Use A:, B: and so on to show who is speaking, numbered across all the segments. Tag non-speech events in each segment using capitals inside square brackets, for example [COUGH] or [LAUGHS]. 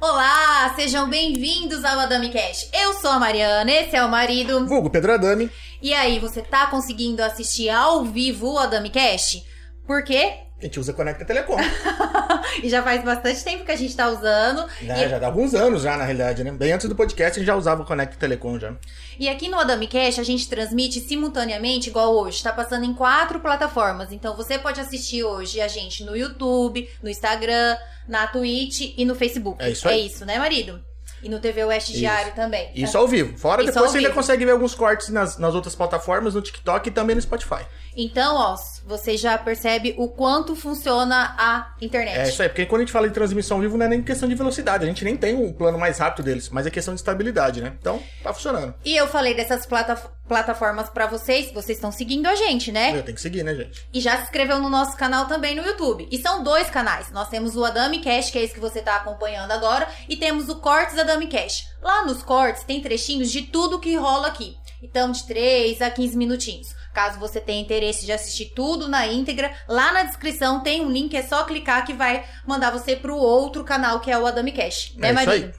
A: Olá, sejam bem-vindos ao Adami Cash. Eu sou a Mariana, esse é o marido.
B: Vulgo Pedradame.
A: E aí, você tá conseguindo assistir ao vivo o Adami Cash? Por quê?
B: A gente usa Conecta Telecom.
A: [LAUGHS] E já faz bastante tempo que a gente tá usando.
B: né? Já dá alguns anos já, na realidade, né? Bem antes do podcast, a gente já usava o Conecta Telecom já.
A: E aqui no Adami Cash a gente transmite simultaneamente, igual hoje, tá passando em quatro plataformas. Então você pode assistir hoje a gente no YouTube, no Instagram, na Twitch e no Facebook.
B: É isso aí.
A: É isso, né, marido? E no TV Oeste
B: Isso.
A: Diário também.
B: Isso ao vivo. Fora,
A: Isso
B: depois
A: ao
B: você ainda
A: vivo.
B: consegue ver alguns cortes nas, nas outras plataformas, no TikTok e também no Spotify.
A: Então, ó, você já percebe o quanto funciona a internet.
B: É isso aí, porque quando a gente fala de transmissão ao vivo, não é nem questão de velocidade. A gente nem tem um plano mais rápido deles, mas é questão de estabilidade, né? Então, tá funcionando.
A: E eu falei dessas plata- plataformas pra vocês, vocês estão seguindo a gente, né?
B: Eu tenho que seguir, né, gente?
A: E já se inscreveu no nosso canal também no YouTube. E são dois canais. Nós temos o Adami Cash, que é esse que você tá acompanhando agora, e temos o Cortes Adami Cash. Lá nos cortes tem trechinhos de tudo que rola aqui. Então, de 3 a 15 minutinhos. Caso você tenha interesse de assistir tudo na íntegra, lá na descrição tem um link, é só clicar que vai mandar você pro outro canal, que é o Adami Cash. Né,
B: É isso aí.
A: marido?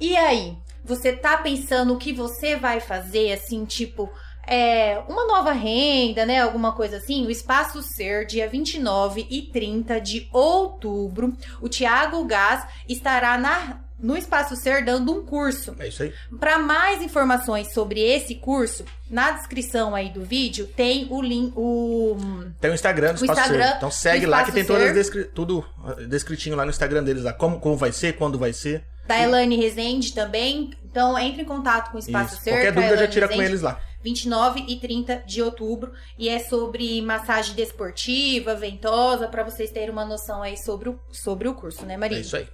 A: E aí, você tá pensando o que você vai fazer, assim, tipo, é, uma nova renda, né? Alguma coisa assim? O Espaço Ser, dia 29 e 30 de outubro, o Tiago Gás estará na- no Espaço Ser dando um curso.
B: É isso aí.
A: Para mais informações sobre esse curso, na descrição aí do vídeo tem o link, o
B: Tem o Instagram do
A: O
B: Espaço
A: Instagram
B: Ser. Então segue
A: do
B: lá que
A: Espaço
B: tem todas
A: Ser.
B: as descri- tudo eh, descritinho lá no Instagram deles lá. Como, como vai ser, quando vai ser.
A: da Elane Rezende também. Então entre em contato com o Espaço
B: Isso.
A: Ser.
B: Qualquer
A: com a
B: dúvida já
A: Elane
B: tira com
A: Rezende.
B: eles lá.
A: 29 e 30 de outubro e é sobre massagem desportiva, ventosa, pra vocês terem uma noção aí sobre o, sobre o curso, né,
B: É
A: Maria?
B: isso aí.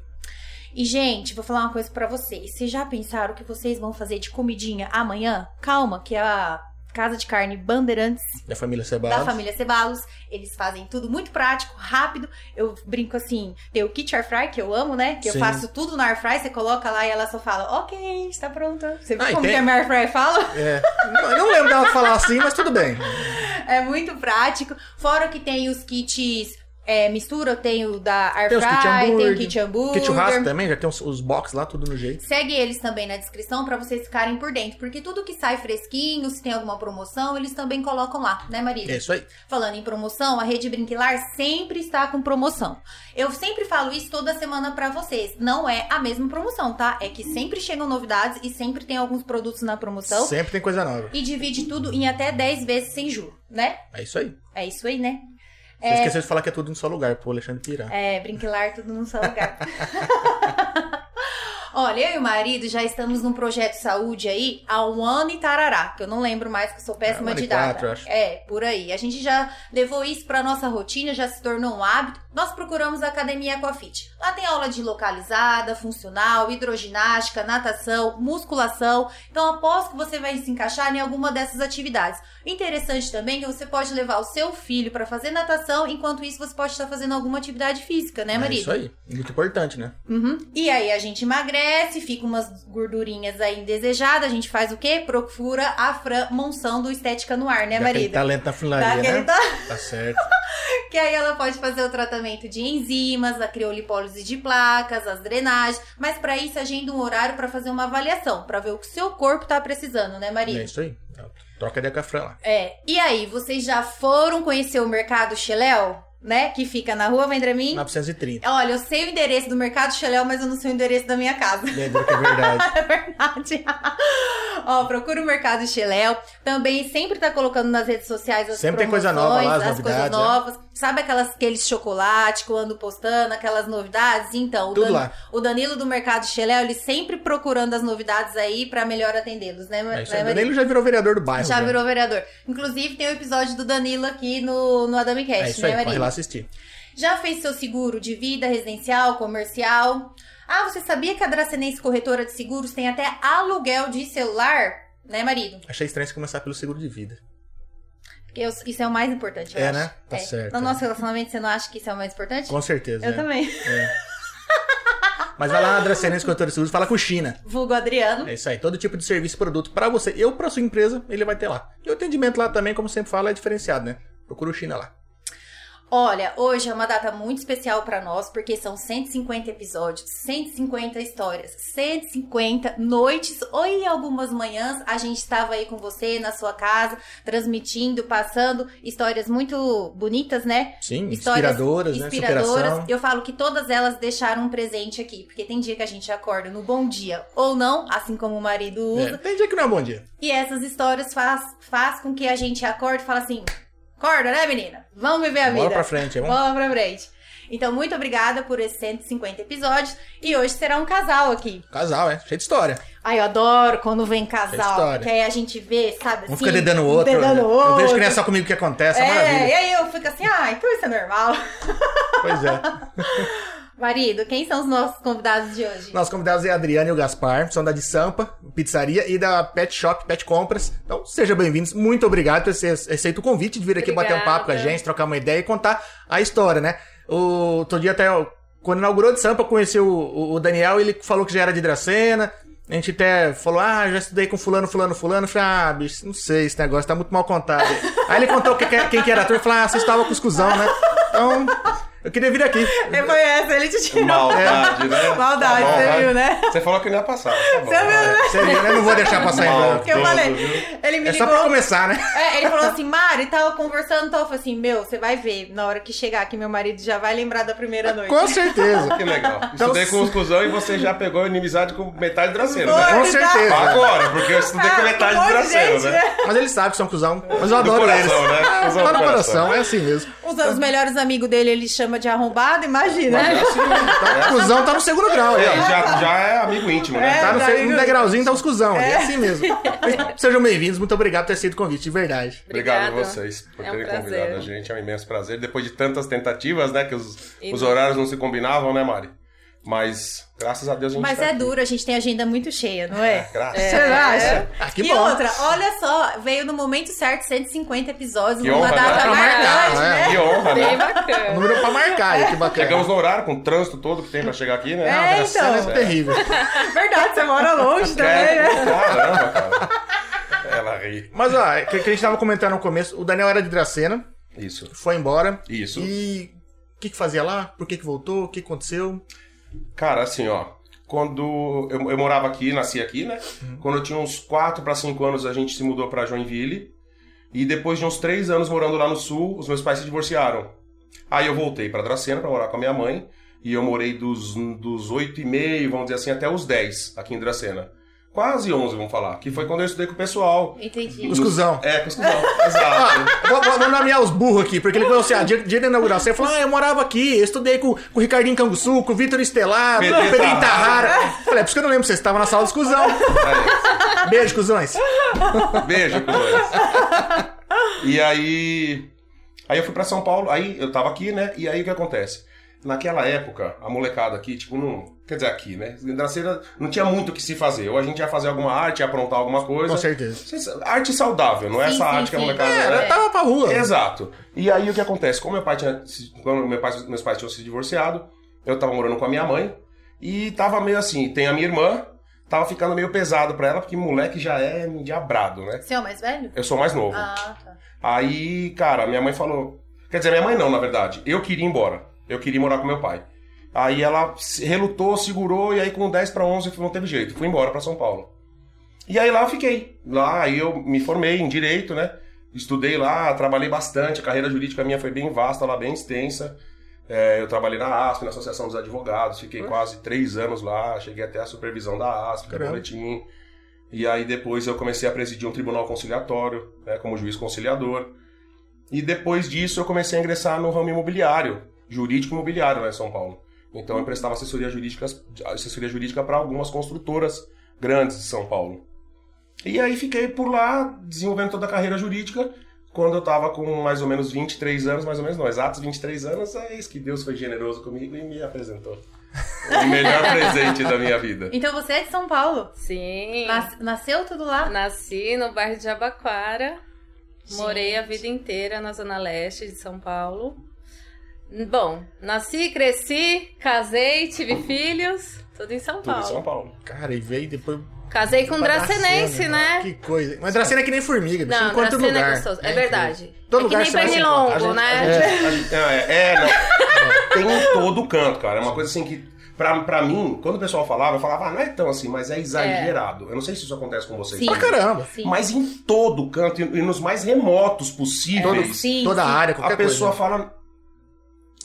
A: E gente, vou falar uma coisa pra vocês. Vocês já pensaram o que vocês vão fazer de comidinha amanhã? Calma, que é a Casa de Carne Bandeirantes
B: Da família
A: da
B: Sebastião.
A: família Cebalos, eles fazem tudo muito prático, rápido. Eu brinco assim, tem o kit air fry que eu amo, né? Que eu
B: Sim.
A: faço tudo na air fry, você coloca lá e ela só fala: "OK, está pronta". Você viu
B: Ah, e
A: como
B: tem-
A: que a minha air fry fala?
B: É. Não, eu não lembro dela falar assim, mas
A: [LAUGHS]
B: tudo bem.
A: É muito prático. Fora que tem os kits é, mistura, tem o da Air
B: Tem os kit
A: Fry, tem o
B: hambúrguer,
A: kit hambúrguer.
B: Kit churrasco também, já tem os, os box lá, tudo no jeito.
A: Segue eles também na descrição pra vocês ficarem por dentro, porque tudo que sai fresquinho, se tem alguma promoção, eles também colocam lá, né, Maria?
B: É isso aí.
A: Falando em promoção, a Rede Brinquilar sempre está com promoção. Eu sempre falo isso toda semana pra vocês. Não é a mesma promoção, tá? É que sempre chegam novidades e sempre tem alguns produtos na promoção
B: Sempre tem coisa nova.
A: e divide tudo em até 10 vezes sem juro, né?
B: É isso aí.
A: É isso aí, né?
B: Você esqueceu de falar que é tudo num só lugar, pro Alexandre pirar.
A: É, brinquilar tudo num só lugar. [LAUGHS] Olha, eu e o marido já estamos num projeto saúde aí há um ano e tarará, que eu não lembro mais, que eu sou péssima
B: É, um ano
A: de
B: e
A: data.
B: quatro, acho.
A: É, por aí. A gente já levou isso pra nossa rotina, já se tornou um hábito. Nós procuramos a Academia Aquafit. Lá tem aula de localizada, funcional, hidroginástica, natação, musculação. Então aposto que você vai se encaixar em alguma dessas atividades. Interessante também que você pode levar o seu filho pra fazer natação, enquanto isso você pode estar fazendo alguma atividade física, né, marido?
B: É isso aí. Muito importante, né?
A: Uhum. E aí a genteemagrece, fica umas gordurinhas aí indesejadas. A gente faz o quê? Procura a Fran Monção do Estética no Ar, né,
B: Já tem
A: marido?
B: Talento na
A: Dá
B: funilaria,
A: aquele
B: né?
A: to-
B: Tá certo.
A: [LAUGHS] Que aí ela pode fazer o tratamento de enzimas, a criolipólise de placas, as drenagens. Mas pra isso agenda um horário pra fazer uma avaliação, pra ver o que seu corpo tá precisando, né, marido?
B: É isso aí. Troca de cafrão lá.
A: É. E aí, vocês já foram conhecer o Mercado Xeléu, né? Que fica na rua Vendramin?
B: 930.
A: Olha, eu sei o endereço do Mercado Xeléu, mas eu não sei o endereço da minha casa. [LAUGHS]
B: Lembra que é verdade.
A: É verdade. Ó, procura o Mercado Xeléu. Também sempre tá colocando nas redes sociais as
B: Sempre tem coisa
A: promoções,
B: nova lá, as
A: coisas
B: novidades, né?
A: novas. Sabe aquelas, aqueles chocolate que eu ando postando, aquelas novidades? Então, o,
B: Tudo
A: Dan-
B: lá.
A: o Danilo do Mercado Xeléu, ele sempre procurando as novidades aí pra melhor atendê-los, né,
B: É
A: Mar-
B: isso
A: né,
B: aí. O
A: Maria?
B: Danilo já virou vereador do bairro.
A: Já
B: né?
A: virou vereador. Inclusive, tem o episódio do Danilo aqui no, no Adami Cast,
B: É isso
A: né,
B: aí,
A: Maria?
B: corre lá assistir.
A: Já fez seu seguro de vida, residencial, comercial? Ah, você sabia que a Dracenense Corretora de Seguros tem até aluguel de celular? Né, marido?
B: Achei estranho você começar pelo seguro de vida.
A: Porque eu- isso é o mais importante, eu
B: É,
A: acho.
B: né? Tá certo.
A: No nosso relacionamento, você não acha que isso é o mais importante?
B: Com certeza.
A: eu
B: né?
A: também.
B: É. né? Mas vai lá na Dracenense Corretora de Seguros, fala com o China.
A: Vulgo Adriano.
B: É isso aí, todo tipo de serviço e produto pra você e ou pra sua empresa, ele vai ter lá. E o atendimento lá também, como sempre fala, é diferenciado, né? Procura o China lá.
A: Olha, hoje é uma data muito especial pra nós, porque são 150 episódios, 150 histórias, 150 noites ou em algumas manhãs a gente estava aí com você na sua casa, transmitindo, passando histórias muito bonitas, né?
B: Sim,
A: Histórias
B: inspiradoras, né? Superação.
A: Eu falo que todas elas deixaram um presente aqui, porque tem dia que a gente acorda no bom dia ou não, assim como o marido usa.
B: É, tem dia que não é bom dia.
A: E essas histórias faz, faz com que a gente acorde e fale assim: acorda, né, menina? Vamos viver a
B: Bora
A: vida.
B: pra frente, é bom?
A: Vamos pra frente. Então, muito obrigada por esses 150 episódios. E hoje será um casal aqui.
B: Casal, é. Cheio de história.
A: Ai, eu adoro quando vem
B: Tem
A: casal.
B: história.
A: Que aí a gente vê, sabe?
B: Um
A: assim,
B: fica dedando o outro.
A: dedando
B: né? Eu
A: outro.
B: vejo que não é só comigo que acontece, é,
A: É, e
B: maravilha.
A: aí eu fico assim, ai, por isso é normal. [LAUGHS]
B: Pois é.
A: Marido, quem são os nossos convidados de hoje?
B: Nossos convidados é a Adriana e o Gaspar, são da de Sampa, pizzaria e da Pet Shop, Pet Compras. Então, sejam bem-vindos. Muito obrigado por ter aceito o convite de vir aqui bater um
A: Obrigada.
B: papo com a gente, trocar uma ideia e contar a história, né? O outro dia até, ó, quando inaugurou de Sampa, eu conheci o, o- o Daniel, ele falou que já era de Dracena. A gente até falou, ah, já estudei com fulano, fulano, fulano. Eu falei, ah, bicho, não sei, esse negócio tá muito mal contado. Aí ele contou que- que- quem que era ator, eu falei, ah, você estava com os cuzão, né? Então, eu queria vir aqui.
A: Foi essa, ele te
C: Maldade, né?
A: [LAUGHS] Maldade,
C: Tá bom,
A: você
C: vai.
A: viu, né?
C: Você falou que não ia passar. Tá bom,
A: Você viu,
C: vai.
A: né?
B: Você viu, né? Eu não vou deixar passar em
A: [LAUGHS]
B: branco.
A: Que eu
C: Todo,
A: falei.
C: viu?
A: Ele me
B: É só
A: ligou.
B: pra começar, né?
A: É, ele falou assim, Mari, tava conversando, tal. Eu falei assim, meu, você vai ver, na hora que chegar aqui, meu marido já vai lembrar da primeira noite.
B: [LAUGHS] Com certeza.
C: Que legal.
B: Então,
C: Estudei com
B: se-
C: os cuzão e você já pegou inimizade com metade da cena,
A: Foi.
C: né?
B: Com certeza.
C: Agora, porque eu estudei com
A: Ah,
C: metade
A: um monte
C: da
A: de
C: cena,
A: gente,
C: né?
B: Mas eles sabem que são cuzão. Mas eu adoro
C: coração,
B: eles. [LAUGHS]
C: né?
B: Ah,
C: Cuzão
B: Tá
C: do
B: no
C: coração.
B: coração, é assim mesmo.
A: Os, os melhores amigos dele, ele chama de arrombado, imagina.
C: Mas é assim, né?
B: Cusão tá no segundo grau,
C: É,
B: aí,
C: e
B: ó.
C: já, já é amigo íntimo, né?
A: É,
B: Tá no
A: tá
B: segundo
A: indo-
B: degrauzinho, tá os cuzão. É assim [LAUGHS] mesmo. Mas Sejam bem-vindos, muito obrigado por ter sido o convite, de verdade.
C: Obrigado a
D: Obrigada.
C: vocês por
D: É um
C: terem
D: prazer.
C: convidado a gente. É um imenso prazer. Depois de tantas tentativas, né? Que os,
D: E
C: os
D: não-
C: horários não se combinavam, né, Mari? Mas, graças a Deus, a gente
A: Mas
C: tá
A: é
C: aqui.
A: duro, a gente tem agenda muito cheia, não é?
C: Graças
A: Você não acha?
B: Ah, que
A: e
B: bom.
A: outra, olha só, veio no momento certo 150 episódios,
C: Que
A: numa
C: honra, né?
A: data
C: Pra
B: marcar,
A: marcante,
B: né?
A: né?
C: Que honra,
D: Bem
C: né?
B: O
D: bacana.
B: É um número pra marcar, aí, que bacana.
C: Chegamos no horário, com o trânsito todo que tem pra chegar aqui, né?
A: É,
C: Ah, graças
A: então.
C: a Deus,
B: É
C: é.
B: terrível.
A: Verdade, você mora
C: [LAUGHS]
A: longe também, né?
C: É, Caramba, cara. Ela
B: [LAUGHS]
C: ri.
B: Mas ó, o que que a gente tava comentando no começo, o Daniel era de Dracena,
C: Isso.
B: foi embora.
C: Isso.
B: E o que, que fazia lá? Por que, que voltou? O que aconteceu?
C: Cara, assim, ó. Quando eu, eu morava aqui, nasci aqui, né? Quando eu tinha uns 4 para 5 anos, a gente se mudou pra Joinville. E depois de uns 3 anos morando lá no sul, os meus pais se divorciaram. Aí eu voltei pra Dracena pra morar com a minha mãe. E eu morei dos, dos 8 e meio, vamos dizer assim, até os 10 aqui em Dracena. Quase 11, vamos falar. Que foi quando eu estudei com o pessoal.
A: Entendi.
B: Os cuzão.
C: É, com os cuzão,
B: [LAUGHS]
C: exato.
B: Vou, vou, vou nomear os burros aqui, porque ele falou assim: ah, dia, dia da inauguração, ele falou: ah, eu morava aqui, eu estudei com, com o Ricardinho Canguçu, com o Vitor Estelar, com o
C: Pedrinho
B: Pedrinho
C: Tarrara.
B: Tarrara. Falei: é por isso que eu não lembro, vocês estavam na sala dos cuzão.
C: Aí.
B: Beijo, cuzões.
C: Beijo, cuzões. E aí. Aí eu fui pra São Paulo, aí eu tava aqui, né? E aí o que acontece? Naquela época, a molecada aqui, tipo, não. Quer dizer, aqui, né? Em Dracena não tinha muito o que se fazer. Ou a gente ia fazer alguma arte, ia aprontar alguma coisa.
B: Com certeza.
C: Vocês- Arte saudável, não é
A: Sim,
C: essa
A: sim,
C: arte que a
A: sim.
C: molecada.
A: É,
C: né?
B: Era, tava pra rua.
C: Exato. E aí o que acontece? Como meu pai tinha, se- quando meu pai- meus pais tinham se divorciado, eu tava morando com a minha mãe e tava meio assim, tem a minha irmã, tava ficando meio pesado pra ela, porque moleque já é diabrado, né?
A: Você é o mais velho?
C: Eu sou mais novo.
A: Ah, tá.
C: Aí, cara, minha mãe falou. Quer dizer, minha mãe não, na verdade. Eu queria ir embora. Eu queria ir morar com meu pai. Aí ela se- relutou, segurou, e aí com 10 pra 11 não teve jeito. Fui embora pra São Paulo. E aí lá eu fiquei. Lá aí eu me formei em direito, né? Estudei lá, trabalhei bastante. A carreira jurídica minha foi bem vasta, lá bem extensa. É, eu trabalhei na ASP, na Associação dos Advogados. Fiquei quase três anos lá. Cheguei até a supervisão da ASP,
B: Caramba.
C: é boletim. E aí depois eu comecei a presidir um tribunal conciliatório, né, como juiz conciliador. E depois disso eu comecei a ingressar no ramo imobiliário, jurídico imobiliário lá em São Paulo. Então eu emprestava assessoria jurídica, assessoria jurídica para algumas construtoras grandes de São Paulo. E aí fiquei por lá desenvolvendo toda a carreira jurídica. Quando eu estava com mais ou menos 23 anos, mais ou menos não, exatos 23 anos, é isso que Deus foi generoso comigo e me apresentou. O melhor presente da minha vida.
A: Então você é de São Paulo?
D: Sim.
A: Nas- nasceu tudo lá?
D: Nasci no bairro de Abaquara. Morei a
A: Gente.
D: vida inteira na Zona Leste de São Paulo. Bom, nasci, cresci, casei, tive filhos, tudo em São
C: Tudo em
D: Paulo.
C: São Paulo.
B: Cara, e veio depois.
D: Casei com um
B: pra
D: dracenense,
B: Dracena,
D: né?
B: cara. Que coisa. Mas Dracena é que nem formiga, bicho.
D: Não,
B: em quanto
D: Dracena
B: lugar.
D: é gostoso. É,
B: incrível.
D: verdade.
B: Todo
D: é que
B: lugar
D: nem
B: você vai se encontrar. A gente-
D: pernilongo, né?
C: A gente- É, é, não. Tem em todo canto, cara. É uma coisa assim que, pra, pra mim, quando o pessoal falava, eu falava, ah, não é tão assim, mas é exagerado. Eu não sei se isso acontece com vocês.
A: Sim.
B: Pra caramba.
A: Sim.
C: Mas em todo canto, e e nos mais remotos possíveis,
A: Sim,
B: Toda a
A: sim.
B: área,
C: a
B: qualquer
C: pessoa
B: coisa.
C: fala,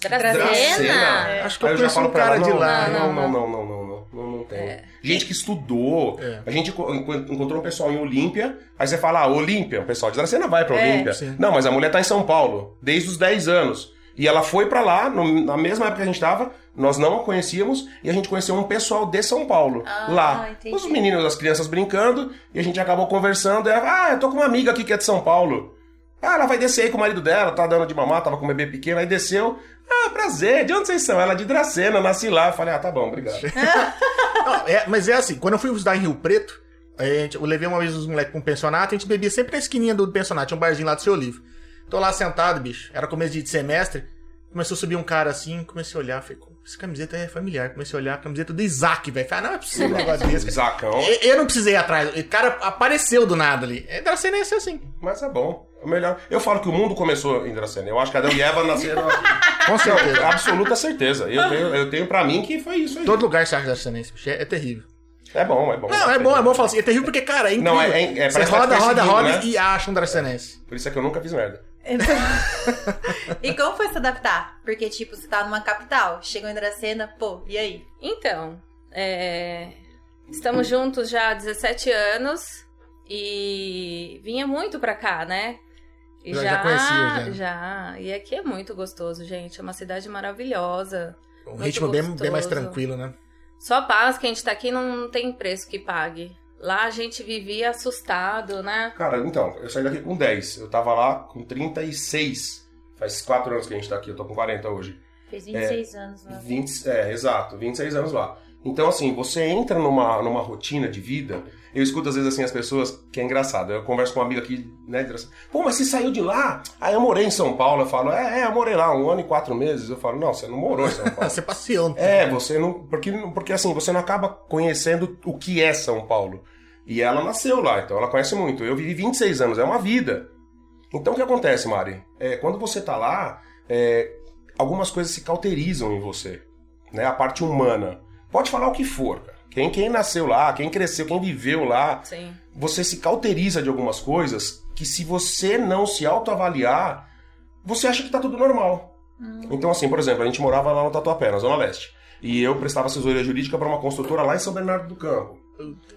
C: Dracena.
D: Dracena. É.
B: Acho que eu
C: Aí
B: conheço um cara de lá.
C: Não,
D: Não,
C: não,
D: não,
C: não, não, não, não, não, não tem. Gente que estudou.
B: É.
C: A gente enco- enco- encontrou um pessoal em Olímpia. Aí você fala, ah, Olímpia, o pessoal de Dracena vai pra
D: É.
C: Olímpia.
B: Sim.
C: Não, mas a mulher tá em São Paulo, desde os 10 anos. E ela foi pra lá, no- na mesma época que a gente tava, nós não a conhecíamos, e a gente conheceu um pessoal de São Paulo,
A: Ah,
C: lá.
A: entendi.
C: Os meninos, as crianças brincando, e a gente acabou conversando, e ela, ah, eu tô com uma amiga aqui que é de São Paulo. Ah, ela vai descer aí com o marido dela, tá dando de mamar, tava com o bebê pequeno, aí desceu. Ah, prazer, de onde vocês são? Ela de Dracena, nasci lá. Eu falei, ah, tá bom, obrigado.
B: Não, é, mas é assim, quando eu fui estudar em Rio Preto, a gente- eu levei uma vez os moleques pra um pensionato, a gente bebia sempre na esquininha do pensionato, tinha um barzinho lá do seu livro. Tô lá sentado, bicho, era começo de semestre, começou a subir um cara assim, comecei a olhar, falei, essa camiseta é familiar, comecei a olhar a camiseta do Isaac, velho. Falei, ah, não é possível um negócio desse. cara.
C: Zacão.
B: Eu- Eu não precisei ir atrás, o cara apareceu do nada ali. É Dracena ia ser assim.
C: Mas é bom. É melhor. Eu falo que o mundo começou em Dracena. Eu acho que Adão e Eva
B: [LAUGHS]
C: nasceram.
B: Com certeza.
C: Absoluta certeza. Eu tenho, eu tenho pra mim que foi isso aí.
B: Todo lugar você acha dracenense, bicho, é, é terrível.
C: É bom, é bom.
B: Não, é bom, é bom falar assim, é terrível porque, cara, é incrível.
C: Não, é- é- é-
B: você
C: parece que tá
B: roda, roda,
C: perseguindo,
B: roda
C: né?
B: e acha um dracenense.
C: Por isso é que eu nunca fiz merda.
A: e como foi se adaptar? Porque, tipo, você tá numa capital, chegou em Dracena, pô, e aí?
D: Então, é, estamos juntos já há 17 anos e vinha muito pra cá, né? E
B: Já- já conhecia, já.
D: já. E aqui é muito gostoso, gente. É uma cidade maravilhosa.
B: Um
D: Muito
B: ritmo bem, bem mais
D: gostoso.
B: tranquilo, né?
D: Só a paz que a gente tá aqui não tem preço que pague. Lá a gente vivia assustado, né?
C: Cara, então, eu saí daqui com 10. Eu tava lá com 36. Faz 4 anos que a gente tá aqui, eu tô com 40 hoje.
A: Fez 26 anos,
C: 20, é, exato, 26 anos lá. Então, assim, você entra numa, numa rotina de vida. Eu escuto às vezes assim as pessoas, que é engraçado. Eu converso com uma amiga aqui, né? de Dracena, Pô, mas você saiu de lá? Aí eu morei em São Paulo. Eu falo, é, é, eu morei lá um ano e quatro meses. Eu falo, não, você não morou em São Paulo.
B: Você passeou. um
C: É, você não. Porque, porque assim, você não acaba conhecendo o que é São Paulo. E ela nasceu lá, então ela conhece muito. Eu vivi 26 anos, é uma vida. Então o que acontece, Mari? É, quando você tá lá, é, algumas coisas se cauterizam em você. Né? A parte humana. Pode falar o que for, cara. Quem, quem nasceu lá, quem cresceu, quem viveu lá,
D: Sim.
C: você se cauteriza de algumas coisas que se você não se autoavaliar, você acha que tá tudo normal.
A: Hum.
C: Então, assim, por exemplo, a gente morava lá no Tatuapé, na Zona Leste. E eu prestava assessoria jurídica para uma construtora lá em São Bernardo do Campo.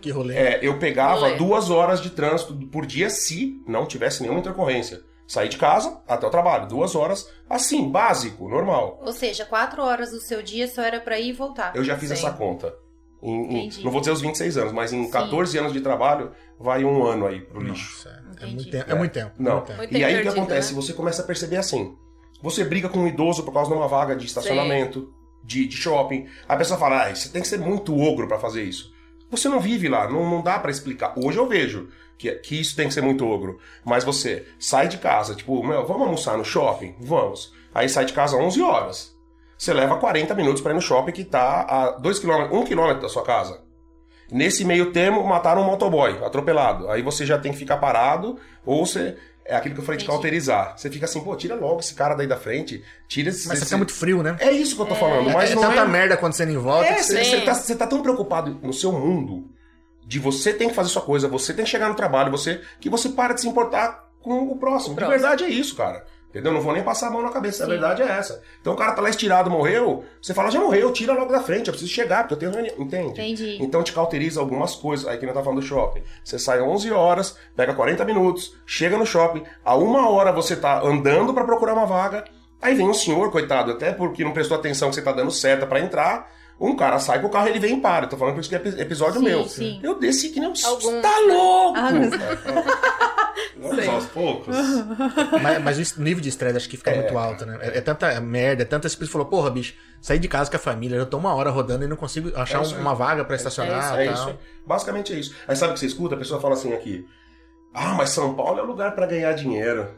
B: Que rolê.
C: É, eu pegava
D: Lembro.
C: duas horas de trânsito por dia se não tivesse nenhuma intercorrência. Saí de casa até o trabalho, duas horas, assim, básico, normal.
A: Ou seja, 4 horas do seu dia só era pra ir e voltar.
C: Eu já fiz
D: Sim.
C: essa conta. Em- em-
A: Entendi.
C: não vou dizer os 26 anos, mas em
A: Sim.
C: 14 anos de trabalho, vai um ano aí pro lixo.
B: Nossa, é
A: Entendi.
B: muito tempo. É muito tempo.
C: Não.
B: muito tempo.
D: Muito
C: e
D: tempo
C: aí o que
D: perdido,
C: acontece?
D: né?
C: Você começa a perceber assim. Você briga com um idoso por causa de uma vaga de estacionamento, de, de shopping. A pessoa fala, ah, você tem que ser muito ogro pra fazer isso. Você não vive lá, não, não dá pra explicar. Hoje eu vejo que, que isso tem que ser muito ogro. Mas você sai de casa, tipo, meu, vamos almoçar no shopping? Vamos. Aí sai de casa às 11 horas. Você leva 40 minutos pra ir no shopping que tá a 2 km, 1 km da sua casa. Nesse meio termo, mataram um motoboy atropelado. Aí você já tem que ficar parado, ou você. É aquilo que eu falei de
A: Entendi.
C: cauterizar. Você fica assim, pô, tira logo esse cara daí da frente, tira esse.
B: Mas você
C: esse-
B: fica muito frio, né?
C: É isso que eu tô falando, mas
B: é
C: não
B: tanta
C: é.
B: merda acontecendo em volta.
C: É,
B: que
C: você,
D: Sim.
C: você tá, você tá tão preocupado no seu mundo de você tem que fazer sua coisa, você tem que chegar no trabalho, você que você para de se importar com o próximo.
D: O
C: De
D: próximo.
C: verdade é isso, cara. Entendeu? Não vou nem passar a mão na cabeça, a verdade é essa. Então o cara tá lá estirado, morreu, você fala, já morreu, tira logo da frente, eu preciso chegar, porque eu tenho reunião. Entende?
A: Entendi.
C: Então te cauteriza algumas coisas. Aí que não tá falando do shopping. Você sai 11 horas, pega 40 minutos, chega no shopping, a uma hora você tá andando pra procurar uma vaga. Aí vem um senhor, coitado, até porque não prestou atenção que você tá dando seta pra entrar. Um cara sai com o carro, ele vem e para. Eu tô falando que isso é epi- episódio
A: Sim,
C: meu.
A: sim.
C: Eu desci que nem um...
D: Alguns,
C: Tá
D: né?
C: louco!
A: Alguns.
C: Vamos
D: Sim.
C: aos [LAUGHS] poucos.
B: Mas, mas o nível de estresse acho que fica muito alto, né? É, é tanta merda, é tanta espírito. Falou, porra, bicho, saí de casa com a família, eu tô uma hora rodando e não consigo achar
C: É
B: um-
C: isso aí.
B: uma vaga pra estacionar.
C: É
B: tal.
C: isso. Basicamente é isso. Aí sabe o que você escuta? A pessoa fala assim aqui: Ah, mas São Paulo é o lugar pra ganhar dinheiro.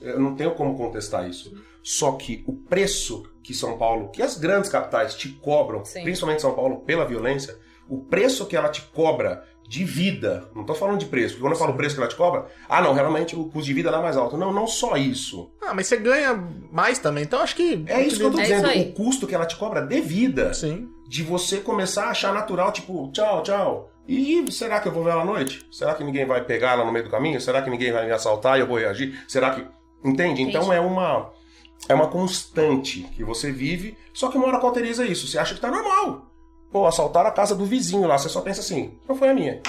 C: Eu não tenho como contestar isso. Só que o preço que São Paulo, que as grandes capitais te cobram,
D: Sim.
C: principalmente São Paulo, pela violência, o preço que ela te cobra de vida, não tô falando de preço, porque quando eu falo preço que ela te cobra, ah não, realmente o custo de vida lá é mais alto. Não, não só isso.
B: Ah, mas você ganha mais também, então acho que.
C: É isso que eu tô
D: É isso
C: dizendo,
D: aí.
C: o custo que ela te cobra de vida,
B: Sim.
C: de você começar a achar natural, tipo, tchau, tchau. E será que eu vou ver ela à noite? Será que ninguém vai pegar ela no meio do caminho? Será que ninguém vai me assaltar e eu vou reagir? Será que. Entende? Então
D: Entendi.
C: é uma. É uma constante que você vive, só que uma hora cauteriza isso. Você acha que tá normal. Pô, assaltaram a casa do vizinho lá. Você só pensa assim, não foi a minha.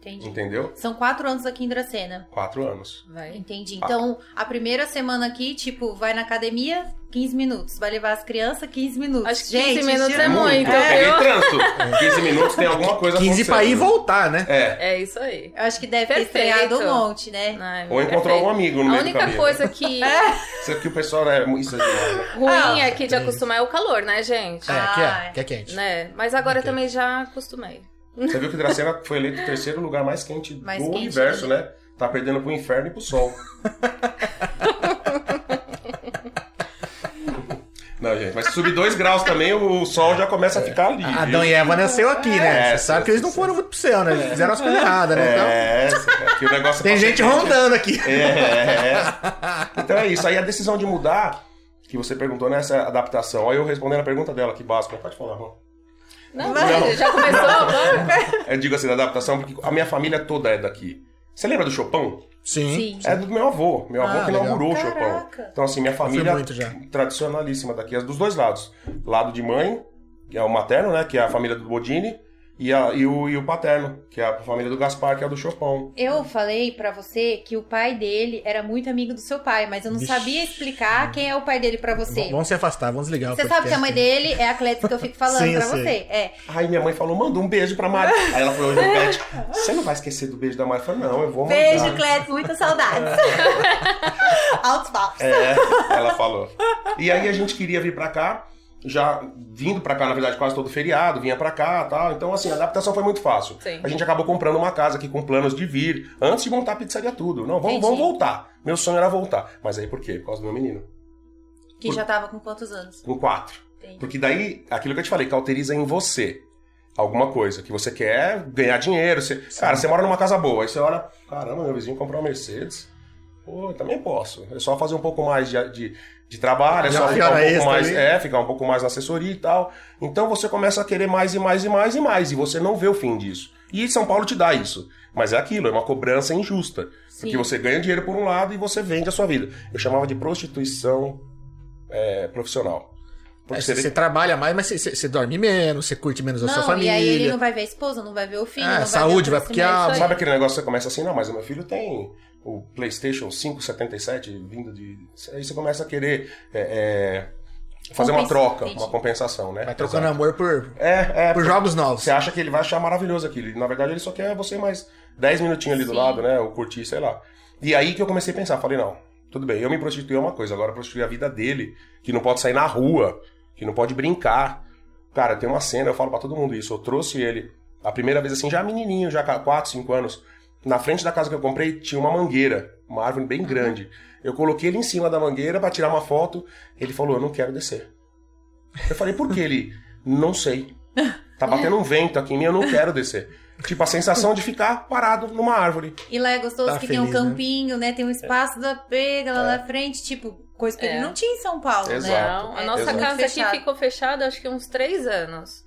A: Entendi.
C: Entendeu?
A: São quatro anos aqui em Dracena.
C: Quatro anos.
D: Vai.
A: Entendi. Então, a primeira semana aqui, tipo, vai na academia, 15 minutos. Vai levar as crianças, 15 minutos.
D: Acho que 15
A: Gente,
D: minutos
A: tira-
D: É muito,
C: Eu peguei
D: viu?
C: Então, trânsito. 15 minutos tem alguma coisa
B: 15 pra ir e
C: acontecendo.
B: voltar, né?
C: É.
D: É isso aí.
A: Eu acho que deve ter
D: Perfeito.
A: estreado um monte, né?
D: Ai,
C: Ou encontrou
D: perfeito.
C: algum amigo no
D: A
C: meio do
D: única
C: caminho.
D: coisa que
C: Isso aqui o pessoal é. Isso é demais, né?
D: ruim
A: Ah,
D: é que de acostumar é o calor, né, gente?
A: Ah,
B: É, que é, que é quente.
D: Né? Mas agora eu
B: Ok.
D: também já acostumei.
C: Você viu que Dracena foi eleito o terceiro lugar mais quente
A: Mais
C: do
A: quente,
C: universo, né? Tá perdendo pro inferno e
A: [LAUGHS]
C: pro sol. Não, gente, mas se subir dois graus também, o sol já começa
B: É.
C: a ficar ali.
B: A- Adão
C: viu?
B: e Eva nasceu aqui, né?
C: É,
B: Você sabe que eles não
C: sim,
B: foram muito pro céu, né? Eles fizeram as coisas erradas, né? Então,
C: É, é que o negócio
B: tem
C: passa
B: gente
C: quente.
B: rondando aqui.
C: É.
B: [LAUGHS]
C: Então é isso. Aí a decisão de mudar, que você perguntou nessa adaptação. Aí eu respondendo a pergunta dela, que básica. Pode falar, Rô.
D: Não,
C: Não.
D: Né? já começou agora?
C: Eu digo assim, da adaptação, porque a minha família toda é daqui. Você lembra do Chopin?
B: Sim.
C: É do meu avô. Meu avô
B: Ah,
C: que
B: legal.
C: inaugurou o Chopin.
A: Caraca.
C: Então, assim, minha
B: Fui
C: família
B: muito já.
C: tradicionalíssima daqui, as dos dois lados. Lado de mãe, que é o materno, né? Que é a família do Bodini, e, a- e o, e o paterno, que é a família do Gaspar, que é a do Chopin.
A: Eu falei pra você que o pai dele era muito amigo do seu pai, mas eu não
B: Vixe.
A: sabia explicar quem é o pai dele pra você.
B: V- Vamos se afastar, vamos desligar. o
A: Você sabe que a mãe
C: assim-
B: podcast.
A: dele é a Cletis que eu
C: [LAUGHS]
A: fico falando
B: Sim, eu
A: pra
B: sei.
A: você. É.
C: Aí minha mãe falou: manda um beijo pra Mari. Aí ela falou: Joguete, você não vai esquecer do beijo da Mari? Eu falei: não, eu vou mandar.
A: Beijo, Cletis, muita saudade. [LAUGHS] Altos papos.
C: É, ela falou. E aí a gente queria vir pra cá, já vindo pra cá, na verdade, quase todo feriado, vinha pra cá tal. Então, assim, a adaptação foi muito fácil.
D: Sim.
C: A gente acabou comprando uma casa aqui com planos de vir, antes de montar a pizzaria tudo. Não, vamos,
A: Entendi.
C: vamos voltar. Meu sonho era voltar. Mas aí por quê? Por causa do meu menino.
A: Que já tava com quantos anos?
C: Com quatro.
A: Entendi.
C: Porque daí, aquilo que eu te falei, cauteriza em você alguma coisa. Que você quer ganhar dinheiro. Você... Cara, você mora numa casa boa. Aí você olha, caramba, meu vizinho comprou uma Mercedes. Pô, eu também posso. É só fazer um pouco mais de, de, de trabalho, é
B: Já
C: só
B: fica
C: ficar um
B: hora
C: pouco
B: extra
C: mais.
B: ali.
C: É, ficar um pouco mais na assessoria e tal. Então você começa a querer mais e mais e mais e mais. E você não vê o fim disso. E São Paulo te dá isso. Mas é aquilo, é uma cobrança injusta. Porque você ganha dinheiro por um lado e você vende a sua vida. Eu chamava de prostituição é, profissional. Porque
B: É,
C: você
B: Você,
C: vê-
B: você trabalha mais, mas você, você- você dorme menos, você curte menos a sua
A: Não, e
B: família.
A: aí ele não vai ver a esposa, não vai ver o filho.
B: É,
A: não vai ver
B: saúde,
A: o
B: vai porque a-
A: crescimento, isso aí.
C: Sabe aquele negócio que você começa assim, não, mas o meu filho tem o PlayStation 577 vindo de. Aí você começa a querer é, é, fazer uma
A: Compensa-
C: troca,
A: entendi.
C: uma compensação, né?
B: Vai trocando
C: Exato.
B: amor por,
C: É, é.
B: por jogos novos.
C: Você acha que ele vai achar maravilhoso aquilo. Na verdade, ele só quer você mais 10 minutinhos ali do
A: Sim.
C: lado, né? Ou curtir, sei lá. E aí que eu comecei a pensar, falei, não, tudo bem, eu me prostituí é uma coisa, agora prostituir a vida dele, que não pode sair na rua, que não pode brincar. Cara, tem uma cena, eu falo pra todo mundo isso, eu trouxe ele a primeira vez assim, já menininho, já 4, 5 anos, na frente da casa que eu comprei tinha uma mangueira, uma árvore bem grande. Eu coloquei ele em cima da mangueira pra tirar uma foto, ele falou, eu não quero descer. Eu falei, por que ele? Não sei. Tá batendo um vento aqui em mim, eu não quero descer. Tipo, a sensação de ficar parado numa árvore.
A: E lá é gostoso
B: Tá
A: que tem um
B: feliz, né?
A: campinho, né? Tem um espaço da pega lá na frente, tipo, coisa que
D: É.
A: ele não tinha em São Paulo,
C: Exato.
A: né?
D: Não, a
A: É,
D: nossa
C: exato.
D: casa aqui
A: Fechado.
D: ficou fechada acho que uns três anos.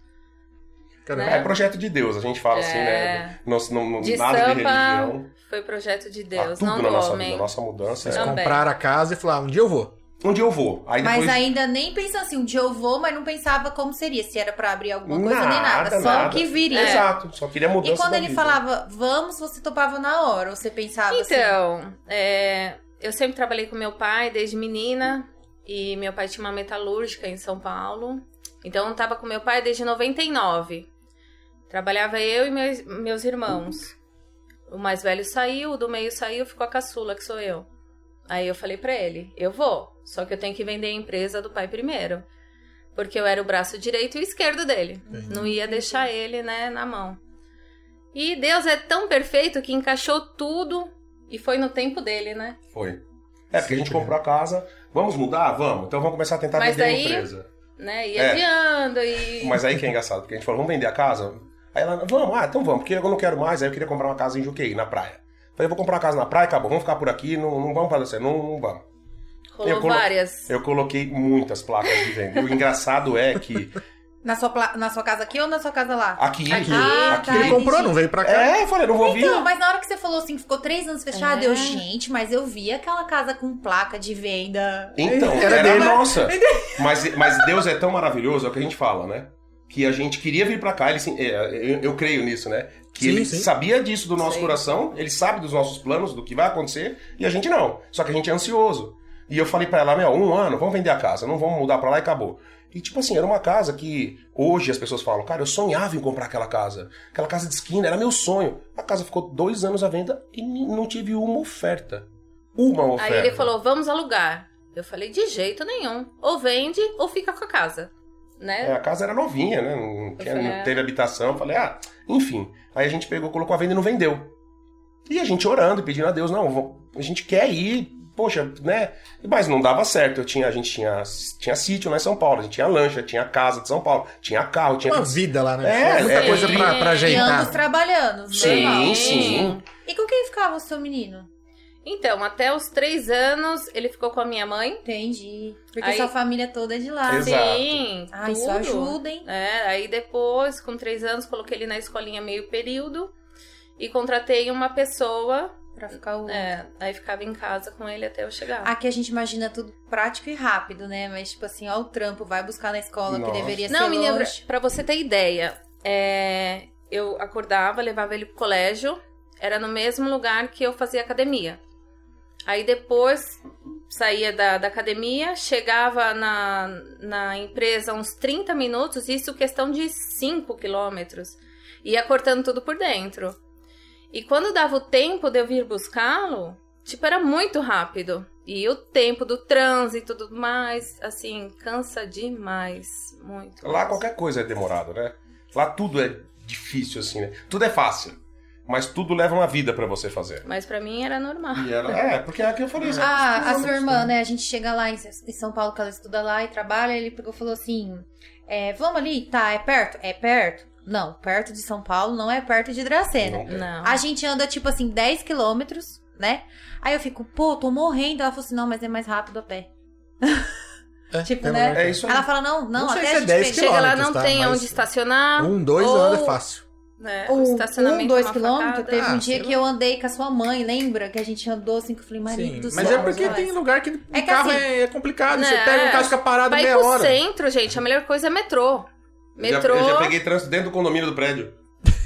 B: Caramba.
D: né?
C: É projeto de Deus, a gente fala assim, né? Não, não, não-
D: De
C: nada de
D: samba,
C: religião.
D: É. Foi projeto de
C: Tá
D: Deus,
C: tudo
D: não
C: na
D: do
C: nossa
D: homem.
C: vida. Nossa mudança
B: Vocês
C: é.
D: Também.
B: compraram a casa e falaram, um dia eu vou.
C: Um dia eu vou. Aí
A: Mas
C: depois.
A: ainda nem pensa assim, um dia eu vou, mas não pensava como seria, se era pra abrir alguma coisa nem nada,
C: Nada,
A: só o
C: nada.
A: que viria.
C: É. Exato. Só
D: É.
C: queria mudança.
A: E quando
C: da
A: ele
C: vida.
A: falava, vamos, você topava na hora, ou você pensava assim,
D: Então, é, eu sempre trabalhei com meu pai desde menina. E meu pai tinha uma metalúrgica em São Paulo. Então, eu tava com meu pai desde 99. Trabalhava eu e meus, meus irmãos. O mais velho saiu, o do meio saiu, ficou a caçula, que sou eu. Aí eu falei pra ele: eu vou, só que eu tenho que vender a empresa do pai primeiro. Porque eu era o braço direito e o esquerdo dele. Não ia deixar ele, né, na mão. E Deus é tão perfeito que encaixou tudo e foi no tempo dele, né?
C: Foi. É, porque a gente comprou a casa, vamos mudar? Vamos. Então vamos começar a tentar
D: Mas
C: vender
D: daí-
C: a empresa.
D: Né? E
C: É.
D: adiando, e.
C: Mas aí que é engraçado, porque a gente falou, vamos vender a casa? Aí ela, vamos, ah, então vamos, porque eu não quero mais, aí eu queria comprar uma casa em Juqueí, na praia. Falei, vou comprar uma casa na praia, acabou, vamos ficar por aqui, não, não vamos fazer isso, não, não vamos.
D: Rolou
C: eu colo-
D: várias.
C: Eu coloquei muitas placas de venda. E o engraçado é que
A: Na sua, pla- na sua casa aqui ou na sua casa lá?
C: aqui, aqui,
A: Ah,
C: aqui.
A: tá.
B: Ele comprou, não veio pra cá.
C: É, eu falei, não vou vir.
A: Então, mas na hora que você falou assim, que ficou três anos fechado,
D: É.
A: eu, gente, mas eu vi aquela casa com placa de venda.
C: Então,
B: Era
C: era,
B: dele. [LAUGHS]
C: nossa. Mas, mas Deus é tão maravilhoso, é o que a gente fala, né? Que a gente queria vir pra cá, ele, sim- é, eu, eu creio nisso, né? Que
B: Sim,
C: ele
B: sim.
C: sabia disso do nosso
D: Sim.
C: coração, ele sabe dos nossos planos, do que vai acontecer, e a gente não. Só que a gente é ansioso. E eu falei pra ela, meu, um ano, vamos vender a casa, não vamos mudar pra lá e acabou. E tipo assim, era uma casa que hoje as pessoas falam, cara, eu sonhava em comprar aquela casa. Aquela casa de esquina, era meu sonho. A casa ficou dois anos à venda e ni- não tive uma oferta. Uma oferta.
D: Aí ele falou, vamos alugar. Eu falei, de jeito nenhum. Ou vende ou fica com a casa. Né?
C: É, a casa era novinha, né? Não, tinha- não
D: É.
C: teve habitação. Falei, ah, enfim. Aí a gente pegou, colocou a venda e não vendeu. E a gente orando e pedindo a Deus, não, vou- a gente quer ir, poxa, né? Mas não dava certo. Eu tinha, a gente tinha, tinha sítio lá em São Paulo, a gente tinha lancha, tinha casa de São Paulo, tinha carro, tinha.
B: Uma vida lá, né?
C: É,
B: muita
C: é,
B: coisa pra, pra
A: E ambos
B: ajeitar.
A: trabalhando,
C: Sim,
A: normal.
C: sim.
A: E com quem ficava o seu menino?
D: Então, até os três anos, ele ficou com a minha mãe.
A: Entendi. Porque
D: Aí-
A: sua família toda é de lá.
C: Exato.
D: Sim,
A: Ah, isso
D: tudo.
A: ajuda, hein?
D: É, aí depois, com três anos, coloquei ele na escolinha meio período. E contratei uma pessoa.
A: Pra ficar o...
D: é, aí ficava em casa com ele até eu chegar.
A: Aqui a gente imagina tudo prático e rápido, né? Mas, tipo assim, ó, o trampo, vai buscar na escola
C: Nossa.
A: que deveria ser
D: Não, menina, pra,
A: longe.
D: pra você ter ideia, é, eu acordava, levava ele pro colégio, era no mesmo lugar que eu fazia academia. Aí depois saía da, da academia, chegava na, na empresa uns 30 minutos, isso questão de 5 quilômetros. Ia cortando tudo por dentro. E quando dava o tempo de eu vir buscá-lo, tipo, era muito rápido. E o tempo do trânsito e tudo mais, assim, cansa demais. Muito.
C: Lá qualquer coisa é demorado, né? Lá tudo é difícil, assim, né? Tudo é fácil. Mas tudo leva uma vida pra você fazer.
D: Mas pra mim era normal.
C: E ela, é, porque é que eu falei.
A: Ah, a
C: não,
A: sua
C: não,
A: irmã, né? A gente chega lá em em São Paulo, que ela estuda lá e trabalha. Ele pegou e falou assim: é, Vamos ali? Tá, é perto? É perto? Não, perto de São Paulo não é perto de Dracena.
B: É.
C: não tem.
D: Não.
A: A gente anda tipo assim, 10 quilômetros, né? Aí eu fico, pô, tô morrendo. Ela falou assim: Não, mas é mais rápido a pé.
B: É,
A: Tipo,
B: é
A: né?
B: verdade.
C: É isso aí.
A: Ela fala: Não, não,
B: Não sei
A: até a
B: se é
A: gente
B: 10
A: pe-
B: quilômetros.
D: Chega lá, não
B: tá?
D: tem
B: Mas-
D: onde estacionar.
B: Um, dois
D: ou-
B: horas é fácil.
D: Né?
A: Ou
D: o estacionamento
A: um, dois
D: é uma
A: quilômetros.
D: facada.
A: Teve um
B: Ah,
A: dia
B: sei
A: que eu andei com a sua mãe, lembra? Que a gente andou assim, que eu falei, marido do
B: Sim,
A: céu.
B: mas é porque
A: nós."
B: tem lugar que o
A: É que
B: carro
A: assim-
B: é é complicado. Você
D: Né,
B: pega um carro fica parado
D: Pra ir
B: meia
D: pro
B: hora.
D: centro, gente, a melhor coisa é metrô. Metrô.
C: Eu já, eu já peguei trânsito dentro do condomínio do prédio.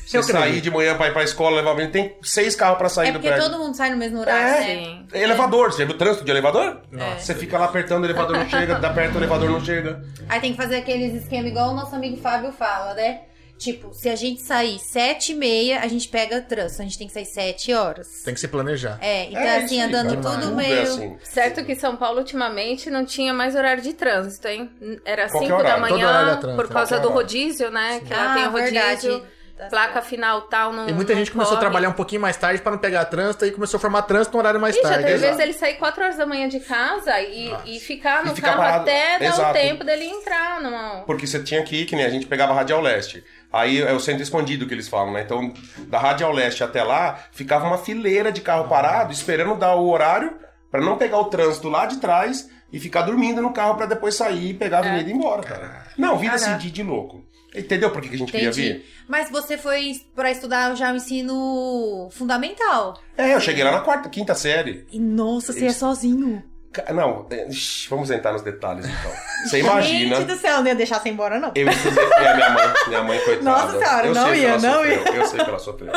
C: Você
B: Eu creio.
C: sair de manhã pra ir pra escola, levar menino, tem seis carros pra sair
A: É
C: do
A: porque
C: prédio.
A: todo mundo sai no mesmo horário,
C: É.
A: né?
D: Sim.
C: É Elevador, você já viu o trânsito de elevador?
A: É.
B: Nossa.
C: Você fica lá apertando, o elevador não chega, dá perto, o elevador não chega.
A: Aí tem que fazer aqueles esquema igual o nosso amigo Fábio fala, né? Tipo, se a gente sair sete e meia, a gente pega trânsito. A gente tem que sair sete horas.
B: Tem que se planejar.
A: É, então
C: É
A: assim,
C: isso aí,
A: andando
B: vai lá.
A: tudo
C: Tudo
A: meio...
C: é assim.
D: Certo que São Paulo ultimamente não tinha mais horário de trânsito, hein? Era
C: Qualquer
D: 5
B: todo
C: horário,
D: da
B: horário é
D: manhã,
B: trânsito,
D: por causa
C: qualquer
D: do
C: horário.
D: rodízio, né? Que lá
A: Ah,
D: tem o rodízio,
A: Tá
D: placa final tal, não
B: E muita
D: não
B: gente começou a
D: corre.
B: trabalhar um pouquinho mais tarde pra não pegar trânsito e começou a formar trânsito no horário mais
D: Ih, já
B: tarde.
D: teve
C: exato.
D: vezes ele sair 4 horas da manhã de casa e, e ficar
C: E
D: no
C: ficar
D: carro
C: parado.
D: até dar o
C: Exato.
D: tempo dele entrar numa...
C: Porque você tinha que ir, que nem a gente pegava a Radial Leste. Aí é o centro escondido que eles falam, né? Então, da Radial Leste até lá, ficava uma fileira de carro parado, esperando dar o horário pra não pegar o trânsito lá de trás e ficar dormindo no carro pra depois sair e pegar a avenida e ir embora, cara. Não, vida
A: É. Caraca.
C: assim de, de louco. Entendeu por que que a gente queria vir?
A: Entendi. Mas você foi pra estudar já o ensino fundamental.
C: É, eu cheguei lá na quarta, quinta série.
A: E nossa, você é
C: Isso.
A: sozinho.
C: Ca- Não, é, ixi, vamos entrar nos detalhes então. Você imagina.
A: Gente do céu, não ia deixar você embora, não.
C: Eu estudei. É, minha mãe, minha mãe, coitada.
A: Nossa Senhora,
C: eu
A: não
C: sei que
A: ia,
C: ela
A: não
C: sofreu, Eu sei que ela sofreu.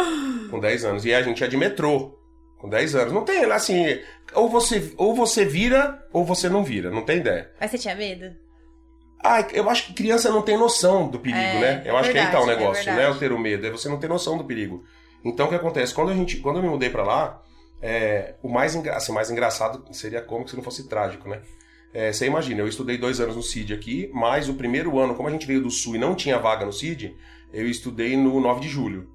C: Com 10 anos. E a gente é de metrô. Com 10 anos. Não tem, assim. Ou você, ou você vira, ou você não vira. Não tem ideia.
A: Mas você tinha medo?
C: Ah, eu acho que criança não tem noção do perigo,
A: É,
C: né? Eu
A: é
C: acho que aí tá
A: verdade,
C: o negócio,
A: é
C: né?
A: verdade.
C: Eu ter o medo, é você não ter noção do perigo. Então o que acontece? Quando, a gente, quando eu me mudei pra lá, é, o mais, engra, assim, mais engraçado seria como se não fosse trágico, né? É, você imagina, eu estudei dois anos no CID aqui, mas o primeiro ano, como a gente veio do Sul e não tinha vaga no CID, eu estudei no 9 de julho.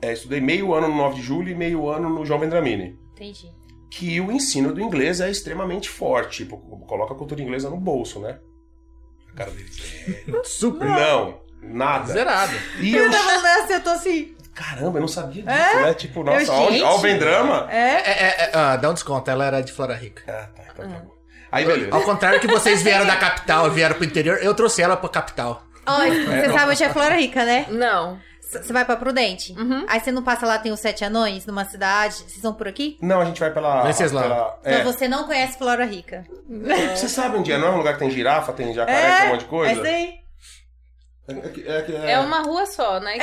C: É, estudei meio ano no 9 de julho e meio ano no João Vendramini.
A: Entendi.
C: que o ensino do inglês é extremamente forte. Tipo, coloca a cultura inglesa no bolso, né? A cara dele.
B: Super.
C: Não, nada.
B: Zerado.
C: E
A: Eu
C: eu.
A: tava nessa, eu tô assim.
C: Caramba, eu não sabia disso, né? Tipo, nossa,
A: É? gente.
C: olha o Vendrama.
A: É?
B: É, é, é, ah, dá um desconto, ela era de Flora Rica.
C: Ah, tá, então tá bom. Aí, beleza.
B: Ao contrário que vocês vieram da capital, vieram pro interior, eu trouxe ela pra capital.
A: Olha, você sabe onde é Flora Rica, né?
D: Não.
A: C- Você vai pra Prudente.
D: Uhum.
A: Aí você não passa lá, tem os sete anões numa cidade. Vocês vão por aqui?
C: Não, a gente vai pela.
B: Venceslau.
C: pela é.
A: Então você não conhece Flora Rica.
C: Você sabe onde é? Não é um lugar que tem girafa, tem jacaré, tem um monte de
A: É um-
C: coisa?
A: isso aí.
C: É, é, é,
D: É uma rua só, né?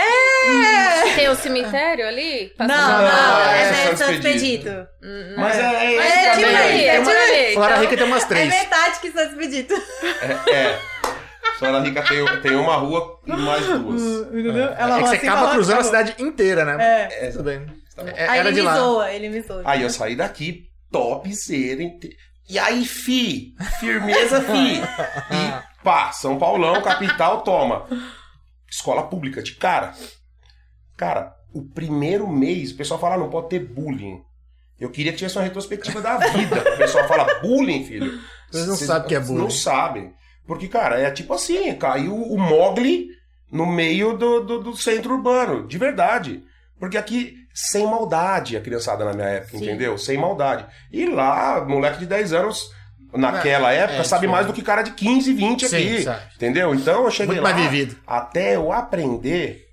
D: Tem o cemitério ali?
A: É. Não,
D: Passa-
A: não,
C: Não,
B: Ah,
C: é
A: é,
C: São
A: São
C: Expedito.
A: Expedito.
D: Hum,
C: Mas é, é,
D: Mas
C: esse
A: é
C: caminho
A: tipo
C: aí.
A: aí. é
D: por
A: tipo-
D: aí.
B: Flora
D: então.
B: Rica tem umas
A: É
B: três.
A: metade que São
D: [LAUGHS]
A: Expedito.
C: É. é. Flora Rica tem, tem uma rua e mais duas.
A: Entendeu?
B: É
A: Ela assim, tá
B: que você
D: assim,
B: acaba cruzando a cidade inteira, né?
A: É.
C: É,
B: Tudo bem.
C: tá bom.
B: É,
A: Aí
B: era
A: ele me
B: de lá.
A: zoa, ele me zoa.
C: Aí eu saí daqui, topzera. inte- E aí, fi, firmeza, fi. E pá, São Paulão, capital, toma. Escola pública, de cara. Cara, o primeiro mês, o pessoal fala, "Ah, não pode ter bullying. Eu queria que tivesse uma retrospectiva da vida. O pessoal fala, bullying, filho.
B: Vocês não
C: Cês
B: sabem o que é bullying.
C: Não sabem. Porque, cara, é tipo assim, caiu o Mogli no meio do, do, do centro urbano, de verdade. Porque aqui, sem maldade, a criançada na minha época,
A: Sim.
C: entendeu? Sem maldade. E lá, moleque de 10 anos, naquela
B: É,
C: época,
B: é,
C: sabe
B: tipo-
C: mais do que cara de 15, 20 aqui.
B: Sim, sabe?
C: Entendeu? Então eu cheguei
B: Muito
C: lá.
B: mais vivido.
C: Até eu aprender,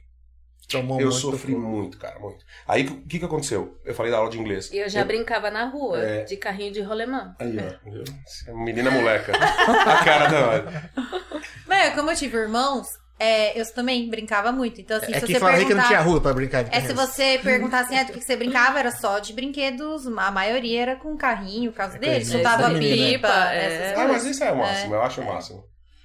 B: Tomou
C: eu
B: muito.
C: sofri muito, cara, muito. Aí o que, que aconteceu? Eu falei da aula de inglês.
D: E eu já brincava na rua,
C: É.
D: de carrinho de rolemã.
C: Aí, ó. viu? Você é uma Menina moleca. [LAUGHS] a cara da.
A: Mas como eu tive irmãos, é, eu também brincava muito. Então, assim,
B: É
A: se
B: que
A: você
B: Flora Rica não
A: perguntar...
B: tinha rua pra brincar de
A: É, se
B: criança. [LAUGHS]
A: você perguntar assim, ah, do que que você brincava, era só de brinquedos, a maioria era com carrinho, por causa deles,
B: É coisa de
A: chutava
B: menino, né?
A: pipa,
D: É.
A: essas
C: Ah, mas
A: coisas.
C: isso é o máximo, eu acho o máximo.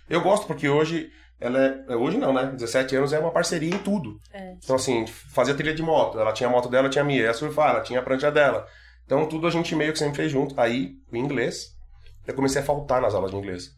C: Eu gosto porque hoje. Ela é, hoje não, né? 17 anos é uma parceria em tudo.
D: É.
C: Então, assim, fazia trilha de moto. Ela tinha a moto dela, eu tinha a minha. Ela surfava, ela tinha a prancha dela. Então, tudo a gente meio que sempre fez junto. Aí, o inglês, eu comecei a faltar nas aulas de inglês.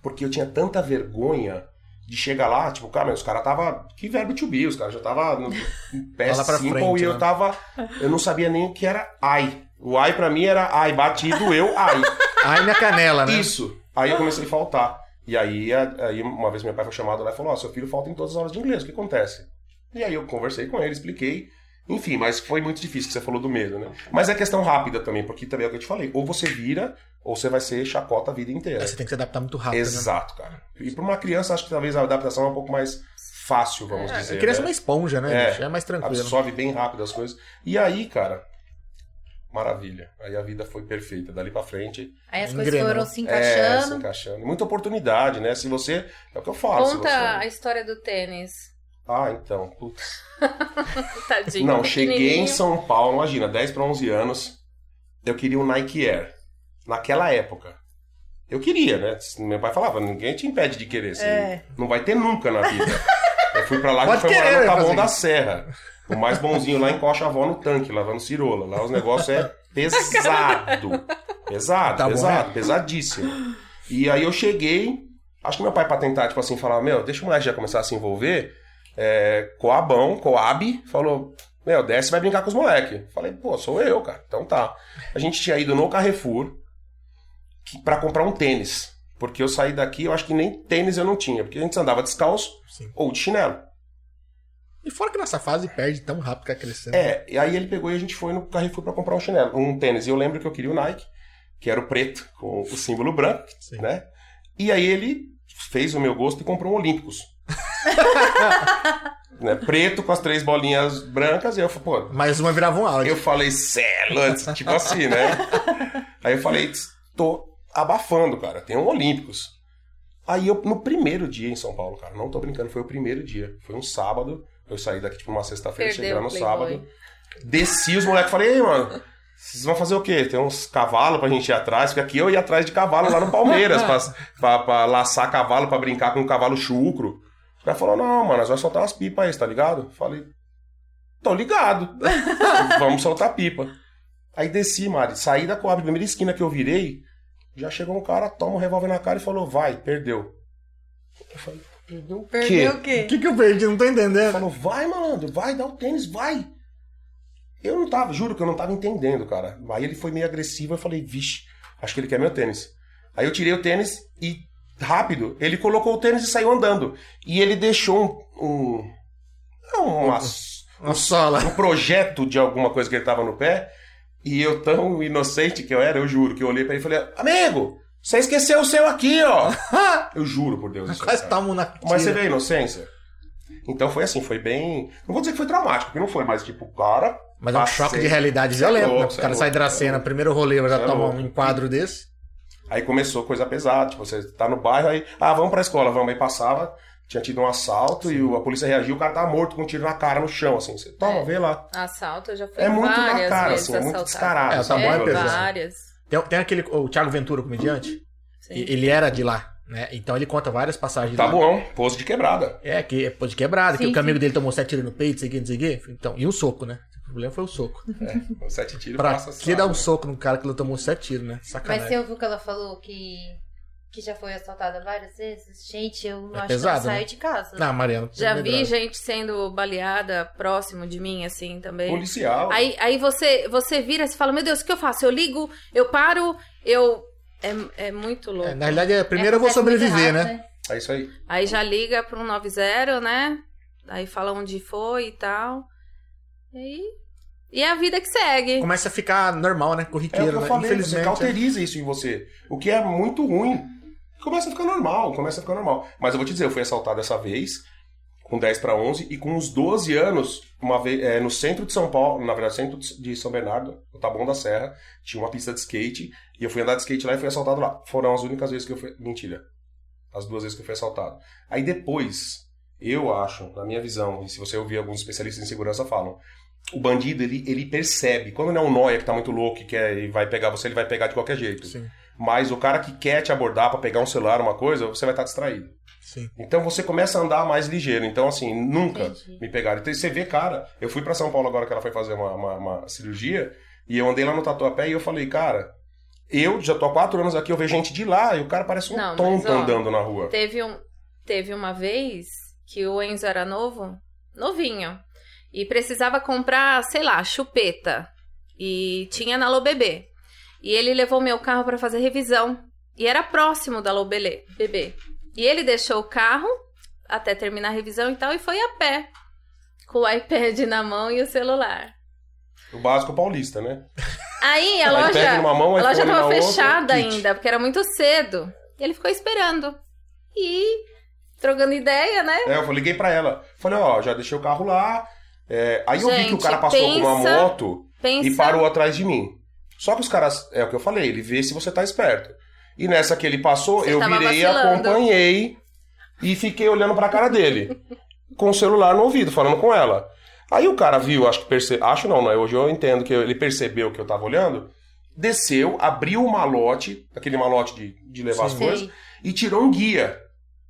C: Porque eu tinha tanta vergonha de chegar lá, tipo, cara, os caras tava. Que verbo to be, os caras já tava
B: [LAUGHS]
C: no no
B: Lá pra
C: PS Simple
B: frente,
C: e eu
B: né?
C: tava. Eu não sabia nem o que era ai. O ai pra mim era ai, batido, eu, ai.
B: Aí minha canela, né?
C: Isso. Aí eu comecei a faltar. E aí, a- aí uma vez meu pai foi chamado lá e falou: Ó, seu filho falta em todas as aulas de inglês, o que acontece? E aí eu conversei com ele, expliquei. Enfim, mas foi muito difícil, que você falou do medo, né? Mas é questão rápida também, porque também é o que eu te falei: ou você vira, ou você vai ser chacota a vida inteira.
B: Aí Você tem que se adaptar muito rápido, né?
C: Exato, cara. E pra uma criança, acho que talvez a adaptação é um pouco mais fácil, vamos dizer.
B: A criança é
C: né?
B: uma esponja, né?
C: É.
B: bicho? É mais tranquilo.
C: absorve bem rápido as coisas. E aí, cara, maravilha. Aí a vida foi perfeita. Dali pra frente,
A: Aí as coisas
B: Engrenou.
A: foram se
C: é, se
A: encaixando.
C: encaixando. Muita oportunidade, né? Se você. É o que eu falo. se
D: Conta a
C: você-
D: história do tênis. [LAUGHS]
C: Ah, então. Putz.
D: Tadinho.
C: Não,
D: pequenininho.
C: cheguei em São Paulo, imagina, 10 para 11 anos. Eu queria um Nike Air. Naquela época. Eu queria, né? Meu pai falava, ninguém te impede de querer. Assim,
A: É.
C: Não vai ter nunca na vida. eu fui pra lá
B: Pode
C: e foi
B: querer
C: morar no
B: fazer
C: Taboão da
B: isso.
C: Serra. O mais bonzinho lá encoxa a avó no tanque, lavando cirola. Lá os negócios é
B: [LAUGHS]
C: pesado. Pesado,
B: Tá bom,
C: pesado,
B: né?
C: pesadíssimo. E aí eu cheguei, acho que meu pai pra tentar, tipo assim, falar, meu, deixa o moleque já começar a se envolver, é, coabão, coab, falou, meu, desce e vai brincar com os moleques. Falei, pô, sou eu, cara, então tá. A gente tinha ido no Carrefour que- pra comprar um tênis, porque eu saí daqui, eu acho que nem tênis eu não tinha, porque a gente andava descalço
B: Sim.
C: ou de chinelo.
B: E fora que nossa fase perde tão rápido que a crescendo.
C: É, e aí ele pegou e a gente foi no Carrefour pra comprar um chinelo, um tênis. E eu lembro que eu queria o Nike, que era o preto, com o símbolo branco,
B: Sim.
C: né? E aí ele fez o meu gosto e comprou um Olímpicos. Né, Preto com as três bolinhas brancas, e eu falei, pô,
B: Mais uma virava um áudio.
C: eu falei, celas, tipo assim, né? Aí eu falei, tô abafando, cara, tem um Olímpicos. Aí eu, no primeiro dia em São Paulo, cara, não tô brincando, foi o primeiro dia. Foi um sábado, eu saí daqui tipo uma sexta-feira, cheguei
D: Perdeu
C: lá
D: o
C: no
D: Playboy.
C: sábado. Desci os moleques, falei, ei, mano, vocês vão fazer o quê? Tem uns cavalos pra gente ir atrás, porque aqui eu ia atrás de cavalo lá no Palmeiras, pra, pra, pra laçar cavalo, pra brincar com um cavalo chucro. O cara falou, não, mano, nós vamos soltar umas pipas aí, tá ligado? Falei, tô
D: [LAUGHS]
C: ligado. vamos soltar pipa. Aí desci, Mari, saí da Coab, primeira esquina que eu virei, já chegou um cara, toma um revólver na cara e falou, vai, perdeu. Eu falei, perdeu o quê?
A: Perdeu o
B: O
A: quê?
B: que, que eu perdi? Não tô
C: Ele
B: entendendo.
C: falou, vai, malandro, vai, dá o tênis, vai. Eu não tava, juro que eu não tava entendendo, cara. Aí ele foi meio agressivo, eu falei, vixe, acho que ele quer meu tênis. Aí eu tirei o tênis e, rápido, ele colocou o tênis e saiu andando. E ele deixou um. um não, uma,
B: Uma sola.
C: um projeto de alguma coisa que ele tava no pé. E eu, tão inocente que eu era, eu juro, que eu olhei pra ele e falei, amigo, você esqueceu o seu aqui, ó. eu juro por Deus. isso,
B: [LAUGHS]
C: é
B: Quase
C: cara.
B: tá na
C: Mas você vê a inocência. Então foi assim, foi bem. Não vou dizer que foi traumático, porque não foi, mas tipo, cara.
B: Mas é um
C: passei.
B: choque de realidade violento. né?
C: louco,
B: Os
C: cê é
B: caras saem
C: louco,
B: da
C: cê é
B: cena,
C: louco.
B: primeiro rolê, já
C: Cê é
B: toma
C: louco.
B: um enquadro desse.
C: Aí começou coisa pesada, tipo, você tá no bairro, aí, ah, vamos pra escola, vamos. Aí passava, tinha tido um assalto e o- a polícia reagiu, o cara tava morto com um tiro na cara, no chão, assim. Você toma,
D: É.
C: vê lá.
D: Assalto, eu já fui
C: É muito na
D: várias
C: cara,
D: vezes
C: assim, é muito
D: assaltada.
C: descarado.
B: É, tá
C: sabe?
B: bom, é
D: é,
B: pesado.
D: várias.
B: Tem, tem aquele. O Thiago Ventura, comediante,
D: Sim.
B: e- ele era de lá, né? Então ele conta várias passagens
C: Tá
B: lá.
C: bom, pouso de quebrada.
B: É, que é pô de quebrada, que
A: Sim,
B: o amigo dele tomou sete tiros no peito, não sei o que, não sei o que. Então, e um soco, né? O problema foi o soco.
C: Com Sete tiros
B: Pra
C: passa
B: que dar um
C: saco. né?
B: soco num cara que ele tomou sete tiros, né?
A: Mas
B: Sacanagem.
A: você ouviu que ela falou que, que já foi assaltada várias vezes? Gente, eu não
B: É
A: acho
B: pesado,
A: que ela
B: né?
A: saiu de casa.
B: Não, é Mariana.
C: é
D: Já
B: foi
D: vi
B: grave.
D: gente sendo baleada próximo de mim, assim, também.
C: né? Policial.
D: Aí, aí você, você vira e fala, meu Deus, o que eu faço? Eu ligo, eu paro, eu... É, é muito louco.
B: É, na realidade, é, primeiro eu vou
A: Acontece muito
B: sobreviver,
A: errado,
B: né?
C: É isso aí.
D: Aí já liga pro 190, né? Aí fala onde foi e tal. E aí... E é a vida que segue.
B: Começa a ficar normal, né?
C: É o que
B: Corriqueiro,
C: eu
B: né?
C: falei, você
B: Infelizmente. é.
C: cauteriza isso em você. O que é muito ruim. Começa a ficar normal, começa a ficar normal. Mas eu vou te dizer, eu fui assaltado essa vez, com 10 para 11, e com uns 12 anos, uma vez, é, no centro de São Paulo, na verdade, centro de São Bernardo, o Taboão da Serra, tinha uma pista de skate, e eu fui andar de skate lá e fui assaltado lá. Foram as únicas vezes que eu fui. Mentira. As duas vezes que eu fui assaltado. Aí depois, eu acho, na minha visão, e se você ouvir alguns especialistas em segurança falam, o bandido ele, ele percebe. Quando não é um nóia que tá muito louco e quer e vai pegar você, ele vai pegar de qualquer jeito.
B: Sim,
C: Mas o cara que quer te abordar pra pegar um celular, uma coisa, você vai estar distraído.
B: sim.
C: Então você começa a andar mais ligeiro. Então, assim, nunca
A: Entendi.
C: me pegaram. Então, você vê, cara, eu fui pra São Paulo agora que ela foi fazer uma, uma- uma cirurgia e eu andei lá no tatuapé e eu falei, cara, eu já tô há quatro anos aqui, eu vejo gente de lá e o cara parece um
D: Não, mas,
C: tonto
D: ó,
C: andando na rua.
D: Teve, um, teve uma vez que o Enzo era novo, novinho, e precisava comprar, sei lá, chupeta. E tinha na Lobebê. E ele levou meu carro pra fazer revisão. E era próximo da Lobelê, bebê. E ele deixou o carro até terminar a revisão e tal, e foi a pé. Com o iPad na mão e o celular.
C: O básico paulista, né?
D: Aí a
C: Aí
D: loja.
C: pega numa mão,
D: A loja
C: iPhone na
D: tava
C: outra,
D: fechada
C: kit.
D: ainda, porque era muito cedo. E ele ficou esperando. E trocando ideia, né?
C: É, eu liguei pra ela. Falei, ó, já deixei o carro lá. É, aí eu vi que o
D: Gente,
C: cara passou com uma
D: pensa-
C: moto
D: Pensa.
C: e parou atrás de mim. Só que os caras, é o que eu falei, ele vê se você tá esperto. E nessa que ele passou,
D: Você
C: eu
D: tava
C: virei,
D: vacilando.
C: acompanhei e fiquei olhando pra cara
D: [LAUGHS]
C: dele. com o celular no ouvido, falando com ela. Aí o cara viu, acho que perce... acho não, né? Hoje eu entendo que ele percebeu que eu tava olhando, desceu, abriu o malote, aquele malote de, de levar as
B: Sim.
C: coisas,
A: Sei.
C: e tirou um guia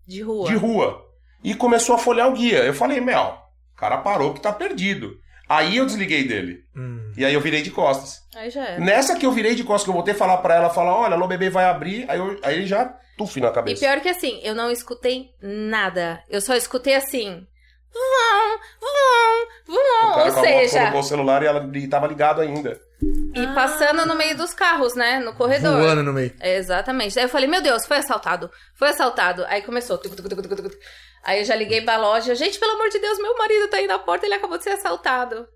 D: De rua.
C: de rua. E começou a folhear o guia. Eu falei, Mel, o cara parou que tá perdido. Aí eu desliguei dele.
B: Hum.
C: E aí eu virei de costas.
D: Aí já era.
C: Nessa que eu virei de costas, que eu voltei falar pra ela, falar, olha, o bebê vai abrir, aí, eu, aí ele já tufi na
D: E
C: cabeça.
D: pior que assim, eu não escutei nada. Eu só escutei assim. Vão, vão,
C: o cara
D: vão. Ou
C: com a mão
D: seja,
C: colocou o celular e ela e tava ligado ainda.
D: e passando no meio dos carros, né? No corredor.
B: Voando no meio.
D: É, Exatamente. Daí eu falei, meu Deus, foi assaltado, foi assaltado. Aí começou. tuc, tuc, tuc, tuc, tuc, tuc. Aí eu já liguei pra loja. Gente, pelo amor de Deus, meu marido tá aí na porta, ele acabou de ser assaltado.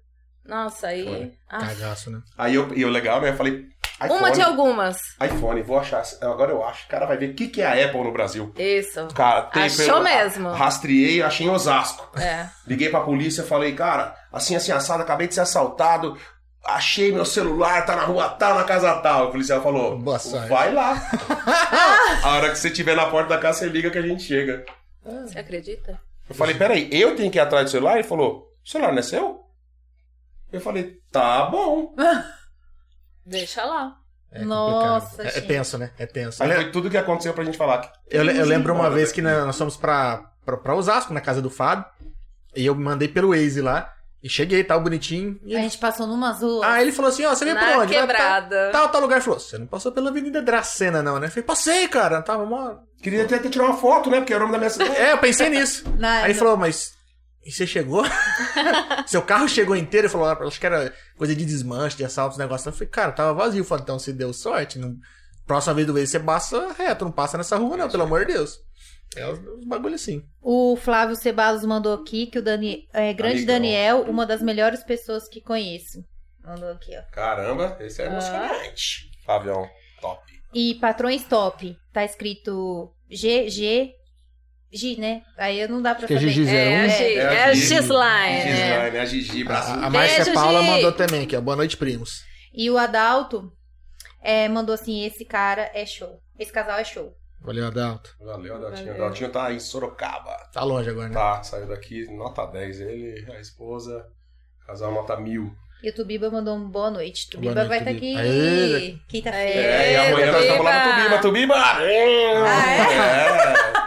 D: Nossa, aí.
C: Foi.
D: Ah,
B: Cagaço, né?
C: Aí eu, e eu legal, né? Eu falei,
D: uma de
C: iPhone,
D: algumas.
C: iPhone, vou achar. Agora eu acho. O cara vai ver o que, que é a Apple no Brasil.
D: Isso.
C: Cara, tem
D: Achou
C: pelo- [LAUGHS]
D: mesmo.
C: Rastreei, achei em Osasco.
D: É.
C: Liguei pra polícia, falei, cara, assim, assim, assado, acabei de ser assaltado, achei meu celular, tá na rua tal, na casa tal. O policial falou,
B: Boa sorte. [LAUGHS]
C: vai lá. a hora que você estiver na porta da casa, você liga que a gente chega.
D: Você acredita?
C: Eu falei, peraí, eu tenho que ir atrás do celular? Ele falou, o celular não é seu? Eu falei, tá bom.
D: Deixa lá.
B: É complicado.
A: Nossa,
B: é, é
A: gente.
B: tenso, né? É tenso.
C: Aí
B: Eu,
C: foi tudo que aconteceu pra gente falar.
B: eu le- eu lembro uma vez que na- nós fomos pra, pra, pra Osasco, na casa do Fábio, e eu me mandei pelo Waze lá, e cheguei, tal, bonitinho. E
A: A
B: ele,
A: gente passou numa rua.
B: ah, ele falou assim, ó, você veio por
D: Na
B: onde? Vai pra
D: quebrada.
B: Tal, tal lugar. Ele falou, você não passou pela Avenida Dracena não, né? Eu falei, passei, cara. Tava mó...
C: Queria até ter tirado uma foto, né? Porque era o nome da minha cidade.
B: É, eu pensei nisso.
A: Na-
B: Aí ele falou, mas E você chegou? [LAUGHS] Seu carro chegou inteiro e falou, ah, acho que era coisa de desmanche, de assalto, esse negócio. Eu falei, cara, tava vazio. Eu falei, então você deu sorte. Não... Próxima vez do vez você passa reto, não passa nessa rua, não, pelo amor de Deus. É uns, uns bagulho assim.
A: O Flávio Cebalos mandou aqui que o Dani, é, grande
C: Amigão.
A: Daniel, uma das melhores pessoas que conheço. Mandou aqui, ó.
C: Caramba, esse é emocionante. Fabião, top.
A: E patrões top. Tá escrito G, G, G, né? Aí não dá pra
B: Acho que é
A: saber.
D: É, a
B: GG01.
D: Gi-
C: É a
D: é a
C: Gi-
D: Gislaine. né?
C: Gislaine, a Gigi,
B: A, a
C: Brasil.
B: Márcia
D: Beijo,
B: Paula
D: Gi.
B: mandou também aqui, ó. Boa noite, primos.
A: E o Adalto é, mandou assim: esse cara é show. Esse casal é show.
B: Valeu, Adalto.
C: Valeu, Daltinho. O
D: Valeu.
C: Daltinho tá em Sorocaba.
B: Tá longe agora, né?
C: Tá, saiu daqui, nota 10. Ele, a esposa, casal nota mil.
A: E o Tubiba mandou um boa noite. Tubiba
B: noite,
A: vai estar
B: Tubiba.
A: aqui
B: Aê.
A: quinta-feira.
C: É, e amanhã nós estamos lá no Tubiba, Tubiba! é?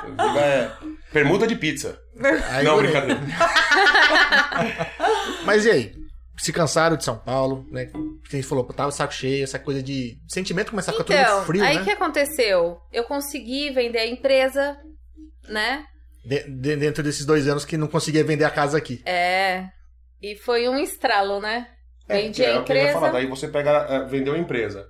C: Tubiba é permuta de pizza.
B: Aí,
C: Não,
B: bonito.
C: brincadeira.
B: Mas e aí? Se cansaram de São Paulo, né? Porque a gente falou, pô, tava saco cheio, essa coisa de. Sentimento começa a ficar tudo
D: Então,
B: muito frio,
D: aí
B: né?
D: que aconteceu? Eu consegui vender a empresa, né?
B: De- de- dentro desses dois anos que não conseguia vender a casa aqui.
D: É. E foi um estralo, né? Vendi
C: É,
D: a
C: o que eu ia falar.
D: empresa.
C: Daí você pega, eh, vendeu a empresa.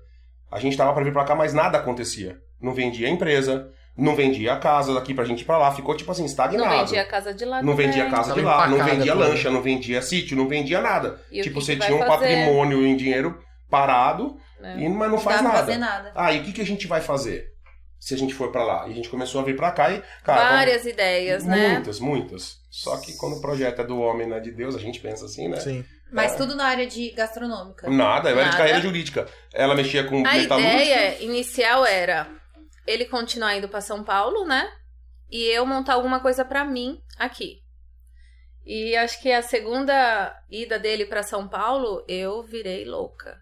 C: A gente tava pra vir pra cá, mas nada acontecia. Não vendia a empresa, não vendia a casa daqui pra gente ir pra lá. Ficou, tipo assim, estagnado.
D: Não vendi a casa de lá
C: Não
D: também.
C: vendia casa
B: Tava
C: de lá, não
B: empacada
C: vendia
B: tudo.
C: lancha, não vendia sítio, não vendia nada.
D: E o
C: tipo,
D: que
C: você
D: que vai
C: tinha um
D: fazer?
C: patrimônio em dinheiro parado,
D: É.
C: e, mas não faz
A: dá pra
C: nada.
A: fazer nada.
C: Ah, e o que, que a gente vai fazer se a gente for pra lá? E a gente começou a vir pra cá e, cara, vamos-
D: Várias ideias, né?
C: muitas, muitas. Só que quando o projeto é do homem, não é de Deus, a gente pensa assim, né?
B: Sim.
A: Mas tudo na área de gastronômica.
C: Nada, ela era de
D: Nada.
C: carreira jurídica. Ela mexia com
D: A
C: metalúrgica.
D: ideia inicial era ele continuar indo pra São Paulo, né? E eu montar alguma coisa pra mim aqui. E acho que a segunda ida dele pra São Paulo, eu virei louca.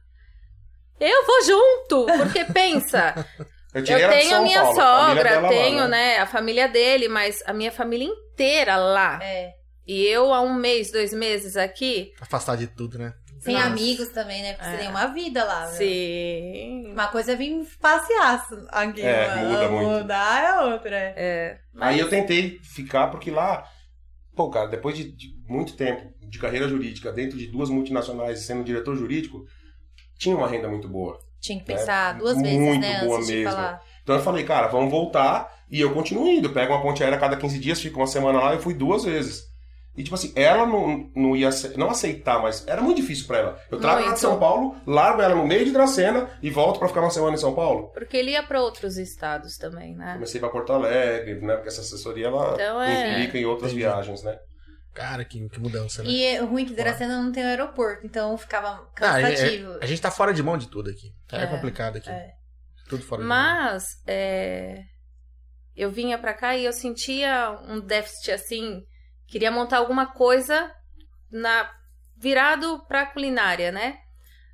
D: Eu vou junto, porque
C: [LAUGHS]
D: pensa,
C: Eu, tirei
D: é eu
C: ela de
D: tenho a
C: São
D: minha
C: Paulo, família
D: sogra,
C: dela lá,
D: tenho,
C: né?
D: né? a família dele, mas a minha família inteira lá.
A: É.
D: E eu há um mês, dois meses aqui.
B: Afastar de tudo, né?
A: Sem
D: Nossa.
A: amigos também, né? Porque
D: É.
A: você tem uma vida lá. né?
D: Sim.
A: Uma coisa é vir passear assim, aqui.
C: É,
A: uma-
C: muda muito.
A: Mudar é outra. é.
D: É.
C: Aí eu tentei ficar, porque lá, pô, cara, depois de, de muito tempo de carreira jurídica, dentro de duas multinacionais, sendo diretor jurídico, tinha uma renda muito boa.
A: Tinha que pensar
C: É,
A: duas vezes,
C: muito
A: né?
C: boa
A: Antes de
C: mesmo.
A: falar.
C: Então eu falei, cara, vamos voltar. E eu continuo indo. Pego uma ponte aérea a cada 15 dias, fico uma semana lá. Eu fui duas vezes. E tipo assim, ela não, não ia ace- não aceitar, mas era muito difícil pra ela. Eu trago ela
D: Muito.
C: de São Paulo, largo ela no meio de Dracena e volto pra ficar uma semana em São Paulo.
D: Porque ele ia pra outros estados também, né?
C: Comecei pra Porto Alegre, né? Porque essa assessoria ela
D: Então é.
C: implica em outras
B: Entendi.
C: viagens, né?
B: Cara, que, que mudança, né?
A: E é ruim que Dracena não tem o aeroporto, então ficava
C: Ah,
B: Cara, é-
A: cansativo.
B: A gente tá fora de mão de tudo aqui. É,
D: É,
B: complicado aqui.
A: é.
B: Tudo fora de mão.
D: Mas é, eu vinha pra cá e eu sentia um déficit assim, queria montar alguma coisa na virado pra culinária, né?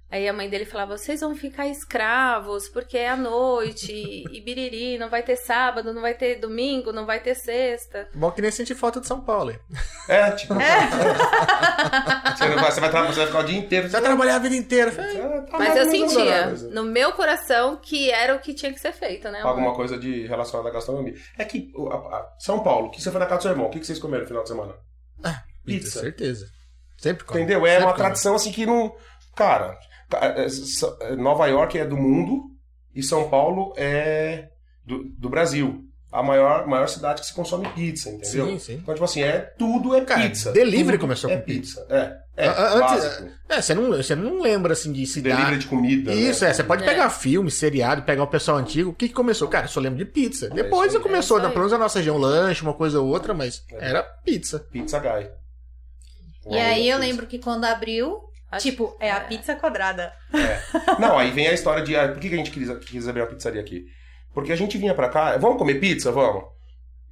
D: Aí a mãe dele falava: "Vocês vão ficar escravos porque é à noite e biriri, não vai ter sábado, não vai ter domingo, não vai ter sexta".
B: Bom que nem sentir falta de São Paulo. hein?
C: É, tipo. [LAUGHS] você, não vai, você, vai tra- você vai ficar o dia inteiro.
B: Já trabalhei a vida inteira. Falei,
C: Ah, tá
D: Mas
C: lá,
D: eu
C: não usa
D: sentia
C: nada.
D: no meu coração que era o que tinha que ser feito, né? amor?
C: Alguma coisa de relacionada à gastronomia. É que o- a- a- São Paulo, que você foi na casa do seu irmão, o que que vocês comeram no final de semana?
B: Pizza,
C: Pizza.
B: certeza. Sempre come.
C: Entendeu? É
B: Sempre
C: uma
B: come.
C: tradição assim que não. Cara, tá, é, S- Nova York é do mundo e São Paulo é do, do Brasil. A maior, maior cidade que se consome pizza, entendeu?
B: Sim, sim.
C: Então, tipo assim, é tudo é
B: Cara,
C: pizza.
B: delivery
C: Tudo
B: começou
C: é
B: com
C: pizza. É, é
B: A- a- antes-
C: básico.
B: É, você não, você não lembra assim de cidade.
C: Delivery de comida.
B: Isso,
C: né?
B: é. Você pode
D: É.
B: pegar filme, seriado, pegar o pessoal antigo. O que, que começou? Cara, eu só lembro de pizza. Depois
C: isso aí.
B: eu começou,
D: É isso aí.
B: pelo menos na nossa região, lanche, uma coisa ou outra, mas
C: É.
B: era pizza.
C: Pizza Guy. é
A: E aí eu lembro que quando abriu,
D: Acho-
A: tipo, é a pizza quadrada.
C: Não, aí vem a história de ah, por que que a gente quis, quis abrir uma pizzaria aqui? Porque a gente vinha pra cá, vamos comer pizza? Vamos.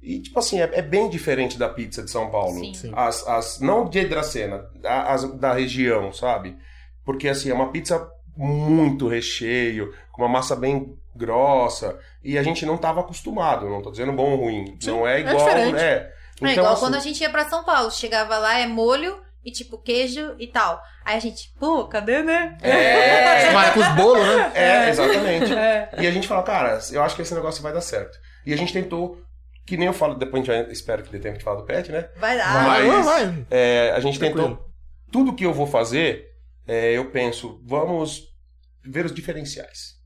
C: E, tipo assim, é, é bem diferente da pizza de São Paulo.
A: Sim.
B: Sim.
C: As, as, não de Dracena, a- as da região, sabe? Porque, assim, é uma pizza muito recheio, com uma massa bem grossa, e a gente não tava acostumado, não tô dizendo bom ou ruim.
B: Sim,
C: não é
B: é
C: igual,
B: diferente.
C: né?
A: é igual
C: assim,
A: quando a gente ia pra São Paulo. Chegava lá, é molho e tipo queijo e tal. Aí a gente, pô, cadê, né? [LAUGHS]
C: É,
B: Mas com os bolos, né?
C: é, exatamente.
A: É.
C: E a gente fala, cara, eu acho que esse negócio vai dar certo. E a gente tentou que nem eu falo, depois a gente já espero que dê tempo de falar do pet, né?
A: Vai
B: Ah,
A: lá.
C: Vai.
B: vai,
C: mas-
B: vai.
C: É, a gente
B: Tranquilo.
C: tentou. Tudo que eu vou fazer, é, eu penso, vamos ver os diferenciais.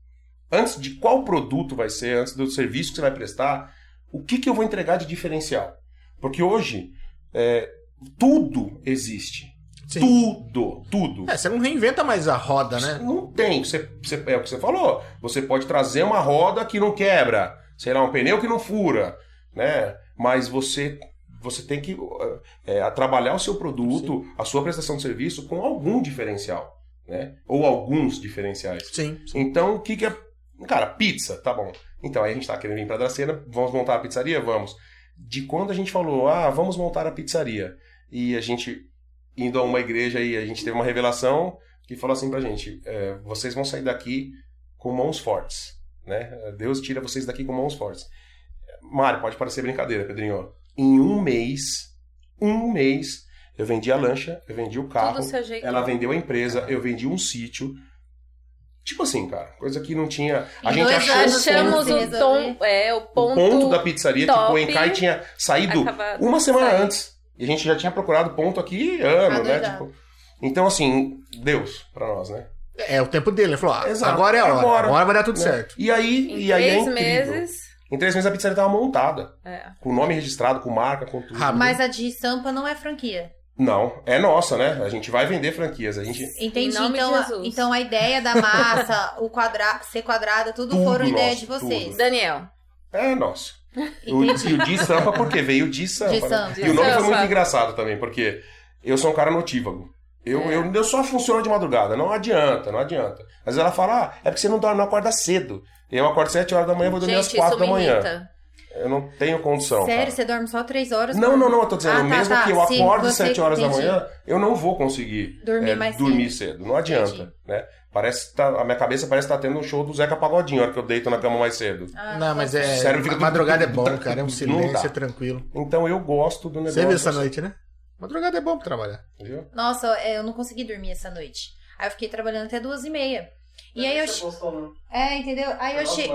C: Antes de qual produto vai ser, antes do serviço que você vai prestar, o que, que eu vou entregar de diferencial? Porque hoje, é, tudo existe.
B: Sim.
C: Tudo, tudo.
B: É, você não reinventa mais a roda, né?
C: Não tem. Você, você- é o que você falou. Você pode trazer uma roda que não quebra, sei lá, um pneu que não fura, né? Mas você você tem que eh, eh, trabalhar o seu produto, a sua prestação de serviço com algum diferencial, né? Ou alguns diferenciais.
B: Sim.
C: Então, o que que é... Cara, pizza, tá bom. Então, aí a gente tá querendo vir pra Dracena, vamos montar a pizzaria? Vamos. De quando a gente falou, ah, vamos montar a pizzaria, e a gente indo a uma igreja e a gente teve uma revelação que falou assim pra gente, é, vocês vão sair daqui com mãos fortes, né? Deus tira vocês daqui com mãos fortes. Mário, pode parecer brincadeira, Pedrinho. Em um mês, um mês, eu vendi a lancha, eu vendi o carro,
D: Tudo do seu jeito.
C: ela vendeu a empresa, eu vendi um sítio. Tipo assim, cara, coisa que não tinha. A
A: Em
C: gente
A: dois
C: achou
A: anos
C: o ponto,
D: Achamos o,
A: Resolver.
D: tom, é, o
C: o
D: ponto,
C: ponto da pizzaria que
D: top.
C: o Coencai tinha saído
D: acabado.
C: uma semana
D: Sair.
C: antes. E a gente já tinha procurado ponto aqui ano,
A: Ah,
C: né?
A: doidado.
C: Tipo, então, assim, Deus pra nós, né?
B: É o tempo dele. Ele falou: ah,
C: Exato.
B: agora é a hora. Agora,
C: Agora.
B: vai dar tudo
C: Né?
B: certo.
C: E aí,
D: Em
C: e aí é
D: três
C: incrível.
D: meses.
C: Em três meses a pizzaria tava montada.
D: É.
C: Com nome registrado, com marca, com tudo.
B: Rápido.
A: Mas a de Sampa não é franquia.
C: Não, é nossa, né? A gente vai vender franquias. A gente.
A: Entendi.
D: Em nome
A: então,
D: de
A: a-
D: Jesus.
A: então a ideia da massa, o quadra, ser quadrada, tudo,
C: Tudo
A: foram ideia
C: nosso,
A: de vocês.
D: Daniel.
C: É nosso.
D: [LAUGHS]
C: O, e
A: Entendi.
C: o de Sampa, porque veio de Sampa.
A: De
C: né?
A: Sampa.
C: E o nome foi
D: Sampa.
C: muito engraçado também, porque eu sou um cara notívago. Eu,
D: É.
C: eu, eu só funciono de madrugada, não adianta, não adianta. Às vezes ela fala, ah, é porque você não dorme, não acorda cedo. Eu acordo 7 horas da manhã, vou dormir às
D: Gente,
C: 4
D: isso
C: da
D: me
C: manhã.
D: irrita.
C: Eu não tenho condição.
A: Sério,
C: cara.
A: você dorme só três horas?
C: Não,
A: por-
C: não, não, eu tô dizendo,
A: Ah, tá,
C: mesmo
A: tá,
C: que eu
A: sim,
C: acorde
A: você-
C: 7 horas
A: entendi.
C: da manhã, eu não vou conseguir
A: Dormir
C: é,
A: mais
C: dormir cedo. Não adianta,
A: Entendi.
C: né? Parece que tá- a minha cabeça parece que tá tendo um show do Zeca Pagodinho, a hora que eu deito na cama mais cedo.
A: Ah,
B: não, mas é.
C: Sério, fica-
B: madrugada é bom, cara. É um
C: Não
B: silêncio,
C: dá.
B: é tranquilo.
C: Então eu gosto do negócio. assim,
B: Você viu essa noite, né? Madrugada é bom pra trabalhar.
C: Viu?
A: Nossa, é, eu não consegui dormir essa noite. Aí eu fiquei trabalhando até duas e meia. E aí eu. che- É, entendeu? Aí eu cheguei.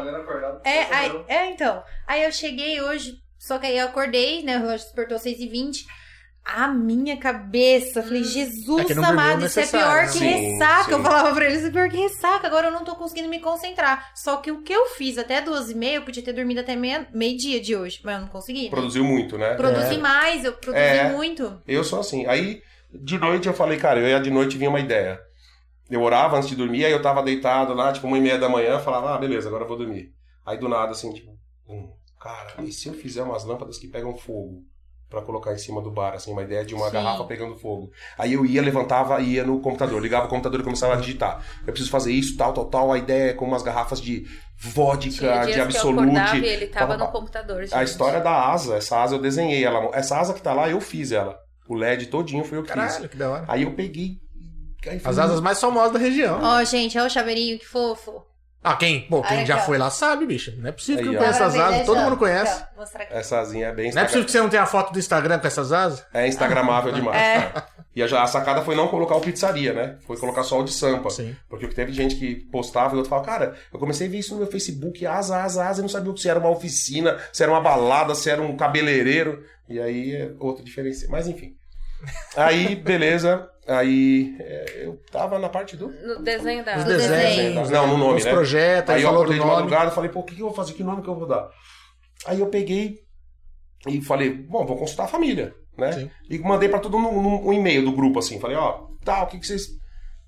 A: É, aí- é, então. Aí eu cheguei hoje, só que aí eu acordei, né? Hoje despertou 6h20. A minha cabeça, eu falei,
B: É que
A: Jesus
B: não dormiu
A: amado, isso é
B: necessário,
A: pior
B: né?
A: que
C: Sim,
A: ressaca. Eu
C: sim.
A: falava pra ele, isso é pior que ressaca. Agora eu não tô conseguindo me concentrar. Só que o que eu fiz até duas e meia, eu podia ter dormido até meia- meio-dia de hoje, mas eu não consegui. né?
C: Produziu muito, né?
A: Produzi mais, eu produzi
C: É.
A: muito.
C: Eu sou assim. Aí, de noite, eu falei, cara, eu ia de noite e vinha uma ideia. Eu orava antes de dormir, aí eu tava deitado lá, tipo, uma e meia da manhã, eu falava, ah, beleza, agora eu vou dormir. Aí do nada, assim, tipo, hum, cara, e se eu fizer umas lâmpadas que pegam fogo? Pra colocar em cima do bar, assim, uma ideia de uma
A: Sim.
C: garrafa pegando fogo. Aí eu ia, levantava, ia no computador, ligava o computador e começava a digitar. Eu preciso fazer isso, tal, tal, tal. A ideia é com umas garrafas de
D: Tinha
C: vodka,
D: dias
C: é de
D: que eu acordava
C: absolute.
D: e ele tava
C: pá, pá,
D: no
C: pá.
D: computador, gente.
C: A história da asa, essa asa eu desenhei ela. Essa asa que tá lá, eu fiz ela. O LED todinho foi eu que fiz.
B: Caralho, que da hora.
C: Aí eu peguei. aí um-
B: As
C: falei,
B: asas mais famosas da região.
A: Ó, gente, olha o chaveirinho, que fofo.
B: Ah, quem? Pô, quem
A: Aí,
B: já
A: ó.
B: foi lá sabe, bicho. Não é possível que
C: Aí,
B: não
C: ó.
B: conheça as asas.
A: Maravilha,
B: Todo
A: já.
B: mundo conhece.
A: Então, mostrar aqui.
C: Essa asinha é bem
B: Não é possível
C: Instagram...
B: que você não tenha a foto do Instagram com essas asas?
C: é, instagramável demais.
A: É.
C: cara. E a, a sacada foi não colocar o pizzaria, né? Foi colocar só o de sampa.
B: Sim.
C: Porque o que teve gente que postava e o outro falava, cara, eu comecei a ver isso no meu Facebook, asa, asa, asa, e não sabia o que se era uma oficina, se era uma balada, se era um cabeleireiro. E aí é outra diferença. Mas enfim. Aí, beleza. Aí é, eu tava na parte do.
D: No desenho da...
B: Os
A: É, desenhos.
B: desenhos.
C: Não, no nome,
B: Os
C: né?
B: projetos, aí
C: Aí eu
B: falou do
C: acordei de
B: nome.
C: madrugada e falei, pô, o que, que eu vou fazer? Que nome que eu vou dar? Aí eu peguei e falei, bom, vou consultar a família, né?
B: Sim.
C: E mandei pra todo mundo um, um e-mail do grupo, assim. Falei, ó, tá, o que, que vocês...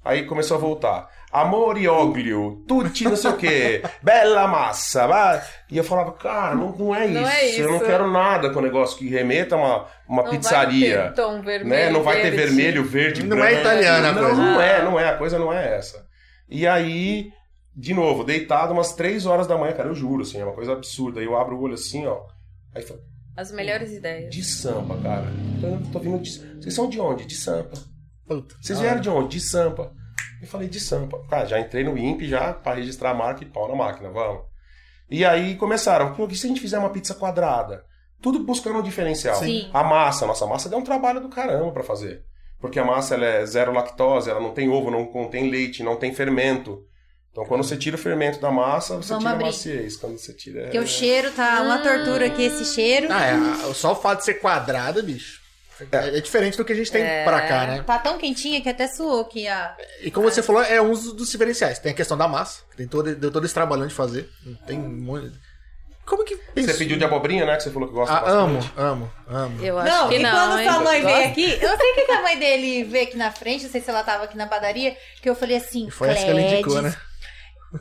C: Aí começou a voltar. Amor e óglio, tutti não sei o
B: [LAUGHS]
C: quê, bela massa. vai. E eu falava, cara, não, não é isso.
D: Não é
C: Eu não
D: isso.
C: quero nada com negócio que remeta a uma, uma
D: Não Vai
C: pizzaria.
D: ter tom vermelho,
C: né? Não vai ter
D: verde.
C: vermelho, verde,
B: Não é
C: branco.
B: italiana a
C: Não,
B: coisa.
C: não é, não é, a coisa não é essa. E aí, de novo, deitado umas 3 horas da manhã, cara, eu juro, assim, é uma coisa absurda. Aí eu abro o olho assim, ó. Aí fala,
D: As melhores ideias.
C: de sampa, cara. Eu tô vindo de. Vocês são de onde? De sampa.
B: Puta.
C: Vocês
B: Ah,
C: vieram de onde? De sampa. Eu falei, de sampa. Cara, já entrei no INPE já pra registrar a marca e pau na máquina, vamos. E aí começaram, pô, e se a gente fizer uma pizza quadrada? Tudo buscando um diferencial.
A: Sim.
C: A massa, nossa a massa deu um trabalho do caramba pra fazer. Porque a massa ela é zero lactose, ela não tem ovo, não contém leite, não tem fermento. Então, quando você tira o fermento da massa, você
A: Vamos
C: tira
A: abrir.
C: a maciez. Quando você tira. é.
A: Porque o cheiro tá uma tortura aqui, esse cheiro.
B: Ah, é, a- só o fato de ser quadrada, bicho. É, é diferente do que a gente tem pra cá, né?
A: Tá tão quentinha que até suou aqui a.
B: E como você falou, é um dos dos diferenciais. Tem a questão da massa, que tem todo, deu todo esse trabalhão de fazer. Tem um monte- Como que
C: Você
B: pensou?
C: pediu de abobrinha, né? Que você falou que gosta
B: Ah, amo,
C: bastante.
B: amo, amo.
D: Eu acho
A: Não,
D: que
A: e quando
D: não, hein?
A: sua
C: Tá.
A: mãe
D: Gosta?
A: veio aqui, eu não sei o que que a mãe dele veio aqui na frente, não sei se ela tava aqui na padaria, que eu falei assim,
B: E foi essa que ela indicou,
A: "Cledes,
B: né?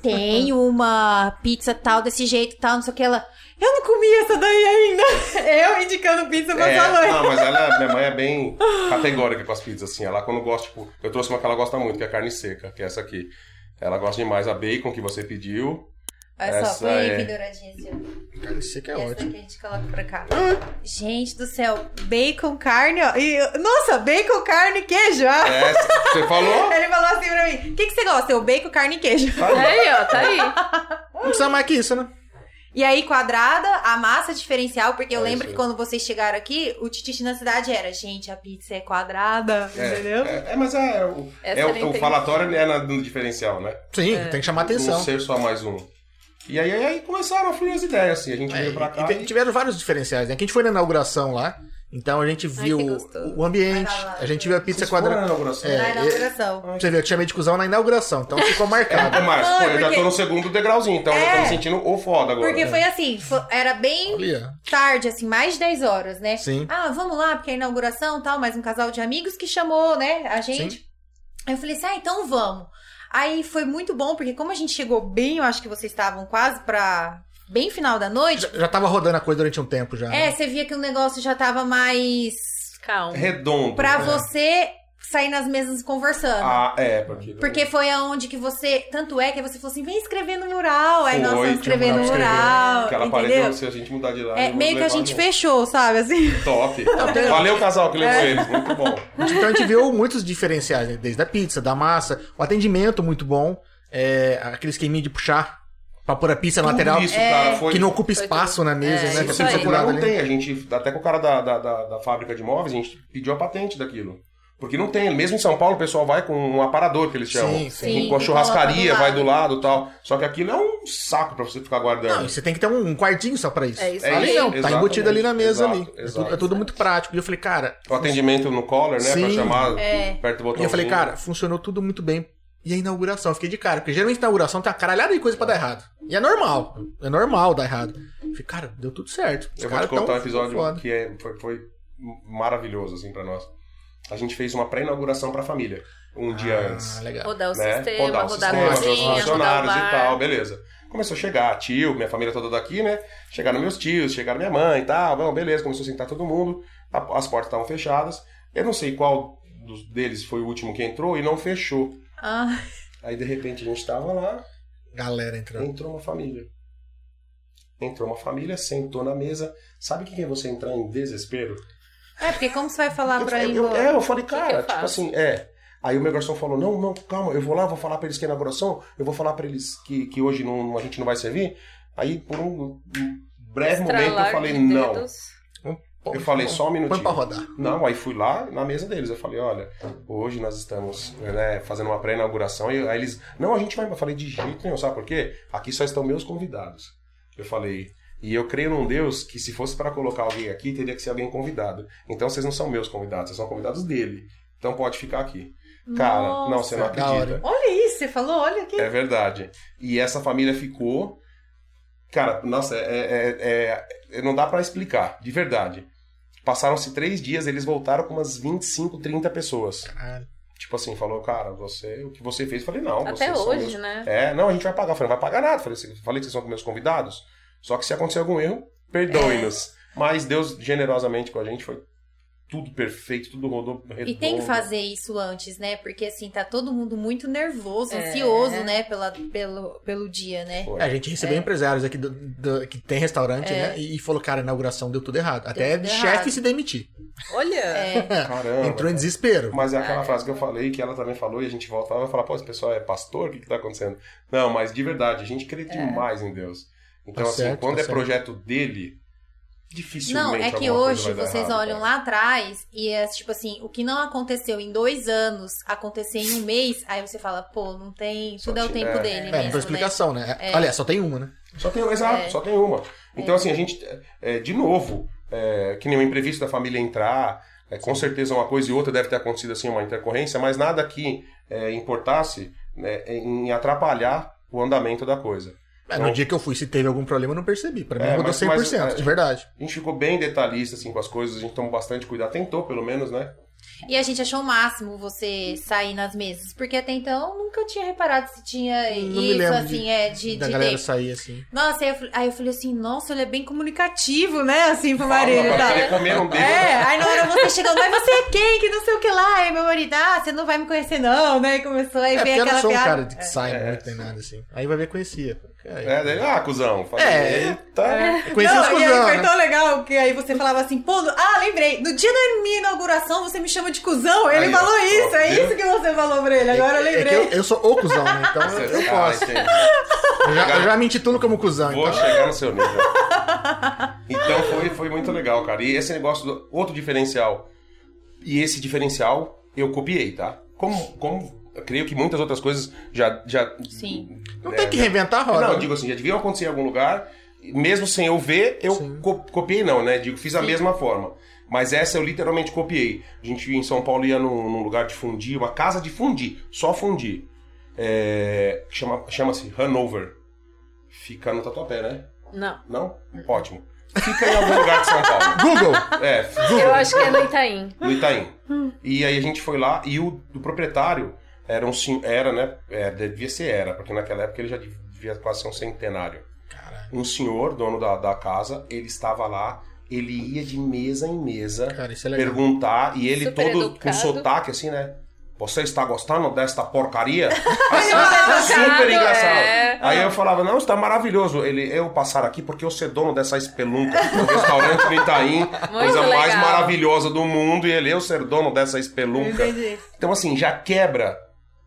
A: tem uma pizza tal, desse jeito, tal, não sei o que, ela, eu não comi essa daí ainda. [LAUGHS] Eu indicando pizza pra
C: É,
A: sua mãe.
C: não, mas ela, minha mãe é bem categórica com as pizzas, assim. Ela, quando gosta, tipo, eu trouxe uma que ela gosta muito, que é a carne seca, que é essa aqui. Ela gosta demais a bacon que você pediu.
A: Olha só,
C: essa
A: põe aí
C: é-
A: penduradinha assim, ó.
B: Cara, isso aqui é
A: Essa
B: ótimo.
A: daqui a gente coloca pra cá. Gente do céu, bacon, carne, ó. E, nossa, bacon, carne e queijo. ah.
C: É, você falou?
A: Ele falou assim pra mim: o que, que você gosta? Eu bacon, carne e queijo.
D: Aí, ó, tá aí.
B: Não precisa mais que isso, né?
A: E aí, quadrada, a massa diferencial, porque eu
C: É
A: lembro
C: isso
A: que
C: aí.
A: quando vocês chegaram aqui, o tititi na cidade era, gente, a pizza é quadrada, entendeu?
C: É, é, mas é, o,
D: Essa
C: é o-
D: nem
C: o
D: tem.
C: falatório é na- no diferencial, né?
B: Sim,
A: É.
B: tem que chamar atenção.
C: Não ser só mais um. E aí, aí começaram a fluir as ideias, assim. A gente
B: É,
C: veio pra cá.
B: e te-
C: e-
B: tiveram vários diferenciais, né? Que a gente foi na inauguração lá, então a gente viu
D: que gostoso.
B: o ambiente,
A: Vai lá.
B: a gente viu a pizza
C: Vocês né? foram
B: quadrada.
C: na inauguração?
B: É,
A: Na
B: e-
A: inauguração.
B: Você viu, eu te chamei de cuzão na inauguração, então ficou marcado.
C: Ô, Marcos,
A: Não,
C: pô,
A: é
C: eu já
A: porque-
C: tô no segundo degrauzinho, então eu
A: É.
C: tô me sentindo o foda agora.
A: Porque foi assim, fo- era bem
B: Ali, ó.
A: tarde, assim, mais de 10 horas, né?
B: Sim.
A: Ah, vamos lá, porque é a inauguração tal, mais um casal de amigos que chamou, né, a gente. Aí eu falei assim, ah, então vamos. Aí foi muito bom, porque como a gente chegou bem, eu acho que vocês estavam quase pra... Bem final da noite.
B: Já, já tava rodando a coisa durante um tempo já. né?
A: É, você via que o negócio já tava mais...
D: Calma.
C: Redondo.
A: Pra
C: né?
A: você sair nas mesas conversando.
C: Ah, é, porque.
A: Porque foi aonde que você. Tanto é que você falou assim: vem escrever no mural. Aí nós
C: Foi,
A: vamos
C: tinha um
A: escrever no
B: mural pra
A: mural.
C: Aquela
A: entendeu?
C: parede, se a gente mudar de lado. eu
A: É,
C: vou
A: meio que a
C: levar
A: gente
C: um.
A: fechou, sabe? Assim. [LAUGHS]
C: Top. Valeu, casal, que levou
A: É.
C: eles.
B: [LAUGHS]
C: Muito bom.
B: Então a gente viu muitos diferenciais, né? desde a pizza, da massa, o atendimento muito bom, é, aquele esqueminha de puxar pra pôr a pizza
C: Tudo
B: lateral,
C: Isso,
A: É.
C: cara, foi.
B: que não ocupa
D: Foi
B: espaço na mesa,
D: É,
B: né?
D: isso
B: Tá tudo
D: aí.
B: separado
C: não
B: ali.
C: tem. A gente, até com o cara da, da, da, da fábrica de imóveis, a gente pediu a patente daquilo. Porque não tem. Mesmo em São Paulo, o pessoal vai com um aparador que eles chamam.
B: Sim, sim.
A: Sim,
C: com a
A: que
C: churrascaria,
A: coloca
C: vai
A: do
C: do lado e tal. Só que aquilo é um saco pra você ficar
B: Não, e
C: guardando.
B: você tem que ter um quartinho só pra isso.
D: É isso
B: ali
D: aí.
B: não, tá
C: Exatamente,
B: embutido ali na mesa
C: exato,
B: ali. É tudo- É tudo,
C: exato.
B: muito prático. E eu falei, cara.
C: o atendimento no collar, né? Pra
B: Sim.
C: chamar
A: É.
C: perto do
B: E
C: botão.
B: eu falei, cara, funcionou tudo muito bem. E a inauguração, eu fiquei de cara, porque geralmente na inauguração tem uma caralhada de coisa pra dar errado. E é normal. É normal dar errado. Eu falei, cara, deu tudo certo. Os
C: Eu vou
B: caras
C: te contar
B: tão
C: um episódio
B: foda.
C: que é, foi, foi maravilhoso, assim, pra nós. A gente fez uma pré-inauguração pra família, um dia antes.
B: Ah, legal.
D: Rodar o
C: né?
D: sistema,
C: Rodar
D: rodar,
C: o sistema,
D: a
C: ver os
D: cozinha, rodar o
C: funcionários
D: bar.
C: e tal, beleza. Começou a chegar tio, minha família toda daqui, né? Chegaram meus tios, chegaram minha mãe e tal, bom, beleza, começou a sentar todo mundo, a- as portas estavam fechadas. Eu não sei qual dos deles foi o último que entrou e não fechou.
A: Ah,
C: Aí, de repente, a gente tava lá,
B: Galera entrando.
C: entrou uma família. Entrou uma família, sentou na mesa. Sabe o que que é você entrar em desespero?
A: é, porque como você vai falar
D: Ah,
C: Eu-
A: pra ir
C: eu, eu,
A: embora?
C: é, eu falei,
D: que
C: cara,
D: eu
C: tipo
D: faço?
C: assim, é. Aí o meu garçom falou, não, não, calma, eu vou lá, vou falar pra eles que é inauguração, eu vou falar pra eles que, que hoje não, a gente não vai servir. Aí, por um breve momento, eu
D: Estralar
C: falei,
D: de
C: não.
D: dedos.
B: Pô,
C: Eu falei, só um
B: Põe pra
C: minutinho.
B: rodar.
C: Não, aí fui lá na mesa deles, eu falei, olha, hoje nós estamos né, fazendo uma pré-inauguração, e aí eles, não, a gente vai, eu falei, de jeito nenhum, sabe por quê? Aqui só estão meus convidados. Eu falei, e eu creio num Deus que se fosse para colocar alguém aqui, teria que ser alguém convidado. Então vocês não são meus convidados, vocês são convidados dele. Então pode ficar aqui. Cara, não, você não
B: Nossa, da hora.
C: acredita.
A: Olha isso, você falou, olha aqui.
C: É verdade. E essa família ficou. Cara, nossa, é, é- é- é- não dá pra explicar, de verdade. Passaram-se três dias, eles voltaram com umas 25, 30 pessoas.
B: Caralho.
C: Tipo assim, falou, cara, você, o que você fez? Eu falei, não,
D: Até
C: vocês são
D: hoje,
C: meus-
D: né?
C: É, não, a gente vai pagar. Eu falei, não vai pagar nada. Eu Falei, "Cê- falei que vocês são meus convidados. Só que se acontecer algum erro,
A: É.
C: perdoe-nos. Mas Deus generosamente com a gente foi tudo perfeito, tudo rodou redondo.
A: E tem que fazer isso antes, né? Porque assim, tá todo mundo muito nervoso,
D: É.
A: ansioso, né? Pela, pelo, pelo dia, né?
C: Foi.
B: É, a gente recebeu empresários aqui do- do- que tem restaurante, né? E, e falou, cara, a inauguração deu tudo errado. Até
A: É. tudo
B: de
A: errado.
B: chefe se demitir.
D: Olha.
A: É.
C: Caramba.
B: Entrou em desespero.
C: Mas é
A: Ah,
C: aquela frase que eu falei, que ela também falou, e a gente volta lá e vai falar, pô, esse pessoal é pastor? O que, que tá acontecendo? Não,
A: É.
C: mas de verdade, a gente crê demais em Deus. Então,
B: Tá
C: assim,
B: certo,
C: quando
B: tá
C: é
B: certo.
C: projeto dele, Dificilmente.
A: Não, é que
C: alguma coisa
A: hoje
C: vai dar
A: vocês
C: errado,
A: olham
C: cara.
A: lá atrás e é tipo assim, o que não aconteceu em dois anos, acontecer em um mês, aí você fala, pô, não tem.
C: Só
A: Tudo é o
C: tinha-
A: tempo
C: é.
A: dele
B: É, não
A: mesmo.
B: tem
A: né?
B: explicação, né? Aliás, só tem uma, né?
C: Só tem, exato,
A: É.
C: só tem uma. Então, assim, a gente, é, de novo, é, que nem o imprevisto da família entrar, é, com certeza uma coisa e outra deve ter acontecido assim, uma intercorrência, mas nada que é, importasse né, em atrapalhar o andamento da coisa.
B: É,
C: Não.
B: No dia que eu fui, se teve algum problema, eu não percebi. Pra mim,
C: É,
B: rodou
C: mas-
B: 100%,
C: mas-
B: de verdade.
C: A gente ficou bem detalhista assim, com as coisas, a gente tomou bastante cuidado, tentou pelo menos, né?
A: E a gente achou o máximo você sair nas mesas, porque até então eu nunca tinha reparado se tinha
B: Não me
A: isso,
B: lembro
A: assim, é, de,
B: da
A: de
B: galera
A: tempo.
B: sair assim.
A: Nossa, aí eu, falei- aí eu falei assim, nossa, ele é bem comunicativo, né? Assim,
B: Um
A: pro
C: Fala,
A: marido e
B: tá.
C: pra
A: tal.
C: querer comer um dedo.
A: É, aí na hora você chegando, mas você é quem? Que não sei o que lá. Aí meu marido, ah, você não vai me conhecer não, né? E começou, aí
B: É, porque
A: veio
B: eu não
A: aquela
B: sou um
A: piada.
B: cara de que sai
C: É.
B: muito nem nada assim. Aí vai ver, conhecia. É,
C: É, daí, ah, cuzão. Falei,
B: É.
C: eita.
B: Conhecia os
A: não, e aí
B: cuzão,
A: foi
B: né?
A: tão legal que aí você falava assim, pô, no- ah, lembrei, no dia da minha inauguração você me chama de cuzão, ele
C: Aí, ó,
A: falou
C: ó,
A: isso, é
C: viu?
A: isso que você falou pra ele, agora eu
B: É que
A: lembrei.
B: eu, eu sou o cuzão, né? Então eu
C: Ah,
B: posso.
C: entendi.
B: Eu já, eu já me intitulo como cuzão,
C: Vou
B: então.
C: chegar no seu nível. Então foi, foi muito legal, cara. E esse negócio, do, outro diferencial. E esse diferencial eu copiei, tá? Como, como eu creio que muitas outras coisas já. já
A: Sim.
B: Não
C: né,
B: tem que
C: já-
B: reinventar a roda.
C: Não, eu
B: né?
C: digo assim, já devia acontecer em algum lugar. e Mesmo sem eu ver, eu
B: Sim.
C: co- copiei, não, né? Digo, fiz a mesma forma. Mas essa eu literalmente copiei. A gente em São Paulo ia num, num lugar de fundir, uma casa de fundir, só fundir. É, chama- Chama-se Hanover. Fica no Tatuapé, né?
D: Não.
C: Não? Ótimo. Fica em algum lugar de São [LAUGHS] Paulo.
B: Google!
C: É,
D: Eu acho que é no Itaim.
C: no Itaim. E aí a gente foi lá e o, o proprietário era um sen- era, né? é, devia ser era, porque naquela época ele já devia quase ser um centenário.
B: Caralho.
C: Um senhor, dono da, da casa, ele estava lá, ele ia de mesa em mesa
B: Cara, isso é legal.
C: perguntar e ele
D: Super
C: todo com
D: educado.
C: sotaque assim, né? Você está gostando desta
D: [LAUGHS]
C: porcaria?
D: Ah,
C: Assim, super
D: educado,
C: engraçado.
D: é.
C: Aí eu falava, não, está maravilhoso. Ele, eu passar aqui porque eu ser dono dessa espelunca. O restaurante no
D: [LAUGHS]
C: Itaim, coisa mais
D: legal.
C: maravilhosa do mundo, e ele, eu ser dono dessa espelunca.
A: Entendi.
C: Então, assim, já quebra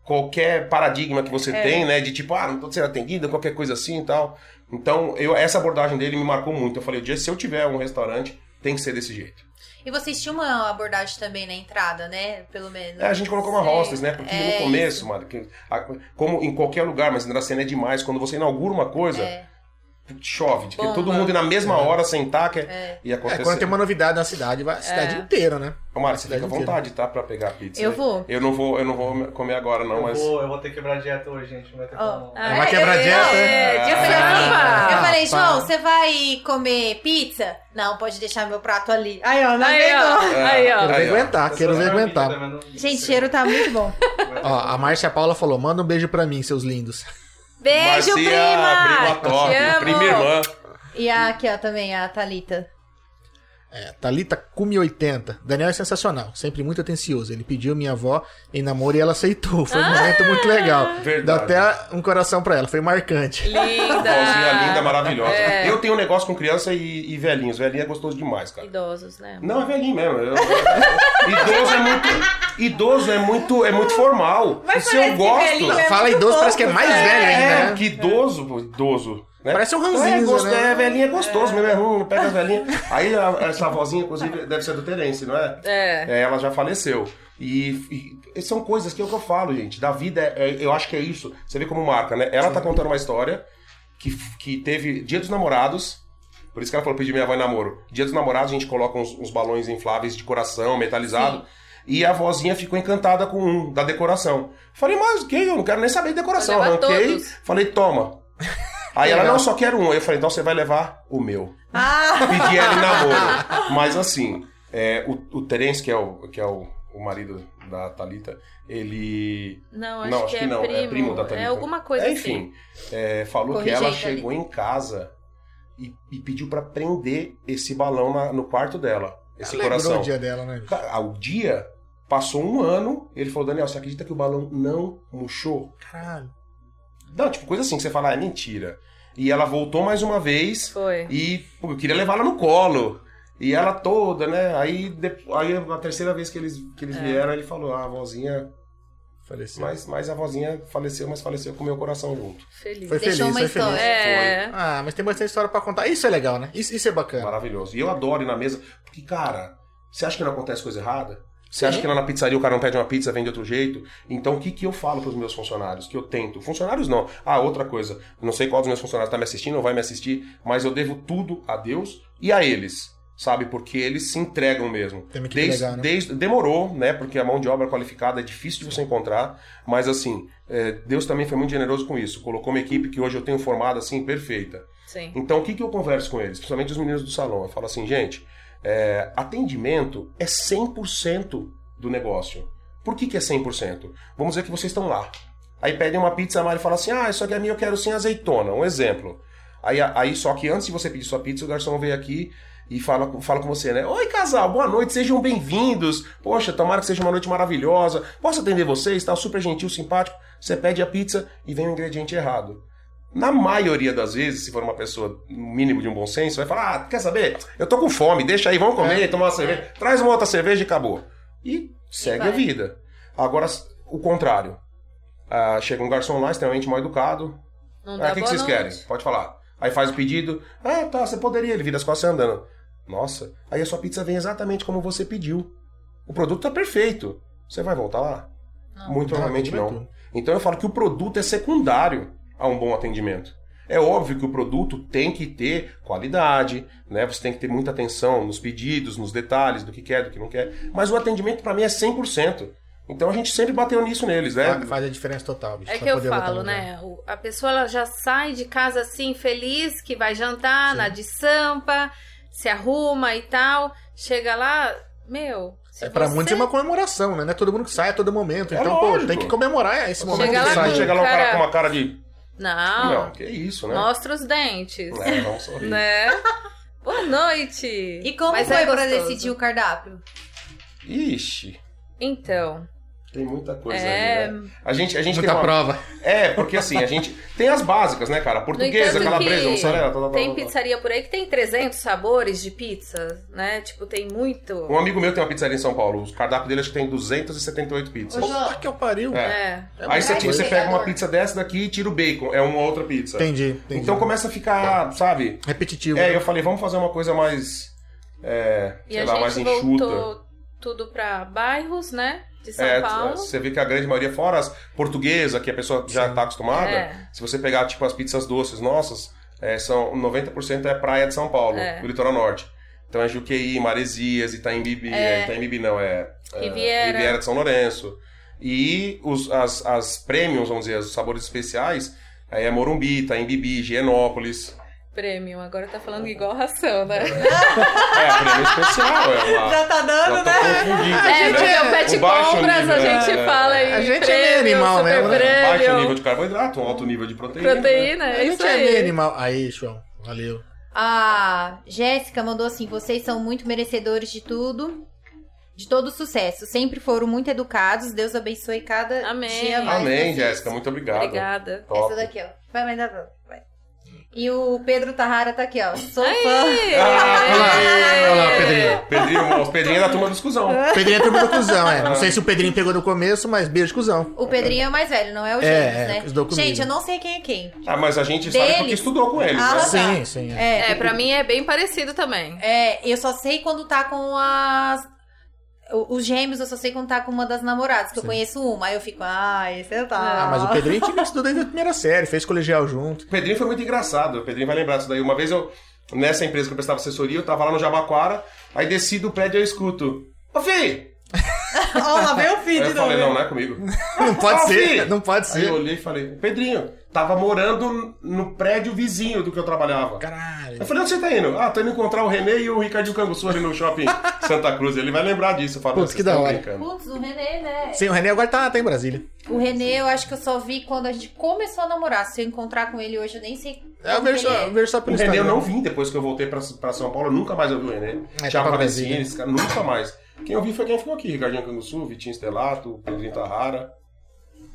C: qualquer paradigma que você tem, né? De tipo, ah, não tô sendo atendido, qualquer coisa assim e tal. Então, eu, essa abordagem dele me marcou muito. Eu falei, "Jess, se eu tiver um restaurante, tem que ser desse jeito.
A: E vocês tinham uma abordagem também na entrada, né? Pelo menos.
C: É, a gente colocou uma
A: Sei.
C: hostess, né? Porque
A: É,
C: no começo, mano, que- a- como em qualquer lugar, mas na cena é demais, quando você inaugura uma coisa,
A: É.
C: chove. Porque
A: Bomba.
C: todo mundo na mesma hora sentar que
A: É.
C: e
B: É,
C: acontecer.
B: quando tem uma novidade na cidade, vai a cidade inteira, né?
C: Omar, você
B: cidade
C: fica à
B: inteira.
C: vontade, tá? Pra pegar a pizza.
A: Eu vou.
C: Eu não vou, eu não vou comer agora, não,
E: eu,
C: mas.
E: vou, eu vou ter que quebrar a dieta hoje, gente. Não vai ter
A: Ó, ah.
E: como. não.
B: Vai quebrar
D: é,
B: dieta,
C: né?
D: É,
A: Eu falei,
D: dieta.
A: assim, eu falei,
B: Ah,
A: João,
B: pá.
A: você vai comer pizza? Não, pode deixar meu prato ali. Aí, ó, não
D: Aí,
A: pegou.
D: ó. Aí,
B: Quero
D: ó.
B: ver
C: Aí, ó.
B: aguentar,
E: Pessoas
B: Ah,
A: é
B: quero ver
E: maravilhas,
B: aguentar.
E: mas não-
A: Gente,
E: sei.
A: cheiro tá muito bom.
E: Vai ter
B: Ó,
E: como.
B: a Márcia Paula falou: manda um beijo pra mim, seus lindos.
D: Beijo,
C: Marcia,
D: prima!
C: prima top,
D: Te amo.
C: prima irmã.
A: [LAUGHS] E a, aqui, ó, também, a Thalita.
B: É, Thalita Cume 80. Daniel é sensacional, sempre muito atencioso. Ele pediu minha avó em namoro e ela aceitou. Foi um momento muito
A: Ah,
B: legal.
C: Verdade.
B: Dá até um coração pra ela, foi marcante.
D: Linda!
A: Ah,
C: Vozinha linda, maravilhosa.
D: É.
C: Eu tenho um negócio com criança e, e velhinhos. Velhinho é gostoso demais, cara.
D: Idosos, né?
C: Não, é velhinho mesmo. Eu- eu- eu- idoso é muito. Idoso é muito, é muito formal.
A: Mas
C: e se eu
A: parece que
C: gosto.
A: velhinho é
B: Fala
A: muito
B: idoso,
A: fofo,
B: parece que é mais
A: né?
B: velho
C: É,
B: ainda, né?
C: que idoso, pô, idoso. né?
B: Parece um ranzinza,
C: É, gosto-
B: né?
C: é, velhinho é gostoso mesmo, é ruim, pega as velhinhas. Aí a- essa vozinha, inclusive, deve ser do Terence, não é?
D: É.
C: É, ela já faleceu. E, e são coisas que é o que eu falo, gente. Da vida, é- é- eu acho que é isso. Você vê como marca, né? Ela tá contando uma história que, que teve Dia dos Namorados. Por isso que ela falou pedir minha avó em namoro. Dia dos Namorados, a gente coloca uns, uns balões infláveis de coração, metalizado. E a vozinha ficou encantada com um, da decoração. Falei, mas o que? Eu não quero nem saber de decoração.
D: Vou levar
C: Arranquei,
D: todos.
C: falei,
D: [LAUGHS]
C: toma. Aí ela,
B: Legal.
C: não, só quero um. Eu falei, então você vai levar o meu
A: Ah,
C: pedir ela em namoro. Mas assim, é, o, o Terence, que é, o, que é o, o marido da Thalita, ele.
D: Não, acho,
C: não, acho que,
D: é
C: não,
D: primo.
C: é primo da Thalita.
D: É alguma coisa assim.
C: Enfim, é, falou
A: Corrige
C: que ela
A: aí,
C: chegou em casa e, e pediu pra prender esse balão na- no quarto dela. Esse
B: Alegrou
C: coração.
B: o dia dela, né?
C: Cara, Ao dia, passou um ano, ele falou: Daniel, você acredita que o balão não murchou?
B: Caralho.
C: Não, tipo, coisa assim que você fala, ah, é mentira. E ela voltou mais uma vez.
D: Foi.
C: E pô, eu queria levá-la no colo. E ela toda, né? Aí, de- aí a terceira vez que eles, que eles vieram, ele falou: ah, a vozinha
B: Faleceu.
C: Mas, mas a vozinha faleceu, mas faleceu com o meu coração junto.
D: Feliz.
B: Foi
A: Deixou
B: feliz,
A: uma
B: foi
A: história.
B: feliz.
D: É.
B: Ah, mas tem bastante história pra contar. Isso é legal, né? Isso, isso é bacana.
C: Maravilhoso. E eu adoro ir na mesa, porque, cara, você acha que não acontece coisa errada? Você acha
B: Sim.
C: que lá na pizzaria o cara não pede uma pizza, vende de outro jeito? Então o que, que eu falo pros meus funcionários? Que eu tento. Funcionários não. Ah, outra coisa. Não sei qual dos meus funcionários tá me assistindo ou vai me assistir, mas eu devo tudo a Deus e a eles. Sabe? Porque eles se entregam mesmo.
B: Temos que
C: Desde-
B: pegar, né?
C: desde- demorou, né? Porque a mão de obra qualificada é difícil de você encontrar, mas assim, é, Deus também foi muito generoso com isso. Colocou uma equipe que hoje eu tenho formada assim perfeita.
D: Sim.
C: Então, o que, que eu converso com eles? Principalmente os meninos do salão. Eu falo assim, gente, é, atendimento é 100% do negócio. Por que, que é 100%? Vamos dizer que vocês estão lá. Aí pedem uma pizza, a Mari fala assim, ah, isso aqui é minha, eu quero sem azeitona. Um exemplo. Aí, a- aí só que antes de você pedir sua pizza, o garçom vem aqui e fala, com- fala com você, né? Oi, casal, boa noite, sejam bem-vindos. Poxa, tomara que seja uma noite maravilhosa. Posso atender vocês? Tá super gentil, simpático. Você pede a pizza e vem o ingrediente errado. Na maioria das vezes, se for uma pessoa no mínimo de um bom senso, vai falar: ah, quer saber? Eu tô com fome, deixa aí, vamos comer, tomar uma cerveja, traz uma outra cerveja e acabou. E segue
A: vai.
C: a vida. Agora, o contrário. Ah, chega um garçom lá extremamente mal educado.
D: Não
C: Ah,
D: dá
C: o que, que
D: boa
C: vocês
D: noite.
C: querem? Pode falar. Aí faz o pedido. Ah, tá, você poderia. Ele vira as costas e sai andando. Nossa, aí a sua pizza vem exatamente como você pediu. O produto tá perfeito. Você vai voltar lá?
D: Não.
C: Muito provavelmente
B: Ah,
C: não.
B: tudo.
C: Então eu falo que o produto é secundário a um bom atendimento. É óbvio que o produto tem que ter qualidade, né? Você tem que ter muita atenção nos pedidos, nos detalhes do que quer, do que não quer. Mas o atendimento para mim é 100%. Então a gente sempre bateu nisso neles, né?
B: Fa- Faz a diferença total, bicho.
D: É
B: pra
D: que eu
B: poder botar
D: falo,
B: no lugar.
D: né? o- A pessoa ela já sai de casa assim, feliz, que vai jantar
B: Sim.
D: na de sampa, se arruma e tal. Chega lá, meu. se
B: É, pra
D: você
B: muitos é uma comemoração, né? Não é todo mundo que sai a todo momento.
C: É
B: então, pô,
C: lógico.
B: tem que comemorar é esse momento
D: Chega
B: que
D: lá
B: sai.
D: com-
C: chega lá um cara
D: cara-
C: com uma cara de.
D: Não,
C: Não, que isso, né?
D: mostra os dentes.
C: É, dá um sorriso.
D: Ah,
C: [LAUGHS]
D: Né? Boa noite.
A: E como
D: Mas
A: foi
D: é
A: pra
D: gostoso.
A: decidir o cardápio?
C: Ixi,
D: Então,
C: tem muita coisa
D: é,
C: aí, né? A gente, a gente tem
B: Muita
C: uma...
B: prova.
C: É, porque assim, a gente tem as básicas, né, cara? Portuguesa,
D: entanto que
C: calabresa, mussarela, tá, tal, tal,
D: tem
C: tal, tal.
D: pizzaria por aí que tem 300 sabores de pizza, né? Tipo, tem muito.
C: Um amigo meu tem uma pizzaria em São Paulo. O cardápio dele acho que tem 278 pizzas.
A: Ô, Jô,
B: Puta que eu pariu.
C: É.
D: É.
B: É muita
C: Aí você,
A: Ai,
C: tira-
B: coisa.
C: você pega uma
A: pegador.
C: pizza dessa daqui e tira o bacon. É uma outra pizza.
B: Entendi, entendi.
C: Então começa a ficar, sabe?
B: Repetitivo.
C: É,
B: né?
C: eu falei, vamos fazer uma coisa mais. É,
D: E
C: sei
D: a
C: lá, mais
D: gente
C: enxuta.
D: voltou tudo pra bairros, né? De São
C: É,
D: Paulo.
C: você vê que a grande maioria, fora as portuguesas, que a pessoa já tá acostumada,
D: É.
C: se você pegar, tipo, as pizzas doces nossas, é, são 90% é praia de São Paulo,
D: É.
C: do litoral norte. Então é Juqueí, Maresias, Itaimbibi, é. Itaimbibi não, é... é,
D: Riviera.
C: Riviera de São Lourenço. E os, as, as premiums, vamos dizer, os sabores especiais, aí é Morumbi, Itaimbibi, Higienópolis.
D: Prêmio. Agora tá falando igual ração, né?
C: É, a prêmio especial, é uma...
D: [LAUGHS]
A: Já tá
C: já
A: dando,
C: tô
A: né?
C: confundindo,
D: É,
C: né?
D: porque o pet
C: um baixo
D: compras
C: nível,
D: a
C: é,
D: gente
C: é,
D: fala
C: é.
D: aí.
B: A gente é
D: prêmio,
B: meio animal
D: super
B: mesmo, né?
D: prêmio,
C: Um Baixo nível de carboidrato, um alto nível né? de proteína.
D: Proteína,
B: a
D: é
B: gente
D: isso
B: é
D: aí.
B: meio animal. Aí, João. Valeu.
A: A Jéssica mandou assim: vocês são muito merecedores de tudo, de todo sucesso. Sempre foram muito educados. Deus abençoe cada
D: Amém.
A: dia mais.
C: Amém,
A: vocês."
C: Jéssica, muito obrigado.
D: Obrigada.
C: Top.
A: Essa daqui, ó. Vai, vai, vai, vai.
B: Hum.
A: E o Pedro Tarrara tá aqui, ó. Sou fã.
B: Olha lá, olha lá, Pedrinho.
C: Pedrinho, os Pedrinho é da turma do Escusão.
B: Pedrinho é turma do cuzão,
C: Ah.
B: é. Não sei se o Pedrinho pegou do começo, mas beijo, cuzão.
A: O Pedrinho é o mais velho, não é o
B: É,
A: Gêmeos,
B: é,
A: né?
B: os documentos.
A: Gente, eu não sei quem é quem.
C: Ah, mas a gente
A: Deles.
C: sabe porque estudou com eles,
A: Ah,
C: né?
A: tá.
B: Sim, sim. é.
A: É,
D: É, pra mim é bem parecido também.
A: é, eu só sei quando tá com as. o- Os gêmeos, eu só sei quando tá com uma das namoradas, que eu
B: Sim.
A: conheço uma. Aí eu fico, ah, esse tá.
B: Ah, mas o Pedrinho tinha estudou desde a primeira série, fez colegial junto.
C: O Pedrinho foi muito engraçado, o Pedrinho vai lembrar disso daí. Uma vez eu, nessa empresa que eu prestava assessoria, eu tava lá no Jabaquara, aí desci do prédio e eu escuto. Ô,
A: [LAUGHS]
C: Fih!
A: Ó, lá vem o
C: Aí
A: filho de
C: eu falei, não,
A: novo.
C: não é comigo.
B: Não pode
C: Ah,
B: ser,
C: filho.
B: não pode
C: Aí eu
B: ser.
C: olhei e falei, Pedrinho, tava morando no prédio vizinho do que eu trabalhava.
B: Caralho.
C: Eu falei, onde você tá indo? Ah, tô indo encontrar o Renê e o Ricardinho Canguçu ali no
A: [LAUGHS]
C: shopping Santa Cruz. Ele vai lembrar disso. Eu falo,
B: Putz,
C: "Vocês
B: que da
C: tão
B: hora."
C: brincando."
A: Putz, o Renê, né?
B: Sim, o René agora tá, tá em Brasília.
A: O Renê, eu acho que eu só vi quando a gente começou a namorar. Se eu encontrar com ele hoje, eu nem sei.
B: É, eu
A: como
B: vejo
A: que ele
B: só,
A: é.
B: eu vejo só pelo
C: O Renê eu
B: Instagram.
C: não vim depois que eu voltei pra, pra São Paulo, eu nunca mais ouvi o Renê.
B: É, tá
C: Thiago
B: pra
C: Cavecini,
B: Brasília.
C: esse cara, nunca mais. Quem eu vi foi quem ficou aqui, Ricardinho Canguçu, Vitinho Stelato, Pedrinho Tarrara.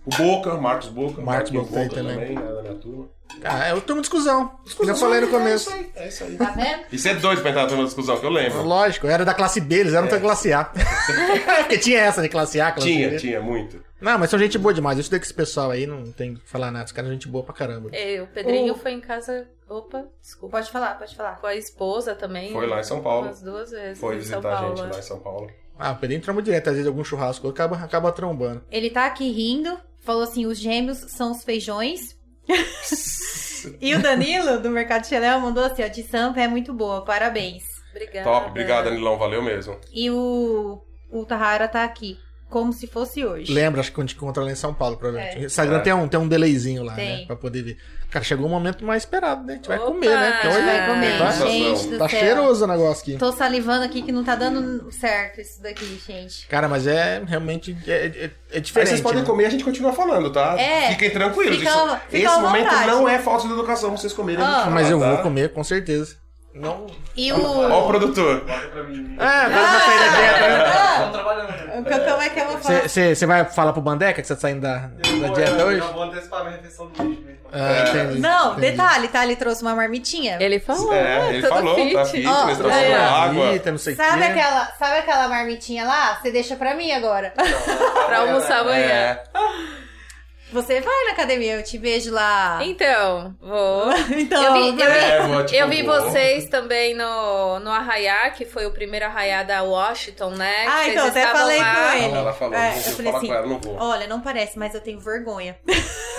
C: O Boca, Marcos Boca.
B: Marcos
C: Marquinhos
B: Boca também.
C: né, da minha turma.
B: Ah, é o turma de discussão. Já falei no começo.
C: É isso aí.
A: Tá vendo?
C: E você é doido pra entrar na turma da discussão, que eu lembro.
B: Lógico, eu era da classe B, eles eram da classe [LAUGHS] A. Porque tinha essa de classe A, classe
C: Tinha,
B: B.
C: tinha, muito.
B: Não, mas são gente boa demais. Eu estudei com esse pessoal aí, não tem o que falar nada. Os caras são gente boa pra caramba.
D: É, o Pedrinho foi em casa. Opa, desculpa.
A: Pode falar, pode falar.
D: Com a esposa também.
C: Foi lá em São Paulo.
D: Umas duas vezes.
C: Foi
D: em São
C: visitar a
D: Paulo.
C: gente lá em São Paulo.
B: Ah, o Pedrinho tromba direto, às vezes algum churrasco, acaba, acaba trombando.
A: Ele tá aqui rindo, falou assim: os gêmeos são os feijões. e o Danilo, do Mercado Chelel, mandou assim: ó, de Sampa é muito boa, parabéns.
D: Obrigada.
C: Top, obrigado, Danilão, valeu mesmo.
A: E o, o Tahara tá aqui, como se fosse hoje.
B: Lembra, acho que quando te encontra lá em São Paulo, provavelmente.
A: É.
B: Instagram
C: É.
B: tem, um, tem um delayzinho lá, né?
A: Tem.
B: Pra poder ver. Cara, chegou o momento mais esperado, né? A gente vai
D: Opa!
B: comer, né? Porque
A: A Ah, gente
B: olha,
A: vai comer,
B: tá,
C: Sensação.
A: gente do
B: tá
A: céu.
B: cheiroso o negócio aqui.
A: Tô salivando aqui que não tá dando certo isso daqui, gente.
B: Cara, mas é realmente é, é- é
C: Aí
B: diferente.
C: vocês podem
B: né?
C: comer e a gente continua falando, tá?
A: É.
C: Fiquem tranquilos.
A: Fica-
C: isso-
A: fica à
C: esse momento
A: vontade.
C: não é falta de educação vocês comerem. a gente
A: Ah.
C: fala,
B: Mas eu
C: tá?
B: vou comer, com certeza. Não.
A: E
C: Ó o
A: o.
C: produtor.
E: Bota pra mim.
C: É,
B: Ah, agora vai sair daqui.
A: Ah.
E: Estão trabalhando. né?
A: Como é que eu vou falar?
B: Você vai falar pro Bandeca que você tá saindo da,
E: Eu
B: da
E: vou-
B: dieta
E: eu-
B: hoje?
E: Eu vou antecipar minha refeição do bicho mesmo.
C: É.
B: Ah, entendi.
A: Não,
B: entendi.
A: detalhe, tá? Ele trouxe uma marmitinha.
D: Ele falou.
C: É,
D: né?
C: ele
D: Todo
C: falou,
D: fit.
C: tá fit,
A: Ó,
C: ele trouxe
A: é.
C: água.
B: Marmita, tá não sei é. o
A: Sabe
B: quê.
A: aquela, sabe aquela marmitinha lá? Você deixa pra mim agora.
E: Ah, é, né?
D: Pra almoçar amanhã.
C: É.
A: Você vai na academia, eu te vejo lá.
D: Então, vou.
A: Então,
D: Eu vi- eu vi-
C: É, vou, tipo,
D: Eu vi
C: vou.
D: vocês também no, no Arraiá, que foi o primeiro Arraiá da Washington, né?
A: Ah,
D: Vocês
A: então, até
D: estavam
A: falei
D: lá.
A: com ele.
C: Ela, ela falou,
A: É,
C: não
A: eu
C: vou
A: falei
C: falar
A: assim,
C: com ela, não vou.
A: Olha, não parece, mas eu tenho vergonha.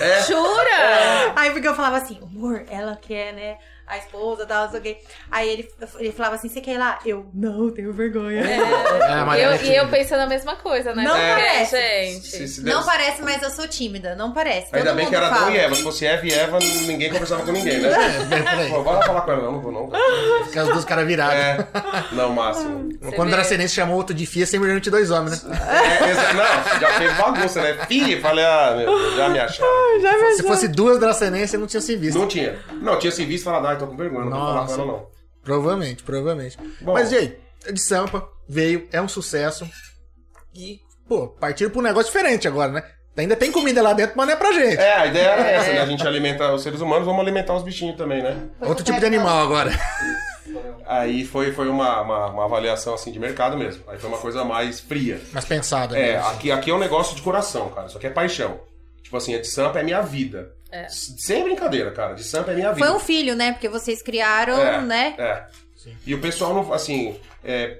C: É.
D: Jura?
A: Aí porque eu falava assim, amor, ela quer, né? A esposa, tal, não sei o quê. Aí ele, ele falava assim, você quer ir lá? Eu, não, tenho vergonha.
B: É, a
D: E eu,
B: Mariana
D: e eu pensando a mesma coisa, né?
A: Não
D: Porque,
A: parece.
D: gente.
C: Se- se
A: [LAUGHS] Não
C: desse-
A: parece, mas eu sou tímida. Não parece. Todo
C: Ainda bem
A: mundo
C: que era
A: fala.
C: Adão e Eva. Se fosse Eva e Eva, ninguém conversava com ninguém, né?
B: tinha- É, peraí,
C: Pô, vai lá falar com ela, não, não vou não. cara.
B: porque as duas caras viradas.
C: É, não, máximo.
B: Quando o
D: vê.
B: Dracenense chamou outro de fia, sempre de dois homens, né?
C: É, exa- não, já fez bagunça, né? Filha, falei, ah, meu Deus, já me acharam.
B: Se fosse duas Dracenenses, não tinha se visto.
C: Não tinha. Não, tinha se visto e falado, ah, tô com vergonha, não vou
B: Nossa.
C: falar com ela, não.
B: Provavelmente, provavelmente.
C: Bom.
B: Mas e aí? É De Sampa, veio, é um sucesso. E, pô, partiram pra um negócio diferente agora, né? Ainda tem comida lá dentro, mas não é pra gente.
C: É, a ideia era essa, né? A gente alimenta os seres humanos, vamos alimentar os bichinhos também, né?
B: Outro tipo de animal agora. [LAUGHS]
C: Aí foi, foi uma, uma, uma avaliação, assim, de mercado mesmo. Aí foi uma coisa mais fria.
B: Mas pensado. né?
C: É, aqui, aqui é um negócio de coração, cara. Isso aqui é paixão. Tipo assim, a de sampa é minha vida. S- Sem brincadeira, cara. De sampa é minha vida.
A: Foi um filho, né? Porque vocês criaram,
C: É,
A: né?
C: É. E o pessoal não, assim, é...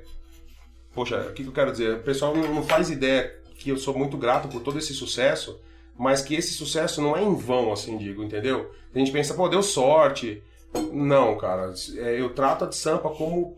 C: Poxa, o que, que eu quero dizer? O pessoal não não faz ideia que eu sou muito grato por todo esse sucesso, mas que esse sucesso não é em vão, assim, digo, entendeu? A gente pensa, pô, deu sorte. Não, cara. É, eu trato a de sampa como...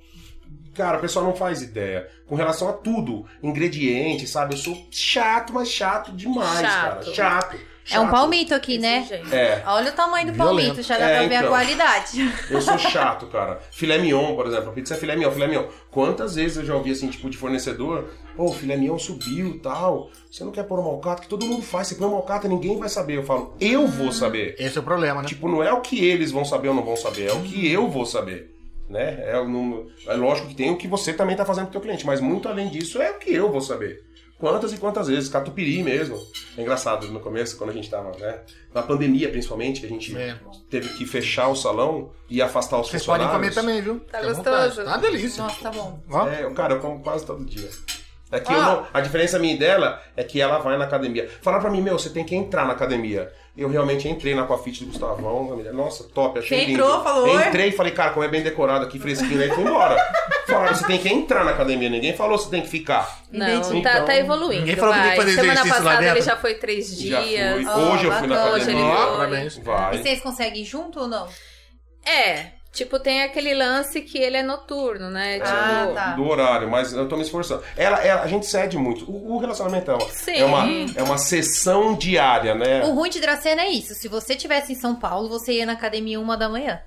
C: Cara, o pessoal não faz ideia. Com relação a tudo, ingrediente, sabe? Eu sou chato, mas chato demais, cara.
D: Chato.
C: Chato.
A: É um
C: Chato.
A: palmito aqui, né?
D: Gente.
C: É.
A: Olha o tamanho do
B: Violento.
A: palmito, já dá
C: É,
A: pra ver a
C: então.
A: qualidade.
C: Eu sou chato, cara. Filé mignon, por exemplo. A pizza é filé mignon, filé mignon. Quantas vezes eu já ouvi assim, tipo, de fornecedor, pô, o filé mignon subiu tal. Você não quer pôr uma alcatra? Que todo mundo faz. Você põe uma alcatra, ninguém vai saber. Eu falo, eu vou saber.
B: Esse é o problema, né?
C: Tipo, não é o que eles vão saber ou não vão saber, é o que eu vou saber. Né? É, o num- é lógico que tem o que você também tá fazendo pro teu cliente, mas muito além disso é o que eu vou saber. Quantas e quantas vezes, catupiry mesmo. É engraçado, no começo, quando a gente tava, né? Na pandemia, principalmente, que a gente
B: É.
C: teve que fechar o salão e afastar os
B: Vocês podem
C: funcionários.
B: comer também, viu? Fica
D: Tá
B: à
D: gostoso.
B: vontade. Tá uma delícia.
A: Nossa, tá bom.
B: Ó,
C: É, eu- cara, eu como quase todo dia. É que
A: Ó.
C: eu não- a diferença minha e dela é que ela vai na academia. Fala pra mim, meu, você tem que entrar na academia. Eu realmente entrei na Aquafit do Gustavão. na minha- Nossa, top, achei
A: Você
C: lindo.
A: entrou, falou, "Oi?"
C: Entrei e falei, cara, como é bem decorado aqui, fresquinho, aí fui embora. Falaram, você tem que entrar na academia. Ninguém falou, você tem que ficar.
D: Não,
A: Entendi.
D: tá,
C: Então,
D: tá evoluindo.
B: ninguém falou que tem que
D: vai.
B: fazer
D: Semana
B: exercício lá
D: passada ele
B: dentro.
D: já foi três
C: Já fui.
D: dias.
A: Ó,
C: Hoje eu fui na
A: bacana.
D: Hoje ele
C: academia.
B: Ó,
D: foi.
B: parabéns.
A: E
C: Vai.
A: vocês conseguem ir junto ou não?
D: É, tipo, tem aquele lance que ele é noturno, né?
A: Ah,
D: tipo,
A: tá.
C: do horário, mas eu tô me esforçando. Ela, ela- a gente cede muito. O, o relacionamento é uma,
D: Sim. Uhum.
C: é, uma, é uma sessão diária,
A: O
C: né?
A: ruim de Dracena é isso. Se você tivesse em São Paulo, você ia na academia uma da manhã.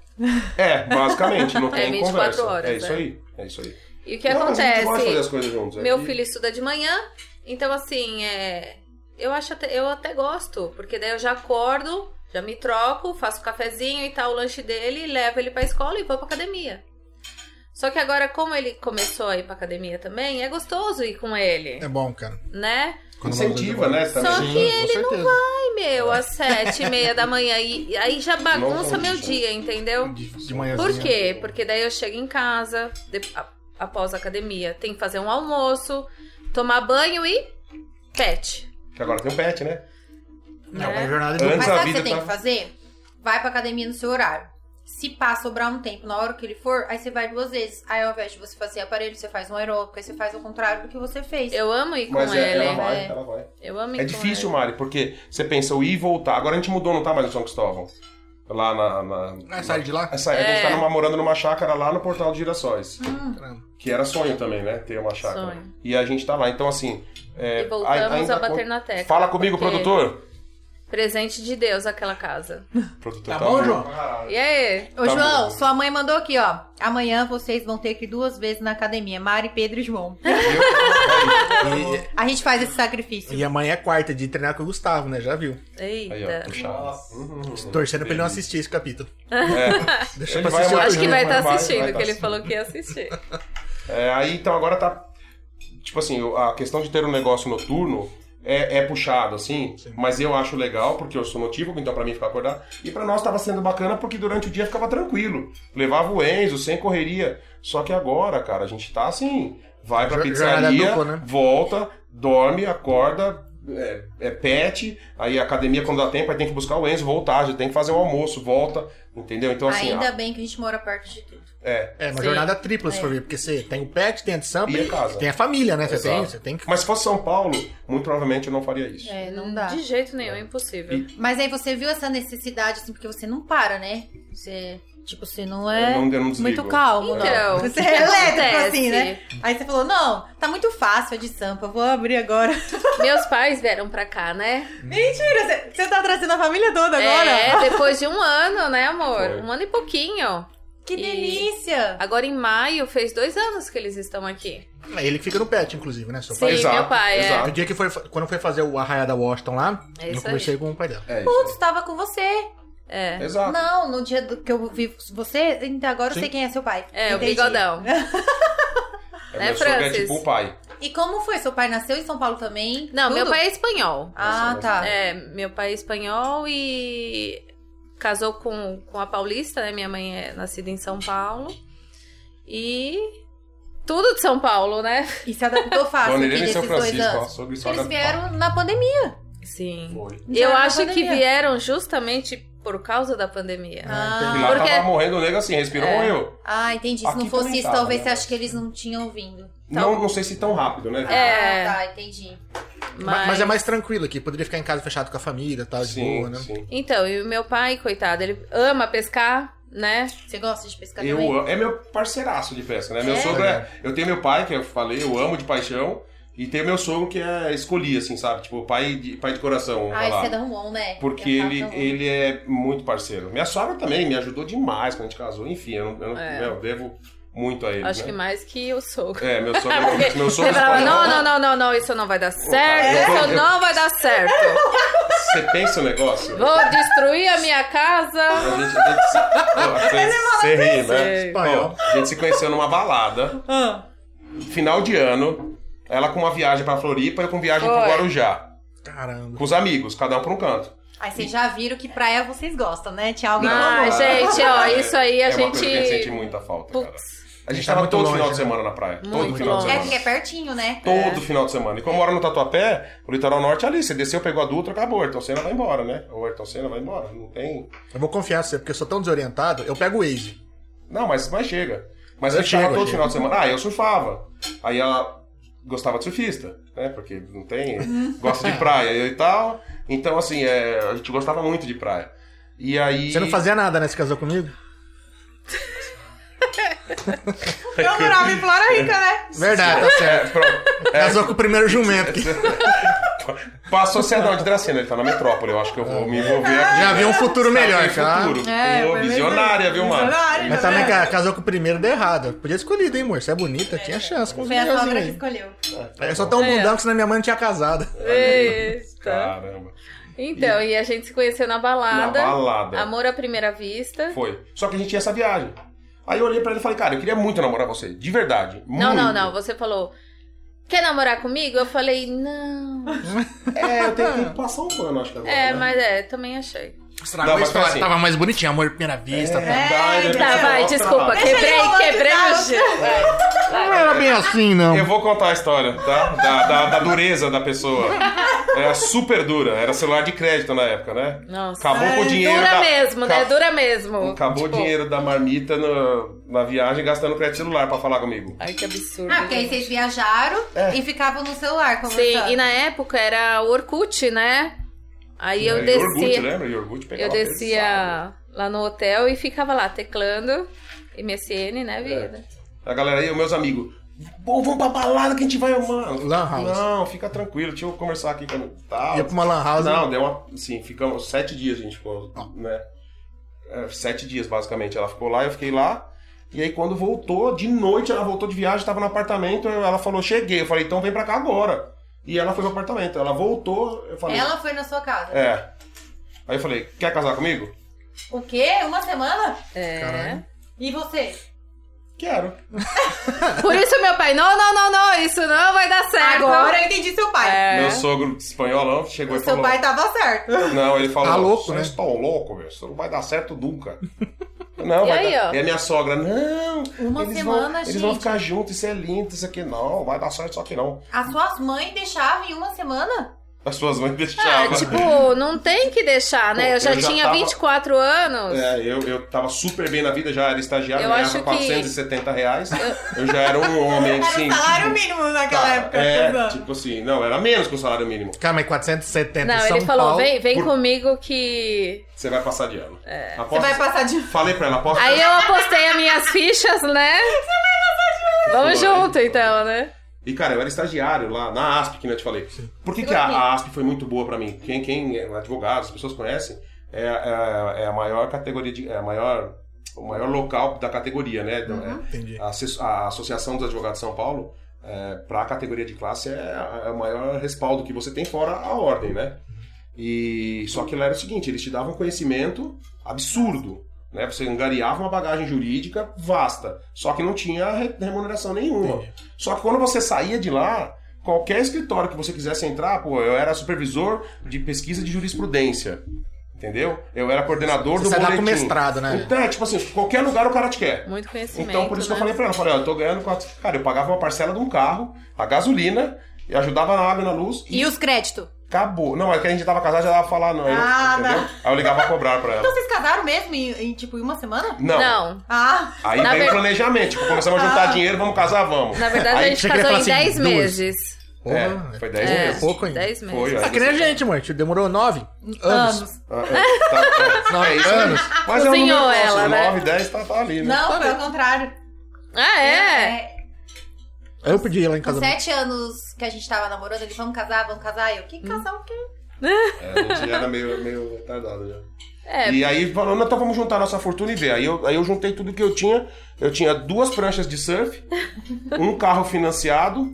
C: É, basicamente,
D: [LAUGHS]
C: não
D: É
C: tem
D: 24
C: conversa.
D: horas,
C: é isso
D: né?
C: aí, é isso aí.
D: E o que
C: Não, mas a gente gosta de fazer
D: acontece?
C: as coisas juntos. é
D: Meu
C: que-
D: filho estuda de manhã, então assim, é, eu acho até, eu até gosto, porque daí eu já acordo, já me troco, faço o cafezinho e tal, o lanche dele, levo ele pra escola e vou pra academia. Só que agora, como ele começou a ir pra academia também, é gostoso ir com ele,
B: É bom, cara.
D: né?
F: Quando o maluco
C: Incentiva,
F: vai-
C: né?
D: Só
C: também.
D: que ele
F: com certeza.
D: Ai, meu, às sete e meia da manhã. E aí já bagunça meu dia, entendeu?
B: De, de manhãzinha.
D: Por quê? Porque daí eu chego em casa, de- a- após a academia, tem que fazer um almoço, tomar banho e pet.
C: Que agora tem um pet, né?
D: Né?
F: Não, é jornada de
C: Antes
A: Mas
C: a
A: sabe o que
C: vida
A: você tem
C: tá-
A: que fazer? Vai pra academia no seu horário. Se pá, sobrar um tempo, na hora que ele for, aí você vai duas vezes. Aí ao invés de você fazer aparelho, você faz um aeróbico, aí você faz o contrário do que você fez.
D: Eu amo ir com
C: Mas é-
D: ele.
C: ela vai,
A: é.
C: ela vai.
D: Eu amo ir
C: É
D: com
C: difícil, Mari, porque você pensa o ir e voltar. Agora a gente mudou, não tá mais no São Cristóvão. Lá na. na,
B: Ah, sai de lá?
C: Essa época a gente tá
D: É.
C: numa- morando numa chácara lá no Portal de Girassóis.
D: Hum.
B: Caramba.
C: Que era sonho também, né? Ter uma chácara.
D: Sonho.
C: E a gente tá lá. Então, assim.
D: ele.
C: é,
D: E voltamos
C: ainda
D: a bater
C: con-
D: na tecla.
C: Fala comigo,
D: porque
C: produtor.
D: Presente de Deus aquela casa.
C: Produtor,
B: Tá bom, João?
E: Ah,
D: E aí?
A: Ô,
C: Tá
A: João,
C: bom.
A: sua mãe mandou aqui, ó. Amanhã vocês vão ter que ir duas vezes na academia. Mari, Pedro e João.
D: [LAUGHS]
B: E,
A: A gente faz esse sacrifício.
B: e amanhã é quarta de treinar com o Gustavo, né? Já viu?
D: Eita.
C: Aí, ó, puxado.
E: Nossa.
C: Uhum, uhum.
B: Torcendo pra ele não assistir esse capítulo.
C: É.
B: [LAUGHS] Deixa
C: Ele
B: pra assistir
C: vai
B: outro
D: Acho que
B: dia.
D: vai estar
C: Vai,
D: assistindo,
C: vai tá
D: que ele
C: assistindo.
D: falou que ia assistir.
C: É, aí então agora tá. Tipo assim, a questão de ter um negócio noturno é, é puxado, assim. Mas eu acho legal, porque eu sou notívago, então pra mim ficar acordado. E pra nós tava sendo bacana porque durante o dia ficava tranquilo. Levava o Enzo, sem correria. Só que agora, cara, a gente tá assim. Vai pra
B: Jo-
C: pizzaria,
B: jornada dupla, né?
C: volta, dorme, acorda. É, é pet, aí a academia quando dá tempo, aí tem que buscar o Enzo, voltar, já tem que fazer o almoço, volta, entendeu? Então assim,
A: Ainda
C: a-
A: bem que a gente mora perto de tudo.
C: é.
B: É uma
D: Sim.
B: jornada tripla, se for ver. Porque você tem o pet, tem a de sampa
C: E a casa.
B: tem a família, né? Você tem,
C: Exato.
B: você tem que...
C: Mas se fosse São Paulo, muito provavelmente eu não faria isso.
A: [LAUGHS] É, não dá.
D: De jeito nenhum, é impossível.
A: Mas aí você viu essa necessidade, assim, porque você não para, né? Você, tipo, você não é
C: Eu não- eu não desligo.
A: muito calmo,
D: Então,
A: não. Você
D: o que
A: é elétrico, assim, né?
D: acontece?
A: Aí você falou, não, tá muito fácil a de sampa, eu vou abrir agora.
D: Hum. Meus pais vieram pra cá, né?
A: [LAUGHS] Mentira, você- você tá trazendo a família toda agora?
D: É, depois de um ano, né, amor?
C: Foi.
D: Um ano e pouquinho.
A: Que
D: E-
A: delícia!
D: Agora em maio fez dois anos que eles estão aqui.
B: É ele que fica no pet, inclusive, né? Seu
D: Sim,
B: pai.
C: Exato,
D: meu pai, é.
C: exato.
B: No dia que foi, fa- quando foi fazer o Arraia da Washington lá,
D: É
B: eu
D: isso
B: conversei com o pai dela.
C: É isso.
A: Putz, tava com você.
D: É.
C: Exato.
A: Não, no dia do- que eu vi você, então agora eu
B: Sim.
A: sei quem é seu pai.
D: É, o
A: Entendi.
D: bigodão.
C: É,
D: Né,
C: meu sogro é
D: Francis?
C: tipo o pai.
A: E como foi? Seu pai nasceu em São Paulo também?
D: Não, meu
A: Tudo?
D: pai é espanhol.
A: Ah, tá.
D: É, meu pai é espanhol e casou com, com a paulista, né? Minha mãe é nascida em São Paulo. E tudo de São Paulo, né?
A: E se
D: [LAUGHS]
A: adaptou fácil
C: Quando
A: aqui
C: ele e
D: é
A: nesses
C: São
A: dois
C: Francisco, ó,
A: anos.
C: sogro e sogra.
A: Eles vieram na pandemia.
D: Sim.
C: Foi.
D: é Eu
A: Vieram na
D: acho que
A: pandemia.
D: vieram justamente por causa da pandemia.
C: E
A: Ah,
C: lá
D: Porque-
C: tava morrendo o nego assim, respirou,
D: É.
C: morreu.
A: ah, entendi. Se
C: Aqui
A: não fosse
C: também
A: isso,
C: tava,
A: talvez
C: né?
A: você ache que eles não tinham vindo.
C: Não, não sei se tão rápido, né?
D: É.
A: Ah, tá, entendi.
D: Mas...
B: Ma- Mas... é mais tranquilo aqui, poderia ficar em casa fechado com a família e tal, de
C: Sim,
B: boa, né?
C: sim.
D: Então, e o meu pai, coitado, ele ama pescar, né?
A: Você gosta de pescar também?
C: Eu, am- é meu parceiraço de pesca, né? Meu
A: É?
C: sogro é. Eu tenho meu pai, que eu falei, eu amo de paixão. E tenho meu sogro que é escolhi, assim, sabe? Tipo, pai de, pai de coração. vamos
A: Ah,
C: falar.
A: esse é da Ramon, né?
C: Porque
A: Eu tava
C: ele,
A: da Ramon.
C: ele é muito parceiro. Minha sogra também me ajudou demais quando a gente casou. Enfim, eu, não- eu, não-
D: É.
C: meu, eu devo muito a ele.
D: Acho que
C: né?
D: mais que eu sou.
C: É, meu sogro
D: [LAUGHS]
C: é meu sogro
D: Você falava,
C: espanhol.
D: não, não, não, não, não, isso não vai dar certo,
C: Eu-
D: isso não vai dar certo.
C: Você pensa o negócio?
D: Vou destruir a minha
C: A
D: casa.
C: gente, a gente se... Ó,
D: é
C: Você, você ri, né?
D: Sei.
C: Ó, a gente se conheceu numa balada,
A: Ah,
C: final de ano, ela com uma viagem pra Floripa, eu com viagem pro
D: Foi.
C: Guarujá.
B: Caramba.
C: Com os amigos, cada um pra um canto.
A: Aí vocês já viram que praia vocês gostam, né? Tinha algo em
D: Ah,
A: comum.
D: gente, ó, isso aí
C: é
D: a
C: uma
D: gente.
C: coisa que a gente sente muita falta, cara.
D: Putz,
C: A gente
B: Tá
C: tava
B: muito
C: todo
B: longe,
C: final de
B: né?
C: semana na praia. todo
D: Muito
C: final
D: longe.
C: de
A: É
C: semana.
A: porque é pertinho, né?
B: É.
C: Todo final de semana. E como mora no Tatuapé, o litoral norte é ali. Você desceu, pegou a Dutra, acabou. O Ayrton Senna vai embora, né? Ou o Ayrton Senna vai embora. Não tem...
B: Eu vou confiar em você, porque eu sou tão desorientado, eu pego o Waze.
C: Não, mas, mas chega. Mas
B: Eu
C: eu chegava
B: chego,
C: todo
B: eu
C: final de semana. Ah, eu surfava. Aí ela gostava de surfista, né? Porque não tem.
B: [LAUGHS]
C: Gosta de praia eu e tal. Então, assim, é, a gente gostava muito de praia. E aí.
B: Você não fazia nada, né? Você casou comigo?
A: Eu morava em Flora Rica, né?
B: Verdade, tá certo.
C: É, pronto. [LAUGHS] É,
B: Casou com o primeiro jumento. que-
C: Passou Cedrão de Dracena, ele tá na metrópole. Eu acho que eu vou me envolver aqui. né?
B: Já viu um futuro
C: Sabe,
B: melhor, cara.
C: futuro.
A: É,
C: Pô,
A: foi mesmo.
C: visionária, viu, mano?
A: Visionária,
B: Mas
A: tá
B: também
A: vendo?
B: ca- casou com o primeiro deu errado. Podia escolhido, hein, amor? Você é bonita, tinha chance com os
A: Foi a sogra que
B: melhorzinhos
A: escolheu.
B: aí. Eu sou tão
C: um
D: É.
B: bundão que senão minha mãe não tinha casado.
D: eita.
C: Caramba.
D: Então, e a gente se conheceu na balada.
C: Tá. Na balada.
D: Amor à primeira vista.
C: Foi. Só que a gente tinha essa viagem. Aí eu olhei pra ele e falei, cara, eu queria muito namorar você, de verdade.
D: Não, não,
C: muito.
D: não. Você falou, quer namorar comigo? Eu falei, não.
C: É, eu tenho que passar um pano, acho que agora.
D: É,
C: né?
D: mas é, também achei.
B: Estragou
C: Não,
B: a
C: mas
B: história.
C: assim-
B: Tava mais bonitinho, amor à primeira vista. né?
C: É, dá, ele
D: Tá,
C: me
D: vai,
C: mostra.
D: desculpa.
A: Deixa ele
D: Quebrei,
A: romantizar
D: quebrei o
A: o
D: gelo. Vai, vai.
B: Não era bem assim, não.
C: Eu vou contar a história, tá? Da, da, da dureza da pessoa. Era super dura. Era celular de crédito na época, né?
D: Nossa.
C: Acabou com o dinheiro.
D: Dura
C: da-
D: mesmo, né?
C: ca-
D: Dura mesmo.
C: Acabou
D: Tipo,
C: o dinheiro da marmita no- na viagem gastando crédito celular pra falar comigo.
D: Ai, que absurdo.
A: Ah, porque aí vocês viajaram e ficavam no celular conversando.
D: Sim, e na época era o Orkut, né? Aí eu
C: E Orkut, né?
D: descia,
C: É, lembra? E Orkut pegava né?
D: eu descia lá no hotel e ficava lá teclando MSN, né, vida?
C: pesado. A galera aí, os meus amigos. Pô, vamos pra balada que a gente vai amar.
B: Lan house.
C: Não, fica tranquilo, deixa eu conversar aqui com tá,
B: Ia pra uma lan house. né?
C: Não, deu uma. Assim, ficamos sete dias, a gente ficou, né? É, Sete dias, basicamente. Ela ficou lá, eu fiquei lá. E aí, quando voltou, de noite, ela voltou de viagem, tava no apartamento. eu- Ela falou, cheguei. Eu falei, então vem pra cá agora. E ela foi pro apartamento. Ela voltou, eu falei.
A: Ela foi na sua casa.
C: É. Aí eu falei, quer casar comigo?
A: O quê? Uma semana?
D: É.
B: Caralho.
A: E você?
C: Quero.
D: Por isso, meu pai, não, não, não, não, isso não vai dar certo.
A: Agora eu entendi seu pai.
D: É.
C: Meu sogro espanholão chegou
A: O
C: e
A: seu
C: falou.
A: pai tava certo.
C: Não, ele falou.
B: Tá louco, né?
C: Vocês estão louco, meu. Isso não vai dar certo nunca. Não,
D: E
C: vai
D: aí,
C: dar.
D: ó?
C: E a minha sogra, não.
A: Uma
C: eles
A: semana,
C: vão,
A: gente.
C: Eles vão ficar juntos, isso é lindo, isso aqui não, vai dar certo, só que não.
A: As suas mães deixavam em uma semana?
C: As suas mães
D: Ah,
C: deixavam.
D: tipo, não tem que deixar, né?
C: Pô,
D: eu já
C: eu já
D: tinha
C: tava-
D: 24 anos.
C: [LAUGHS] É, eu, eu tava super bem na vida, já era estagiário,
D: Eu
C: ganhava
D: acho que-
C: 470 reais. Eu já era um homem,
A: Era
C: sim.
A: o salário
C: tipo,
A: mínimo naquela
C: tá,
A: época.
C: É,
A: Suzana.
C: tipo assim, não, era menos que o salário mínimo.
B: Cara, mas 470 em
D: Não,
B: São
D: ele falou,
B: Paulo.
D: vem, vem
C: por-
D: comigo que.
C: Você vai passar de ano. É.
A: Você vai passar de...
C: Falei pra ela, aposta.
D: Aí eu apostei as minhas fichas, né? Vamos
C: Foi.
D: junto, então, né?
C: E, cara, eu era estagiário lá na ASP, que nem eu te falei. Por que, que a, a ASP foi muito boa pra mim? Quem, quem é advogado, as pessoas conhecem, é, é- é a maior categoria, de, é a maior, o maior local da categoria, né? Então, é,
B: Entendi.
C: a, asso- a Associação dos Advogados de São Paulo, para a categoria de classe, é, a- é o maior respaldo que você tem, fora a ordem, né? E só que lá era o seguinte: eles te davam conhecimento absurdo. Né? Você angariava uma bagagem jurídica vasta, só que não tinha re- remuneração nenhuma. Só que quando você saía de lá, qualquer escritório que você quisesse entrar, pô, eu era supervisor de pesquisa de jurisprudência, entendeu? Eu era coordenador
B: Você
C: do
B: dá com
C: boletim.
B: mestrado, né?
C: Então, é tipo assim, qualquer lugar o cara te quer.
D: Muito conhecimento.
C: Então, por isso que eu
D: né?
C: falei pra ela, eu falei, ó, eu tô ganhando quatro... Cara, eu pagava uma parcela de um carro, a gasolina, e ajudava na água e na luz, e,
A: E os créditos?
C: acabou. Não, é que a gente tava casado, já dava pra falar, não, eu não-
A: Ah,
C: entendeu? Aí eu ligava pra cobrar pra
A: Então
C: ela.
A: vocês casaram mesmo em, em, tipo, em uma semana?
C: Não.
D: Não.
A: Ah,
C: Aí
D: Na
C: veio
D: ver-
C: o planejamento, tipo, começamos a juntar
A: Ah.
C: dinheiro, vamos casar, vamos.
D: Na verdade,
C: Aí
D: a gente
B: você queria
D: casou
B: falar
D: em
B: assim,
D: 10
B: duas.
D: meses.
C: É, foi 10
D: É,
C: meses.
B: pouco ainda.
D: 10 meses.
C: Foi,
B: Tá
C: aí
B: que nem a
C: você-
B: gente, amor. Demorou nove anos.
A: anos.
C: Ah, é, tá- tá-
B: Nove
C: [LAUGHS] é isso
B: anos.
C: mesmo. Mas é um
D: Cozinhou
C: número próximo,
D: ela, né?
C: 9, 10, tá, tá ali, né?
A: Não, foi ao contrário.
D: Ah, é?
B: Eu pedi lá em
A: Com
B: casa.
A: sete anos que a gente tava namorando, ele, vamos casar, vamos casar. E eu, que casar o quê?
C: É, a gente já era meio, meio retardado já.
D: É.
C: E aí falou, não, então vamos juntar nossa fortuna e ver. Aí eu, aí eu juntei tudo que eu tinha. Eu tinha duas pranchas de
D: [LAUGHS]
C: surf, um carro financiado,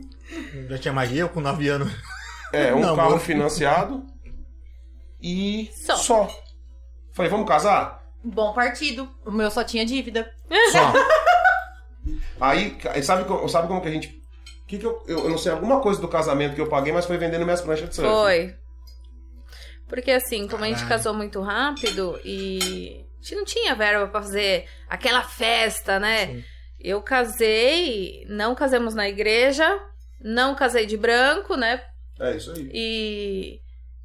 B: Já tinha magia, eu com nove anos.
C: é, um
B: Não,
C: carro
B: mano.
C: financiado e
D: Só.
C: só. Falei, vamos casar?
A: Bom partido. O meu só tinha dívida.
B: [LAUGHS] Só.
C: Aí, ca- sabe, co- sabe como que a gente... Que que eu, eu, eu não sei, alguma coisa do casamento que eu paguei, mas foi vendendo minhas pranchas de surf.
D: Foi. Porque assim, como a gente
B: Caralho.
D: casou muito rápido e a gente não tinha verba pra fazer aquela festa, né?
B: Sim.
D: Eu casei, não casamos na igreja, não casei de branco, né?
C: É isso aí.
D: E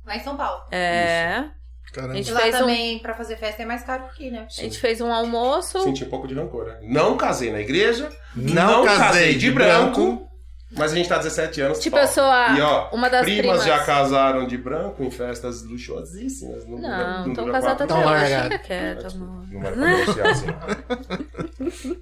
A: Lá em São Paulo.
D: é,
B: Caramba.
D: Gente,
A: E lá
D: fez um-
A: também, pra fazer festa, é mais caro que aqui, né?
D: a gente fez um almoço.
C: Senti um pouco de rancor, né? Não casei na igreja,
B: Não, casei, de branco.
C: mas a gente tá 17 anos.
D: Tipo,
C: pau.
D: eu sou a-
C: E ó,
D: uma das
C: primas,
D: primas.
C: já casaram de branco em festas luxuosíssimas. Não,
D: Não,
C: não
D: então
C: dura
D: casada até
C: quatro
B: Tão
D: hoje. tá
B: largado.
D: Fica
C: anos.
D: quieto, amor.
C: Desculpa, Não era pra
D: [LAUGHS]
C: negociar assim.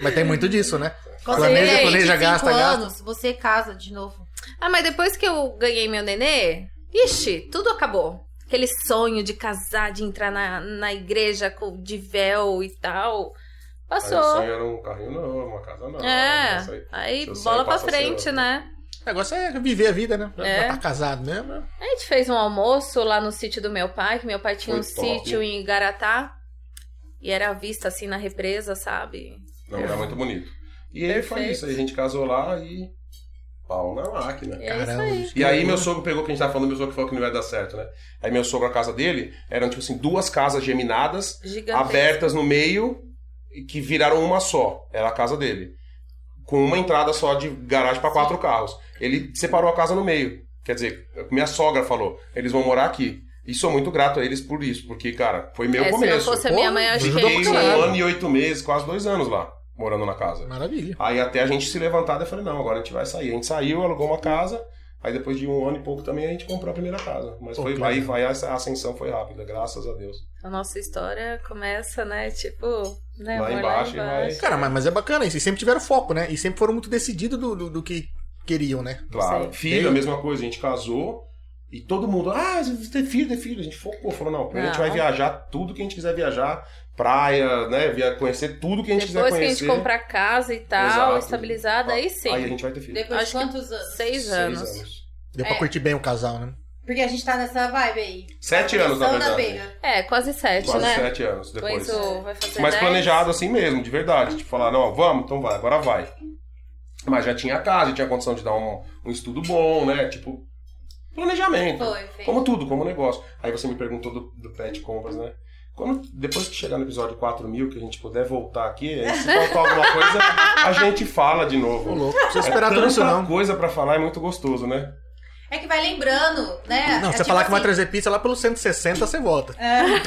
B: Mas tem muito disso, né?
A: Quando
B: Planeja,
A: você tem
B: planeja,
A: 25
B: gasta, gasta.
A: anos, você casa de novo.
D: Ah, mas depois que eu ganhei meu nenê, ixi, tudo acabou. Aquele sonho de casar, de entrar na, na igreja com, de véu e tal,
C: Aí o
D: passou.
C: sonho era um carrinho novo, uma casa nova. né?
D: é,
C: isso aí.
D: aí
C: Seu sonho
D: bola pra
C: passa a ser
D: frente,
C: outro.
D: né?
B: O negócio é viver a vida, né?
D: É.
B: Já tá casado mesmo.
D: A gente fez um almoço lá no sítio do meu pai, que meu pai tinha
C: Foi
D: um
C: top.
D: sítio em Garatá. E era a vista assim na represa, sabe?
C: Não, era muito bonito. E aí foi
D: Perfeito.
C: isso. Aí a gente casou lá e. pau na máquina.
D: E é isso
B: Caramba.
D: aí.
C: E aí meu sogro pegou, que a gente tava falando, meu sogro falou que não ia dar certo, né? Aí meu sogro, a casa dele, eram tipo assim, duas casas geminadas,
D: Gigantesco.
C: abertas no meio, e que viraram uma só. Era a casa dele. Com uma entrada só de garagem para quatro carros. Ele separou a casa no meio. Quer dizer, minha sogra falou, eles vão morar aqui. E sou muito grato a eles por isso, porque, cara, foi meu
D: É, se
C: começo.
D: não fosse a minha
B: Pô,
D: mãe, eu acho que
B: ajudou
D: a
C: Fiquei
B: pra
D: gente. né?
C: um ano e oito meses, quase dois anos lá, morando na casa.
B: Maravilha.
C: Aí até a gente se levantar, daí eu falei, não, agora a gente vai sair. A gente saiu, alugou uma casa, aí depois de um ano e pouco também a gente comprou a primeira casa. Mas
B: Pô,
C: foi,
B: que
C: aí,
B: legal.
C: aí a ascensão foi rápida, graças a Deus.
D: A nossa história começa, né? Tipo, né?
C: Lá
D: amor,
C: embaixo e vai-
B: Cara, mas, mas é bacana isso. E sempre tiveram foco, né? E sempre foram muito decididos do, do, do que queriam, né?
C: Claro.
D: Sei.
C: Filho, a mesma coisa, a gente casou e todo mundo, ah, você tem filho, tem filho. A gente focou, falou, não, primeiro a gente vai
D: Não.
C: viajar tudo que a gente quiser viajar, praia, né? via- Conhecer tudo que a gente quiser
D: Depois que a
C: conhecer.
D: gente comprar casa e tal,
C: Exato.
D: estabilizada, aí sim.
C: Aí a gente vai ter filho.
A: Depois
D: Acho
A: de
D: que
A: quantos anos?
D: Seis, anos.
C: Seis anos.
B: Deu pra
A: É.
B: curtir bem o casal, né?
A: Porque a gente tá nessa vibe aí.
C: Sete anos, na
A: São da
C: verdade.
A: beira.
D: É, quase sete,
C: Quase
D: né?
C: sete anos depois.
D: Depois o- vai fazer
C: Mas
D: dez.
C: planejado assim mesmo, de verdade. Tipo, falar, não, vamos, então vai, agora vai. Mas já tinha casa, já tinha condição de dar um, um estudo bom, né? Tipo, planejamento.
A: Foi, foi.
C: Como tudo, como negócio. Aí você me perguntou do, do Pet Compras, né? Quando, depois que chegar no episódio 4 mil, que a gente puder voltar aqui, aí se faltar alguma coisa, a gente fala de
B: Ô,
C: novo.
B: louco. Não precisa
C: é
B: esperar tudo
C: tanta
B: isso, não.
C: coisa pra falar, é muito gostoso, né?
A: É que vai lembrando, né?
B: Não,
A: É
B: você
A: tipo
B: falar que vai
A: assim, é.
B: trazer pizza lá pelo 160, você volta.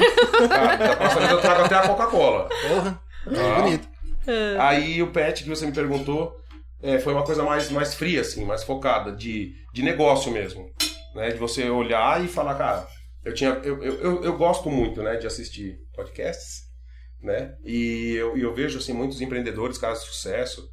C: Cara, da próxima vez Tá, eu trago até a Coca-Cola.
B: Porra.
C: Ah.
B: É bonito.
C: Aí o pet que você me perguntou é, foi uma coisa mais, mais fria, assim, mais focada, de, de negócio mesmo. Né? De você olhar e falar, cara, eu tinha. Eu, eu, eu, eu gosto muito né, de assistir podcasts, né? E eu, e eu vejo assim, muitos empreendedores, caras de sucesso.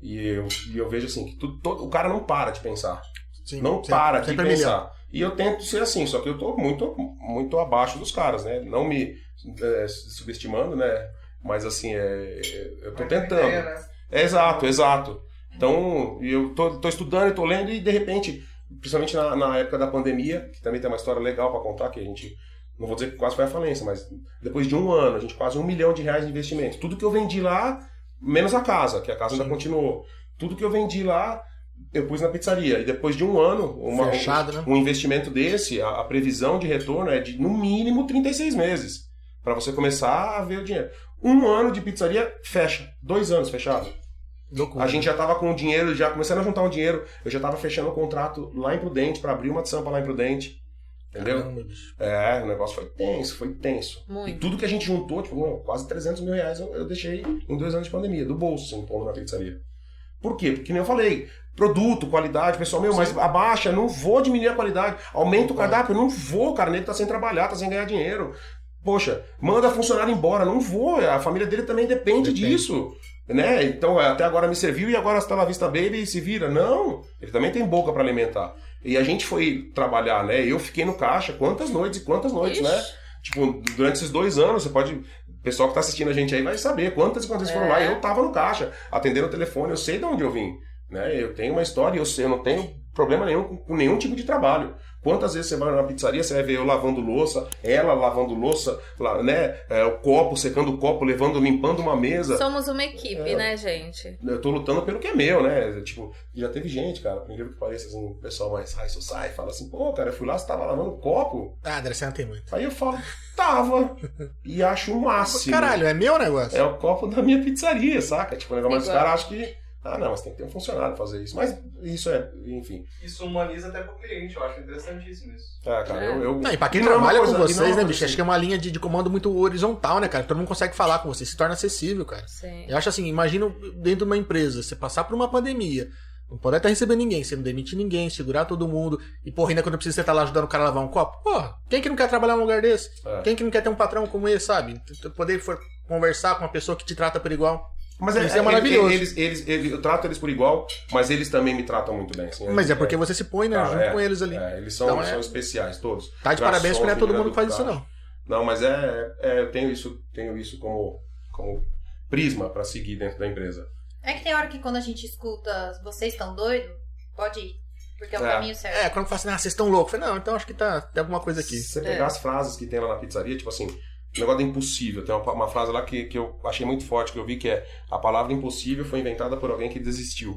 C: E eu, e eu vejo assim, que tu, todo, o cara não para de pensar.
B: Sim,
C: não
B: sempre-
C: para de
B: sempre é melhor.
C: pensar. E eu tento ser assim, só que eu tô muito, muito abaixo dos caras, né? Não me é, subestimando, né? Mas assim, é, eu tô tentando.
E: Ideia, né?
C: É, exato, exato. Então, eu tô, tô estudando e tô lendo e de repente, principalmente na, na época da pandemia, que também tem uma história legal para contar, que a gente, não vou dizer que quase foi a falência, mas depois de um ano, a gente quase um milhão de reais de investimento. Tudo que eu vendi lá, menos a casa, que a casa ainda continuou. Tudo que eu vendi lá, eu pus na pizzaria. E depois de um ano, uma,
B: Fechado, né?
C: um investimento desse, a, a previsão de retorno é de no mínimo 36 meses para você começar a ver o dinheiro. Um ano de pizzaria fecha, dois anos fechado.
B: Loucura.
C: A gente já tava com o dinheiro, já começando a juntar um dinheiro. Eu já tava fechando o contrato lá em Prudente para abrir uma de sampa lá em Prudente. Entendeu?
B: Caramba, bicho.
C: É, o negócio foi tenso, foi tenso. E
D: Muito.
C: tudo que a gente juntou, tipo, meu, quase 300 mil reais eu, eu deixei em dois anos de pandemia, do bolso, assim, pondo na pizzaria. Por quê? Porque, nem eu falei, produto, qualidade, pessoal, meu, mas abaixa, não vou diminuir a qualidade. Aumenta o cardápio, não vou, cara, nem tá sem trabalhar, tá sem ganhar dinheiro. Poxa, manda funcionário embora, não vou, a família dele também depende,
B: Depende.
C: disso. Né? Então, é, até agora me serviu e agora está na vista baby e se vira. Não, ele também tem boca para alimentar. E a gente foi trabalhar, né? Eu fiquei no caixa quantas noites e quantas noites,
D: Ixi.
C: né? Tipo, durante esses dois anos, você pode. O pessoal que tá assistindo a gente aí vai saber quantas e quantas vezes foram lá. Eu tava no caixa, atendendo o telefone, eu sei de onde eu vim. Né? Eu tenho uma história, eu sei, eu não tenho problema nenhum com, com nenhum tipo de trabalho. Quantas vezes você vai na pizzaria, você vai ver eu lavando louça, ela lavando louça, lá, né? É, o copo, secando o copo, levando, limpando uma mesa.
D: Somos uma
C: É.
D: equipe, né, gente?
C: Eu tô lutando pelo que é meu, né? Tipo, já teve gente, cara, por incrível que pareça, assim, o pessoal mais high society fala assim, pô, cara, eu fui lá, você tava lavando copo.
B: Ah, André, você não tem muito.
C: Aí eu falo, tava. e acho o máximo.
B: Caralho, é meu negócio?
C: É o copo da minha pizzaria, saca? Tipo, o negócio, mas os
D: Igual.
C: caras acham que. Ah, não, mas tem que ter um funcionário pra fazer isso. Mas isso é, enfim.
E: Isso humaniza até pro cliente, eu acho interessantíssimo isso.
C: É, cara, eu. eu...
B: Não, e pra quem
C: E não é uma
B: trabalha
C: coisa-
B: com
C: e não é uma
B: vocês, né,
C: coisa
B: bicho?
C: assim.
B: Acho que é uma linha de, de comando muito horizontal, né, cara? Todo mundo consegue falar com você, se torna acessível, cara.
D: Sim.
C: É
B: Eu acho assim, imagina dentro de uma empresa, você passar por uma pandemia, não poder estar recebendo ninguém, você não demitir ninguém, segurar todo mundo, e porra, ainda quando precisa você tá lá ajudando o cara a lavar um copo? Porra, quem que não quer trabalhar num lugar desse?
C: É.
B: Quem que não quer ter um patrão como esse, sabe? Tu- tu Poder for- conversar com uma pessoa que te trata por igual.
C: Mas
B: Isso é maravilhoso.
C: Eles, eles, eles- eu trato eles por igual, mas eles também me tratam muito bem. assim.
B: Mas é porque você se põe, né,
C: Cara,
B: junto
C: é,
B: com eles ali.
C: É, eles são,
B: Então, é-
C: são especiais, todos.
B: Tá de
C: Garçom,
B: parabéns que não é todo
C: menina
B: mundo que faz
C: do
B: isso,
C: carro.
B: não.
C: Não, mas é, é, eu tenho isso, tenho isso como, como prisma para seguir dentro da empresa.
A: É que tem hora que quando a gente escuta vocês estão doidos, pode ir. Porque é o
C: É.
A: caminho certo.
B: É,
D: É.
B: quando fala assim, ah, vocês estão loucos. Eu falei, não, então acho que tá, tem alguma coisa aqui.
C: Se você pegar as frases que tem lá na pizzaria, tipo assim, O negócio é impossível. Tem uma, uma frase lá que, que eu achei muito forte, que eu vi, que é a palavra impossível foi inventada por alguém que desistiu.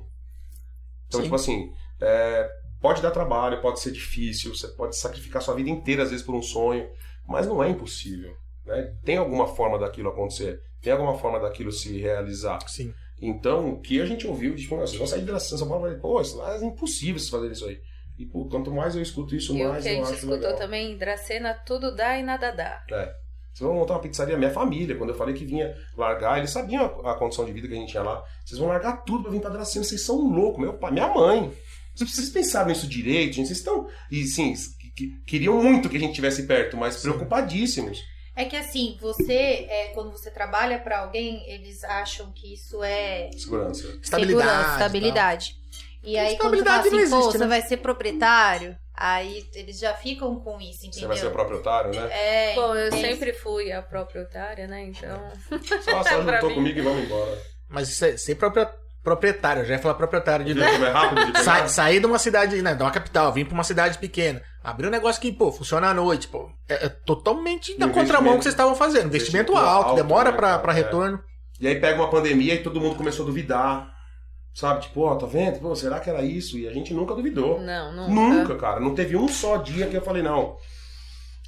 C: Então,
B: Sim.
C: tipo assim, é, pode dar trabalho, pode ser difícil, você pode sacrificar sua vida inteira, às vezes, por um sonho, mas não é impossível. Né? Tem alguma forma daquilo acontecer, tem alguma forma daquilo se realizar.
B: Sim.
C: Então, o que a gente ouviu, tipo, "Nossa, vocês vão sair da São Paulo, eu falei, pô, isso lá é impossível vocês fazerem isso aí. E pô, quanto mais eu escuto isso,
D: E o
C: mais
D: que a
C: eu
D: gente
C: acho
D: escutou
C: legal.
D: também, Dracena, tudo dá e nada dá.
C: Vocês vão montar uma pizzaria, minha família, quando eu falei que vinha largar, eles sabiam a, a condição de vida que a gente tinha lá. Vocês vão largar tudo pra vir pra Dracena, vocês são loucos, meu pai, minha mãe. Vocês vocês pensaram nisso direito, gente? Vocês estão. E sim, que- que- queriam muito que a gente tivesse perto, mas preocupadíssimos.
A: É que assim, você, é, quando você trabalha pra alguém, eles acham que isso é
C: Segurança.
B: Estabilidade.
A: segurança,
B: tá?
A: estabilidade. E aí, quando você fala
B: Estabilidade
A: assim,
B: não
A: pô,
B: existe,
A: você
B: né?
A: vai ser proprietário, aí eles já ficam com isso,
C: Você
A: entendeu?
C: vai ser o próprio otário,
D: [LAUGHS]
C: né?
A: É,
D: Bom, eu
A: tem-
D: sempre fui a própria otária, né? Então.
C: Só, só
D: Pra
C: juntou
D: mim.
C: comigo e vamos embora.
B: Mas isso é ser própria- proprietário, eu já ia falar proprietário de
C: Viu como é rápido [LAUGHS] de pegar?
B: Sa sair de uma cidade, né, de uma capital, vir pra uma cidade pequena, abrir um negócio que, pô, funciona à noite, pô, é, é totalmente na
C: Investimento.
B: contramão que vocês estavam fazendo.
C: Investimento
B: Investimento, alto,
C: alto,
B: demora
C: né,
B: pra,
C: cara?
B: pra
C: É.
B: retorno.
C: E aí pega uma pandemia e todo mundo começou a duvidar. Sabe? Tipo, ó, tá vendo? Pô, será que era isso? E a gente nunca duvidou.
D: Não, nunca.
C: Nunca, cara. Não teve um só dia que eu falei, não.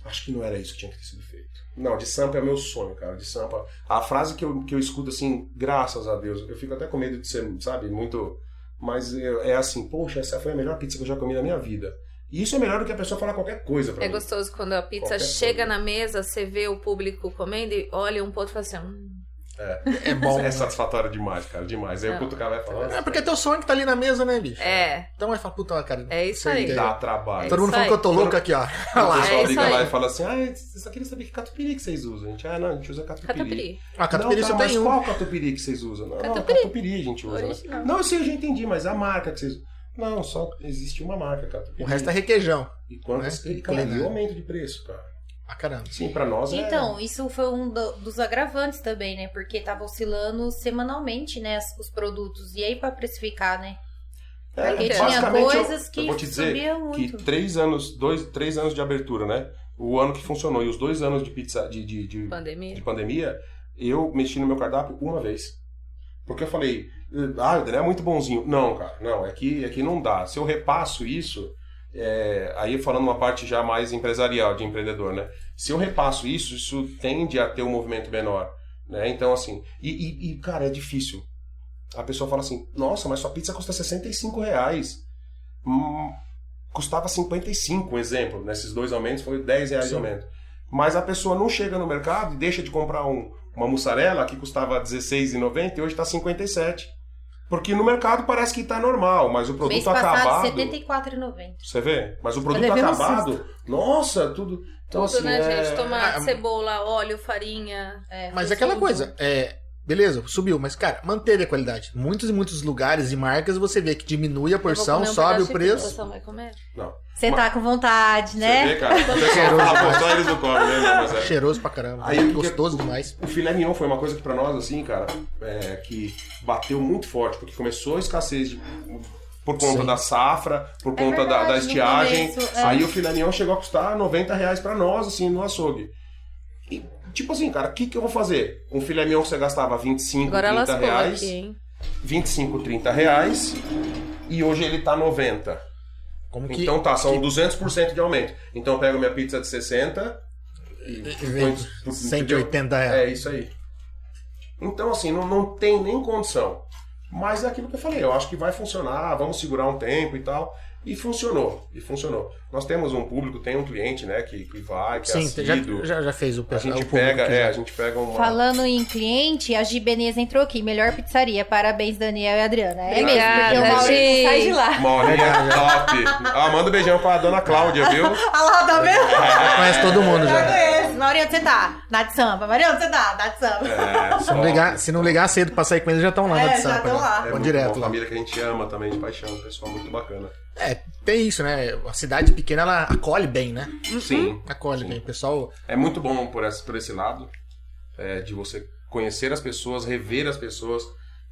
C: Acho que não era isso que tinha que ter sido feito. Não, de Sampa é meu sonho, cara. De Sampa. A frase que eu, que eu escuto assim, graças a Deus, eu fico até com medo de ser, sabe, muito. Mas eu- é assim, poxa, essa foi a melhor pizza que eu já comi na minha vida. E isso é melhor do que a pessoa falar qualquer coisa pra
D: É
C: mim.
D: gostoso quando a pizza
C: Qualquer
D: chega
C: coisa.
D: na mesa, você vê o público comendo e olha um ponto e fala assim. "Hum,
B: É bom.
C: É
B: né?
C: satisfatório demais, cara, demais. Aí eu
D: Não.
C: cuto o cara e falo,
B: É porque é teu sonho que tá ali na mesa, né, bicho?
D: É,
B: Então vai falar, puta, cara.
D: É isso
B: sei
D: aí. É
B: que-
C: dá trabalho.
B: Todo
D: isso
B: mundo falando
D: aí.
B: que eu tô louco aqui, ó. Olha
C: o
B: lá.
C: pessoal
D: É isso
C: liga
D: aí.
C: lá e fala assim: ah, eu só queria saber que catupiry que vocês usam, gente. Ah, não, a gente usa catupiry.
D: catupiry.
B: A catupiry
C: não,
B: só
C: tá, mas
B: tem um.
C: qual catupiry que vocês usam? Não,
D: Catupiry.
C: Não, catupiry a gente usa. né?
D: Original.
C: Não, eu sei, eu já entendi, mas a marca que vocês usam. Não, só existe uma marca, catupiry.
B: O resto é requeijão.
C: E quantas...
B: né?
C: E, cara,
B: Né?
C: e o aumento de preço, cara?
B: Ah, caramba.
C: Sim, pra nós é...
A: Então, isso foi um do- dos agravantes também, né? Porque tava oscilando semanalmente, né, as- os produtos. E aí pra precificar, né?
C: é,
A: Porque tinha
C: basicamente, eu-
A: coisas que
C: eu vou te dizer
A: subia muito.
C: que três anos, dois, três anos de abertura, né? O ano que funcionou e os dois anos de pizza, de, de, de- de
D: Pandemia.
C: pandemia, eu mexi no meu cardápio uma vez. Porque eu falei, ah, o Daniel é muito bonzinho. Não, cara, não, é que, é que não dá. Se eu repasso isso, é, aí falando uma parte já mais empresarial, de empreendedor, né? Se eu repasso isso, isso tende a ter um movimento menor, né? Então, assim, e, e- e, cara, é difícil. A pessoa fala assim, nossa, mas sua pizza custa 65 reais. Hum, custava 55, um exemplo. Nesses dois aumentos foi 10 reais de
B: Sim.
C: aumento. Mas a pessoa não chega no mercado e deixa de comprar um, uma mussarela que custava R$16,90 e hoje está 57. Porque no mercado parece que está normal, mas o produto
A: Mês
C: acabado...
A: passado, R$ 74,90.
C: Você vê? Mas o
D: Tá
C: produto
A: devemos
C: acabado, nossa, tudo. Então,
D: um Tudo,
C: assim,
D: né,
C: é...
D: gente?
B: Ah,
D: Tomate, cebola, óleo, farinha.
A: É,
B: Mas
A: foi
B: é aquela
A: tudo.
B: coisa, é. Beleza, subiu, mas cara, manteve a qualidade. Muitos e muitos lugares e marcas você vê que diminui a porção,
D: um
B: sobe o preço.
D: Você vai comer?
A: Você tá com vontade, né?
C: Você vê, cara? O pessoal
B: Cheiroso
C: fala,
B: demais.
C: pô, só eles não comem, né? Não, mas é.
B: Cheiroso pra caramba.
C: Aí o que é? que-
B: gostoso demais.
C: O filé mignon foi uma coisa que pra nós, assim, cara, é, que bateu muito forte, porque começou a escassez de- por conta
B: Sim.
C: da safra, por
A: É
C: conta da- da,
A: verdade, no
C: estiagem.
A: começo, é.
C: Aí o filé mignon chegou a custar R$ 90 reais pra nós, assim, no açougue. E, tipo assim, cara, o que, que eu vou fazer? Um filé mignon que você gastava 25,
D: Agora
C: 30
D: lascou
C: reais.
D: aqui, hein?
C: 25, 30 reais. E hoje ele tá 90.
B: Como que.
C: Então tá, são 200% de aumento. Então eu pego minha pizza de 60 e...
B: que vem
C: entendeu?
B: 180 reais.
C: É isso aí. Então assim, não, não tem nem condição. Mas é aquilo que eu falei, eu acho que vai funcionar, vamos segurar um tempo e tal. E funcionou, e funcionou. Nós temos um público, tem um cliente, né, que, que vai, que é
B: Sim, já,
C: assíduo.
B: já, já fez o
C: A
B: pessoal.
C: gente
B: o público
C: pega,
B: que
C: é,
B: já-
C: a gente pega uma...
A: Falando em cliente, a Gibeneza entrou aqui. Melhor pizzaria. Parabéns, Daniel e Adriana. É
D: Obrigada,
A: mesmo, porque o Maurício
D: gente.
A: sai de lá.
C: Uma
B: [LAUGHS]
C: horinha
B: É,
C: top. Ah, manda um beijão pra dona Cláudia,
A: [LAUGHS]
C: viu?
A: Olha lá, tá vendo?
C: é.
B: Conhece todo mundo
A: Já
B: já.
A: conheço. Maria, onde você tá? Na de samba. Maria, onde você tá? Na de samba.
C: É,
B: Se não,
C: top.
B: ligar, se não ligar cedo pra sair com eles, já estão lá
A: É,
B: na de
A: já
B: Sampa.
A: tão lá.
C: É
B: Vão
C: muito
B: direto
C: bom,
B: lá.
C: família que a gente ama também de paixão, é um pessoal muito bacana.
B: É, tem isso, né? A cidade pequena, ela acolhe bem, né?
A: Uhum.
C: Sim.
B: Acolhe
C: Sim.
B: bem. O pessoal
C: É muito bom por esse, por esse lado, é, de você conhecer as pessoas, rever as pessoas.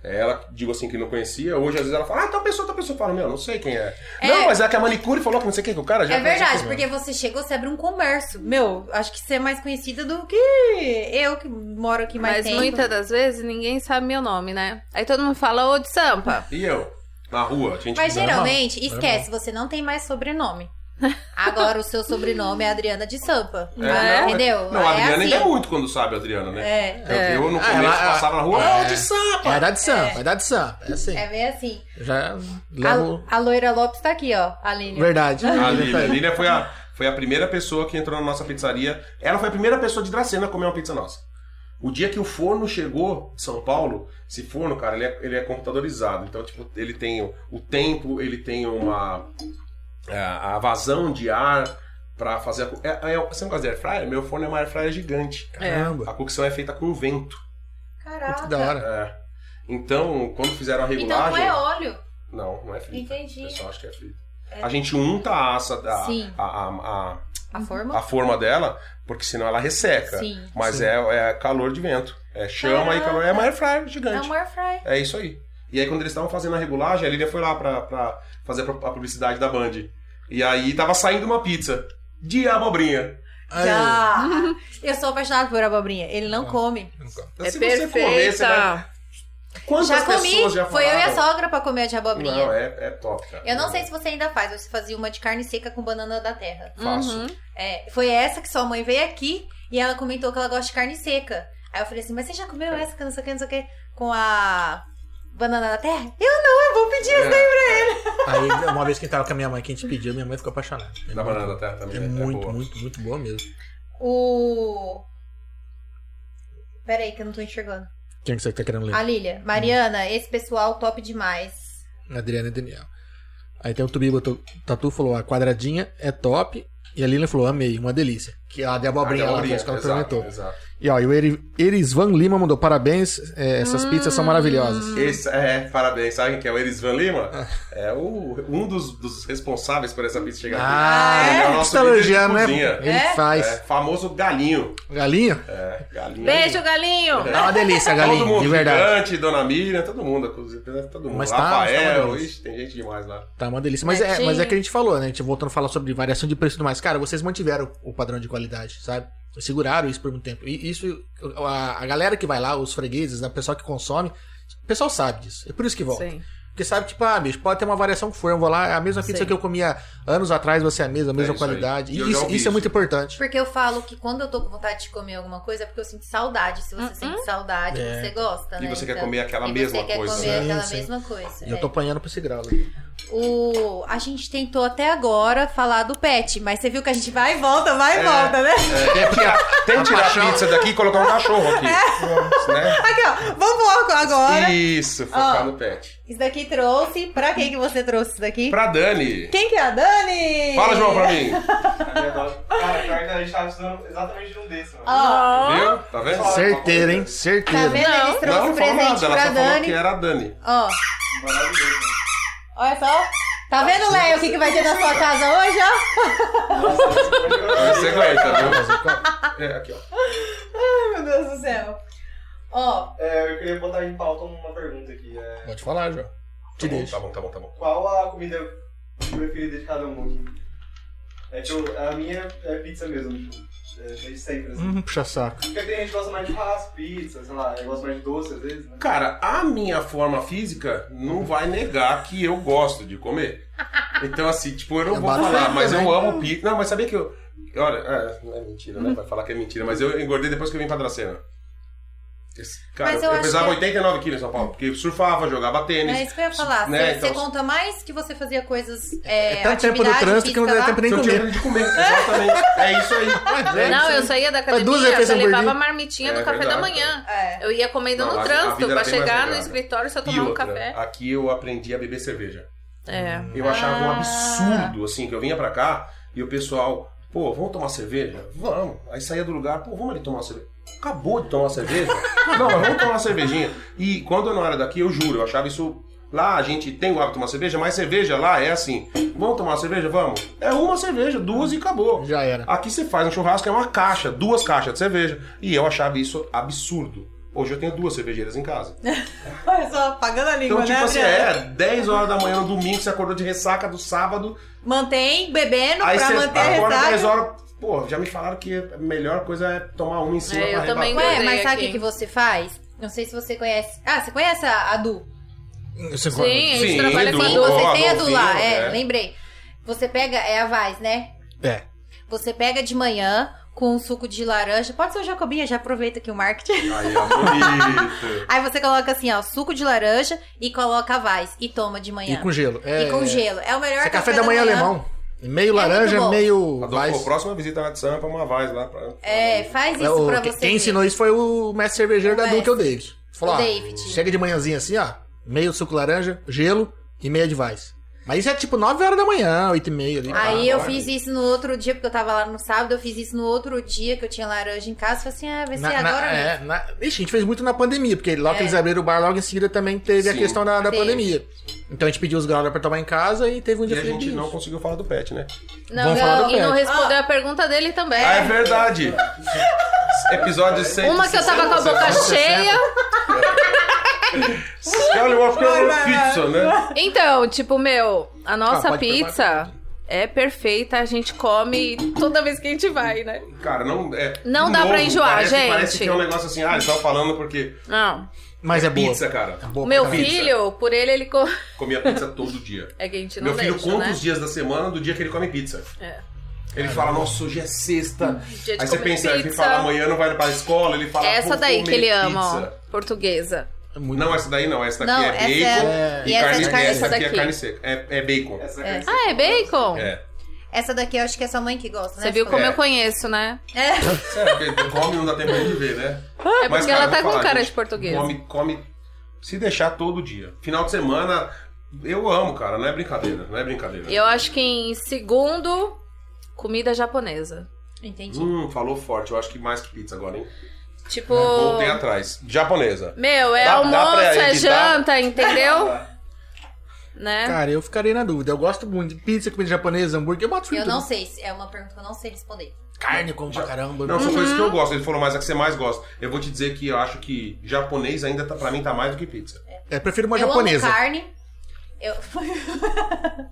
C: Ela, digo assim, que não conhecia. Hoje, às vezes, ela fala, ah, tal pessoa, tal pessoa. Eu falo, meu, não sei quem é.
A: É.
C: Não, mas é que a manicure falou que não sei quem que o cara já
A: É
C: conhece
A: verdade,
C: todo mundo.
A: porque você chega, você abre um comércio. Meu, acho que você é mais conhecida do que eu, que moro aqui mais
D: Mas
A: tempo.
D: muitas das vezes ninguém sabe meu nome, né? Aí todo mundo fala, ô de Sampa.
C: é. E eu? Na rua, a gente...
A: Mas
B: Normal,
A: geralmente, esquece, você não tem mais sobrenome. [LAUGHS] Agora o seu sobrenome é Adriana de Sampa.
D: É.
A: Entendeu?
C: Não, a
A: é
C: Adriana ainda é
A: assim.
C: muito quando sabe a Adriana, né?
A: É,
C: Eu, eu no
B: Ah,
C: começo
B: ela-
C: passava na rua,
B: é.
C: é. de samba!
B: Vai dar de sampa, vai dar de sampa. É assim.
A: é bem assim.
B: Eu Já levo.
A: A, a Loira Lopes tá aqui, ó. A Aline.
B: Verdade.
C: A Lília, a Lília foi a, foi a primeira pessoa que entrou na nossa pizzaria. Ela foi a primeira pessoa de Dracena a comer uma pizza nossa. O dia que o forno chegou de São Paulo, esse forno, cara, ele é, ele é computadorizado. Então, tipo, ele tem o, o tempo, ele tem uma. é, A, a vazão de ar pra fazer a. co- É, é, você não gosta de air fryer? Meu forno é uma air fryer gigante.
B: Caramba.
C: A cocção é feita com vento.
A: Caraca.
B: Muito da hora.
C: É. Então, quando fizeram a
A: Então não
C: regulagem.
A: é óleo.
C: não, não é frito.
A: Entendi.
C: O pessoal acha que é frito. A gente unta a assa da.
A: Sim.
C: a- a- a,
A: A forma?
C: a forma dela, porque senão ela resseca.
A: Sim.
C: Mas
B: Sim.
C: é, é calor de vento. É chama e
A: Caraca.
C: calor. É uma air fryer
A: É
C: gigante.
A: um air fry.
C: É isso aí. E aí, quando eles estavam fazendo a regulagem, a Lívia foi lá pra, pra fazer a pro- a publicidade da Band. E aí tava saindo uma pizza de abobrinha.
B: Aí,
A: Já. [LAUGHS] Eu sou apaixonada por abobrinha. Ele não come.
C: Então,
D: é
C: se você
D: perfeita.
C: comer, você vai. Quantas
A: já comi.
C: pessoas já
A: Foi eu e a
C: falaram?
A: sogra pra comer a de abobrinha.
C: Não, é, é top, cara.
A: Eu não sei se você ainda faz, mas você fazia uma de carne seca com banana da terra.
C: Faço.
D: Uhum.
A: É, foi essa que sua mãe veio aqui e ela comentou que ela gosta de carne seca. Aí eu falei assim, mas você já
C: É.
A: comeu essa que não sei o que, não sei o que, com a banana da terra? Eu não, eu vou pedir essa.
C: É,
B: aí, uma vez que a gente tava com a minha mãe, que a gente pediu, minha mãe ficou apaixonada. É
C: da
B: muito-
C: banana da terra também.
B: É
C: né?
B: muito,
C: boa.
B: muito, muito boa mesmo.
A: O... Peraí que eu não tô enxergando.
B: Quem que você tá querendo ler?
A: A Lilia. Mariana, esse pessoal top demais.
B: Adriana e Daniel. Aí tem o Tubi botou. Tatu falou: a quadradinha é top. E a Lilian falou: amei, uma delícia. Que é a de abobrinha
C: Ah,
B: lá
C: de
B: que a gente
C: abobrinha,
B: comentou.
C: exato, exato.
B: E ó, e o Eri- Erisvan Lima mandou: parabéns, é, essas pizzas são maravilhosas.
C: Esse, é, parabéns. Sabe quem que é o Erisvan Lima?
B: Ah.
C: É o, um dos, dos responsáveis por essa pizza chegar aqui.
B: Ah,
C: é?
B: é?
C: Nosso
B: tá
C: líder de
B: elogiando, né?
C: cozinha.
B: Ele
A: É?
B: faz.
C: É, famoso galinho.
B: Galinha?
C: É, galinho.
D: Beijo, galinho!
B: É uma delícia,
C: todo
B: galinha,
C: mundo,
B: de verdade.
C: Gigante, Dona Miriam, todo mundo, inclusive, né? todo mundo.
B: Mas tá- tá
C: Rafael,
B: uma delícia.
C: ixi, tem gente demais lá.
B: Tá uma delícia. Mas é,
D: Netinho.
B: mas é que a gente falou, né? A gente voltando a falar sobre variação de preço e tudo mais. Cara, vocês mantiveram o padrão de qualidade, sabe? Seguraram isso por muito tempo. E isso, a, a galera que vai lá, os fregueses, né? o pessoal que consome, o pessoal sabe disso. É por isso que volta.
D: Sim.
B: Porque sabe, tipo, ah, bicho, pode ter uma variação que for. Eu vou lá, é a mesma pizza
D: Sim.
B: que eu comia anos atrás vai ser a mesma, a mesma
C: É isso
B: qualidade.
C: aí.
B: E
C: Eu já
B: isso,
C: ouvi
B: isso é
C: isso.
B: muito importante.
A: Porque eu falo que quando eu tô com vontade de comer alguma coisa é porque eu sinto saudade. Se você sente saudade,
B: É.
A: você gosta,
C: E
A: né?
C: você quer
A: Então,
C: comer aquela
A: e
C: mesma
A: você quer
C: coisa. né?
A: comer
B: Sim,
A: aquela
B: sim.
A: mesma coisa.
B: E eu
A: é.
B: tô apanhando pra esse grau. né?
A: O... A gente tentou até agora falar do pet, mas você viu que a gente vai e volta, vai e volta, né?
C: É,
B: [LAUGHS]
C: porque tem que tirar a pizza daqui e colocar um cachorro aqui. Né?
A: Aqui, ó. Vamos foco agora.
C: Isso, focar
A: Ó.
C: no pet.
A: Isso daqui trouxe. Pra quem que você trouxe isso daqui?
C: Pra Dani.
A: Quem que é a Dani?
C: Fala, João, pra mim.
E: É Cara, pior que a gente tava precisando exatamente de um desse, mano.
A: Ó,
C: Viu? Tá vendo?
B: Certeiro, hein?
A: tá
B: Certeiro.
A: vendo? Eles
C: Não,
A: trouxeram
C: não falou
A: presente
C: nada, ela
A: pra
C: só falou
A: Dani.
C: que era a Dani.
A: Ó,
E: Maravilhoso,
B: [LAUGHS]
E: né? mano.
A: olha só. Tá vendo, Léo, o que, que vai ter na sua casa hoje, ó?
C: É, Você
B: então.
C: aguenta, viu? É, aqui, ó.
A: Ai, meu Deus do céu. Ó,
E: É, eu queria botar em pauta uma pergunta aqui. É,
B: Pode falar, João. Te
C: Tá bom,
B: deixo.
C: Tá bom, tá bom, tá bom.
E: qual a comida preferida de cada um aqui? É que eu, a minha é pizza mesmo, tipo, é, desde sempre, assim.
B: Hum, puxa saco.
E: Porque tem gente que gosta mais de churrasco, pizza, sei lá, eu gosto mais de doce às vezes, né?
C: Cara, a minha forma física não vai negar que eu gosto de comer. Então, assim, tipo, eu não
B: É
C: vou
B: bacana,
C: falar, mas eu
B: né?
C: amo pizza. Não, mas sabia que eu. Olha, é, não é mentira, né? Vai falar que é mentira, mas eu engordei depois que eu vim pra Dracena. Esse- Cara,
A: Mas
C: eu,
A: eu acho
C: pesava
A: que-
D: é
C: 89 quilos em São Paulo, porque surfava, jogava tênis.
A: É isso que eu ia falar.
C: né,
A: você,
C: então-
A: você conta mais que você fazia coisas. É,
B: É tanto tempo no
A: atividade
B: trânsito que não
A: física
B: dá
A: lá.
B: tempo nem
C: eu tinha
B: comer.
C: medo de comer, exatamente. é isso aí. É
D: Não, eu
C: isso aí.
D: saía da academia,
B: duas refeições
D: eu
B: por
D: levava
B: dia.
D: a marmitinha
C: É
D: do café
C: verdade,
D: da manhã.
A: É.
D: Eu ia comendo
C: Não, a-
D: no
C: a
D: trânsito
C: vida era
D: pra
C: bem
D: chegar
C: mais
D: no
C: regrada.
D: escritório só
C: E
D: tomar um
C: outra,
D: café.
C: aqui eu aprendi a beber cerveja.
D: É.
C: Eu achava um
A: Ah.
C: absurdo, assim, que eu vinha pra cá e o pessoal, pô, vamos tomar cerveja? Vamos. Aí saía do lugar, pô, vamos ali tomar uma cerveja. Acabou de tomar cerveja? [LAUGHS] não, mas vamos tomar uma cervejinha. E quando eu não era daqui, eu juro, eu achava isso. Lá a gente tem o hábito de tomar cerveja, mas cerveja lá é assim. Vamos tomar uma cerveja? Vamos. É uma cerveja, duas e acabou.
B: Já era.
C: Aqui você faz um churrasco, é uma caixa, duas caixas de cerveja. E eu achava isso absurdo. Hoje eu tenho duas cervejeiras em casa.
A: Olha só, pagando a língua,
C: Então, tipo
A: né,
C: assim,
A: Adriana?
C: é 10 horas da manhã no domingo, você acordou de ressaca do sábado,
A: Mantém bebendo
C: aí
A: pra
C: você
A: manter a
C: acorda
A: ressaca.
C: 10 horas. Pô, já me falaram que a melhor coisa é tomar uma em cima
D: É, eu
C: pra
D: também
C: rebater.
A: Ué,
D: Encontrei
A: mas sabe o que,
D: aqui.
A: que você faz? Não sei se você conhece. Ah, você conhece a, a Du?
B: Você
D: Sim, a
A: é
D: gente
C: Sim,
D: trabalha
C: Du,
D: com a
A: Sim,
D: dor.
A: você
C: ó,
A: tem a
C: Adolfinho,
A: Du lá, é,
C: é.
A: lembrei. Você pega, é a Vaz, né?
B: É.
A: Você pega de manhã com um suco de laranja. Pode ser o Jacobinha, já aproveita aqui o marketing.
C: Aí, ó, [LAUGHS] bonito.
A: Aí você coloca assim, ó, suco de laranja e coloca a Vaz e toma de manhã.
B: E com gelo. É,
A: E com gelo. É o melhor
B: Isso é café da manhã alemão.
A: É
B: Meio laranja,
A: muito bom.
B: meio.
C: Adolfo,
B: mais-
C: a próxima visita na de Sampa é uma Vaz lá. Pra...
D: um
A: É, faz isso
B: É, o-
A: pra
B: quem-
A: você.
B: Quem
A: ver.
B: ensinou isso foi o mestre cervejeiro
A: O
B: da Du, que é o
A: mestre.
B: David. Falou,
A: O
B: ó,
A: David.
B: chega de manhãzinha assim, ó. Meio suco laranja, gelo e meia de Weiss. Mas isso é tipo 9 horas da manhã, 8 e meia ali.
C: Ah,
A: Aí eu
C: olha.
A: fiz isso no outro dia, porque eu tava lá no sábado, eu fiz isso no outro dia que eu tinha laranja em casa. Falei assim, ah, vai ser
B: Na- na-
A: agora mesmo. É.
B: é, na- Ixi, a gente fez muito na pandemia, porque logo que eles abriram o bar, logo em seguida também teve a
C: Sim.
B: questão da, da
A: Teve.
B: pandemia. Então a gente pediu os graulas pra tomar em casa e teve um
C: E
B: dia
C: a
B: que
C: gente
B: teve
C: não
B: isso.
C: conseguiu falar do pet, né?
D: Não,
B: Vamos falar
D: não,
B: do
D: e não
B: Pedro.
D: respondeu a pergunta dele também.
C: Ah, é verdade. [LAUGHS] Episódio 100.
D: Uma que eu
C: é
D: tava com a boca cheia.
C: Olha, eu acho que é uma pizza, né?
D: Então, tipo, meu, a
B: Ah,
D: nossa
B: pode
D: pizza é perfeita, a gente come toda vez que a gente vai, né?
C: Cara, não é.
D: Não
C: de
D: dá pra enjoar,
C: parece,
D: gente.
C: Parece que é um negócio assim, ah, eles estavam falando porque.
D: Não.
B: Mas é boa.
C: Pizza, cara.
B: É
D: O
B: boa
D: meu
B: pra caralho.
C: pizza.
D: filho, por ele, ele. co-
C: Comia pizza todo dia.
D: É que a gente não
C: Meu filho
D: deixa,
C: conta
D: né?
C: os dias da semana do dia que ele come pizza.
D: É.
C: Ele fala, nossa, hoje é sexta.
D: Dia de
C: Aí você
D: comer
C: pensa, ele
D: pizza.
C: fala, amanhã não vai pra escola. Ele fala,
D: É essa
C: "Vou
D: daí
C: comer
D: que ele
C: pizza.
D: ama, ó. Portuguesa.
B: É muito
C: Não, essa daí não. Essa
A: Não,
C: daqui é
A: essa
C: bacon.
A: é-
C: E,
A: e essa
C: carne,
A: é de carne
C: essa aqui é
D: seca.
C: carne seca. É, é bacon.
E: Essa é. a
D: Ah, é bacon?
C: É.
A: Essa daqui eu acho que é sua mãe que gosta, né?
D: Você viu
A: Você
D: como
C: É.
D: eu conheço, né?
A: É.
C: Sério, porque Então come não dá tempo de ver, né?
D: É porque
C: Mas, cara,
D: ela
C: eu
D: tá
C: vou
D: com
C: falar,
D: cara
C: gente,
D: de portuguesa.
C: Come, come, se deixar todo dia. Final de semana, eu amo, cara. Não é brincadeira, não é brincadeira.
D: Eu acho que em segundo, comida japonesa.
B: É.
A: Entendi.
C: Hum, falou forte. Eu acho que mais que pizza agora, hein?
D: Tipo.
C: Voltei atrás. Japonesa.
D: Meu, é
C: Dá- dá
D: almoço,
C: pra
D: é
C: evitar?
D: janta, entendeu?
E: Tá.
A: É.
D: né?
B: Cara, eu ficaria na dúvida. Eu gosto muito de pizza, comida japonesa, hambúrguer. Eu boto frio
A: Eu
B: em tudo.
A: não sei, se- é uma pergunta que eu não sei responder.
B: Carne, eu como pra caramba.
C: Não, são coisas que eu gosto. Ele falou, mas a que você mais gosta. Eu vou te dizer que eu acho que japonês ainda, tá, pra mim, tá mais do que pizza.
B: É, prefiro uma
A: eu
B: japonesa.
A: amo carne. Eu...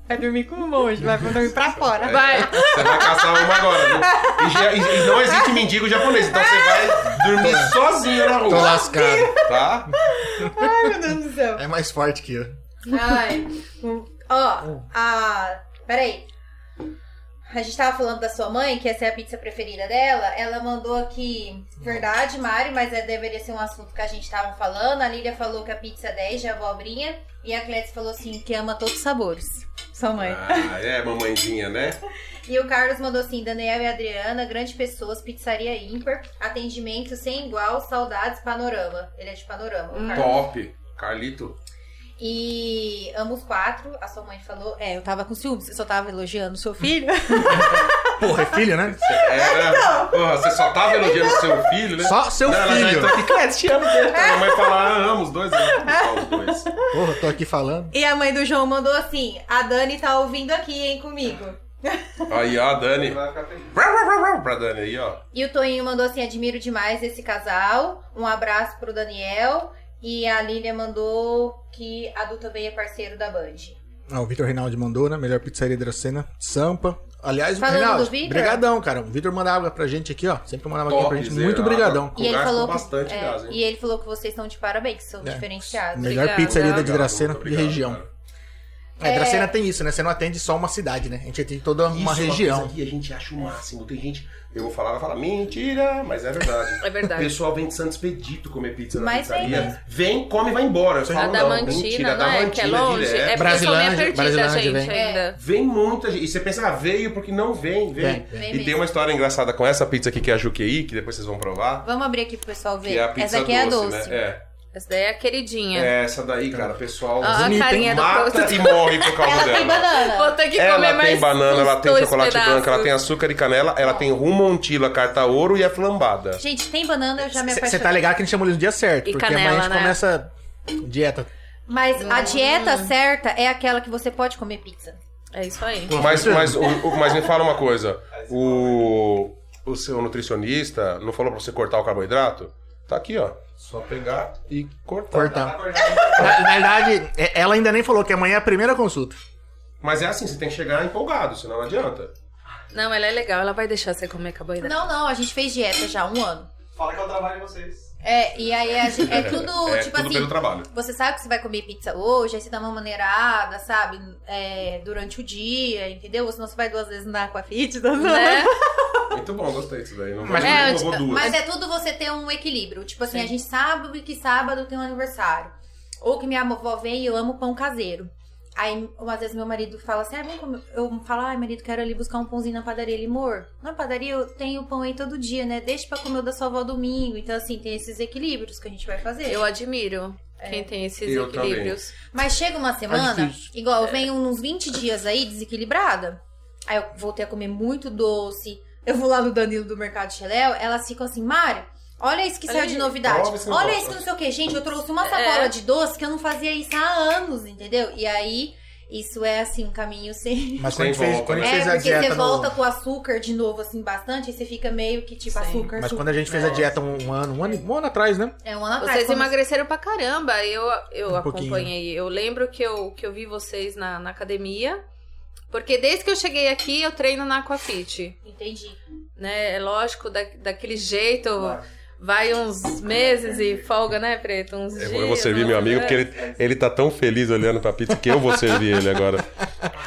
A: vai dormir com o monge, vai dormir pra fora.
D: Vai.
C: Você vai caçar uma agora, viu? E já- E, e não existe mendigo japonês, então você vai dormir sozinho na
B: Tô
C: rua,
B: lascado.
C: tá?
A: Ai, meu Deus do céu.
B: É mais forte que eu.
A: Ai. Ó, a. Peraí. A gente tava falando da sua mãe, que essa é a pizza preferida dela. Ela mandou aqui. Verdade, Mari, mas é, deveria ser um assunto que a gente tava falando. A Lília falou que a pizza é 10 de abobrinha. E a Clétis falou assim: que ama todos os sabores. Sua mãe.
C: Ah, é, mamãezinha, né?
A: E o Carlos mandou assim: Daniel e Adriana, grandes pessoas, pizzaria ímpar, atendimento sem igual, saudades, panorama. Ele é de panorama. o
D: Hum.
A: Carlos.
C: Top. Carlito.
A: E amo os quatro, a sua mãe falou. É, eu tava com ciúmes, eu só tava elogiando o seu
B: [LAUGHS]
A: filho.
B: Porra, é filho, né?
C: Você era. Porra, você só tava elogiando seu filho, né?
B: Só seu
C: Não, ela já
B: filho.
C: entrou aqui, Clécio, te amo tanto. A mãe fala, ah, amo os dois. Eu amo os dois.
B: Porra, tô aqui falando.
A: e a mãe do João mandou assim: a Dani tá ouvindo aqui, hein, comigo.
C: Aí, ó, a
E: Ele
C: Dani.
E: vai ficar feliz.
C: Vrau, vrau, vrau, vrau Pra Dani aí, ó.
A: E o Toinho mandou assim: admiro demais esse casal. Um abraço pro Daniel. E a Lília mandou que a Du também é parceiro da Band.
B: Ah, o Vitor Reinaldi mandou, né? Melhor pizzaria da cena. Sampa. Aliás, o
A: Falando
B: Reinaldo,
A: do Vitor?
B: brigadão, cara. O Vitor mandava pra gente aqui, ó. Sempre mandava aqui pra gente.
C: Topzera.
B: Muito obrigadão.
C: Com
A: e ele
C: gás,
A: falou
C: com bastante
A: que, é,
C: gás, hein?
A: E ele falou que vocês estão de parabéns, são
B: É.
A: diferenciados.
B: Melhor
D: Obrigada.
B: pizzaria da de
C: Obrigado,
B: Dracena
C: muito
B: e
C: obrigado,
B: região.
C: cara.
B: É, Dracena tem isso, né? Você não atende só uma cidade, né? A gente atende toda
C: Isso
B: uma
C: é
B: região.
C: coisa que a gente acha o máximo. Tem gente. Eu vou falar, ela fala, mentira, mas é verdade.
D: É
C: O
D: verdade.
C: pessoal vem de Santo Expedito comer pizza na
A: Mas vem
C: pizzaria. Vem, come e vai embora. Eu
D: A
C: falo, não, mentira,
D: Damantina, não é? Que é
C: Adamantina,
D: longe.
C: direto.
D: É porque eu sou
B: Brasilândia-
D: meio perdida,
B: Brasilândia
D: gente,
B: vem.
D: ainda.
C: Vem muita gente. E você pensa, ah, veio porque não vem, vem.
B: Vem,
A: vem.
C: E tem uma história engraçada com essa pizza aqui que é a Juquei, que depois vocês vão provar.
A: Vamos abrir aqui pro pessoal ver.
C: Que é a pizza
A: Essa aqui é a doce.
C: Né?
D: Essa daí é a
C: É.
D: queridinha.
C: É Essa daí, cara, o pessoal
D: Ah, a
B: Bonita,
D: carinha
B: hein?
D: do
C: mata
D: produto.
C: e morre por causa
A: Ela tem
C: dela.
A: banana.
D: Vou ter que
A: é
D: comer
C: É. Ela
D: mais
C: tem banana,
D: uns
C: ela tem
D: dois
C: chocolate
D: pedaços.
C: branco, ela tem açúcar e canela, ela tem rumontila, carta ouro e é flambada.
A: Gente, tem banana, eu já me
B: Você
A: apaixonei.
B: tá ligado que a gente chama eles no dia certo,
D: E
B: porque amanhã a
D: canela,
B: gente
D: né?
B: começa dieta.
A: Mas a dieta certa é aquela que você pode comer pizza.
D: É isso aí.
C: Mas, mas, o- o- mas me fala uma coisa. O, o seu nutricionista não falou pra você cortar o carboidrato? Tá aqui, ó. Só pegar e cortar.
B: Cortar.
E: Acordar.
B: Na, na verdade, é- ela ainda nem falou que amanhã é a primeira consulta.
C: Mas é assim, você tem que chegar empolgado, senão não adianta.
D: Não, ela é legal, ela vai deixar você comer carboidrato.
A: Não, não, a gente fez dieta já, um ano.
E: Fala que é o trabalho de vocês.
A: É, e aí a gente- é tudo,
C: é,
A: tipo
C: tudo
A: assim,
C: pelo trabalho.
A: você sabe que você vai comer pizza hoje, aí você dá uma maneirada, sabe? É, durante o dia, entendeu? Ou senão você vai duas vezes na Aquafit, [LAUGHS] duas
D: Né?
C: Muito bom, gostei disso daí. Não vou,
B: Mas-
C: não
D: É,
C: vou
D: eu-
C: duas.
A: Mas é tudo você ter um equilíbrio. Tipo assim,
D: Sim.
A: a gente sabe que sábado tem um aniversário. Ou que minha avó vem e eu amo pão caseiro. Aí, às vezes, meu marido fala assim: ah, vem comer. Eu falo, ai, marido, quero ali buscar um pãozinho na padaria. Ele, amor, na padaria eu tenho pão aí todo dia, né? Deixa pra comer o da sua avó domingo. Então, assim, tem esses equilíbrios que a gente vai fazer.
D: Eu admiro quem tem esses
C: Eu
D: equilíbrios.
A: Mas chega uma semana,
B: difícil.
A: igual, eu venho uns 20 dias aí desequilibrada. Aí eu voltei a comer muito doce. Eu vou lá no Danilo do Mercado Cheléu, elas ficam assim, Mari, olha isso que
D: Olha
A: saiu
D: aí.
A: de novidade.
C: Prova esse
A: Olha
C: negócio."
A: isso que não sei o que. Gente, eu trouxe uma sacola
D: É.
A: de doce que eu não fazia isso há anos, entendeu? E aí, isso é assim, um caminho sem.
B: Mas
C: Sem
B: quando, fez,
C: volta,
B: quando
C: né?
A: [LAUGHS] É,
B: fez a
A: porque
B: dieta.
A: você
B: no-
A: volta com açúcar de novo, assim, bastante, e você fica meio que tipo
D: Sim.
A: açúcar,
B: Mas
A: açúcar.
B: quando a gente fez a dieta um, um ano, um ano, um ano atrás, né?
A: É um ano atrás.
D: Vocês
A: quando-
D: emagreceram pra caramba. Eu, eu
B: Um pouquinho.
D: acompanhei. Eu lembro que eu, que eu vi vocês na, na academia. Porque desde que eu cheguei aqui, eu treino na Aquafit.
A: Entendi.
D: Né? É lógico, da, daquele jeito,
E: Claro.
D: vai uns meses e folga, né, Preto? Uns
F: Eu
D: dias. né?
F: vou, eu vou servir
D: uns
F: meu amigo
D: anos.
F: porque ele, ele tá tão feliz olhando pra pizza que eu vou servir ele agora.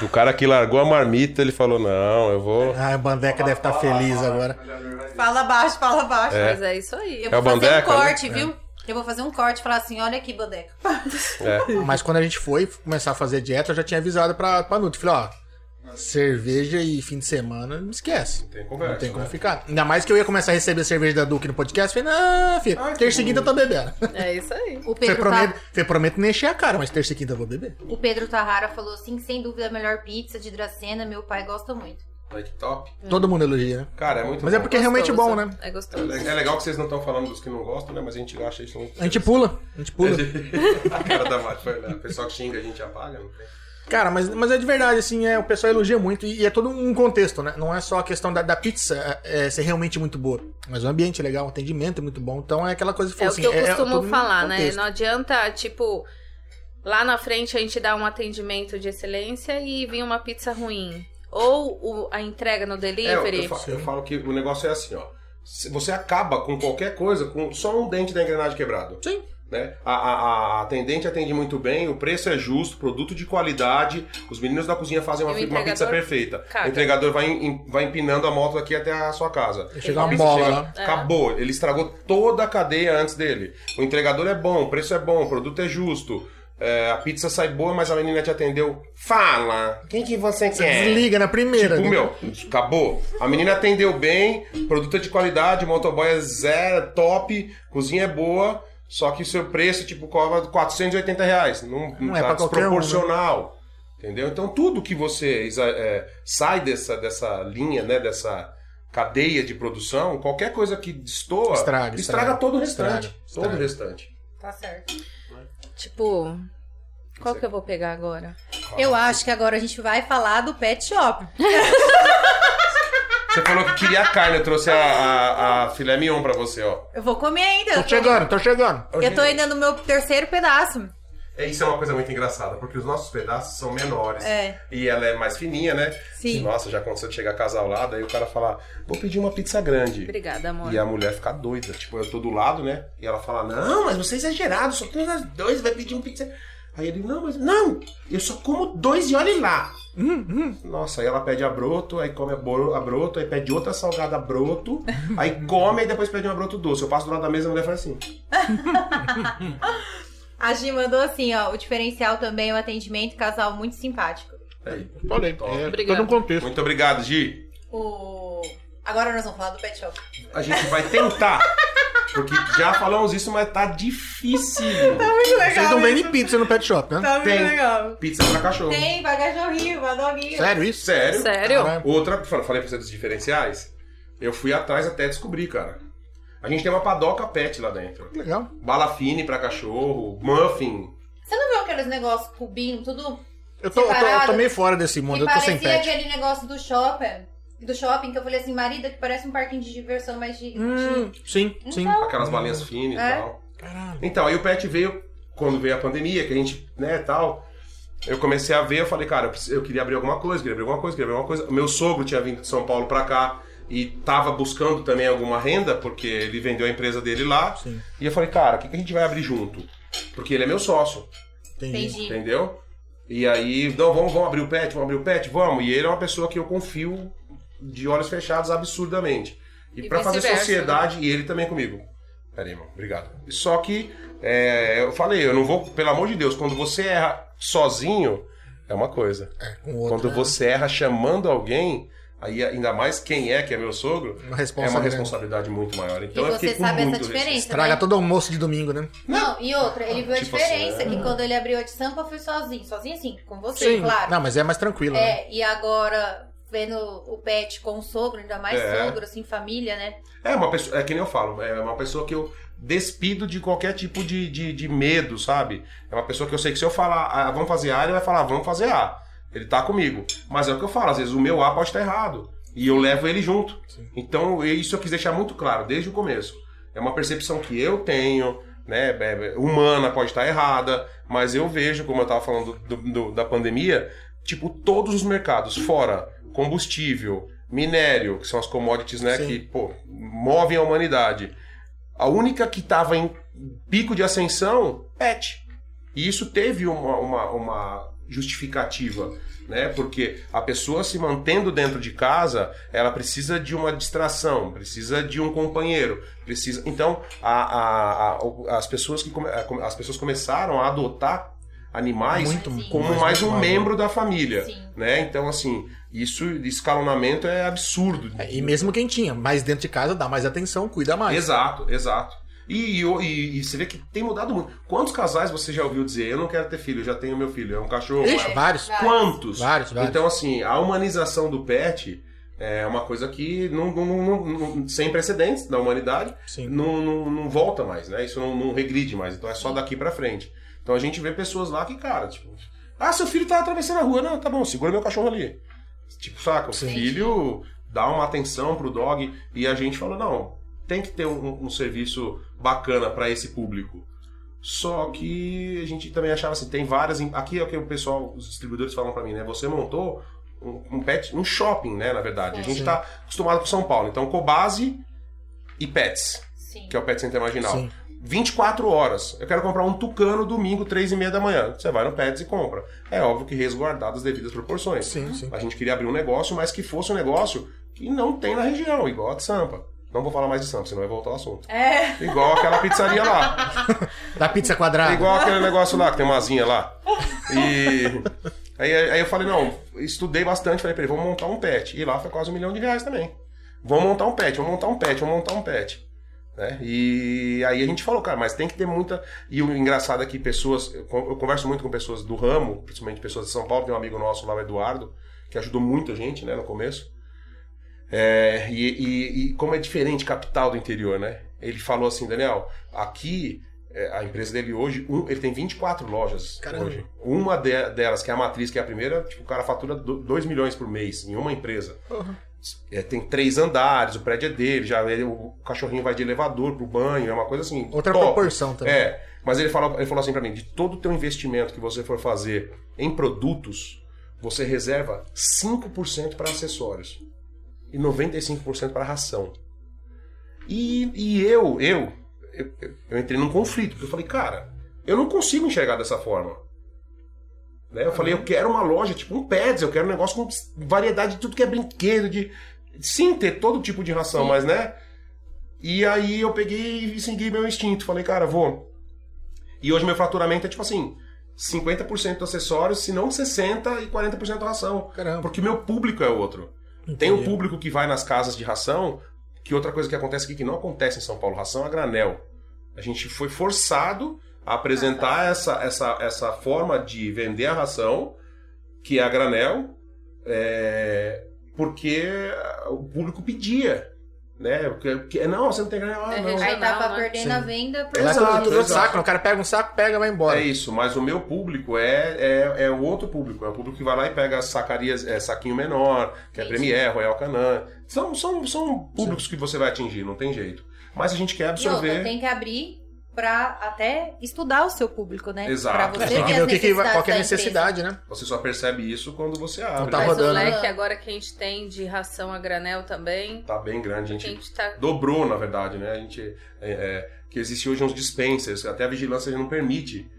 F: O cara que largou a marmita, ele falou: Não, eu vou.
B: Ah, a bandeca deve estar
E: Fala,
B: feliz
E: fala,
B: agora.
E: fala.
A: Fala baixo, fala baixo.
D: Mas é isso aí.
A: Eu
F: É
A: vou
F: o
A: fazer
F: Bandeca,
A: um
F: né?
A: corte, viu? Eu vou fazer um corte e falar assim, olha aqui, Bandeca.
F: É.
B: Mas quando a gente foi começar a fazer dieta, eu já tinha avisado pra, pra Nutri. Falei, ó, cerveja e fim de semana, não esquece.
C: Tem conversa,
B: Não tem como
C: né?
B: ficar. Ainda mais que eu ia começar a receber cerveja da Duque no podcast. Falei, não, filho,
C: Ai, que
B: terça e quinta eu tô bebendo.
D: É isso aí.
A: O
B: Você
A: Pedro,
B: prometo,
A: Tá-
B: você prometo nem encher a cara, mas terça e quinta eu vou beber.
A: o Pedro Tarrara falou assim, que sem dúvida a melhor pizza de Dracena, meu pai gosta muito.
C: Olha que top.
B: Todo mundo elogia, né?
C: Cara, é muito
B: Mas é
C: bom.
B: porque é realmente bom,
D: Gostoso.
B: né?
D: É
C: É
D: gostoso.
C: le- é legal que vocês não estão falando dos que não gostam, né? Mas a gente acha isso muito.
B: A gente pula, a gente pula.
C: A cara da Mari foi olhar. O pessoal que xinga a gente apaga, né? não tem.
B: Cara, mas, mas é de verdade, assim, é, o pessoal elogia muito e, e é todo um contexto, né? Não é só a questão da, da pizza é, ser realmente muito boa, mas o ambiente é legal, o atendimento é muito bom, então é aquela coisa que
D: É
B: falou
D: o
B: assim,
D: que eu
B: todo
D: costumo
B: um
D: falar, né?
B: contexto.
D: Não adianta, tipo, lá na frente a gente dar um atendimento de excelência e vir uma pizza ruim. Ou o- a entrega no
C: É, eu,
D: delivery.
C: eu falo, eu falo que o negócio é assim, ó. Se- Você acaba com qualquer coisa com só um dente da engrenagem quebrado.
B: Sim.
C: Né? A, a- a atendente atende muito bem, o preço é justo, produto de qualidade, os meninos da cozinha fazem
D: E
C: uma,
D: o
C: fi- uma pizza
D: entregador
C: perfeita.
D: caga.
C: O entregador vai, em- vai empinando a moto daqui até a sua casa.
B: Chega
C: A
B: uma
C: pizza
B: bola
C: chega-
B: lá.
C: Acabou, ele estragou toda a cadeia antes dele. O entregador é bom, o preço é bom, o produto é justo. é, a pizza sai boa, mas a menina te atendeu. Fala! Quem que você
B: Você desliga na primeira.
C: Tipo,
B: né?
C: meu, acabou. A menina atendeu bem, produto é de qualidade, motoboy é zero, top, cozinha é boa, só que o seu preço, tipo, cobra 480 reais. Não, não,
B: é
C: tá
B: pra qualquer um,
C: desproporcional. Entendeu? Então, tudo que você exa- é, sai dessa, dessa linha, né, dessa cadeia de produção, qualquer coisa que destoa,
B: Estraga,
C: estraga,
B: estraga.
C: todo o restante.
B: Estraga,
C: todo
B: estraga.
C: o restante.
A: Tá certo.
D: Tipo, qual que eu vou pegar agora?
A: Eu acho que agora a gente vai falar do pet shop.
C: Você falou que queria a carne, eu trouxe a, a, a filé mignon pra você, ó.
A: Eu vou comer ainda. eu
B: Tô
A: tô-
B: chegando, tô chegando.
A: Eu tô ainda no meu terceiro pedaço.
C: É, isso é uma coisa muito engraçada, porque os nossos pedaços são menores.
A: É.
C: E ela é mais fininha, né?
A: Sim.
C: Nossa, já aconteceu de chegar casal lá, daí o cara falar, vou pedir uma pizza grande.
D: Obrigada, amor.
C: E a mulher fica doida. Tipo, eu tô do lado, né? E ela fala, não, mas você é exagerado, só tem nós dois, vai pedir uma pizza. Aí ele, não, mas não, eu só como dois e olhe lá.
B: Hum,
C: Nossa, aí ela pede a broto, aí come a, bro- a broto, aí pede outra salgada
A: [LAUGHS]
C: a broto, aí come e depois pede uma broto doce. Eu passo do lado da mesa e a mulher fala assim.
A: A Gi mandou assim, ó, o diferencial também é o atendimento, casal muito simpático.
C: Aí.
B: Falei,
C: Top.
B: é,
D: Obrigado.
B: todo um contexto.
C: Muito obrigado, Gi.
A: O... Agora nós vamos falar do pet shop.
C: A gente vai tentar. Porque já falamos isso, mas tá difícil.
A: Muito né?
B: Vocês não vendem pizza no pet shop, né?
A: Tá muito
C: Tem.
A: legal.
C: Pizza pra cachorro.
A: Tem, vai cachorrinho, vai doguinho.
B: Sério isso?
C: Sério?
D: Sério?
B: Caralho.
C: Outra, fa- falei pra você dos diferenciais. Eu fui atrás até descobrir, cara. A gente tem uma padoca pet lá dentro.
B: Legal.
C: Bala fine pra cachorro, muffin.
A: Você não viu aqueles negócios cubinho, tudo
B: Eu tô, eu tô, eu tô
A: Separado.
B: meio fora desse mundo,
A: que
B: eu tô sem
A: parecia
B: pet.
A: aquele negócio do shopping. do shopping que eu falei assim, marida, que parece um parquinho de diversão, mas de. de-
B: Hum, sim, sim.
A: Então,
C: Aquelas balinhas finas
A: É.
C: e tal.
B: Caralho.
C: Então, aí o pet veio, quando veio a pandemia, que a gente, né, tal. Eu comecei a ver, eu falei, cara, eu preciso- eu queria abrir alguma coisa, queria abrir alguma coisa, queria abrir alguma coisa. O meu sogro tinha vindo de São Paulo pra cá e tava buscando também alguma renda, porque ele vendeu a empresa dele lá.
B: Sim,
C: E eu falei, cara, o que, que a gente vai abrir junto? Porque ele é meu sócio,
B: entendi.
A: entendi.
C: entendeu? E aí, não, vamos, vamos abrir o pet, vamos abrir o pet, vamos. E ele é uma pessoa que eu confio de olhos fechados absurdamente. E,
D: E
C: pra fazer
A: né?
D: vice-versa,
C: sociedade, e ele também comigo. Peraí, irmão, obrigado. Só que, é, eu falei, eu não vou, pelo amor de Deus, quando você erra sozinho, é uma coisa.
B: É, com outro.
C: Quando você erra chamando alguém, aí ainda mais quem é, que é meu sogro,
B: Uma
C: é uma
B: responsabilidade.
C: responsabilidade muito maior. Então
A: e
C: eu fiquei
A: você
C: com
A: sabe essa
C: muito receio.
A: diferença,
B: Estraga
A: né?
B: todo almoço de domingo, né?
A: Não, e outra, ele viu
C: Tipo
A: a
C: assim,
A: diferença,
C: é.
A: que quando ele abriu a de Sampa, eu fui sozinho. Sozinho assim, com você, claro.
B: Não, mas é mais tranquilo, né?
A: É, e agora, vendo o pet com o sogro, ainda mais
C: É.
A: sogro, assim, família, né?
C: É uma pessoa, é que nem eu falo, é uma pessoa que eu despido de qualquer tipo de, de, de medo, sabe? É uma pessoa que eu sei que se eu falar, ah, vamos fazer A, ele vai falar, vamos fazer A. Ele tá comigo. Mas é o que eu falo, às vezes o meu A pode estar errado. E eu levo ele junto.
B: Sim.
C: Então, isso eu quis deixar muito claro desde o começo. É uma percepção que eu tenho, né? é- é- Humana pode estar errada, mas eu vejo, como eu tava falando do- do- da pandemia, tipo, todos os mercados, fora combustível, minério, que são as commodities, né,
B: Sim.
C: que, pô, movem a humanidade. A única que estava em pico de ascensão, pet. E isso teve uma, uma, uma justificativa, né? Porque a pessoa se mantendo dentro de casa, ela precisa de uma distração, precisa de um companheiro, precisa. Então, a, a- a- as pessoas que come- as pessoas começaram a adotar animais
B: Muito,
A: Sim.
C: como
B: muito
C: mais um
B: mais, né?
C: membro da família,
A: Sim.
C: né? Então, assim, isso escalonamento é absurdo.
B: É, E mesmo quem tinha, mas dentro de casa dá mais atenção, cuida mais.
C: Exato, exato. E, e, e- e você vê que tem mudado muito. Quantos casais você já ouviu dizer, eu não quero ter filho, eu já tenho meu filho, é um cachorro?
B: Ixi,
C: é-
B: vários.
A: Vai.
C: Quantos?
B: Vários, vários.
C: Então, assim, a humanização do pet é uma coisa que não, não- não- não- sem precedentes da humanidade
B: Sim.
C: não, não, não volta mais, né? Isso não, não regride mais. Então é só daqui pra frente. Então a gente vê pessoas lá que, cara, tipo, ah, seu filho tá atravessando a rua. Não, tá bom, segura meu cachorro ali. Tipo, saca, o
B: Sim.
C: filho dá uma atenção pro dog e a gente falou, não, tem que ter um, um serviço bacana pra esse público. Só que a gente também achava assim, tem várias. em- Aqui é o que o pessoal, os distribuidores falam pra mim, né? Você montou um, um pet, um shopping, né? Na verdade. A gente
B: Sim.
C: tá acostumado com São Paulo. Então, Cobase e Pets
A: Sim.
C: que é o Pet Center Marginal.
B: Sim.
C: 24 horas. Eu quero comprar um tucano domingo, 3 e meia da manhã. Você vai no Pets e compra. É óbvio que resguardado as devidas proporções.
B: Sim, sim.
C: A gente queria abrir um negócio, mas que fosse um negócio que não tem na região, igual a de Sampa. Não vou falar mais de Sampa, senão vai voltar ao assunto.
A: É,
C: Igual aquela pizzaria lá.
B: Da pizza quadrada.
C: É Igual aquele negócio lá, que tem uma asinha lá. E... Aí, aí eu falei, não, estudei bastante, falei pra ele, vamos montar um pet. E lá foi quase um milhão de reais também. Vamos montar um pet, vamos montar um pet, vamos montar um pet. Né? E aí a gente falou, cara, mas tem que ter muita. E o engraçado é que pessoas. Eu con- eu converso muito com pessoas do ramo, principalmente pessoas de São Paulo, tem um amigo nosso lá, o Eduardo, que ajudou muita gente né, no começo. É, e, e- e como é diferente capital do interior, né? Ele falou assim, Daniel, aqui é, a empresa dele hoje, um- ele tem 24 lojas
B: Caramba.
C: hoje. Uma de- delas, que é a matriz, que é a primeira, tipo, o cara fatura 2 milhões por mês em uma empresa.
B: Porra.
C: É, tem três andares, o prédio é dele, já ele- o cachorrinho vai de elevador pro banho, é uma coisa assim.
B: Outra
C: top.
B: proporção também.
C: É, mas ele falou, ele falou assim pra mim, de todo o teu investimento que você for fazer em produtos, você reserva 5% para acessórios e 95% para ração. E, e eu, eu, eu, eu entrei num conflito, porque eu falei, cara, eu não consigo enxergar dessa forma. Né? Eu falei, eu quero uma loja, tipo um Pets, eu quero um negócio com variedade de tudo que é brinquedo, de sim, ter todo tipo de ração, mas né? E aí eu peguei e segui meu instinto, falei, cara, vou. E hoje meu faturamento é tipo assim, 50% acessórios, se não 60% e 40% ração.
B: Caramba.
C: Porque meu público é outro. Tem um público que vai nas casas de ração, que outra coisa que acontece aqui que não acontece em São Paulo, ração a granel. A gente foi forçado a apresentar essa, essa, essa forma de vender a ração, que é a granel, é, porque o público pedia. Né? Porque- porque- não, você não tem grana. Ah,
B: um
D: É,
C: não.
D: é.
A: Aí tava
B: né?
D: Sim.
A: perdendo a venda por
B: Lá
C: Exato,
B: todo todo
C: exato.
B: saco, né? o cara pega um saco, pega e vai embora.
C: É isso, mas o meu público é, é, é o outro público. É o público que vai lá e pega as sacarias, é, saquinho menor, que é
A: Entendi.
C: Premier, Royal Canin. São, são, são públicos que você vai atingir, não tem jeito. Mas a gente quer
A: E outra,
C: absorver.
A: tem que abrir pra até estudar o seu público, né?
C: Exato.
A: Pra
B: É,
A: você
B: tem que
A: ver
B: ver
A: as
B: o que que vai-
A: necessidades
B: qual que é a
A: da empresa.
B: necessidade, né?
C: Você só percebe isso quando você abre.
B: tá
D: Mas
B: rodando,
D: o
B: né?
D: leque agora que a gente tem de ração a granel também.
C: Tá bem grande,
D: A
C: a gente
D: gente tá.
C: dobrou, na verdade, né? A gente. é, é, que existe hoje uns dispensers, até a vigilância não permite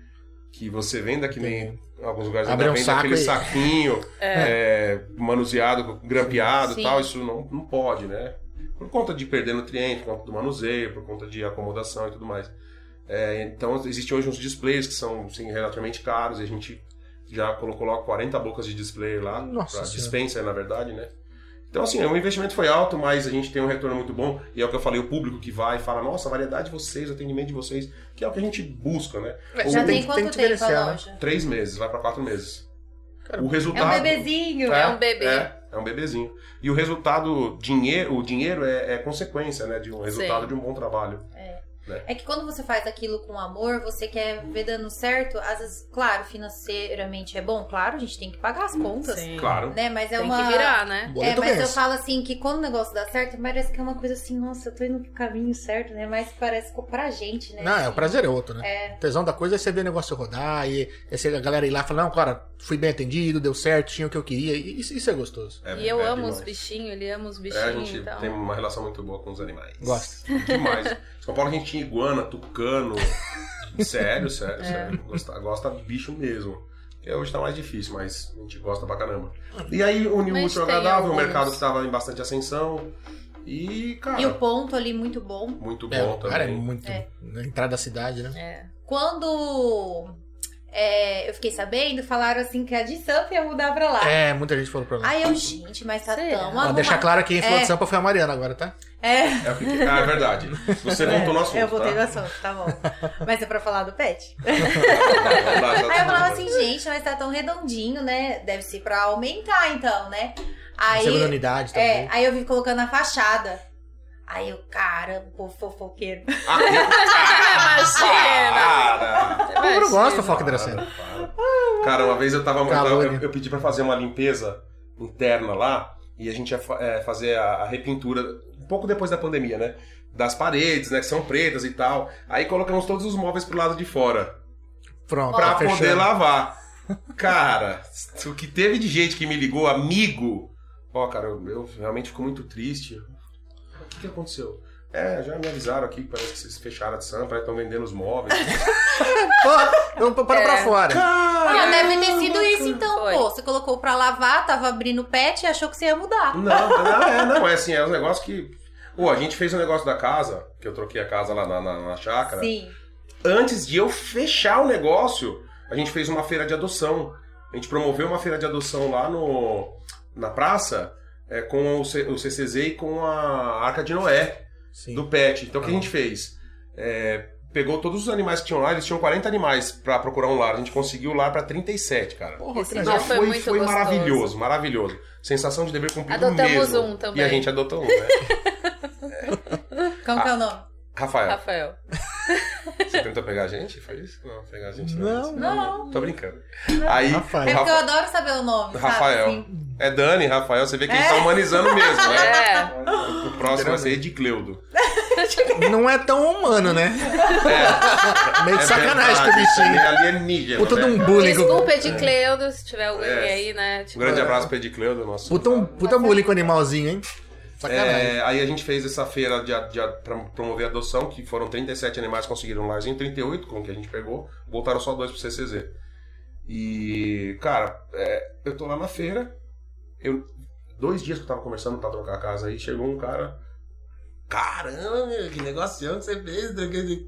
C: que você venda que nem em alguns lugares
B: Abre
C: ainda
B: um
C: vende
B: saco
C: aquele
B: e-
C: saquinho é, manuseado, grampeado
A: Sim.
C: e tal. Isso não, não pode, né? Por conta de perder nutriente, por conta do manuseio, por conta de acomodação e tudo mais. É, então existem hoje uns displays que são assim, relativamente caros e a gente já colocou lá 40 bocas de display lá,
B: Nossa
C: pra
B: Senhora.
C: dispensa na verdade, né? Então assim, o investimento foi alto, mas a gente tem um retorno muito bom e é o que eu falei, o público que vai e fala, nossa, a variedade de vocês, o atendimento de vocês, que é o que a gente busca, né?
B: É,
A: Já tem,
B: tem que- tem
A: quanto
B: que
A: tempo
B: diferenciar,
A: a
B: né?
A: loja?
C: Três meses, vai pra quatro meses.
B: Cara,
C: o
A: É um
B: Tá.
C: resultado
A: bebezinho.
D: É um bebê.
C: É, é um bebezinho. E o resultado, dinheiro, o dinheiro é, é consequência, né, de um resultado
D: Sim.
C: de um bom trabalho.
A: É que quando você faz aquilo com amor, você quer ver dando certo, às vezes, claro, financeiramente é bom, claro, a gente tem que pagar as contas,
D: Sim.
C: Claro.
A: né? Mas é
D: Tem
A: uma
D: que virar, né?
A: É,
B: Boleto
A: mas eu
B: vence.
A: falo assim que quando o negócio dá certo, parece que é uma coisa assim, nossa, eu tô indo pro caminho certo, né? Mas parece que pra gente, né?
B: Não, é, o
A: Assim,
B: prazer é outro, né?
A: É.
B: O tesão da coisa é você ver o negócio rodar e é você- a galera ir lá e falar, não, cara, fui bem atendido, deu certo, tinha o que eu queria. E Isso, isso é gostoso.
C: É,
D: e eu
C: é
D: amo
C: demais.
D: os bichinhos, ele ama os
C: É, a
D: bichinhos,
C: gente
D: então.
C: tem uma relação muito boa com os animais.
B: Gosto.
C: Demais. [LAUGHS] Em São Paulo a gente tinha iguana, tucano. Sério, sério,
A: É.
C: sério. Gosta, gosta de bicho mesmo. É, Hoje tá mais difícil, mas a gente gosta pra caramba. E aí, uniu
D: Mas
C: o útil ao
D: tem
C: agradável, o
D: alguns.
C: mercado que tava em bastante ascensão. E, cara,
A: E o ponto ali muito bom.
C: muito
B: É,
C: bom
B: o cara é
C: também.
B: muito.
A: É.
B: Na entrada da cidade, né?
D: É.
A: Quando é, eu fiquei sabendo, falaram assim que a de Sampa ia mudar pra lá.
B: É, muita gente falou pra lá.
A: Aí eu, gente, mas tá
D: Será?
A: tão
B: Ó,
A: arrumado.
B: deixar claro que quem falou
A: É.
B: de Sampa foi a Mariana agora, tá?
A: É,
C: É, o que- ah, é verdade.
A: [LAUGHS]
C: Você voltou no assunto.
A: eu voltei
C: tá?
A: do assunto, tá bom. Mas é pra falar do pet.
C: Vamos lá, já
A: Aí eu
C: tá
A: falava
C: bom.
A: assim, gente, mas tá tão redondinho, né? Deve ser pra aumentar então, né?
B: A Segunda
A: Aí
B: unidade
A: É,
B: também.
A: aí eu vim colocando a fachada. Aí eu, cara, o povo
B: [LAUGHS]
A: fofoqueiro. [LAUGHS]
C: Ah, que- para!
D: Você
B: Eu não
D: vai,
B: gosto da
D: Chico.
B: foca hidracena.
C: Para, para. Cara, uma vez eu tava. Eu,
B: Calúnia.
C: eu- eu pedi pra fazer uma limpeza interna lá e a gente ia fa- é, fazer a, a repintura um pouco depois da pandemia, né? Das paredes, né? Que são pretas e tal. Aí colocamos todos os móveis pro lado de fora
B: Pronto,
C: pra
B: tá
C: poder
B: fechando.
C: lavar. Cara, [LAUGHS] o que teve de gente que me ligou, amigo. Ó, cara, eu, eu realmente fico muito triste. O que, que aconteceu? É, já me avisaram aqui que parece que vocês fecharam a sampa, estão vendendo os
B: [LAUGHS]
C: móveis. [LAUGHS]
B: Pô, eu paro pra
D: É.
B: fora.
A: Ah,
C: Cara!
A: deve ter sido isso então,
D: Foi.
A: pô. Você colocou pra lavar, tava abrindo o pet e achou que você ia mudar.
C: Não, não, é, não, é assim, é um negócio que. Pô, a gente fez um negócio da casa, que eu troquei a casa lá na, na, na chácara.
A: Sim.
C: Antes de eu fechar o negócio, a gente fez uma feira de adoção. A gente promoveu uma feira de adoção lá no, na praça é, com o, C, o CCZ e com a Arca de Noé
B: Sim.
C: do Pet. Então o que a gente fez? É, pegou todos os animais que tinham lá, eles tinham 40 animais pra procurar um lar. A gente conseguiu lá pra 37, cara.
B: Porra,
D: Esse
B: que legal.
C: Não,
D: dia foi muito gostoso.
C: maravilhoso, maravilhoso. Sensação de dever cumprido
D: Adotamos
C: mesmo.
D: um também.
C: E a gente adotou um,
D: [LAUGHS]
C: né?
A: Como que é o nome?
C: Rafael,
D: Rafael.
C: você tentou pegar a gente? Foi isso? Não, pegar a gente
B: Não,
C: né?
A: não.
C: Tô brincando. Aí,
B: Rafael.
A: É porque eu
C: Rafa-
A: adoro saber o nome,
C: Rafael.
A: sabe? Assim.
C: é Dani, Rafael, você vê que a
A: É.
C: gente tá humanizando mesmo, né?
D: É.
C: O próximo vai ser Edicleudo.
B: Não é tão humano, né? [LAUGHS] Meio de sacanagem com o bichinho.
C: É Ele é alienígena,
B: Puta de
C: né?
B: um bullying. com-
D: Desculpa, Edicleudo, se tiver alguém
C: É.
D: aí, né?
C: Um
D: Tipo,
C: grande abraço pra Edicleudo, nosso...
B: Puta, um, puta bullying com o animalzinho, hein? Sacanagem.
C: É, aí a gente fez essa feira de, a- de a- pra promover a adoção, que foram 37 animais que conseguiram lá, em 38 com o que a gente pegou, voltaram só dois pro CCZ. E, cara, é, eu tô lá na feira, eu, dois dias que eu tava conversando pra trocar a casa aí, chegou um cara, caramba, que negocião que você fez, troquei de-"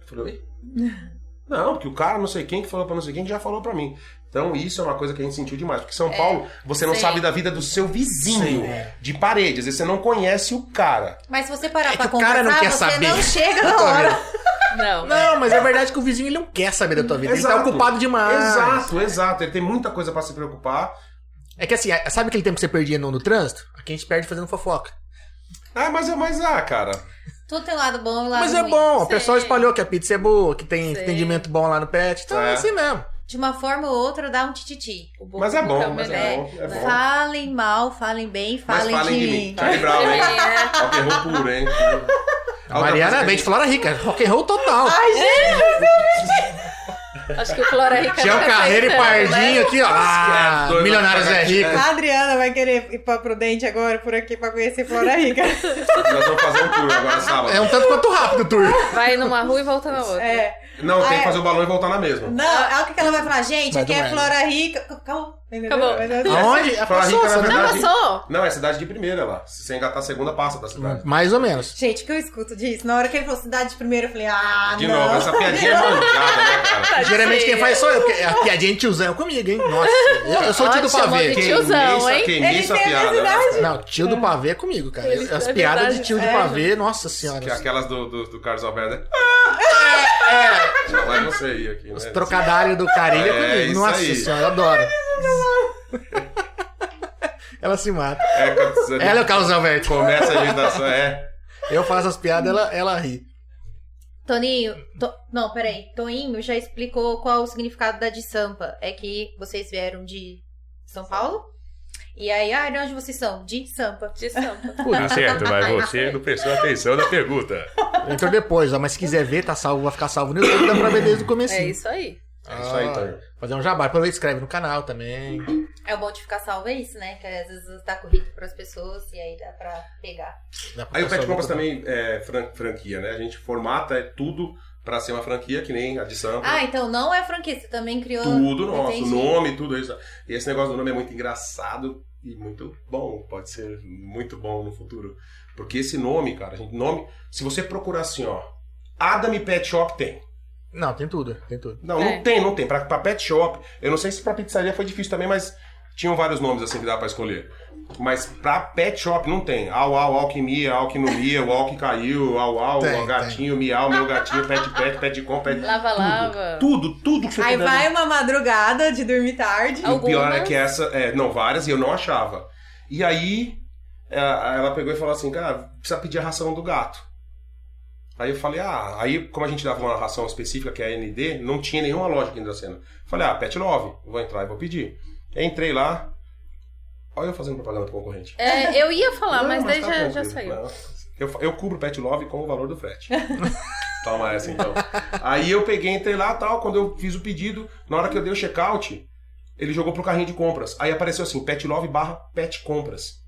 C: Eu falei, oi? Não, porque o cara não sei quem que falou pra não sei quem que já falou pra mim. Então isso é uma coisa que a gente sentiu demais, porque São Paulo, você não
D: Sim.
C: sabe da vida do seu vizinho
B: Sim, é.
C: de parede. Às vezes você não conhece o cara.
A: Mas se você parar
B: É
A: pra
B: que o cara
A: conversar,
B: não quer
A: você
B: saber.
A: não chega
B: [LAUGHS]
A: na
B: Tua
A: hora.
B: vida.
D: Não.
B: Não, mas é verdade que o vizinho ele não quer saber da tua vida. Ele tá
C: Exato.
B: ocupado demais.
C: Exato, exato. Ele tem muita coisa pra se preocupar.
B: É que assim, sabe aquele tempo que você perdia no, no trânsito? Aqui a gente perde fazendo fofoca.
C: Ah, mas é mais ah, cara.
A: Tudo tem um lado bom e lado
B: Mas é
A: ruim.
B: bom, o pessoal
D: Sim.
B: espalhou que a pizza é boa, que tem
D: Sim.
B: atendimento bom lá no pet. Então é,
C: É.
B: assim mesmo.
A: De uma forma ou outra dá um tititi.
D: O boca
C: Mas é
D: a boca
C: bom, mas é bom. É bom.
A: Falem mal, falem bem,
C: Mas
A: falem,
C: falem de mim. Tá. Charlie Brown, hein? Rock and roll puro, hein?
B: A [LAUGHS] Mariana é bem de Flora Rica, rock and roll total.
A: Ah, É.
D: É, Acho que o Flora Rica
B: Tinha o
D: nunca
B: Carreiro e
D: fez tanto,
B: Pardinho
D: tá né?
B: aqui, ó. Ah,
C: doido,
B: milionário
C: cara,
B: Zé Rico.
A: É.
G: A Adriana vai querer ir pra Prudente agora, por aqui, pra conhecer Flora Rica.
C: [LAUGHS] Nós vamos fazer um tour agora sábado.
B: É um tanto quanto rápido o tour.
D: Vai numa rua e volta na outra.
G: É.
C: Não, tem
G: Ah, é.
C: que fazer o balão e voltar na mesma.
G: Não, é o que que ela vai falar, gente,
B: Vai
G: aqui é
B: do
G: Flora Rica. Acabou. entendeu?
D: Acabou.
G: Mas é assim.
B: Aonde? A
C: Flora Rica,
B: Paçoça, né?
C: na
D: Não
C: verdade-
D: passou?
C: Não, é cidade de primeira lá. Se você engatar a segunda, passa da cidade.
B: Mais ou menos.
G: Gente, o que eu escuto disso? Na hora que ele falou cidade de primeiro, eu falei,
B: Hum.
G: ah, [LAUGHS]
C: De
G: não. Tá
C: novo, essa piadinha é manjada, né, cara?
D: Assim,
B: Geralmente quem
D: feia.
B: faz sou eu, porque a piadinha de tiozão é comigo, hein? Nossa, eu, eu sou tio do
D: Ó, te chamou
B: pavê.
D: de
C: Quem
D: Tiozão,
C: isso,
D: hein?
C: Quem
G: Ele
C: isso a
G: tem a
C: piada. né,
G: necessidade.
C: cara?
B: Não, tio do pavê é comigo, cara.
D: Ele-
B: As
D: é
B: piadas
D: verdade,
B: de tio do
D: é.
B: pavê, nossa senhora.
C: Que aquelas do, do, do Carlos
B: [LAUGHS]
C: Alberto, né? Não, é você aí aqui, né?
B: Os trocadilhos do carinho
C: É,
B: é comigo.
C: isso
B: Nossa
C: aí.
B: senhora, eu adoro. Ela se mata.
C: É, quando você
B: Ela é o Carlos Alberto.
C: começa a agitação, é.
B: Eu faço as piadas, ela, ela ri.
A: Toninho, to- não, peraí. Toninho já explicou qual o significado da de Sampa. É que vocês vieram de São Paulo? E aí, ah, de onde vocês são? De Sampa.
D: De sampa.
F: Tá certo, mas você não prestou atenção na pergunta.
B: Entrou Então depois, ó. Mas se quiser ver, tá salvo, vai ficar salvo no YouTube, dá pra ver desde o começo.
D: É isso aí.
C: É isso aí, Tony.
B: Fazer um jabá. Aproveita e inscreve no canal também.
A: É bom de ficar salvo, é isso, né? Que às vezes tá corrido pras pessoas e aí dá pra pegar.
B: Dá pra
C: Aí
B: pessoa
C: o Pet Compras
B: botar.
C: também é fran- franquia, né? A gente formata é tudo pra ser uma franquia, que nem a de Sampa.
A: Ah, então não é franquia, você também criou.
C: Tudo nosso,
A: Entendi.
C: nome, tudo isso. E esse negócio do nome é muito engraçado e muito bom. Pode ser muito bom no futuro. Porque esse nome, cara, a gente, nome. Se você procurar assim, ó. Adam e Pet Shop tem.
B: Não, tem tudo, tem tudo.
C: Não,
D: É.
C: não tem, não tem. Pra, pra Pet Shop. Eu não sei se pra pizzaria foi difícil também, mas tinham vários nomes assim que dá pra escolher. Mas pra Pet Shop não tem. Au, au, alquimia, alquinomia, o au que caiu, au, au,
B: Tem, tem.
C: gatinho, miau, meu gatinho, pet, pet, pet com, pet.
D: Lava,
C: tudo,
D: lava.
C: Tudo, tudo que você
G: Aí
C: puder
G: vai uma madrugada de dormir tarde.
C: E o pior é
D: Algumas.
C: que essa. É, não, várias, e eu não achava. E aí é, ela pegou e falou assim, cara, precisa pedir a ração do gato. Aí eu falei, ah, aí como a gente dava uma ração específica, que é a ND, não tinha nenhuma loja aqui em Dracena. Falei, ah, Pet Love, vou entrar e vou pedir. Entrei lá. Olha eu fazendo propaganda pro concorrente.
D: É, eu ia falar,
C: Não,
D: mas, daí
C: tá
D: já,
C: bom,
D: já
C: querido.
D: saiu.
C: Não. Eu, fa- eu cubro Pet Love com o valor do
D: [LAUGHS]
C: frete. Toma essa então. Aí eu peguei, entrei lá tal. Quando eu fiz o pedido, na hora que eu dei o checkout, ele jogou pro carrinho de compras. Aí apareceu assim: Pet Love barra Pet Compras.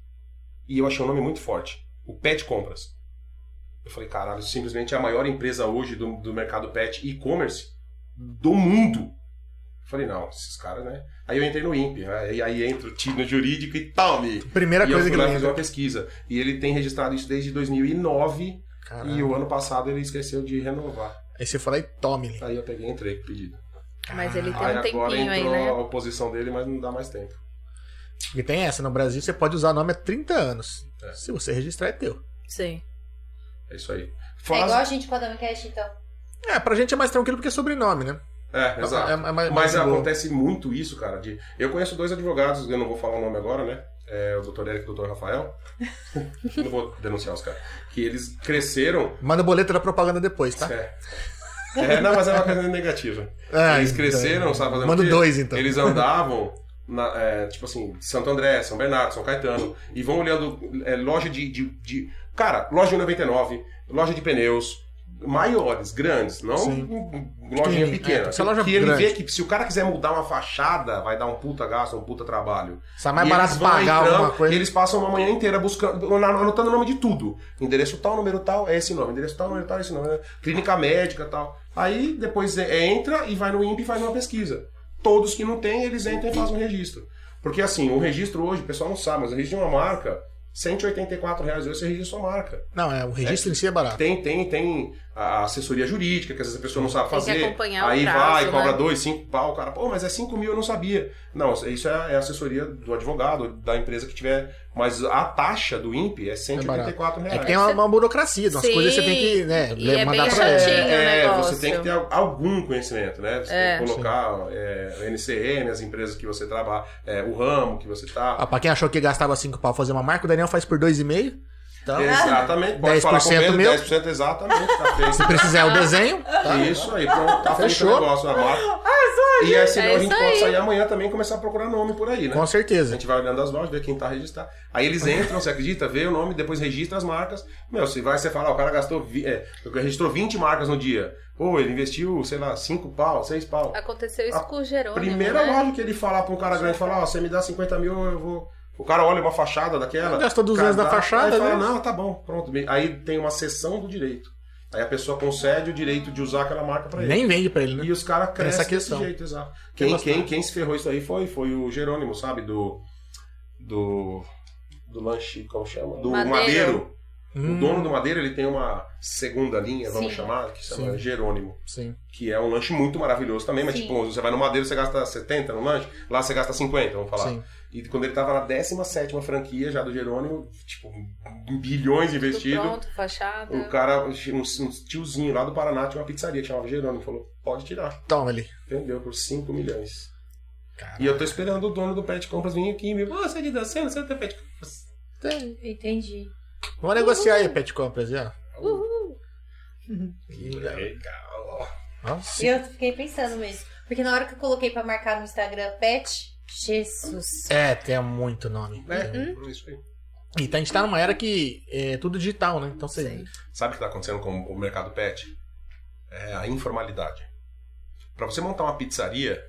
C: E eu achei o nome muito forte: o Pet Compras. Eu falei: caralho, simplesmente é a maior empresa hoje do, do mercado pet e-commerce do mundo. Eu falei: não, esses caras, né? Aí eu entrei no INPE, né? e aí entra o time jurídico e tome
B: Primeira
C: e eu
B: coisa
C: fui
B: que
C: lá fazer
B: lembro.
C: uma pesquisa. E ele tem registrado isso desde 2009 e o ano passado ele esqueceu de renovar.
B: Aí você fala e tome.
C: Aí eu peguei e entrei com o pedido.
D: Mas ele tem
C: Aí
D: um
C: agora
D: tempinho
C: entrou
D: aí, né?
C: a oposição dele, mas não dá mais tempo.
B: E tem essa, no Brasil você pode usar o nome há 30 anos.
C: É.
B: Se você registrar, é teu.
D: Sim.
C: É isso aí.
A: É
C: Faz...
A: igual a gente com a Domicast, então.
B: É, pra gente é mais tranquilo porque é sobrenome, né?
C: É, exato.
B: É, é mais,
C: Mas
B: mais boa.
C: acontece muito isso, cara. De... Eu conheço dois advogados, eu não vou falar o nome agora, né? É, o doutor Eric e o doutor Rafael. [LAUGHS] não vou denunciar os caras. Que eles cresceram.
B: Manda o boleto da propaganda depois, tá?
C: É. É, não, mas é uma coisa negativa.
B: Ah,
C: eles
B: então.
C: cresceram, sabe? fazendo
B: Manda
C: o quê?
B: dois, então.
C: Eles andavam, na, é, tipo assim, Santo André, São Bernardo, São Caetano, e vão olhando é, loja de, de, de- Cara, loja de 99, loja de pneus, maiores, grandes, não
B: Sim.
C: um- um- lojinha
B: Pequenininho, é,
C: pequena.
B: essa loja
C: que ele
B: grande.
C: vê que se o cara quiser mudar uma fachada, vai dar um puta gasto, um puta trabalho.
B: Sai mais
C: E
B: barato
C: eles vão
B: pagar
C: entrando,
B: alguma coisa.
C: E eles passam uma manhã inteira buscando, anotando o nome de tudo. Endereço tal, número tal, é esse nome. Endereço tal, número tal, é esse nome. né? Clínica médica tal. Aí depois é, entra e vai no INPE e faz uma pesquisa. Todos que não têm, eles entram e fazem um registro. Porque assim, o registro hoje, o pessoal não sabe, mas o registro de uma marca, R$ 184 reais hoje você registra sua marca.
B: Não, é, o registro em si é barato.
C: Tem, tem, tem a assessoria jurídica, que às vezes a pessoa não sabe
D: Tem que
C: fazer.
D: acompanhar o
C: Aí
D: prazo,
C: vai,
D: né?
C: cobra dois, cinco pau, o cara, pô, mas é cinco mil, eu não sabia. Não, isso é, é assessoria do advogado, da empresa que tiver. Mas a taxa do INPE é R$ 184
B: É
C: reais.
B: que tem uma, uma burocracia, umas
D: Sim.
B: coisas que você tem que né,
D: E é
B: mandar
D: bem
B: pra
D: chatinho.
B: ele.
C: É,
D: o negócio.
C: você tem que ter al- algum conhecimento, né? Você
D: É.
C: tem que colocar é, o NCM, as empresas que você trabalha, é, o ramo que você tá.
B: Ah, pra quem achou que gastava 5 pau fazer uma marca, o Daniel faz por 2,5. Então,
C: É. Exatamente. Pode falar com
B: 10%
C: ele,
B: meu.
C: 10% exatamente.
B: [LAUGHS]
C: Tá feito.
B: se precisar é o desenho, tá?
C: Isso aí, pronto, tá feito o
B: Fechou. Ah,
C: negócio, Amado. E aí, senão
D: É
C: a gente
D: isso
C: pode
D: aí.
C: sair amanhã também e começar a procurar nome por aí, né?
B: com
C: A
B: certeza.
C: gente vai olhando as lojas, ver quem tá registrado. Aí eles entram, você acredita, vê o nome, depois registra as marcas. Meu, você vai, você fala, ah, o cara gastou, vi- é, registrou 20 marcas no dia. Pô, ele investiu, sei lá, 5 pau, 6 pau.
D: Aconteceu isso
C: A
D: com o Jerônimo,
C: Primeira
D: né?
C: loja que ele falar pra um cara grande, falar, ó, você me dá 50 mil, eu vou... O cara olha uma fachada daquela...
B: Gastou 200 da
C: cadastra,
B: fachada,
C: Aí fala,
B: né?
C: não, tá bom, pronto. Aí tem uma sessão do direito. Aí a pessoa concede o direito de usar aquela marca pra ele.
B: Nem vende pra ele, né?
C: E os caras
B: Tem essa
C: crescem desse
B: questão.
C: jeito, exato. Quem,
B: bastante.
C: quem, quem se ferrou isso aí foi, foi o Jerônimo, sabe? Do. Do. Do lanche, como chama? Do
D: Madeiro.
C: Madeiro. O
B: Hum,
C: dono do Madeiro, ele tem uma segunda linha, vamos
A: Sim.
C: chamar, que chama
B: Sim.
C: Jerônimo.
B: Sim.
C: Que é um lanche muito maravilhoso também, mas
A: Sim.
C: tipo, você vai no Madeiro, você gasta 70 no lanche, lá você gasta 50, vamos falar.
B: Sim.
C: E quando ele tava na 17 franquia já do Jerônimo, tipo, bilhões
D: Tudo
C: investidos.
D: pronto, fachada.
C: Um cara, um, um tiozinho lá do Paraná tinha uma pizzaria que chamava Jerônimo, falou: pode tirar.
B: Toma ali.
C: Vendeu por 5 milhões.
B: Cara.
C: E eu tô esperando o dono do Pet Compras vir aqui e me Pô, você é de dançando, você é do Pet Compras.
G: Entendi.
B: Vamos negociar aí, Pet Compras, ó.
C: Legal.
B: Nossa.
G: E eu fiquei pensando mesmo. Porque na hora que eu coloquei pra marcar no Instagram pet, Jesus.
B: É, tem muito nome. Tem.
C: É, isso aí.
B: E tá- a gente tá numa era que é tudo digital, né? Então você.
C: Sabe o que tá acontecendo com o mercado pet? É a informalidade. Pra você montar uma pizzaria,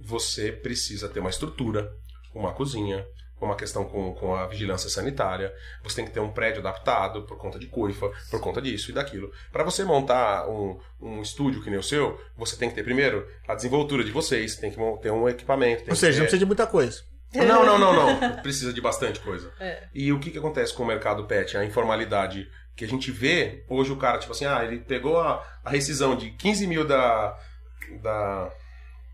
C: você precisa ter uma estrutura, uma cozinha, uma questão com, com a vigilância sanitária, você tem que ter um prédio adaptado por conta de coifa, por conta disso e daquilo. Pra você montar um, um estúdio que nem o seu, você tem que ter primeiro a desenvoltura de vocês, tem que mon- ter um equipamento. Tem
B: Ou seja,
C: que
B: não
C: ter...
B: precisa de muita coisa.
C: Não, não, não, não. Precisa de bastante coisa.
D: É.
C: E o que, que acontece com o mercado pet? A informalidade que a gente vê, hoje o cara, tipo assim, ah, ele pegou a, a rescisão de 15 mil da. Da,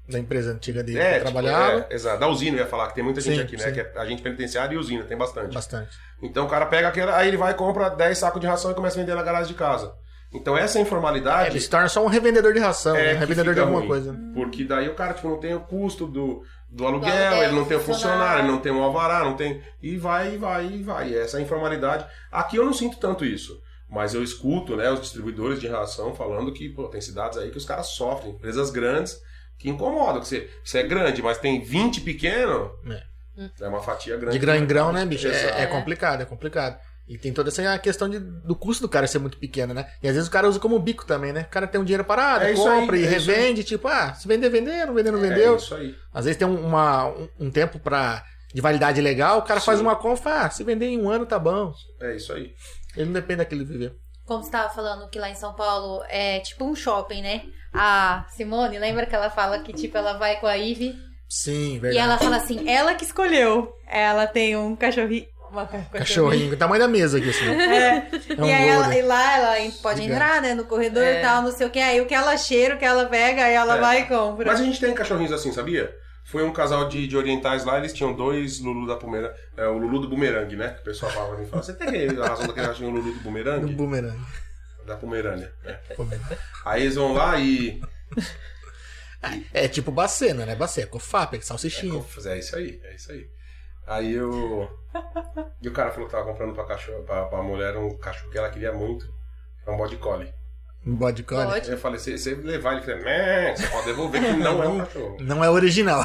B: Da empresa antiga dele que
C: é, tipo,
B: trabalhava.
C: é, exato. Da usina, eu ia falar que tem muita gente
B: Sim,
C: aqui, né?
B: sim.
C: Que é agente penitenciário e usina, tem bastante.
B: Bastante.
C: Então o cara pega aquela, aí ele vai e compra 10 sacos de ração e começa a vender na garagem de casa. Então essa informalidade.
B: Ele se torna só um revendedor de ração,
C: É,
B: né?
C: que
B: revendedor de
C: fica
B: alguma
C: ruim.
B: coisa. né?
C: Porque daí o cara tipo, não tem o custo do, do, aluguel,
A: aluguel,
C: ele não tem o funcionário,
A: funcionário.
C: ele não tem o alvará, não tem. E vai, e vai, e vai. Essa informalidade. Aqui eu não sinto tanto isso. Mas eu escuto né, os distribuidores de ração falando que pô, tem cidades aí que os caras sofrem, empresas grandes que incomodam. Que você, você é grande, mas tem 20 pequeno.
B: É.
C: É, uma fatia grande.
B: De grão em grão, né, bicho?
C: Exato.
B: É, é complicado, é complicado. E tem toda essa questão de- do custo do cara ser muito pequeno, né? E às vezes o cara usa como bico também, né? O cara tem um dinheiro parado,
C: É isso
B: compra
C: aí,
B: e
C: é isso
B: revende, tipo, ah, se vender, vender, não vender, não
C: É
B: vendeu.
C: isso aí.
B: Às vezes tem um- uma, um, um tempo pra, de validade legal, o cara faz
C: Sim.
B: uma compra, fala, ah, se vender em um ano tá bom.
C: É isso aí.
B: Ele não depende daquele viver.
A: Como você tava falando que lá em São Paulo é tipo um shopping, né? A Simone, lembra que ela fala que tipo ela vai com a Ive
B: Sim,
A: e
B: verdade.
A: ela fala assim,
G: Ela que escolheu. Ela tem um cachorrinho. Uma ca-
B: Cachorrinho, o tamanho da mesa aqui, assim.
G: É.
B: É
G: [LAUGHS]
B: um
G: e aí ela,
B: golden.
G: e lá ela en- pode
B: Gigante.
G: entrar, né? No corredor
D: É.
G: e tal, não sei o que. Aí o que ela cheira, o que ela pega, aí ela
C: É.
G: vai e compra.
C: Mas a gente tem cachorrinhos assim, sabia? Foi um casal de, de orientais lá, eles tinham dois Lulu da Pumeira, é, o Lulu do Bumerangue, né? Que o pessoal fala pra mim, fala, você tem a razão daquele cachorrinho Lulu do
B: No
C: Bumerangue?
B: É um boomerang.
C: Da Pomerânia. né?
B: Pomerânia.
C: Aí eles vão lá e...
B: É tipo Bacena, né? Bacena, é cofap, é salsichinha.
C: É, isso aí, é isso aí. Aí eu... E o cara falou que tava comprando pra, cachorro, pra, pra mulher um cachorro que ela queria muito, que é um bode collie.
B: Um bode collie.
A: pode.
C: Aí eu falei, se você levar, ele falou, "Mé, você pode devolver que não é um cachorro.
B: Não é original.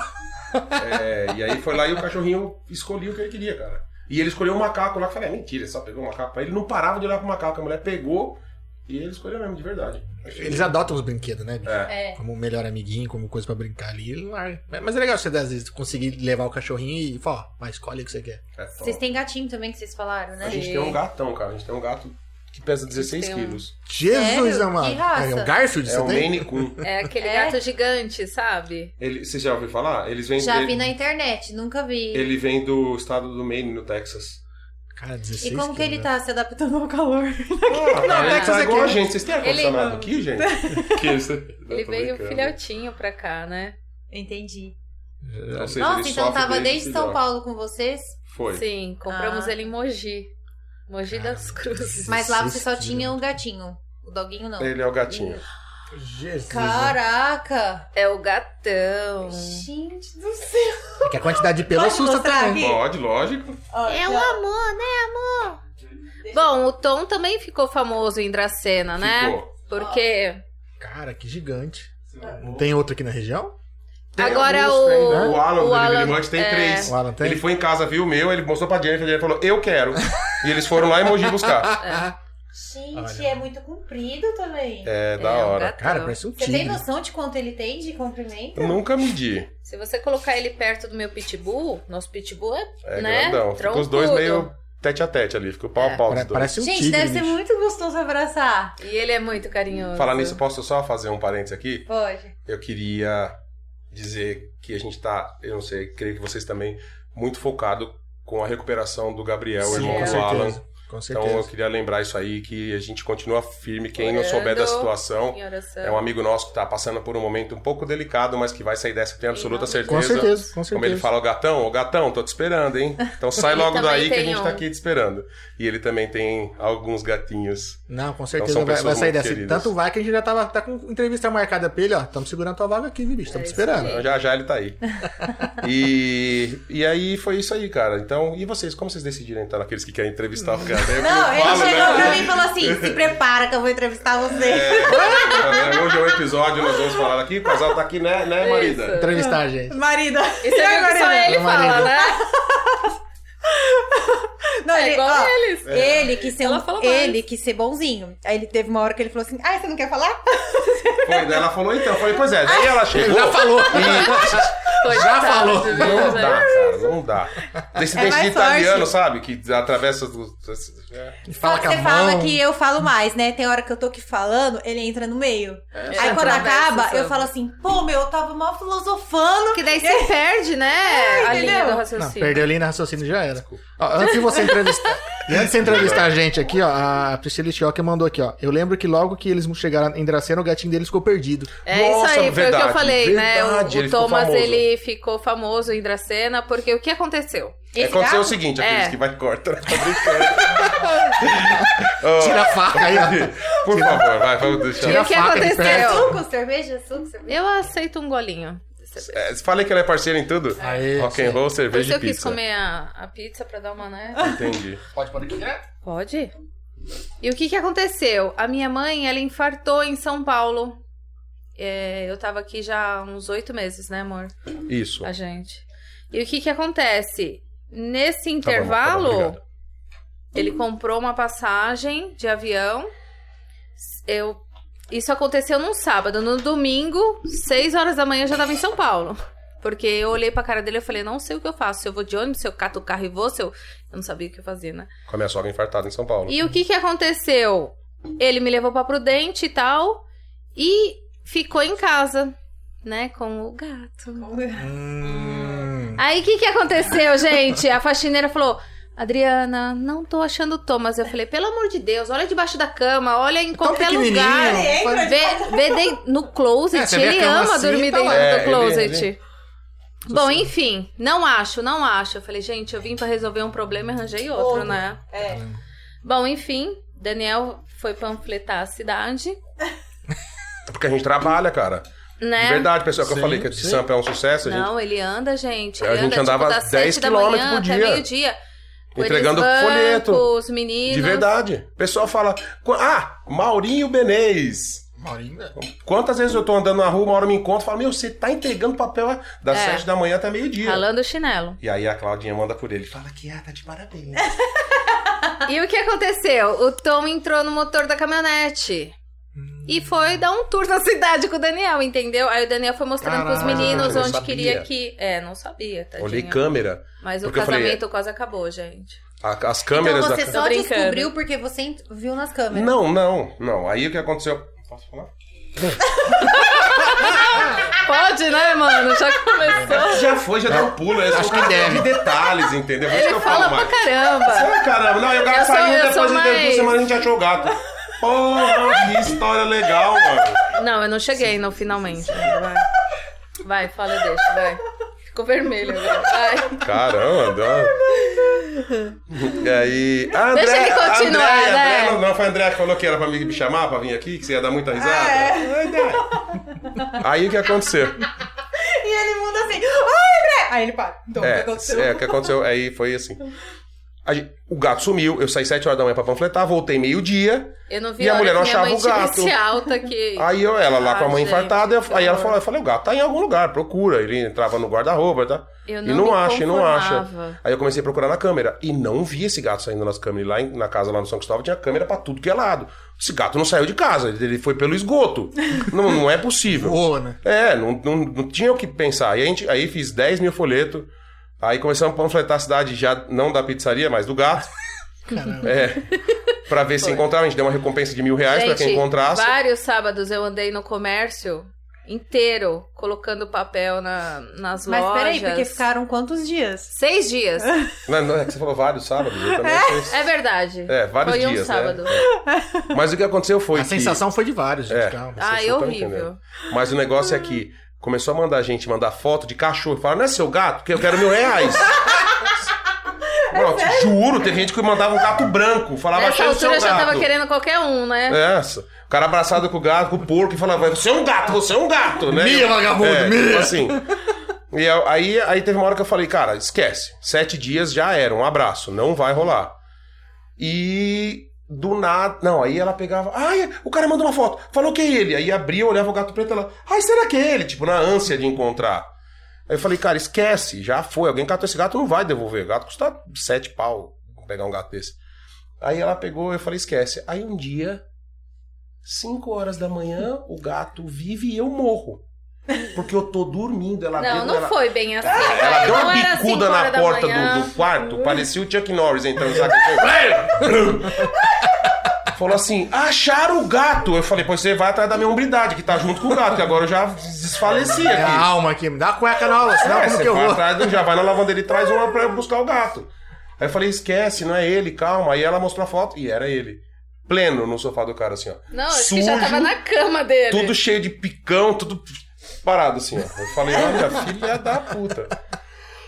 C: É, e aí foi lá e o cachorrinho escolhia o que ele queria, cara. E ele escolheu o macaco lá, que eu falei, é mentira, ele só pegou o macaco. Aí ele não parava de olhar pro macaco, a mulher pegou e ele escolheu mesmo, de verdade.
B: Eles adotam os brinquedos, né? bicho?
A: é,
C: É.
B: Como melhor amiguinho, como coisa pra brincar ali. ele larga. Mas é legal você, às vezes, conseguir levar o cachorrinho e falar, ó, vai, escolhe o que você quer.
C: é top.
A: vocês têm gatinho também que vocês falaram, né?
C: A gente tem um gatão, cara. A gente tem um gato que pesa 16
D: Tem um-
C: quilos.
B: Jesus,
A: Sério?
B: amado.
A: Que raça?
B: É um Garfield,
C: É
B: você
C: um
B: tem?
C: Maine Coon.
D: É aquele
A: É?
D: gato gigante, sabe?
C: Ele, você já ouviu falar? Eles vêm,
A: Já
C: ele,
A: vi na internet, nunca vi.
C: ele vem do estado do Maine, no Texas.
B: [LAUGHS] Cara, 16
A: E como que ele
B: quilos, né?
A: tá se adaptando ao calor?
C: Ah, cara, ele
B: Texas
C: tá
B: é
C: igual a
B: quente.
C: gente. Vocês têm ar-condicionado
D: Ele-
C: aqui, gente?
A: [LAUGHS]
C: Que isso?
D: Ele veio
C: brincando.
D: filhotinho pra cá, né?
A: Entendi.
C: Ou seja,
A: Nossa,
C: ele
A: então
C: sofre
A: tava desde São
C: filhote.
A: Paulo com vocês,
C: Foi.
D: Sim, compramos
A: Ah.
D: ele em Mogi. Mogi
A: [LAUGHS]
D: das Cruzes.
A: mas lá você
B: Vocês
A: só
B: viram.
A: tinha um o gatinho. O doguinho não.
C: Ele é o gatinho.
B: Jesus.
A: Caraca!
D: É o
A: É.
D: gatão.
A: Gente do céu!
B: É que a quantidade de pelo
G: Pode
C: né?
B: assusta
G: mostrar
B: também.
A: É
G: aqui?
C: Pode, lógico.
G: Ó,
D: É o
G: já-
D: amor, né, amor? Bom, o Tom também ficou famoso em Dracena, né?
H: Ficou.
D: Porque
B: Cara, que gigante. Não tem outro aqui na região?
D: agora é
H: alguns, tem, né?
D: o,
H: O Alan,
D: o
H: do
D: Alan,
H: Minimonte, tem
D: é.
H: três.
B: O Alan tem?
H: Ele foi em casa, viu o meu, ele mostrou pra Jennifer, a Jennifer falou, eu quero. e eles foram lá em Mogi
B: Ah,
D: [LAUGHS]
H: buscar.
I: Gente, é muito comprido também.
C: É, da
D: é, um
C: hora.
D: gatão.
B: Cara, parece um
I: Você tem
B: tigre.
I: noção de quanto ele tem de comprimento?
C: Eu nunca medi.
D: Se você colocar ele perto do meu pitbull, nosso pitbull é,
C: É
D: né?
C: grandão. Fica os dois
D: troncudo.
C: meio tete a tete ali. Fica o pau a
D: É.
C: pau dos
B: Pare-
C: dois.
B: Parece um
I: Gente,
B: tigre.
I: deve ser
B: bicho.
I: muito gostoso abraçar.
D: E ele é muito carinhoso.
C: Falar nisso, posso só fazer um parênteses aqui?
I: Pode.
C: Eu queria dizer que a gente tá, eu não sei, creio que vocês também, muito focado com a recuperação do Gabriel,
B: Sim,
C: É irmão
B: com
C: do Alan.
B: certeza. Com certeza.
C: Então eu queria lembrar isso aí, que a gente continua firme. Quem não
D: Orando.
C: souber da situação,
D: Em oração.
C: é um amigo nosso que tá passando por um momento um pouco delicado, mas que vai sair dessa, tem absoluta
D: Sim,
C: certeza.
B: com certeza, com certeza.
C: Como ele fala, ô gatão, ô gatão, tô te esperando, hein?
D: [LAUGHS]
C: Então sai
D: Ele
C: logo
D: também
C: daí que a
D: tem
C: gente
D: um.
C: tá aqui te esperando. E ele também tem alguns gatinhos.
B: Não, com
C: Então
B: certeza
C: são
B: vai, vai
C: pessoas
B: sair
C: muito
B: dessa.
C: queridas.
B: Tanto vai que a gente já tava, tá com entrevista marcada pra ele, ó. Estamos segurando tua vaga aqui, viu, bicho? Estamos
D: É
B: te esperando.
D: isso
C: Então, já já ele tá
D: [LAUGHS]
C: aí. E, e aí foi isso aí, cara. Então, e vocês? Como vocês decidiram entrar naqueles que querem entrevistar o cara?
D: [LAUGHS]
C: Eu
A: Não, ele
C: falo,
A: chegou
C: né?
A: pra mim e falou assim:
B: [LAUGHS]
A: se prepara que eu vou entrevistar você.
C: É, Hoje é o episódio, nós vamos falar aqui. O casal tá aqui, né, né marida?
D: Isso.
B: Entrevistar a
C: [LAUGHS]
B: gente.
A: Marido.
D: E você viu que só ele
B: Meu marido.
D: fala, né?
A: Não,
D: É
A: ele,
D: igual
A: ó,
D: eles.
B: É.
A: ele quis ser um-
D: Ela fala mais.
A: ele quis ser bonzinho. Aí ele teve uma hora que ele falou assim: "Ah, você não quer falar?"
C: Foi, daí ela falou então. Eu falei, pois é, daí
D: [LAUGHS]
C: ela chegou.
B: Já falou.
D: Coitado,
B: falou.
D: viu,
C: Não dá,
D: né?
C: cara, não dá. Desse
A: É mais
C: desse
A: forte.
C: italiano, sabe? Que atravessa do.
B: Fala
A: Só
B: com
A: que
B: a
A: você
B: mão.
A: fala que eu falo mais, né? Tem hora que eu tô aqui falando, ele entra no meio.
B: É.
A: Aí
B: tá
A: quando
D: Atravessa,
A: acaba,
D: sabe?
A: eu falo assim: "Pô, meu, eu tava mal filosofando".
D: Que daí você perde, né? a linha do
A: entendeu?
B: Não,
D: raciocínio.
B: perdeu a linha de raciocínio já era. Ó, antes de você
C: [LAUGHS]
B: entrevistar. e antes de você entrevistar a gente aqui, ó, a Priscila Schioca mandou aqui, ó. Eu lembro que logo que eles chegaram em Dracena, o gatinho deles ficou
C: [LAUGHS]
B: perdido.
D: É
C: Nossa,
D: isso aí, foi o que
C: verdade,
D: eu falei,
C: verdade,
D: né? O-
C: ele
D: O,
C: ficou
D: Thomas,
C: famoso.
D: ele ficou famoso em Dracena, porque o que aconteceu?
C: É, aconteceu o
A: gato-
C: seguinte, aqueles
D: É.
C: que vai corta. [LAUGHS] Tô brincando. Ó,
B: Tira a faca aí, ó.
C: Por favor, vai, vamos deixar.
D: E
B: Tira a
D: o que
B: faca de
D: aconteceu?
I: Suco, cerveja, suco, cerveja.
D: Eu aceito um golinho.
C: É, falei que ela é parceira em tudo?
B: Aê,
C: Rock and
B: sim.
C: roll,
D: Por isso
C: cerveja
D: eu
C: e
D: quis
C: pizza.
D: comer a, a pizza pra dar uma, né?
C: Entendi.
B: Pode pôr aqui né? direto?
D: Pode? E o que que aconteceu? A minha mãe, ela infartou em São Paulo. É, eu tava aqui já há uns oito meses, né, amor?
C: Isso. Tá
D: A gente. E o que que acontece?
C: Tá bom, tá
D: Nesse
C: bom,
D: intervalo,
C: obrigado.
D: ele comprou uma passagem de avião. Eu... Isso aconteceu num sábado. No domingo, seis horas da manhã, eu já tava em São Paulo. Porque eu olhei pra cara dele e falei, não sei o que eu faço. Se eu vou de ônibus, se eu cato o carro e vou, se eu... Eu não sabia o que eu fazia, né?
C: Com a minha sogra infartada em São Paulo.
D: E o que que aconteceu? Ele me levou pra Prudente e tal e ficou em casa, né, com o gato.
A: Então
B: Hum.
D: Aí o que que aconteceu, gente? A faxineira falou: "Adriana, não tô achando o Thomas". Eu falei: "Pelo amor de Deus, olha debaixo da cama, olha em qualquer
B: pequenininho.
D: lugar".
B: Ele entra
D: Vê, vê dei- no closet,
B: É, você vê a
D: ele
B: cama
D: ama
B: assim,
D: dormir
B: tá
D: dentro
B: lá.
C: É,
D: do
C: ele-
D: closet.
C: ele-
D: Bom, enfim, não acho, não acho. Eu falei, gente, eu vim pra resolver um problema e arranjei outro,
A: Outro.
D: né?
A: É.
D: Bom, enfim, Daniel foi panfletar a cidade,
C: Porque a gente trabalha, cara.
D: né?
C: De verdade, pessoal, que eu
B: Sim,
C: falei que
B: sim.
C: de Sampa é um sucesso, a gente
D: Não, ele anda, gente.
C: A
D: Ele
C: gente
D: anda,
C: andava
D: tipo, das
C: 10
D: sete da
C: quilômetros
D: manhã
C: por
D: até
C: dia.
D: meio-dia. Com eles
C: Entregando
D: bancos,
C: folheto.
D: Os meninos.
C: De verdade. O pessoal fala. "Qu- Ah, Maurinho Benês.
B: Maurinho, né?
C: Quantas vezes eu tô andando na rua, uma hora eu me encontro e falo, meu, você tá entregando papel das
D: É.
C: sete da manhã até meio-dia.
D: Ralando o chinelo.
C: E aí a Claudinha manda por ele. Fala que ah, tá de parabéns.
D: E o que aconteceu? O Tom entrou no motor da caminhonete. E foi dar um tour na cidade com o Daniel, entendeu? Aí o Daniel foi mostrando pros
B: Caraca,
D: meninos
C: eu
D: onde
C: sabia.
D: queria que. É, não sabia, tadinho.
C: Olhei câmera.
D: Mas o
C: porque eu falei- é-
D: casamento quase acabou, gente.
C: A- as
A: Então
C: câmeras
A: você
C: da.
A: só
D: Tô brincando.
A: descobriu porque você ent- viu nas
D: né?
A: câmeras.
C: Não, não, não. Aí o que aconteceu. Posso falar?
D: Pode, né, mano? Já
C: [LAUGHS]
D: começou.
C: Já foi, já deu um pulo. Acho
B: que deve.
C: detalhes, entendeu? Por isso que
D: Ele
C: eu falo
D: fala pra
C: mais.
D: caramba.
C: Ai, caramba, não, e o gato
D: Eu sou-
C: saiu
D: eu
C: depois
D: sou
C: de duas
D: mais-
C: semanas a gente achou o gato. Porra, que história legal, mano.
D: Não, eu não cheguei, não, finalmente. Vai, vai fala, deixa, vai. Ficou vermelho agora, vai.
C: Caramba, dó. E aí. Ah, André,
D: Deixa ele continuar,
C: André,
D: né? Ah,
C: André, não, não, foi a André que falou que era pra me chamar pra vir aqui, que você ia dar muita risada. Ai,
D: é.
C: André. Aí o que
D: [LAUGHS]
C: aconteceu?
A: E ele muda assim: "Ai, André". Aí ele para. Então, o que
C: é,
A: aconteceu?
C: é, o que aconteceu aí foi assim. a gente- o gato sumiu, eu saí 7 horas da manhã pra panfletar, voltei meio-dia.
D: Eu não vi
C: E a
D: hora
C: mulher não
D: que minha
C: achava
D: mãe
C: o gato.
D: tivesse alta que...
C: Aí eu, ela lá com a
D: Ah,
C: mãe
D: gente,
C: infartada, eu-
D: que
C: aí ela
D: horror.
C: falou, eu falei, o gato tá em algum lugar, procura. Ele entrava no guarda-roupa, tá?
D: Eu
C: E
D: não,
C: não
D: me
C: acha, e não acha.
D: conformava.
C: Aí eu comecei a procurar na câmera e não vi esse gato saindo nas câmeras. E Lá em- na casa, lá no São Cristóvão, tinha câmera pra tudo que é lado. Esse gato não saiu de casa, ele foi pelo
D: [LAUGHS]
C: esgoto. não, não é possível.
B: Voa, né?
C: É, não, não, não tinha o que pensar. E a gente, aí fiz 10 mil folhetos. Aí começamos a panfletar a cidade já, não da pizzaria, mas do
D: [LAUGHS]
C: gato.
B: Caramba.
C: É. Pra ver se
D: Foi.
C: encontrava. A gente deu uma recompensa de mil reais pra quem
D: Gente,
C: encontrasse.
D: Vários sábados eu andei no comércio inteiro, colocando papel na, nas
A: Mas
D: lojas.
A: peraí, porque ficaram quantos dias?
D: Seis dias.
C: Não, não, é que você falou vários sábados. Eu também fiz.
D: É verdade.
C: É, vários
D: Foi um
C: dias. né?
D: sábado.
C: É. Mas o que aconteceu foi.
B: a
C: que-
B: sensação foi de vários, gente.
C: É.
B: Calma.
D: Ah,
C: Vocês
D: é
C: não tão
D: horrível.
C: entendendo. Mas o negócio é que começou a mandar a gente mandar foto de cachorro. Falaram, não é seu gato? Porque eu quero mil
D: [LAUGHS]
C: reais. Não, te juro, teve gente que mandava um gato branco. Falava,
D: É Nessa
C: achei o seu
D: altura
C: gato.
D: eu já tava querendo qualquer um, né?
C: Essa. O cara abraçado com o gato, com o porco, e falava, você é um gato, você é um gato, né?
B: Mia,
C: Eu-
B: vagabundo,
C: é,
B: mia.
C: tipo assim. E eu- aí, aí teve uma hora que eu falei, cara, esquece. Sete dias já era, um abraço, não vai rolar. E do nada. Não, aí ela pegava. Ai, o cara mandou uma foto. Falou que é ele. Aí abria, olhava o gato preto e ela. Ai, será que é ele? Tipo, na ânsia de encontrar. Aí eu falei, cara, esquece, já foi. Alguém catou esse gato, não vai devolver. Gato custa sete pau pegar um gato desse. Aí ela pegou, eu falei, esquece. Aí um dia, cinco horas da manhã, o gato vive e eu morro. Porque eu tô dormindo, ela
D: Não,
C: dentro,
D: não
C: É, ela...
D: foi bem assim.
C: Ela deu
D: não
C: uma
D: era cinco
C: bicuda na
D: horas da
C: porta
D: manhã.
C: do, do quarto, parecia o Chuck Norris entrando
D: [LAUGHS]
C: sabe? [LAUGHS] Falou assim: acharam o gato. Eu falei: pois você vai atrás da minha hombridade, que tá junto com o gato, que agora eu já desfaleci
B: É a
C: aqui.
B: alma aqui, me dá a cueca na aula, senão
C: É,
B: como
C: você
B: que eu
C: vai
B: vou?
C: atrás, já vai na lavanderia e traz uma pra eu buscar o gato. Aí eu falei: esquece, não é ele, calma. Aí ela mostrou a foto e era ele. Pleno no sofá do cara, assim, ó.
D: Não, acho que já
C: Sujo.
D: tava na cama dele.
C: Tudo cheio de picão, tudo parado, assim, ó. Eu falei:
B: [LAUGHS]
C: olha, filha da puta.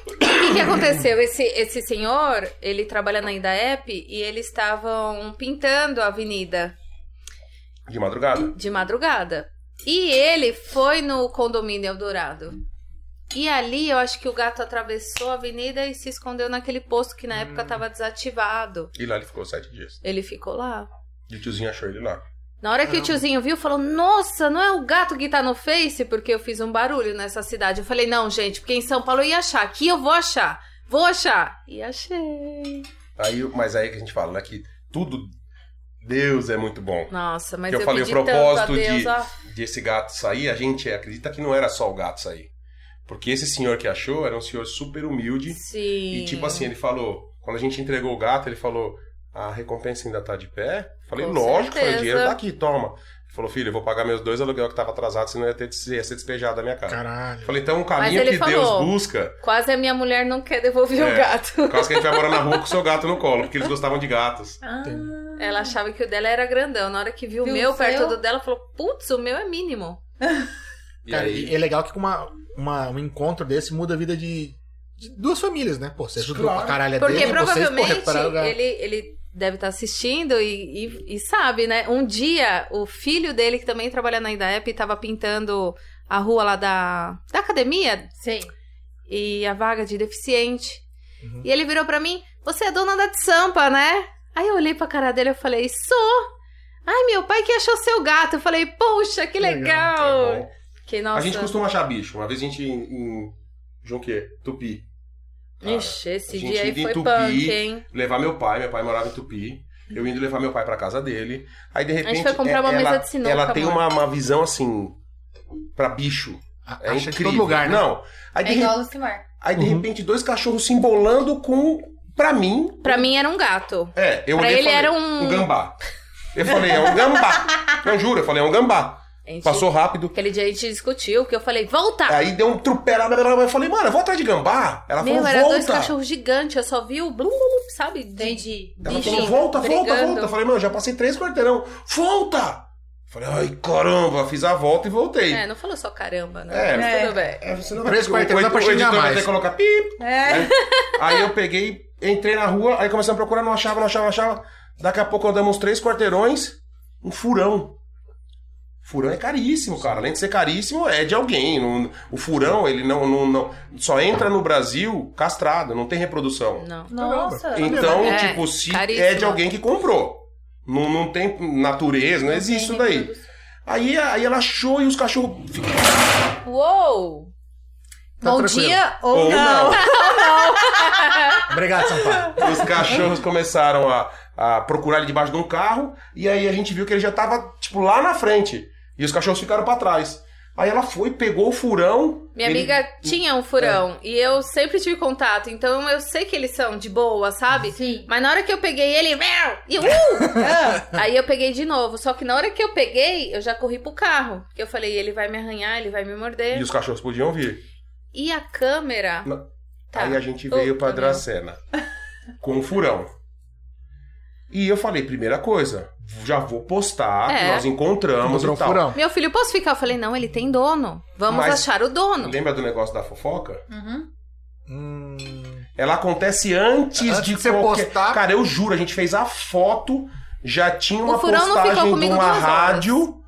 D: O que, que aconteceu? Esse, esse senhor, ele trabalha na Indaep e eles estavam pintando a avenida
C: De madrugada.
D: de madrugada. E ele foi no condomínio Eldorado. E ali eu acho que o gato atravessou a avenida e se escondeu naquele posto que na época
C: Hum.
D: estava desativado.
C: E lá ele ficou sete dias.
D: Ele ficou lá.
C: E o tiozinho achou ele lá.
D: Na hora que o tiozinho viu, falou: Nossa, não é o gato que tá no Face? Porque eu fiz um barulho nessa cidade. Eu falei: Não, gente, porque em São Paulo eu ia achar. Aqui eu vou achar. Vou achar. E achei.
C: Aí, mas aí que a gente fala, né? Que tudo. Deus é muito bom.
D: Nossa, mas
C: Que eu
D: eu,
C: falei, o
D: pedi
C: propósito
D: tanto a Deus,
C: de-
D: ó.
C: De esse gato sair, a gente acredita que não era só o gato sair. Porque esse senhor que achou era um senhor super humilde.
D: Sim.
C: E tipo
D: né?
C: assim, ele falou. Quando a gente entregou o gato, ele falou: A recompensa ainda tá de pé? Falei,
D: Com
C: lógico, falei, o
D: certeza.
C: dinheiro tá aqui, toma. Ele falou, filho, eu vou pagar meus dois aluguel que tava atrasado, senão ia, ter, ia ser despejado da minha casa.
B: Caralho.
C: Falei, então o caminho
D: ele
C: que
D: falou-
C: Deus busca
D: Quase a minha mulher não quer devolver
C: É.
D: o gato.
C: Por causa que a gente vai morar na rua com o seu gato no colo, porque eles gostavam de gatos.
A: Ah,
D: Ela achava que o dela era grandão. Na hora que viu,
A: Viu
D: o
A: o
D: meu
A: seu?
D: perto do dela, falou: Putz, o meu é mínimo.
C: E
B: Cara,
C: aí,
B: e é legal que com uma, uma- um encontro desse muda a vida de, de duas famílias, né? Pô, você ajudou
C: Claro.
B: pra caralho a
D: Porque
B: dele, vocês, é pô,
D: provavelmente
B: repararam o gato.
D: ele, ele deve estar assistindo e, e- e sabe, né? Um dia, o filho dele, que também trabalha na Indaep, estava pintando a rua lá da, da academia
A: Sei.
D: e a vaga de deficiente. E ele virou pra mim: Você é dona da de Sampa, né? Aí eu olhei pra cara dele e falei: Sou! Ai, meu pai que achou seu gato. Eu falei: Poxa, que legal!
C: Tá bom.
D: Que
C: a
D: nossa.
C: gente costuma achar bicho. Uma vez a gente em, em Junquê, Tupi. Cara,
D: Ixi, esse
C: a gente
D: dia aí
C: indo
D: foi
C: entupir,
D: punk, hein?
C: levar meu pai, meu pai morava em Tupi. Eu indo levar meu pai pra casa dele. Aí de repente. é,
D: foi comprar uma
C: ela,
D: mesa de sinuca,
C: Ela tem
D: amor.
C: uma, uma visão assim. Pra bicho.
B: A-
C: É
B: Ah, acha de
C: incrível.
B: todo lugar, né?
C: Não. Aí de,
A: É
C: re-
A: igual o Lucimar.
C: aí, de
B: Uhum.
C: repente dois cachorros se embolando com. Pra mim.
D: Pra mim era um gato.
C: É, eu
D: pra
C: olhei e
D: ele
C: falei,
D: era um.
C: Um gambá. Eu falei, é um
D: [LAUGHS]
C: gambá. Não, juro, eu falei, é um gambá.
D: A gente-
C: Passou rápido.
D: Aquele dia a gente discutiu, porque eu falei, volta!
C: Aí deu um trupé, blá, blá, blá, blá. eu falei, mano, eu vou atrás de gambá. Ela
D: meu,
C: falou,
D: era dois
C: volta.
D: cachorros gigantes, eu só vi o blum, blum, sabe?
A: Entendi.
C: Ela falou,
D: bichinho
C: volta, volta,
D: brigando.
C: volta. Eu falei, mano, já passei três quarteirão. Volta! Eu Falei, ai, caramba, fiz a volta e voltei.
D: É, não falou só caramba, né?
C: É.
D: Mas tudo bem.
C: É, você não
B: Três quarteirão dá pra
C: o editor
B: xingar
C: vai
B: mais.
C: ter que colocar pip.
A: É.
C: né? Aí eu peguei, entrei na rua, aí começamos a procurar, não achava, não achava, não achava. Daqui a pouco andamos uns três quarteirões, um furão. Furão é caríssimo, cara. Além de ser caríssimo, é de alguém. Não- o furão, ele não, não, não- Só entra no Brasil castrado, não tem reprodução.
D: Não.
A: Nossa.
C: Então,
D: É,
C: tipo, se é de
D: caríssimo.
C: alguém que comprou. Não, não tem natureza, não, existe isso daí. Aí, aí ela achou e os cachorros.
D: Uou!
B: Tá
A: Bom
B: tranquilo.
A: dia ou,
C: Ou
A: não.
B: Obrigado, Sampaio.
C: [LAUGHS] Os cachorros começaram a, a procurar ele debaixo de um carro. E aí a gente viu que ele já tava, tipo, lá na frente. E os cachorros ficaram pra trás. Aí ela foi, pegou o furão.
D: Minha
C: ele- É.
D: amiga tinha um furão e eu sempre tive contato, então eu sei que eles são de boa, sabe?
A: Sim.
D: Mas na hora que eu peguei ele, meu,
C: [LAUGHS]
D: e uh, ah, aí eu peguei de novo. Só que na hora que eu peguei, eu já corri pro carro. Porque eu falei, ele vai me arranhar, ele vai me morder.
C: E os cachorros podiam vir.
D: E a câmera.
C: Não.
D: Tá.
C: Aí a gente
D: Puta,
C: veio pra
D: meu.
C: Dracena. Com o furão. E eu falei, primeira coisa, já vou postar, que
D: É.
C: nós encontramos
B: Mostrou
C: e
B: um
C: tal.
B: furão.
D: Meu filho, posso ficar? Eu falei, não, ele tem dono. Vamos
C: Mas-
D: achar o dono.
C: Lembra do negócio da fofoca?
A: Uhum.
B: Hum,
C: Ela acontece antes,
B: Antes
C: de
B: de você
C: qualquer...
B: postar.
C: Cara, eu juro, a gente fez a foto, já tinha uma
D: furão não ficou
C: postagem de
D: comigo
C: uma
D: duas horas.
C: rádio...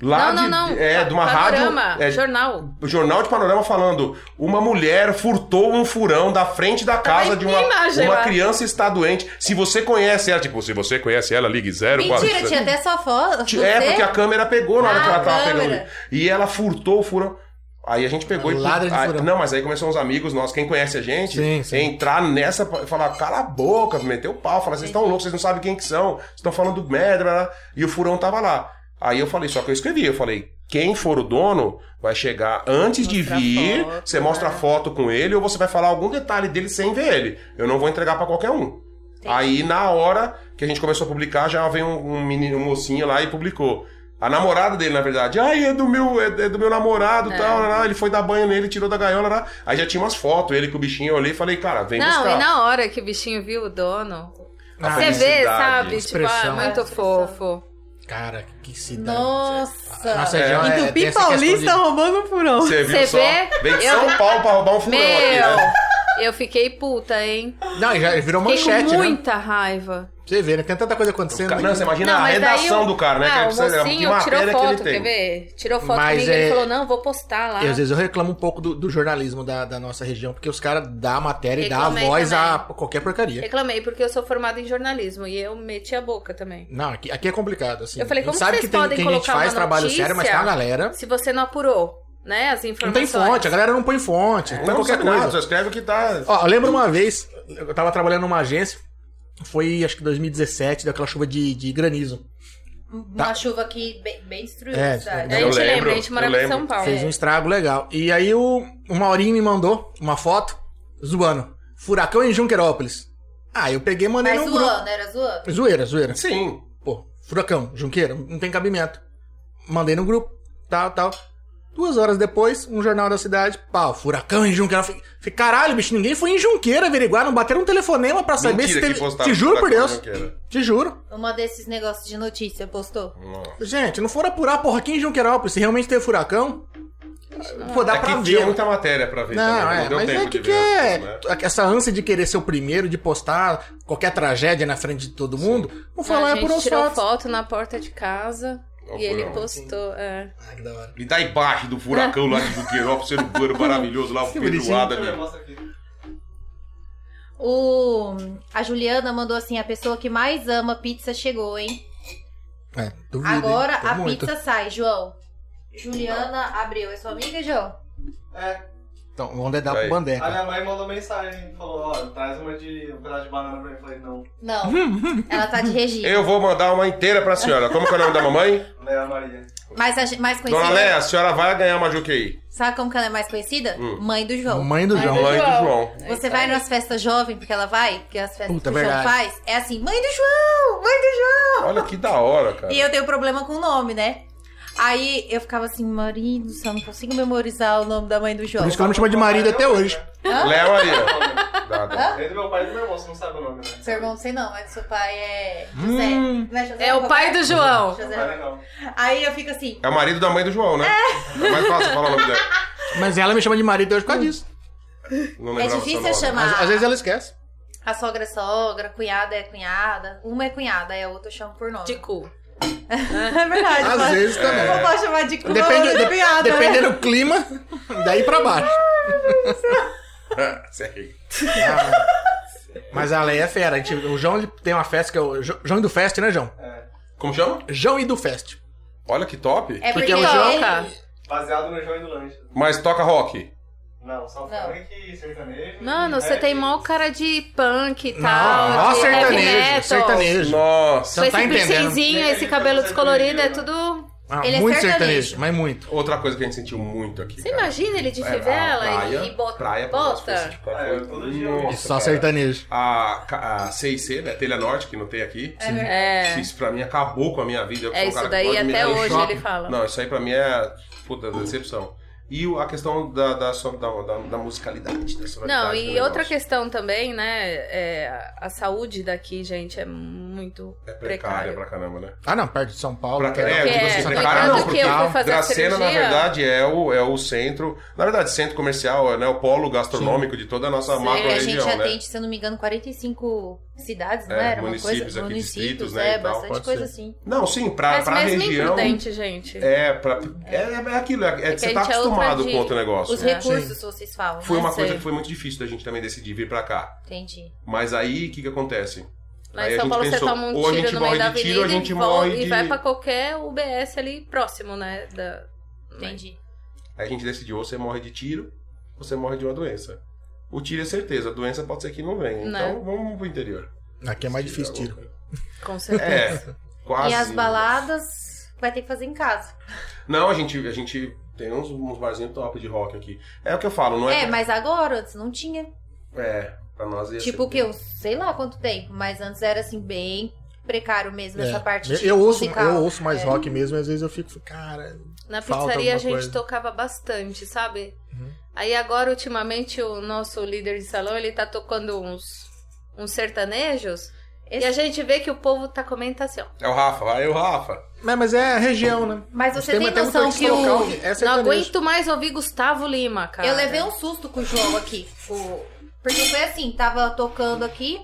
C: Lá
D: não, não,
C: de-
D: não. Tá
C: É, de uma
D: Panorama,
C: rádio... é,
D: jornal.
C: Jornal de Panorama falando: uma mulher furtou um furão da frente da casa de uma,
D: que Tá imagem,
C: uma
D: lá.
C: criança está doente. Se você conhece ela, tipo, se você conhece ela, ligue zero
A: Mentira, tinha até sua foto.
C: É, porque a câmera pegou na hora
A: Ah,
C: que ela tava
A: a câmera.
C: pegando. E ela furtou o furão. Aí a gente pegou e.
B: Ladra de
C: aí-
B: furão.
C: não, mas aí começou uns amigos nossos, quem conhece a gente,
B: Sim, sim.
C: entrar nessa e falar, cala a boca, meteu o pau, falar, vocês estão loucos, vocês não sabem quem que são, vocês estão falando merda, blá, blá. e o furão tava lá. Aí eu falei, só que eu escrevi, eu falei, quem for o dono vai chegar antes de
D: Mostra a
C: vir,
D: foto, né?
C: você mostra a foto com ele ou você vai falar algum detalhe dele sem ver ele. Eu não vou entregar pra qualquer um. Aí na hora que a gente começou a publicar, já veio um, um menino, um mocinho lá e publicou. A namorada dele, na verdade. Ai, é do meu, é, é do meu namorado, tal, lá, lá. ele foi dar banho nele, tirou da gaiola, lá. Aí já tinha umas fotos, ele com o bichinho, eu olhei e falei, cara, vem
D: Não,
C: buscar.
D: e na hora que o bichinho viu o dono.
B: Ah,
D: você vê,
C: felicidade,
D: sabe? Tipo, ah,
B: expressão.
D: muito
A: Ah,
D: fofo.
B: Cara, que cidade.
A: né? Nossa.
B: Nossa,
C: É.
B: região é, tem essa questão de-
A: roubando um furão.
C: Você viu
D: Você
C: só?
D: vê?
C: Vem de
D: Eu-
C: São Paulo pra roubar um furão aqui,
D: Meu,
C: né?
D: eu fiquei puta, hein?
B: Não, e já virou
D: Fiquei
B: manchete,
D: com
B: né?
D: muita raiva.
B: Você vê, né? Tem tanta coisa acontecendo.
C: Cara, Não, você imagina a
D: mas daí
C: redação
D: o-
C: do cara, né?
D: Ah,
C: que
D: o
C: precisa- que
D: mocinho tirou
C: matéria que ele
D: foto, quer
C: tem.
D: ver? Tirou foto
B: Mas
D: comigo e
B: é-
D: ele falou, não, vou postar lá.
B: E às vezes eu reclamo um pouco do, do jornalismo da, da nossa região, porque os caras dão a matéria e dão a
D: Reclamei
B: voz a
D: também.
B: qualquer porcaria.
D: Reclamei, porque eu sou formada em jornalismo e eu meti a boca também.
B: Não, aqui, aqui é complicado, assim.
D: Eu falei,
B: A gente
D: como
B: sabe
D: vocês
B: que tem,
D: podem
B: que a gente
D: colocar
B: faz
D: uma
B: trabalho
D: notícia?
B: sério, mas tem uma galera.
D: Se você não apurou, né, as
B: Não tem
D: informações.
B: fonte, a galera não põe fonte,
C: Não,
B: põe qualquer coisa.
C: Nada, só escreve o que tá.
B: Ó, eu lembro uma vez, eu tava trabalhando numa agência, foi acho que 2017, daquela chuva de, de granizo.
A: Uma chuva que bem, bem destruiu
B: É,
A: a cidade.
D: A gente
C: Eu lembro,
D: lembra, a gente
C: eu
D: morava em
C: lembro.
D: São Paulo. É.
B: Fez um estrago legal. E aí o, o Maurinho me mandou uma foto, zoando. Furacão em Junquerópolis. Ah, eu peguei e mandei
A: Mas
B: no grupo.
A: zoando, era zoando.
B: Zoeira, zoeira.
C: Sim.
B: Pô, furacão, Junqueira, não tem cabimento. Mandei no grupo, tal, tal. Duas horas depois, um jornal da cidade, pau, furacão em Junqueira. Eu Falei, falei, caralho, bicho, ninguém foi em Junqueira averiguar, não bateram um telefonema pra saber se
C: Mentira que
B: teve.
C: postaram
B: Te juro por
C: furacão,
B: Deus,
C: né, que era.
B: te juro.
A: Uma desses negócios de notícia postou.
C: Nossa.
B: Gente, não foram apurar porra aqui em Junquerópolis, se realmente teve furacão, pô, dá
C: é
B: pra
C: que
B: ver.
C: tinha muita matéria pra ver.
B: Não,
C: também, né?
B: é,
C: deu
B: mas
C: tempo
B: é que,
C: de
B: que
C: ver as
B: é
C: coisas, né?
B: essa ânsia de querer ser o primeiro, de postar qualquer tragédia na frente de todo mundo, vou
D: a
B: falar é
D: gente
B: por uns
D: tirou
B: fatos.
D: foto na porta de casa
C: Ó,
D: e ele
C: furão.
D: postou. é.
B: Ah, que da hora.
C: E daí embaixo do furacão lá de Juqueirópolis, ser humano maravilhoso lá, o
B: Que
C: Pedro
B: bonitinho.
E: Deixa eu
C: Adami.
E: mostrar aqui.
A: O, a Juliana mandou assim: a pessoa que mais ama pizza chegou, hein?
B: É, duvido, hein?
A: Agora
B: Tem
A: a
B: muito.
A: pizza sai, João. Juliana abriu. É sua amiga, João?
E: É,
B: Então, vamos dedar
C: Aí.
B: pro
E: a
B: bandeca.
E: minha mãe mandou mensagem, falou, ó, traz uma de um pedaço de banana pra mim. Eu falei, não,
B: [LAUGHS]
A: Não. Ela tá de
B: é
A: regime.
C: Eu vou mandar uma inteira pra senhora. Como que é o nome da
E: [LAUGHS]
C: mamãe?
E: Léa é Maria.
A: Mas a gente- mais conhecida.
C: Dona Léa, a senhora vai ganhar uma Juquei.
A: Sabe como que ela é mais conhecida?
C: Hum.
A: Mãe do João.
B: Mãe do João.
C: Mãe do João.
D: Então.
A: Você vai nas festas jovem, porque ela vai, porque as festas
B: Puta,
A: que o João
B: verdade.
A: faz, é assim, mãe do João, mãe do João.
C: Olha que da hora, cara.
A: E eu tenho problema com o nome, né? Aí eu ficava assim, marido, só não consigo memorizar o nome da mãe do João.
B: Por isso que ela me chama de marido
E: é
B: até hoje.
C: Léa Maria.
E: Né?
C: Dá, dá.
E: Nem do meu pai e do meu irmão, você não sabe o nome, né?
A: Seu irmão, não sei não, mas seu pai é José.
B: Hum.
A: Não é José?
D: É o pai do João.
E: Não é
A: José.
E: vai, não.
A: Aí eu fico assim,
C: É o marido da mãe do João, né? É mais fácil falar o nome dela.
B: Mas ela me chama de marido até hoje por causa disso.
C: Não
A: é
C: lembrava o seu
A: difícil eu
C: nome.
A: chamar.
B: Às, às vezes ela esquece.
A: A sogra é sogra, a cunhada é cunhada. Uma é cunhada, é a outra eu chamo por nome.
D: De cu.
G: É verdade.
B: Às
G: mas
B: vezes também.
G: Eu não posso chamar de cu
B: Depende,
G: de
A: é
B: de-
G: piada, né?
B: dependendo do clima, daí pra baixo.
C: [LAUGHS] Sério.
B: Mas a lei é fera. A gente- o João ele tem uma festa que é o Jo- João e do Fest, né, João?
C: Como chama?
B: João e do Fest.
C: Olha que top.
A: É porque,
B: Porque é o
A: ele-
D: Toca.
E: Baseado no João e do Lanche.
C: Mas toca rock.
E: Não, só funk, sertanejo.
D: Mano,
E: e
D: você
C: É.
E: rap.
D: tem mó cara de punk e tal.
B: Não, ó,
D: de heavy
B: sertanejo,
D: metal.
B: sertanejo.
C: Nossa.
B: Você não
D: Esse
B: tá entendendo.
D: piercingzinho, esse cabelo descolorido, é tudo...
B: Ah,
A: Ele é
B: muito
A: sertanejo.
B: sertanejo, mas muito.
C: Então, Outra coisa que a gente sentiu muito aqui.
D: Você
C: cara.
D: imagina ele de
C: É, a
D: fivela
C: praia,
D: e bota?
C: Praia, é
D: bota?
E: Ah, eu todo dia.
B: E
C: tipo Nossa,
B: só
C: cara.
B: sertanejo.
C: A, ca- a CIC, né? Telha Norte, que não tem aqui.
D: É,
C: Isso pra mim acabou com a minha vida. Eu sou
D: é
C: um
D: isso
C: cara que
D: daí
C: gosta de
D: até
C: me-
D: hoje
B: shopping.
D: ele fala.
C: Não, isso aí pra mim é puta decepção. E o- a questão da, da, so- da, da- da musicalidade, da sonoridade.
D: Não,
C: do
D: e
C: negócio.
D: outra questão também, né? É, a saúde daqui, gente, é muito
C: É
D: precária.
C: precária pra caramba, né?
B: Ah, não, perto de São Paulo.
C: Pra-
B: cara.
C: é,
D: Porque,
C: digo assim,
D: no
C: precária
D: entanto
C: não, porque
D: que eu fui
B: tal.
D: fazer a
C: Dracena,
D: cirurgia...
C: na verdade, é o, é o centro. Na verdade, centro comercial, né? O polo gastronômico de toda a nossa
D: Sim,
C: macro
D: a
A: é, a gente
C: região, né?
A: atende, se eu não me engano, 45 cidades, não
C: É,
A: era? Uma coisa,
C: municípios aqui, distritos, né,
A: é,
C: e tal,
A: bastante
B: pode
A: coisa
B: ser.
A: assim.
C: Não, sim, pra,
D: Mas
C: Ah, pra
D: mesmo
C: região.
D: imprudente, gente.
C: É, pra, é, é aquilo, é, é,
D: que
C: você
D: a
C: tá
D: gente é outra
C: acostumado
D: de-
C: com outro negócio.
A: Os
D: É.
A: recursos, vocês falam.
C: Foi
A: né?
C: uma
D: Não
C: coisa
D: sei.
C: que foi muito difícil da gente também decidir vir pra cá.
A: Entendi.
C: Mas aí, o que que acontece?
D: Lá
C: Aí
D: em
C: a
D: São
C: gente
D: Paulo você
C: pensou,
D: toma um
C: ou a
D: tiro
C: gente
D: no
C: morre
D: meio da
C: de tiro, ou
D: avenida
C: a gente
D: e, vol-
C: morre
D: e
C: de-
D: vai pra qualquer UBS ali próximo, né? Da... né,
A: Entendi.
C: Aí a gente decidiu, ou você morre de tiro, ou você morre de uma doença. O tiro é certeza, a doença pode ser que não venha.
D: Né?
C: Então vamos pro interior.
B: Aqui é mais difícil tiro.
D: Com certeza. [LAUGHS]
C: É, quase.
A: E as baladas vai ter que fazer em casa.
C: Não, a gente, a gente tem uns, uns barzinhos top de rock aqui. É o que eu falo, não
A: É,
C: é?
A: mas agora, antes não tinha.
C: É, pra nós ia
A: Tipo
C: ser...
A: o que? Eu sei lá quanto tempo, mas antes era assim, bem precário mesmo
B: É.
A: essa parte de
B: Eu, ouço,
A: musical.
B: eu ouço mais rock mesmo, e às vezes eu fico, cara.
D: Na
B: Falta
D: pizzaria a
B: alguma
D: gente
B: coisa.
D: tocava bastante, sabe?
B: Uhum.
D: Aí agora, ultimamente, o nosso líder de salão, ele tá tocando uns, uns sertanejos. E a gente vê que o povo tá comendo tá assim, ó.
C: É o Rafa, vai o Rafa.
B: Mas, mas é a região, né?
A: Mas você
B: Tem-
A: tem,
B: tem muita
A: noção
B: gente
A: que o.
B: local é
D: Não
B: sertanejo.
D: aguento mais ouvir Gustavo Lima, cara.
B: né?
A: Eu levei um susto com o João aqui. o- Porque foi assim, tava tocando aqui.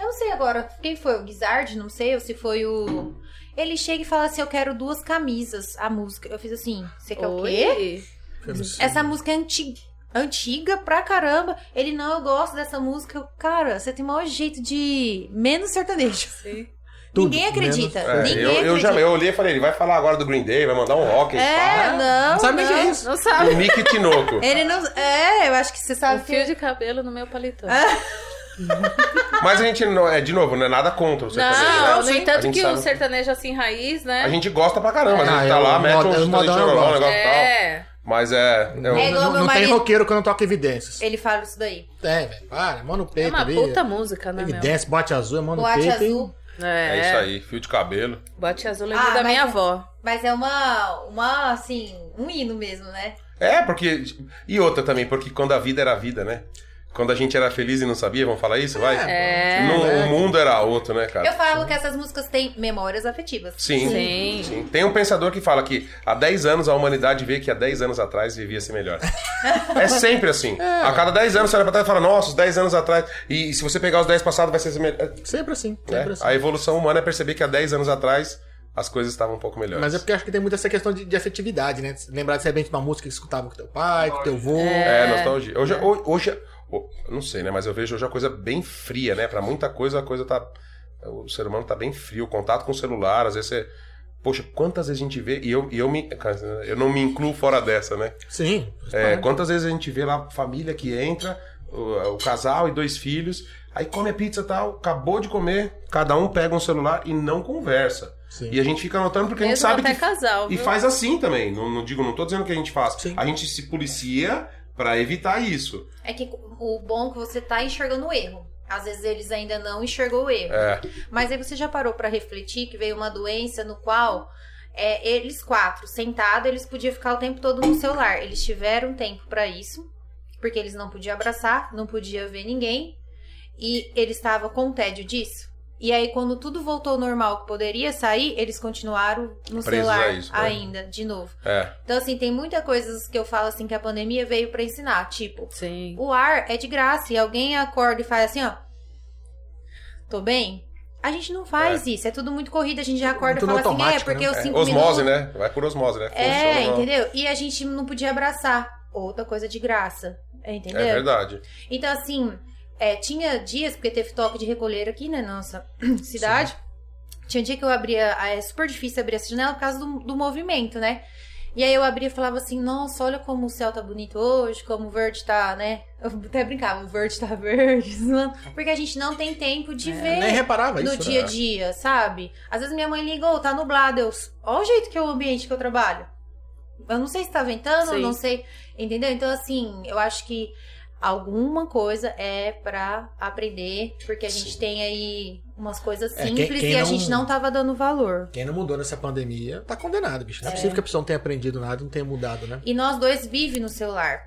A: Eu não sei agora quem foi, o Guizard, não sei, ou se foi o. Ele chega e fala assim: Eu quero duas camisas, a música. Eu fiz assim: Você quer o quê?
D: Oi?
A: Essa música é antiga. Antiga pra caramba. Ele não, eu gosto dessa música. Eu, cara, você tem o maior jeito de. Menos sertanejo. [LAUGHS]
B: Tudo,
A: Ninguém acredita.
B: menos-
C: É,
A: Ninguém
C: eu, eu
A: acredita.
C: já eu olhei e falei, ele vai falar agora do Green Day, vai mandar um rock. ele
A: É,
C: fala.
A: não.
B: Não sabe nem o que é isso.
D: Não sabe.
C: O Mickey Tinoco.
A: Ele não. É, eu acho que você
D: Um
A: sabe que.
D: fio de cabelo no meu paletó.
C: Mas a gente, não, é, de novo, não é nada contra o sertanejo. né?
D: Não, no
B: sim.
C: A
D: entanto
C: gente
D: que o
C: sabe.
D: sertanejo assim raiz, né?
C: A gente gosta pra caramba, a
B: Ah,
C: gente
B: é,
C: tá lá,
B: o
C: mete
B: moda-
C: uns
B: o modão
C: chororó,
B: eu gosto.
C: um negócio e tal.
D: é.
C: Mas é. é
B: Não,
C: um-
A: É igual
B: não-
A: meu
B: não tem
A: marido.
B: roqueiro quando toca evidências.
A: Ele fala isso daí.
B: Tem, velho. Para, mão no
D: É
B: peito
D: uma
B: ali.
D: puta música, né, meu?
B: Evidência, bote azul, é mão no
A: Boate
B: peito.
A: azul.
C: É isso aí, fio de cabelo.
D: Bote azul lembra
A: Ah,
D: da
A: mas-
D: minha avó.
A: Mas é uma, uma, assim, um hino mesmo, né?
C: É, porque. E outra também, porque quando a vida era vida, né? Quando a gente era feliz e não sabia, vamos falar isso, vai?
D: É.
C: No-
B: É.
C: O mundo era outro, né, cara?
A: Eu falo que essas músicas têm memórias afetivas.
C: Sim,
D: Sim.
C: sim. Tem um pensador que fala que há 10 anos a humanidade vê que há 10 anos atrás vivia-se melhor. é sempre
D: [LAUGHS]
C: assim. A cada 10 anos você olha pra trás e fala, nossa, os 10 anos atrás. E se você pegar os 10 passados, vai ser melhor.
B: Sempre assim,
C: né?
B: sempre assim.
C: A evolução humana é perceber que há 10 anos atrás as coisas estavam um pouco melhores.
B: Mas é porque eu acho que tem muito essa questão de, de afetividade, né? Lembrar de ser bem de uma música que escutava com teu pai, com teu vô.
C: É, nostalgia. Hoje, ho- hoje, é, ho- não sei, né? Mas eu vejo hoje a coisa bem fria, né? Pra muita coisa, a coisa tá. O ser humano tá bem frio. O contato com o celular, às vezes você. Poxa, quantas vezes a gente vê. E eu, e eu, me, eu não me incluo fora dessa, né?
B: Sim.
C: É, quantas vezes a gente vê lá a família que entra, o, o casal e dois filhos, aí come a pizza e tal, acabou de comer, cada um pega um celular e não conversa.
B: Sim.
C: E a gente fica anotando porque
D: Mesmo
C: a gente sabe
D: até
C: que
D: casal,
C: e
D: viu?
C: faz assim também. Não, não digo, não tô dizendo que a gente faz.
B: Sim.
C: A gente se policia pra evitar isso.
A: É que o bom é que você tá enxergando o erro. Às vezes eles ainda não enxergou o erro.
C: É.
A: Mas aí você já parou pra refletir que veio uma doença no qual é, eles quatro, sentados, eles podiam ficar o tempo todo no celular. Eles tiveram tempo pra isso, porque eles não podiam abraçar, não podiam ver ninguém. E eles estavam com tédio disso. E aí, quando tudo voltou ao normal, que poderia sair, eles continuaram no
C: Presos a
A: celular
C: isso, né?
A: ainda, de novo.
C: É.
A: Então, assim, tem muita coisas que eu falo assim que a pandemia veio pra ensinar. Tipo,
D: Sim.
A: o ar é de graça e alguém acorda e faz assim, ó. Tô bem? A gente não faz isso, é tudo muito corrido, a gente já acorda e
B: Tudo
A: fala assim, é,
B: automático,
A: porque
B: né?
A: os cinco minutos...
C: osmose, né? Vai por osmose, né?
A: É,
C: Funciona, não.
A: entendeu? E a gente não podia abraçar. Outra coisa de graça. Entendeu?
C: É verdade.
A: Então, assim, é, tinha dias, porque teve toque de recolher aqui né, na nossa [CLEARS THROAT] cidade. Tinha dia que eu abria. ah, É super difícil abrir essa janela por causa do, do movimento, né? E aí eu abria e falava assim, nossa, olha como o céu tá bonito hoje, como o verde tá, né? Eu até brincava, o verde tá [LAUGHS] verde, zoando, porque a gente não tem tempo de ver
B: Nem reparava
A: É, no
B: isso. né?
A: dia a dia, sabe? Às vezes minha mãe liga, ô, tá nublado. Eu, olha o jeito que é o ambiente que eu trabalho. Eu não sei se tá ventando, eu
D: Sim.
A: não sei. Entendeu? Então, assim, eu acho que alguma coisa é pra aprender, porque a gente tem aí umas coisas
B: É, quem-
A: simples
B: quem
A: e a
B: não-
A: gente não tava dando valor.
B: Quem não mudou nessa pandemia tá condenado, bicho. Não é, possível que a pessoa não tenha aprendido nada, não tenha mudado, né?
A: E nós dois vive no celular.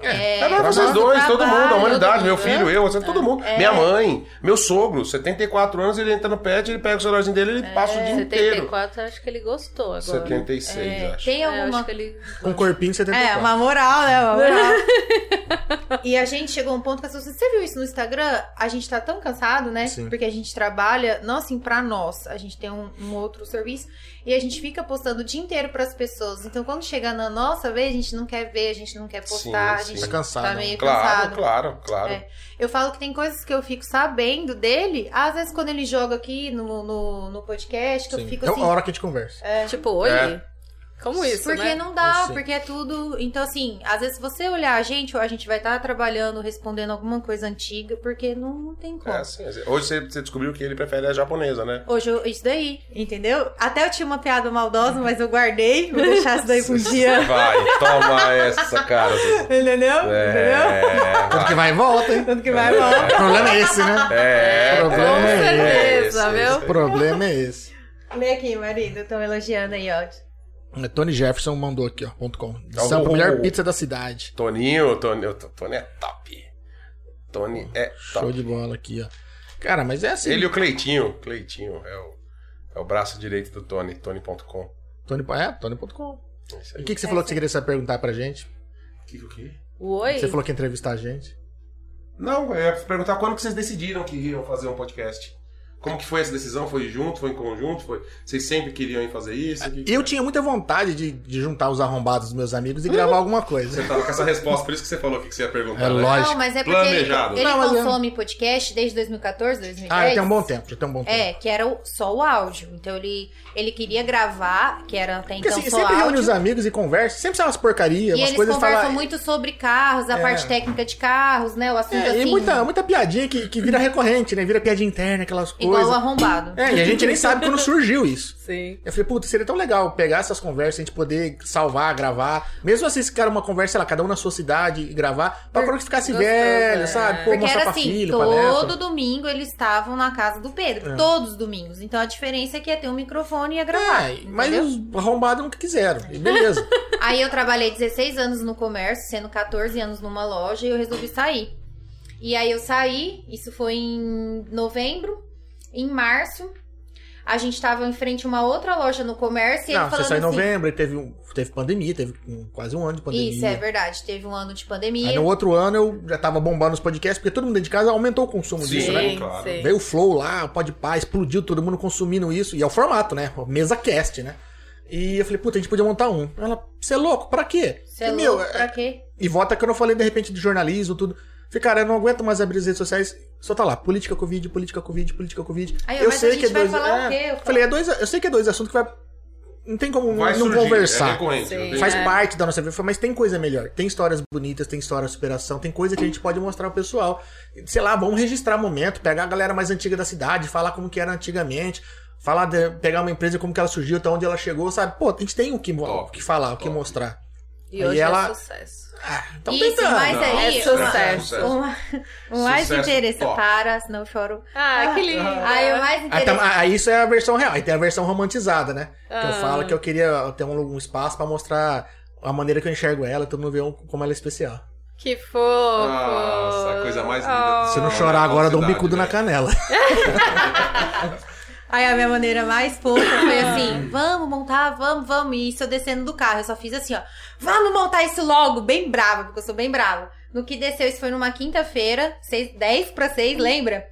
C: É, pra vocês
A: nós
C: dois,
A: trabalho,
C: todo mundo, a humanidade,
A: todo
C: meu
A: mundo,
C: filho,
A: né?
C: eu, você, todo mundo.
A: É.
C: Minha mãe, meu sogro, 74 anos, ele entra no pet, ele pega o celularzinho dele,
A: É,
C: ele passa o dia inteiro.
D: 74, acho que ele gostou agora.
C: 76, acho.
A: né? Tem
D: É, eu
A: alguma
D: acho que ele...
B: Com um corpinho de 74.
A: É, uma moral, né? Uma moral. e a gente chegou a um ponto que as pessoas. Você viu isso no Instagram? A gente tá tão cansado, né?
B: Sim.
A: Porque a gente trabalha, não assim, pra nós. A gente tem um, um outro serviço. E a gente fica postando o dia inteiro pras pessoas. Então, quando chegar na nossa vez, a gente não quer ver, a gente não quer postar, a
C: sim.
B: Tá
A: gente
B: cansado.
A: tá meio
C: Claro,
A: cansado.
C: claro, claro.
A: É. Eu falo que tem coisas que eu fico sabendo dele. Às vezes, quando ele joga aqui no, no, no podcast, que
B: Sim.
A: eu fico
B: É
A: assim.
B: a hora que a gente conversa.
D: Tipo, oi?
C: É.
D: Como isso,
A: porque
D: né?
A: não dá,
B: Assim.
A: porque é tudo. Então, assim, às vezes se você olhar a gente, ou a gente vai estar trabalhando, respondendo alguma coisa antiga, porque não tem como.
C: É, sim, assim. Hoje você, você descobriu que ele prefere a japonesa, né?
A: Hoje eu, isso daí, entendeu? Até eu tinha uma piada maldosa, mas eu guardei,
B: [LAUGHS]
A: vou deixar isso daí pra um dia.
C: Vai, toma essa, cara.
A: Entendeu? Entendeu?
C: É,
B: Tanto que vai e volta, hein?
A: Tanto que vai mal.
B: O problema é esse, né?
C: É,
B: O problema
D: Com
B: é,
D: certeza,
C: esse,
D: viu?
B: esse. O problema é esse.
A: Lê aqui, marido, estão elogiando aí, ó.
B: É, Tony Jefferson mandou aqui, ó, ponto .com.
C: Oh,
B: Sampa,
C: oh,
B: melhor
C: oh.
B: pizza da cidade.
C: Toninho, Toninho, Tony é top. Tony é
B: Show
C: top.
B: de bola aqui, ó. Cara, mas é assim.
C: Ele e o Cleitinho. Cleitinho é o, é o braço direito do Tony, Tony.com.
B: Tony, é, Tony.com.
C: É isso
B: E
C: aí.
B: o que, que você
A: assim.
B: falou que você queria perguntar pra gente?
D: O Oi?
B: Você falou que ia entrevistar a gente.
C: Não, eu ia perguntar quando que vocês decidiram que iam fazer um podcast. Como que foi essa decisão? Foi junto? Foi em conjunto? Foi... Vocês sempre queriam ir fazer isso? O que que
B: Eu
C: é?
B: tinha muita vontade de, de juntar os arrombados dos meus amigos
A: Hum.
B: e gravar alguma coisa.
C: Você tava com essa resposta, por isso que você falou o que que você ia perguntar.
B: É
C: né?
B: lógico.
A: Não, mas é porque ele,
C: Planejado.
A: ele
B: Não, mas eu-
A: consome podcast desde 2014, 2010.
B: Ah, já tem um bom tempo, já tem um bom tempo.
A: É, que era o- só o áudio. Então ele, ele queria gravar, que era até
B: Porque
A: então
B: assim,
A: só
B: sempre reúne
A: áudio.
B: os amigos e conversa, sempre sai umas porcarias,
A: E
B: umas
A: eles
B: coisas e
A: conversam
B: fala.
A: muito sobre carros, a
B: É.
A: parte técnica de carros, né? O assunto
B: É,
A: assim.
B: e muita, muita piadinha que, que vira recorrente, né? Vira piadinha interna, aquelas
A: igual o
B: coisas.
A: arrombado.
B: É, e a gente nem sabe quando surgiu isso.
D: Sim.
B: Eu falei, puta, seria tão legal pegar essas conversas, a gente poder salvar, gravar. Mesmo assim, se cara uma conversa, sei lá, cada um na sua cidade e gravar, pra quando que ficasse
D: Gostoso,
B: velho,
D: é.
B: sabe? Pô,
A: Porque
B: mostrar
A: era
B: pra
A: assim,
B: filho, pra É,
A: todo
B: neto.
A: domingo eles estavam na casa do Pedro.
B: É.
A: Todos os domingos. Então a diferença é que ia ter um microfone e ia gravar.
B: É, mas
A: entendeu?
B: os arrombados nunca quiseram.
A: [LAUGHS]
B: E beleza.
A: Aí eu trabalhei 16 anos no comércio, sendo 14 anos numa loja, e eu resolvi sair. E aí eu saí, isso foi em novembro, em março. A gente tava em frente a uma outra loja no comércio e
B: Não,
A: ele
B: você
A: falando
B: saiu em
A: assim.
B: novembro, e teve, um, teve pandemia, teve um- quase um ano de pandemia.
A: Isso, é verdade. Teve um ano de pandemia.
B: Aí no outro ano eu já tava bombando os podcasts, porque todo mundo dentro de casa aumentou o consumo
C: Sim.
B: disso, né?
D: sim,
C: claro.
D: sim.
B: Veio o Flow lá, o Podpah, explodiu todo mundo consumindo isso. E é o formato, né? O Mesa cast, né? E eu falei, puta, a gente podia montar um. Ela, você é louco? Pra quê?
A: Você é
B: E, meu,
A: louco,
B: é-
A: pra quê?
B: E volta que eu não falei, de repente, de jornalismo, tudo. Falei, cara, eu não aguento mais abrir as redes sociais. Só tá lá, política, covid, política, covid, política, covid.
A: Aí eu, mas a gente vai falar o quê? Eu
B: Eu falei, é dois, eu sei que é dois assuntos que vai... Não tem como
C: Vai
B: não
C: surgir, É
B: conversar.
C: recorrente. não
D: Sim.
C: tem-
B: Faz
D: É.
B: parte da nossa vida, mas tem coisa melhor. Tem histórias bonitas, tem história de superação, tem coisa que a gente pode mostrar ao pessoal. Sei lá, vamos registrar momento, pegar a galera mais antiga da cidade, falar como que era antigamente, falar de- pegar uma empresa como que ela surgiu, até onde ela chegou, sabe? Pô, a gente tem o que, mo-
C: Top,
B: o que falar, o que
C: top.
B: mostrar.
D: E
B: Aí
D: hoje
B: ela-
D: é sucesso.
B: Então
A: Isso,
B: tentando.
A: mas
C: Não,
A: aí.
D: é
A: uma-
D: sucesso.
A: uma- O um mais
C: Sucesso,
A: interessa,
C: ó.
A: para, senão eu choro.
D: Ah, que lindo.
A: Aí o mais
B: Ah, tam-
A: interessa.
B: ah, isso é a versão real. Aí tem a versão romantizada, né? Que eu
D: Ah.
B: falo que eu queria ter um, um espaço pra mostrar a maneira que eu enxergo ela, todo mundo vê um- como ela é especial.
D: Que fofo.
C: Nossa, a coisa mais linda.
D: Ah.
B: Se eu não
C: Olha
B: chorar
C: a
B: agora, eu dou um
C: falsidade,
B: bicudo na
C: né?
B: canela.
A: Aí a minha maneira mais fofa foi assim: vamos montar, vamos, vamos. E isso eu descendo do carro. Eu só fiz assim, ó. Vamos montar isso logo, bem brava, porque eu sou bem brava. No que desceu, isso foi numa quinta-feira, seis- 10 pra 6, lembra?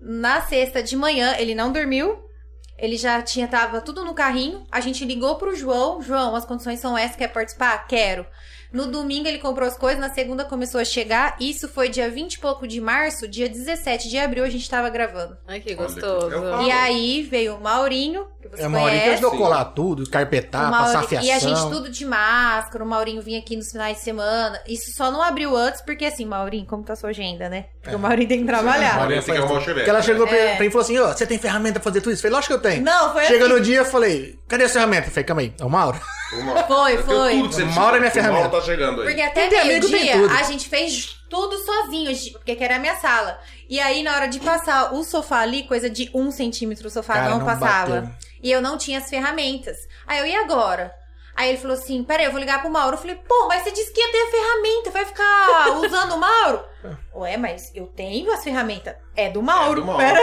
A: Na sexta de manhã, ele não dormiu. Ele já tinha tava tudo no carrinho. A gente ligou pro João. João, as condições são essas, quer participar? Quero. No domingo ele comprou as coisas, na segunda começou a chegar. Isso foi dia 20 e pouco de março, dia 17 de abril a gente tava gravando.
D: Ai, que
C: Olha,
D: gostoso.
C: eu falo.
A: E aí veio o Maurinho, que você
B: É, Maurinho que
A: conhece.
B: ajudou a colar tudo,
A: O
B: carpetar,
A: Mauri-
B: passar fiação.
A: E a gente tudo de máscara, o Maurinho vinha aqui nos finais de semana. Isso só não abriu antes, porque assim, Maurinho, como tá sua agenda, né?
B: É.
A: Porque o Maurinho tem que trabalhar.
C: Maria tem que arrumar o chevette.
B: Porque ela chegou pra, pra mim e falou assim, ó, você tem ferramenta pra fazer tudo isso? Eu falei, lógico que eu tenho.
A: É. Não, foi
B: Chega
A: assim.
B: no dia, eu falei, cadê a ferramenta? Eu falei, calma aí, é o Mauro.
C: Uma-
A: Foi,
C: Eu tenho
A: foi.
C: tudo que você
B: Uma
C: precisa.
B: hora é minha
C: O
B: ferramenta.
C: Mauro tá chegando aí.
A: Porque até
B: Quem tem amigo tem
A: meio-dia
B: tudo.
A: a gente fez tudo sozinho, gente, porque que era a minha sala. E aí, na hora de passar o sofá ali, coisa de um centímetro o sofá
B: Cara,
A: não,
B: não
A: passava.
B: bateu.
A: E eu não tinha as ferramentas. Aí eu, e agora? Aí ele falou assim: peraí, eu vou ligar pro Mauro. Eu falei, pô, mas você disse que ia ter a ferramenta, vai ficar usando o Mauro? Ué, mas eu tenho as ferramentas. É do Mauro.
C: do Mauro.
A: Pera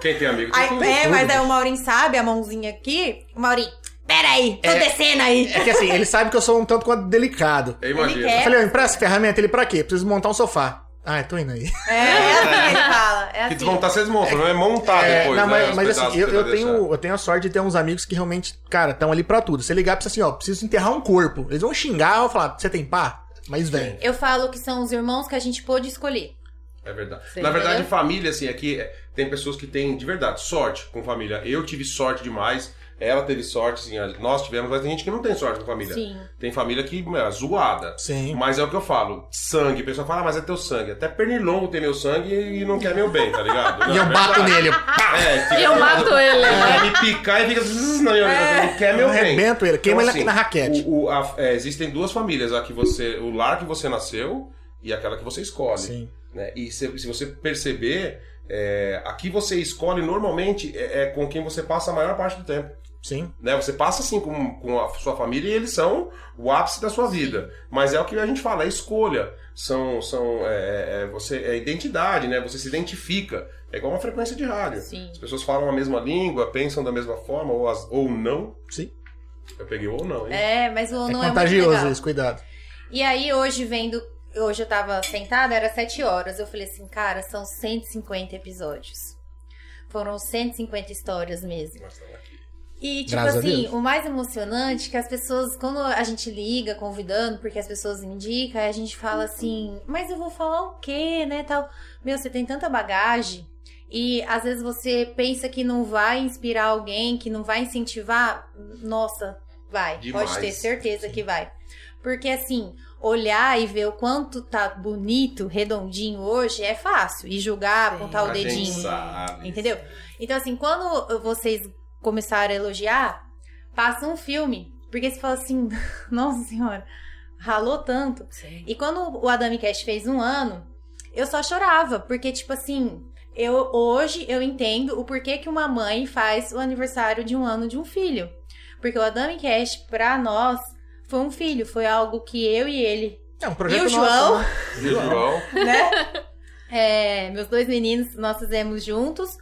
C: Quem tem amigo tem
A: Aí,
C: tudo.
A: é, mas aí o Maurinho sabe, a mãozinha aqui. O Maurinho, peraí, tô
B: É.
A: descendo aí.
B: É que assim, ele sabe que eu sou um tanto quanto delicado.
C: Eu imagino.
A: Ele quer.
B: Eu falei, ó, empresta ferramenta? Ele, pra quê? Preciso montar um sofá. Ah, tô indo aí.
A: É, é assim que ele fala. É
C: Que
A: assim.
C: desmontar, vocês montam, não é montar
B: É,
C: depois,
B: não,
C: né?
B: mas,
C: os
B: mas
C: pedaços
B: assim,
C: que
B: eu,
C: você
B: eu
C: vai deixar.
B: tenho, eu tenho a sorte de ter uns amigos que realmente, cara, estão ali pra tudo. Se ligar, precisa assim, ó, preciso enterrar um corpo. Eles vão xingar, vão falar, você tem pá? Mas vem.
A: Eu falo que são os irmãos que a gente pôde escolher.
C: É verdade.
D: Sim.
C: Na verdade, família, assim, aqui é, tem pessoas que têm, de verdade, sorte com família. Eu tive sorte demais, ela teve sorte, assim, a- nós tivemos, mas tem gente que não tem sorte com família.
A: Sim.
C: Tem família que é zoada.
B: Sim.
C: Mas é o que eu falo, sangue. O pessoal fala, ah, mas é teu sangue. Até pernilongo tem meu sangue e não quer meu bem, tá ligado?
B: [LAUGHS]
C: Não,
B: E eu
C: é
B: bato
C: verdade.
B: nele. eu
C: É, fica
D: Eu mato ele.
C: Ele vai me picar e fica zzz, na minha orelha, não quer É
B: É.
C: meu bem. Então, assim,
B: Arrebento ele, queima ele aqui na raquete.
C: o- o- a- é, existem duas famílias, a que você, o lar que você nasceu e aquela que você escolhe.
B: Sim.
C: né? E se, se você perceber, é, aqui você escolhe normalmente é, é com quem você passa a maior parte do tempo.
B: Sim.
C: Né? Você passa assim com, com a sua família e eles são o ápice da sua vida. Mas é o que a gente fala, é escolha. São, são, é, é, você, é identidade, né? Você se identifica. É igual uma frequência de rádio.
A: Sim.
C: As pessoas falam a mesma língua, pensam da mesma forma, ou, as- ou não.
B: Sim.
C: Eu peguei o ou não, hein?
A: É, mas o
B: É
A: não é, muito
B: contagioso
A: legal.
B: isso, cuidado.
A: E aí, hoje, vendo. Hoje eu tava sentada, era 7 horas. Eu falei assim, cara, são 150 episódios. Foram 150 histórias mesmo.
C: Nós estamos aqui.
A: E, tipo
B: Graças a
A: assim,
B: Deus.
A: o mais emocionante é que as pessoas, quando a gente liga convidando, porque as pessoas indicam, aí a gente fala assim, mas eu vou falar o quê, né, tal. Meu, você tem tanta bagagem e às vezes você pensa que não vai inspirar alguém, que não vai incentivar. Nossa, vai.
C: Demais.
A: Pode ter certeza que vai. Porque assim, olhar e ver o quanto tá bonito, redondinho hoje é fácil. E julgar, apontar o
C: A gente
A: dedinho. né?
C: sabe.
A: Entendeu? Então, assim, quando vocês começaram a elogiar, passa um filme. Porque você fala assim, [LAUGHS] nossa senhora, ralou tanto.
D: Sim.
A: E quando o Adami Cash fez um ano, eu só chorava. Porque, tipo assim, eu hoje eu entendo o porquê que uma mãe faz o aniversário de um ano de um filho. Porque o Adami Cash, pra nós, foi um filho. Foi algo que eu e ele,
B: É um projeto
A: E o
B: nosso,
A: João?
B: né?
C: Visual.
A: né? [LAUGHS] É, meus dois meninos, nós fizemos juntos.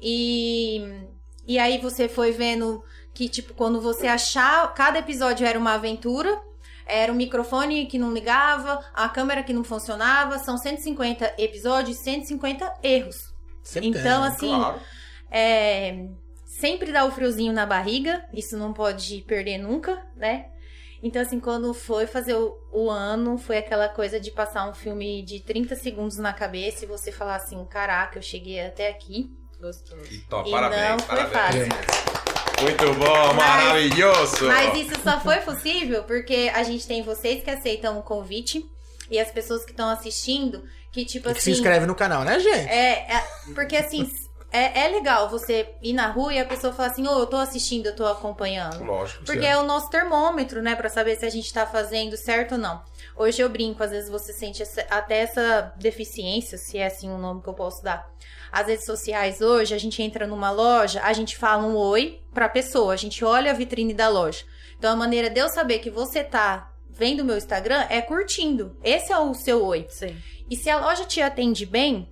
A: E, e aí você foi vendo que, tipo, quando você achar, cada episódio era uma aventura. Era um microfone que não ligava, a câmera que não funcionava. São 150 episódios, 150 erros.
B: Sempre
A: então,
B: tem. né?
A: assim,
C: Claro.
A: é, sempre dá o friozinho na barriga, isso não pode perder nunca, né? Então, assim, quando foi fazer o, o ano, foi aquela coisa de passar um filme de 30 segundos na cabeça e você falar assim: caraca, eu cheguei até aqui.
D: Gostoso.
C: E top,
A: e
C: parabéns,
A: não foi
C: parabéns.
A: fácil.
C: Muito bom,
A: Mas-
C: maravilhoso.
A: Mas isso só foi possível porque a gente tem vocês que aceitam o convite e as pessoas que estão assistindo, que tipo
B: E que se
A: assim.
B: inscreve no canal, né, gente?
A: É, é, porque assim, é, é legal você ir na rua e a pessoa falar assim: ô, eu tô assistindo, eu tô acompanhando.
C: Lógico.
A: Porque é o nosso termômetro, né? Pra saber se a gente tá fazendo certo ou não. Hoje eu brinco, às vezes você sente essa- até essa deficiência, se é assim o nome que eu posso dar. As redes sociais hoje, a gente entra numa loja, a gente fala um oi pra pessoa, a gente olha a vitrine da loja. Então a maneira de eu saber que você tá vendo o meu Instagram é curtindo. Esse é o seu oi.
D: Sim.
A: E se a loja te atende bem,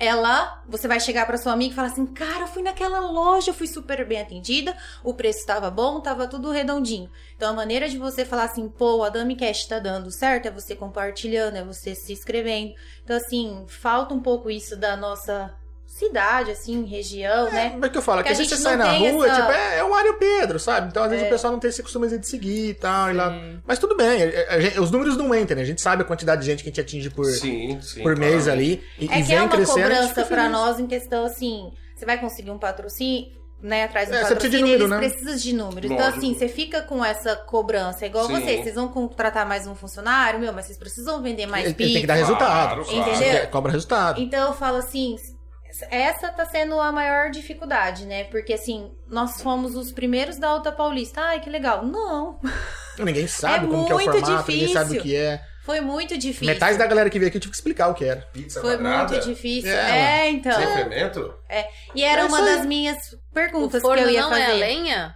A: ela, você vai chegar pra sua amiga e falar assim: "Cara, eu fui naquela loja, eu fui super bem atendida, o preço estava bom, tava tudo redondinho". Então a maneira de você falar assim: "Pô, a Dami Cash tá dando certo", é você compartilhando, é você se inscrevendo. Então assim, falta um pouco isso da nossa cidade, assim, região, né?
B: Como é que eu falo?
A: Porque a
B: Que às vezes você
A: gente
B: sai
A: não
B: na
A: tem
B: rua,
A: essa- É.
B: tipo, é, é o Mário Pedro, sabe? Então às vezes o pessoal não tem esse costume de seguir e tal. E lá... Mas tudo bem, a- a gente- os números não mentem, né? A gente sabe a quantidade de gente que a gente atinge por,
C: Sim, sim.
B: por
C: claro.
B: mês ali. E,
A: É
B: e
A: que é
B: vem
A: uma
B: crescendo. tipo né? a gente
A: cobrança
B: fica
A: pra
B: feliz.
A: nós em questão assim, você vai conseguir um patrocínio, né, atrás do
B: É, você
A: patrocínio,
B: precisa de número,
A: eles
B: né?
A: precisam de números. Então
C: Lógico.
A: assim, você fica com essa cobrança, é igual
C: Sim.
A: vocês, vocês vão contratar mais um funcionário, meu, mas vocês precisam vender mais
B: Ele- ele tem que
A: pizza.
B: dar é resultado.
C: Claro, claro.
A: Entendeu?
B: Porque Cobra resultado.
A: Então eu falo assim, essa tá sendo a maior dificuldade, né? Porque assim, nós fomos os primeiros da Alta Paulista. Ai, que legal. Não, [LAUGHS]
B: Ninguém sabe
A: É
B: como que é o
A: muito
B: formato, ninguém
A: difícil.
B: sabe o que é.
A: foi muito difícil.
B: Metade da galera que veio aqui eu tive que explicar o que era.
C: Pizza
A: Foi
C: quadrada?
A: muito difícil.
B: É,
A: É, então.
C: Sem fermento?
A: E era
B: É
A: uma
B: isso aí.
A: das minhas
D: O
A: perguntas que
D: forno
A: eu ia
D: não
A: fazer.
D: é a lenha?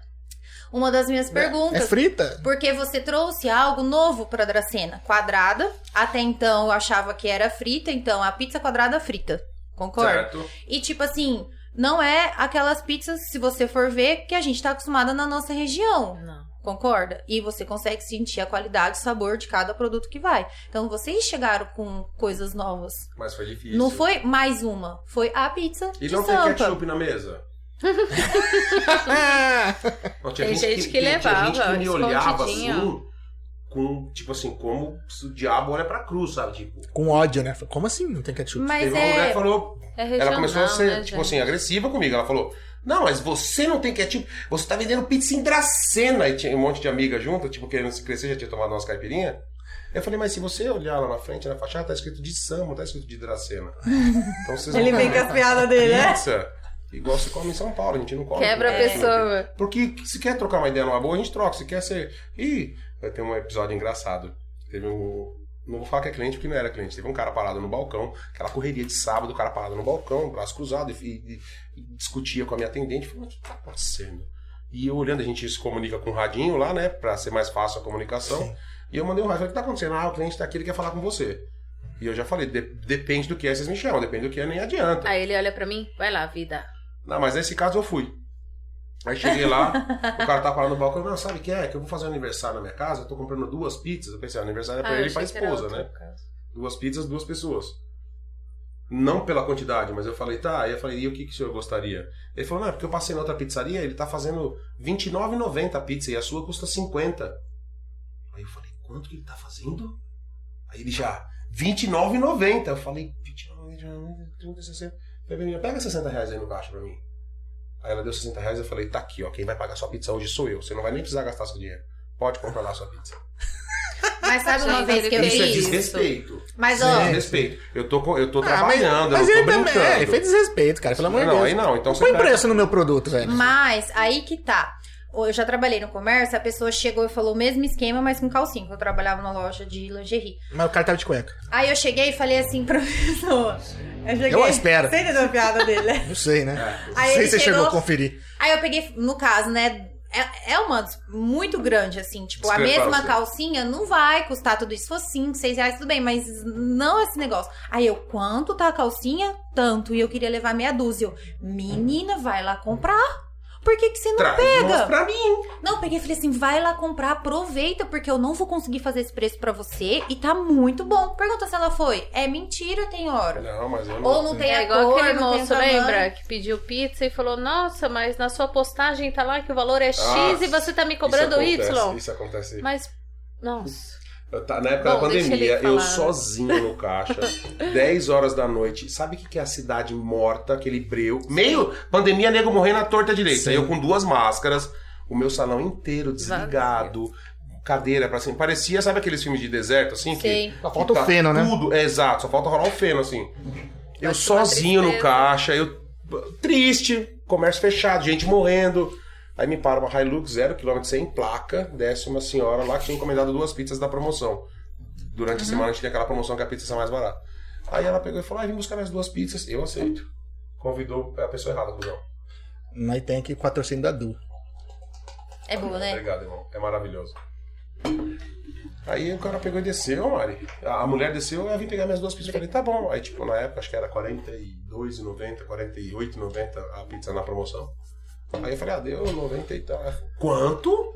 A: Uma das minhas
B: É
A: perguntas. [LAUGHS]
B: frita?
A: Porque você trouxe algo novo pra Dracena, quadrada. Até então eu achava que era frita, então a pizza quadrada frita. Concorda?
C: Certo.
A: E tipo assim, não é aquelas pizzas, se você for ver, que a gente tá acostumada na nossa região.
D: Não.
A: Concorda? E você consegue sentir a qualidade, o sabor de cada produto que vai. Então vocês chegaram com coisas novas.
C: Mas foi difícil.
A: Não foi mais uma, foi a pizza
C: E
A: de
C: não tem
A: sampa.
C: ketchup na mesa?
B: Ah!
C: Não, tinha
D: Tem gente que
C: tinha- tinha gente
D: levava,
C: que me olhava
D: escondidinho.
C: assim, com, tipo assim, como se o diabo olha pra cruz, sabe? Tipo,
B: Com ódio, né? Como assim não tem ketchup?
A: Mas
C: teve uma mulher que
A: é.
C: falou.
D: É regional,
C: Ela começou a ser,
D: né,
C: tipo
D: gente?
C: assim, agressiva comigo. Ela falou: Não, mas você não tem ketchup, você tá vendendo pizza em Dracena. E tinha um monte de amiga junto, tipo, querendo se crescer, já tinha tomado umas caipirinha. Eu falei, mas se você olhar lá na frente, na fachada, tá escrito de Samo, tá escrito de Dracena.
A: [LAUGHS]
C: Então vocês vão comer
A: as piadas né?
C: pizza. Igual você come em São Paulo, a gente não come.
D: Quebra a
C: ketchup.
D: pessoa.
C: Porque se quer trocar uma ideia numa boa, a gente troca. Se quer ser. Ih, vai ter um episódio engraçado. Teve um. Não vou falar que é cliente porque não era cliente. Teve um cara parado no balcão, aquela correria de sábado, o cara parado no balcão, braço cruzado, e, e- e discutia com a minha atendente. Falei, mas o que tá acontecendo? E eu olhando, a gente se comunica com o radinho lá, né? Pra ser mais fácil a comunicação. E eu mandei um rádio, falei, o que tá acontecendo? Ah, o cliente tá aqui, ele quer falar com você. E eu já falei, "De- depende do que é, vocês me chamam, depende do que é, nem adianta.
D: Aí ele olha pra mim, vai lá, vida.
C: Não, mas nesse caso eu fui. Aí cheguei lá, o cara tava lá no balcão, não, sabe o que é? Que eu vou fazer um aniversário na minha casa, eu tô comprando duas pizzas. Eu pensei, ah, aniversário é pra
D: Ah, eu
C: ele e pra
D: achei que era
C: esposa,
D: outro
C: né?
D: caso.
C: Duas pizzas, duas pessoas. Não pela quantidade, mas eu falei, tá, aí eu falei, e o que, que o senhor gostaria? Ele falou, não, é porque eu passei na outra pizzaria, ele tá fazendo R$29,90 a pizza e a sua custa 50. Aí eu falei, quanto que ele tá fazendo? Aí ele já, 29,90. Eu falei, 29,90, 30, 60. Eu falei, menina, pega 60 reais aí no caixa pra mim. Aí ela deu 60 reais, eu falei, tá aqui, ó, quem vai pagar sua pizza hoje sou eu, você não vai nem precisar gastar seu dinheiro. Pode comprar lá sua pizza.
A: Mas sabe uma
D: Gente,
A: vez que eu
D: ele
C: Isso é
D: fez
A: fiz?
D: isso.
C: desrespeito.
A: Mas
C: Isso
A: ó,
C: é desrespeito. Eu tô, co- eu
B: Ah,
C: tô
B: mas-
C: trabalhando,
B: mas
C: eu
B: ele
C: não tô
B: também.
C: brincando.
B: É, ele fez desrespeito, cara. Pelo amor de
C: não,
B: Deus.
C: aí não. Então
B: Não
C: você
B: põe um
C: pega-
B: preço no meu produto, velho.
A: Mas aí que tá. Eu já trabalhei no comércio, a pessoa chegou e falou o mesmo esquema, mas com calcinha, que eu trabalhava numa loja de lingerie.
B: Mas o cara tava de cueca.
A: Aí eu cheguei e falei assim [LAUGHS] pra pessoa. Eu cheguei.
B: Eu espero.
A: Você entendeu a piada dele,
B: [LAUGHS]
A: né?
B: Não sei, né?
A: Aí
C: É,
B: não sei
A: ele
B: se você chegou
A: chegou-
B: a conferir.
A: Aí eu peguei, no caso, né? É, é uma dis- muito grande, assim. Tipo, a
C: Discrepância.
A: mesma calcinha não vai custar tudo isso. Se fosse 5, 6 reais, tudo bem, mas não esse negócio. Aí eu, quanto tá a calcinha? Tanto. E eu queria levar meia dúzia. Eu, menina, vai lá comprar. Por que, que você não
C: Traz
A: pega?
C: umas pra mim.
A: Não, eu peguei e falei assim: vai lá comprar, aproveita, porque eu não vou conseguir fazer esse preço pra você e tá muito bom. Pergunta se ela foi. É mentira, tem hora.
C: Não, mas eu não.
A: Ou não tem
D: É
A: a
D: igual
A: cor,
D: aquele
A: não tem
D: moço,
A: tamanho.
D: lembra? Que pediu pizza e falou: Nossa, mas na sua postagem tá lá que o valor é X
C: Ah,
D: e você tá me
C: Isso
D: cobrando
C: acontece,
D: Y.
C: Isso acontece.
D: Mas, nossa.
C: Eu tá- na época da
D: Bom, deixa ele
C: pandemia, eu
D: falar.
C: sozinho
B: [LAUGHS]
C: no caixa, 10 horas da noite. Sabe o que, que é a cidade morta, aquele breu? Meio pandemia, nego morrendo à torta direita.
B: Sim.
C: Eu com duas máscaras, o meu salão inteiro desligado, cadeira pra cima. Parecia, sabe aqueles filmes de deserto, assim? Que,
D: Sim.
B: Só falta
C: que
B: o feno, né?
C: Tudo, é, exato, só falta rolar o feno, assim. Eu
D: uma
C: sozinho no
D: tristeza.
C: caixa, eu triste, comércio fechado, gente morrendo. Aí me para uma Hilux zero quilômetro sem placa, desce uma senhora lá que tinha encomendado duas pizzas da promoção. Durante a semana a gente tinha aquela promoção que a pizza é mais barata. Aí ela pegou e falou: ah, vim buscar minhas duas pizzas, eu aceito. Convidou a pessoa errada, cuzão.
B: Nós tem que patrocínio da Du.
A: É boa, né?
C: Obrigado, irmão. É maravilhoso. Aí o cara pegou e desceu, Mari. A a mulher desceu, eu vim pegar minhas duas pizzas. Eu falei, tá bom. Aí, tipo, na época, acho que era 42,90, 48,90 a pizza na promoção. Aí eu falei, ah, deu 90 e tal. Ela falou, Quanto?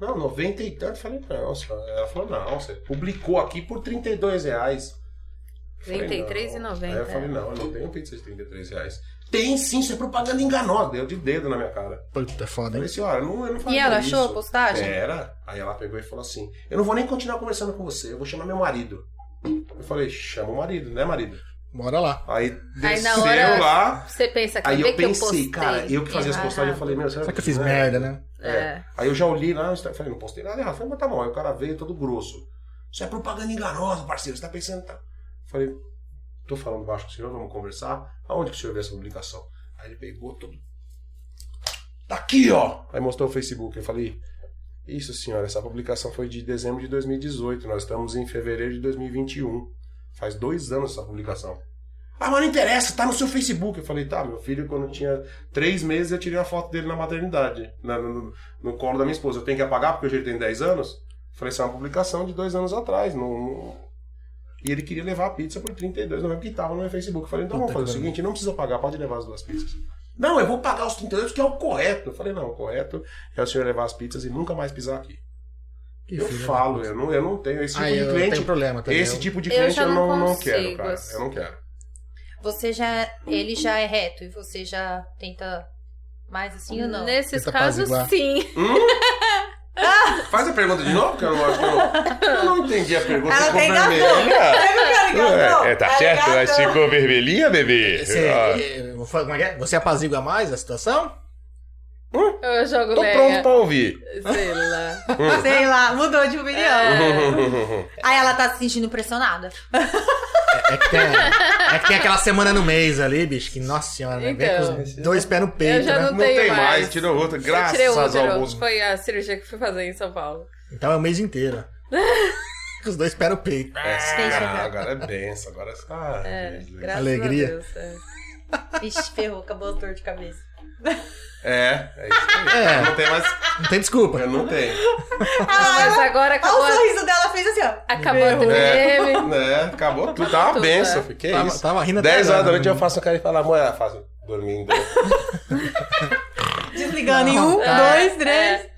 C: Não, 90 e tanto. Eu falei, não, senhora. Ela falou, não, você publicou aqui por 32 reais. Eu falei, não. Aí eu falei,
D: R$33,90.
C: não, eu não tenho pizza de 33 reais. Tem sim, isso é propaganda enganosa. Deu de dedo na minha cara.
B: Puta, é foda, hein?
C: Falei, senhora, eu não, eu não
A: E
C: fazia
A: ela
C: isso. É.
A: achou a postagem?
C: Era. Aí ela pegou e falou assim: Eu não vou nem continuar conversando com você, eu vou chamar meu marido. Eu falei, chama o marido, né, marido?
B: Bora lá.
C: Aí
D: Aí na
C: desceu
D: hora-
C: lá,
D: Você pensa, quer
C: aí
D: ver
C: eu
D: que eu
C: pensei,
D: postei?
C: cara, eu que fazia as
D: errado.
C: postagens, eu falei, meu, será
B: Será que eu fiz merda, né?
D: É.
C: Aí eu já olhei lá, eu falei, não postei nada errado. Falei, mas tá bom. Aí o cara veio todo grosso. Isso é propaganda enganosa, parceiro. Você tá pensando. Tá... Falei, tô falando baixo com o senhor, vamos conversar. Aonde que o senhor vê essa publicação? Aí ele pegou todo. Tá aqui, ó! Aí mostrou o Facebook. Eu falei, isso senhora, essa publicação foi de dezembro de 2018. Nós estamos em fevereiro de 2021. Faz dois anos essa publicação. Ah, mas não interessa, tá no seu Facebook. Eu falei, tá, meu filho, quando tinha três meses, eu tirei a foto dele na maternidade, na- no- no colo da minha esposa. Eu tenho que apagar porque hoje ele tem 10 anos? Eu Falei, isso é uma publicação de dois anos atrás. Não, não- E ele queria levar a pizza por 32, não lembro que tava no meu Facebook. Eu falei, então vamos
B: Puta
C: fazer o
B: que
C: seguinte, não precisa pagar, pode levar as duas pizzas. Não, eu vou pagar os 32 que é o correto. Eu falei, não, o correto é o senhor levar as pizzas e nunca mais pisar aqui.
B: Que
C: eu
B: filho da
C: falo,
B: puta.
C: eu não, eu não tenho esse tipo
B: Aí
C: de
B: eu
C: cliente.
B: tenho problema também.
C: Esse
B: Eu-
C: tipo de
D: Eu
C: cliente
D: já
C: eu não,
D: não
C: não
D: consigo,
C: quero, cara.
D: assim.
C: Eu não quero.
A: Você já. Ele já é reto e você já tenta mais assim ou não?
J: Né?
D: Nesses
B: Tenta
D: casos,
B: apaziguar.
D: sim.
C: Faz a pergunta de novo, que eu não acho que eu, eu não entendi a pergunta.
J: Ela
C: ficou
J: tem
C: vermelha. tá
J: É,
C: ficou vermelhinha, bebê? Ah,
B: Você, eh, vou falar como é que é? Você apazigua mais a situação?
D: Eu jogo
C: Tô
D: lenha.
C: pronto pra ouvir.
D: Sei lá.
J: Sei lá, mudou de opinião.
D: É.
A: É. Aí ela tá se sentindo pressionada.
B: É, é que tem, é que tem aquela semana no mês ali, bicho, que nossa senhora, né? Vem
D: Então.
B: com os dois pés no
D: eu
B: peito,
D: já
B: né?
D: não,
C: Não
D: tenho
C: tem mais,
D: mais.
C: tirou outra.
D: Eu tirei o
C: Graças
D: útero.
C: ao Augusto.
D: Foi a cirurgia que fui fazer em São Paulo.
B: Então é o mês
C: [LAUGHS]
B: inteiro. Com os dois pés no peito.
C: Ah, agora é benção, agora é. Ah, Jesus.
D: Graças
B: Alegria.
D: a Deus. é.
A: Vixe, ferrou, acabou a dor de cabeça.
C: É, é isso aí.
B: É.
C: Não tem mais.
B: Não tem desculpa.
C: Eu não tenho.
D: Mas agora acabou,
J: Olha o
D: a-
J: sorriso dela, fez assim, ó.
D: acabou a treme.
C: É, acabou tudo. Tá uma
D: Tudo,
C: benção,
D: é.
C: filho. Que
B: tava,
C: isso.
B: tava rindo até
C: 10 horas
B: agora.
C: da noite eu faço a cara e falo, amor, ela faz um dormindo.
J: Desligando em um,
D: É,
J: dois, três.
D: é.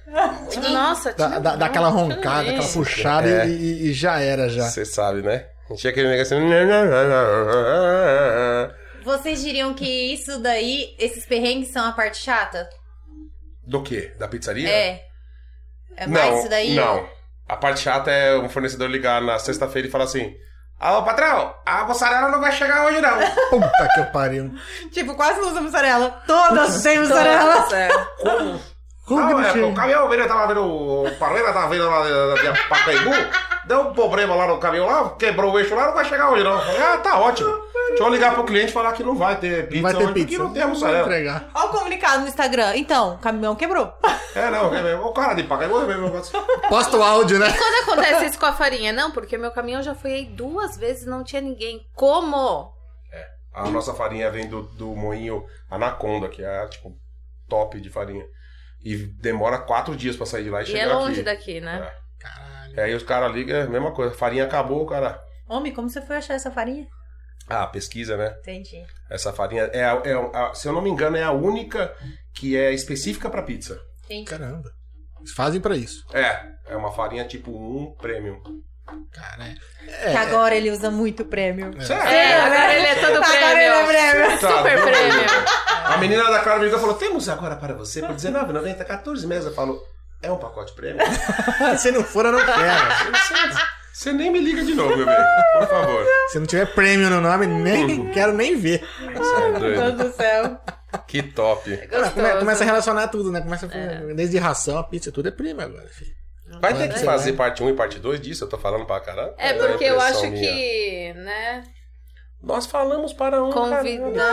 D: Tipo, nossa,
B: Dá,
D: tira-
C: um
B: dá- dá aquela
D: não,
B: roncada,
D: tira
B: aquela
D: mesmo.
B: puxada
C: É.
B: e, e- e já era já.
C: Você sabe, né? A gente é aquele negócio assim.
A: é. Vocês diriam que isso daí, esses perrengues são a parte chata?
C: Do quê? Da pizzaria?
A: É. É mais isso daí?
C: Não. A parte chata é um fornecedor ligar na sexta-feira e falar assim: Alô, patrão, a mussarela não vai chegar hoje, não.
B: Puta que eu pariu.
J: Tipo, quase não usa mussarela. Todas sem mussarela.
D: Nossa, é.
C: Como?
B: Como que
C: não,
B: não
C: é,
B: chega?
C: o caminhão veio, tava vendo o Paroeira, tava vindo lá da- da da Pacaembu, deu um problema lá no caminhão lá, quebrou o eixo lá, não vai chegar hoje, não. Eu falei, ah, tá ótimo. Deixa eu ligar pro cliente e falar que não vai ter pizza
B: Não vai
C: hoje,
B: ter
C: porque
B: pizza.
C: não tem a
B: Vou
C: mussarela.
B: entregar.
J: Olha o comunicado no Instagram. Então, o caminhão quebrou.
C: É, não, é, é, o cara de Pacaembu é mesmo. eu-
B: Posta o áudio, né?
D: Quando acontece isso com a farinha? Não, porque meu caminhão já foi aí duas vezes e não tinha ninguém. Como?
C: A nossa farinha vem do, do moinho Anaconda, que é tipo top de farinha. E demora quatro dias pra sair de lá e,
D: E
C: chegar
D: é longe
C: aqui.
D: daqui, né?
B: Caralho.
C: E aí os caras ligam, é a mesma coisa. Farinha acabou, o cara.
A: Homem, como você foi achar essa farinha?
C: Ah, pesquisa, né?
A: Entendi.
C: Essa farinha é, a- é a- se eu não me engano, é a única que é específica pra pizza.
B: Caramba. Eles fazem pra isso.
C: É, é uma farinha tipo 1 premium.
B: Cara,
C: [LAUGHS]
B: é-
J: Que
B: é.
J: agora ele usa muito prêmio.
C: Sério?
D: É, agora ele é
A: Tá,
D: todo
J: Agora
D: prêmio.
J: ele é prêmio.
C: Tá
D: Super
C: doido.
D: prêmio.
C: A menina da Clara me ligou e falou: "Temos agora para você por 19,90, 14 meses". Eu falo: "É um pacote premium".
B: Se não for, eu não quero.
C: Você nem me liga de novo, meu bem. Por favor.
B: Se não tiver prêmio no nome, nem quero nem ver.
C: Você é doido.
J: do céu.
C: Que top.
B: Cara, come-
D: [LAUGHS] Gostoso.
B: começa a relacionar tudo, né? Começa a- desde ração, a pizza, tudo é prêmio agora, filho.
C: Vai ter que fazer parte 1 e parte 2 disso, eu tô falando pra caralho.
D: É
C: uma
D: porque eu
C: impressão
D: acho
C: minha.
D: que, né?
C: Nós falamos para um
D: Convidar.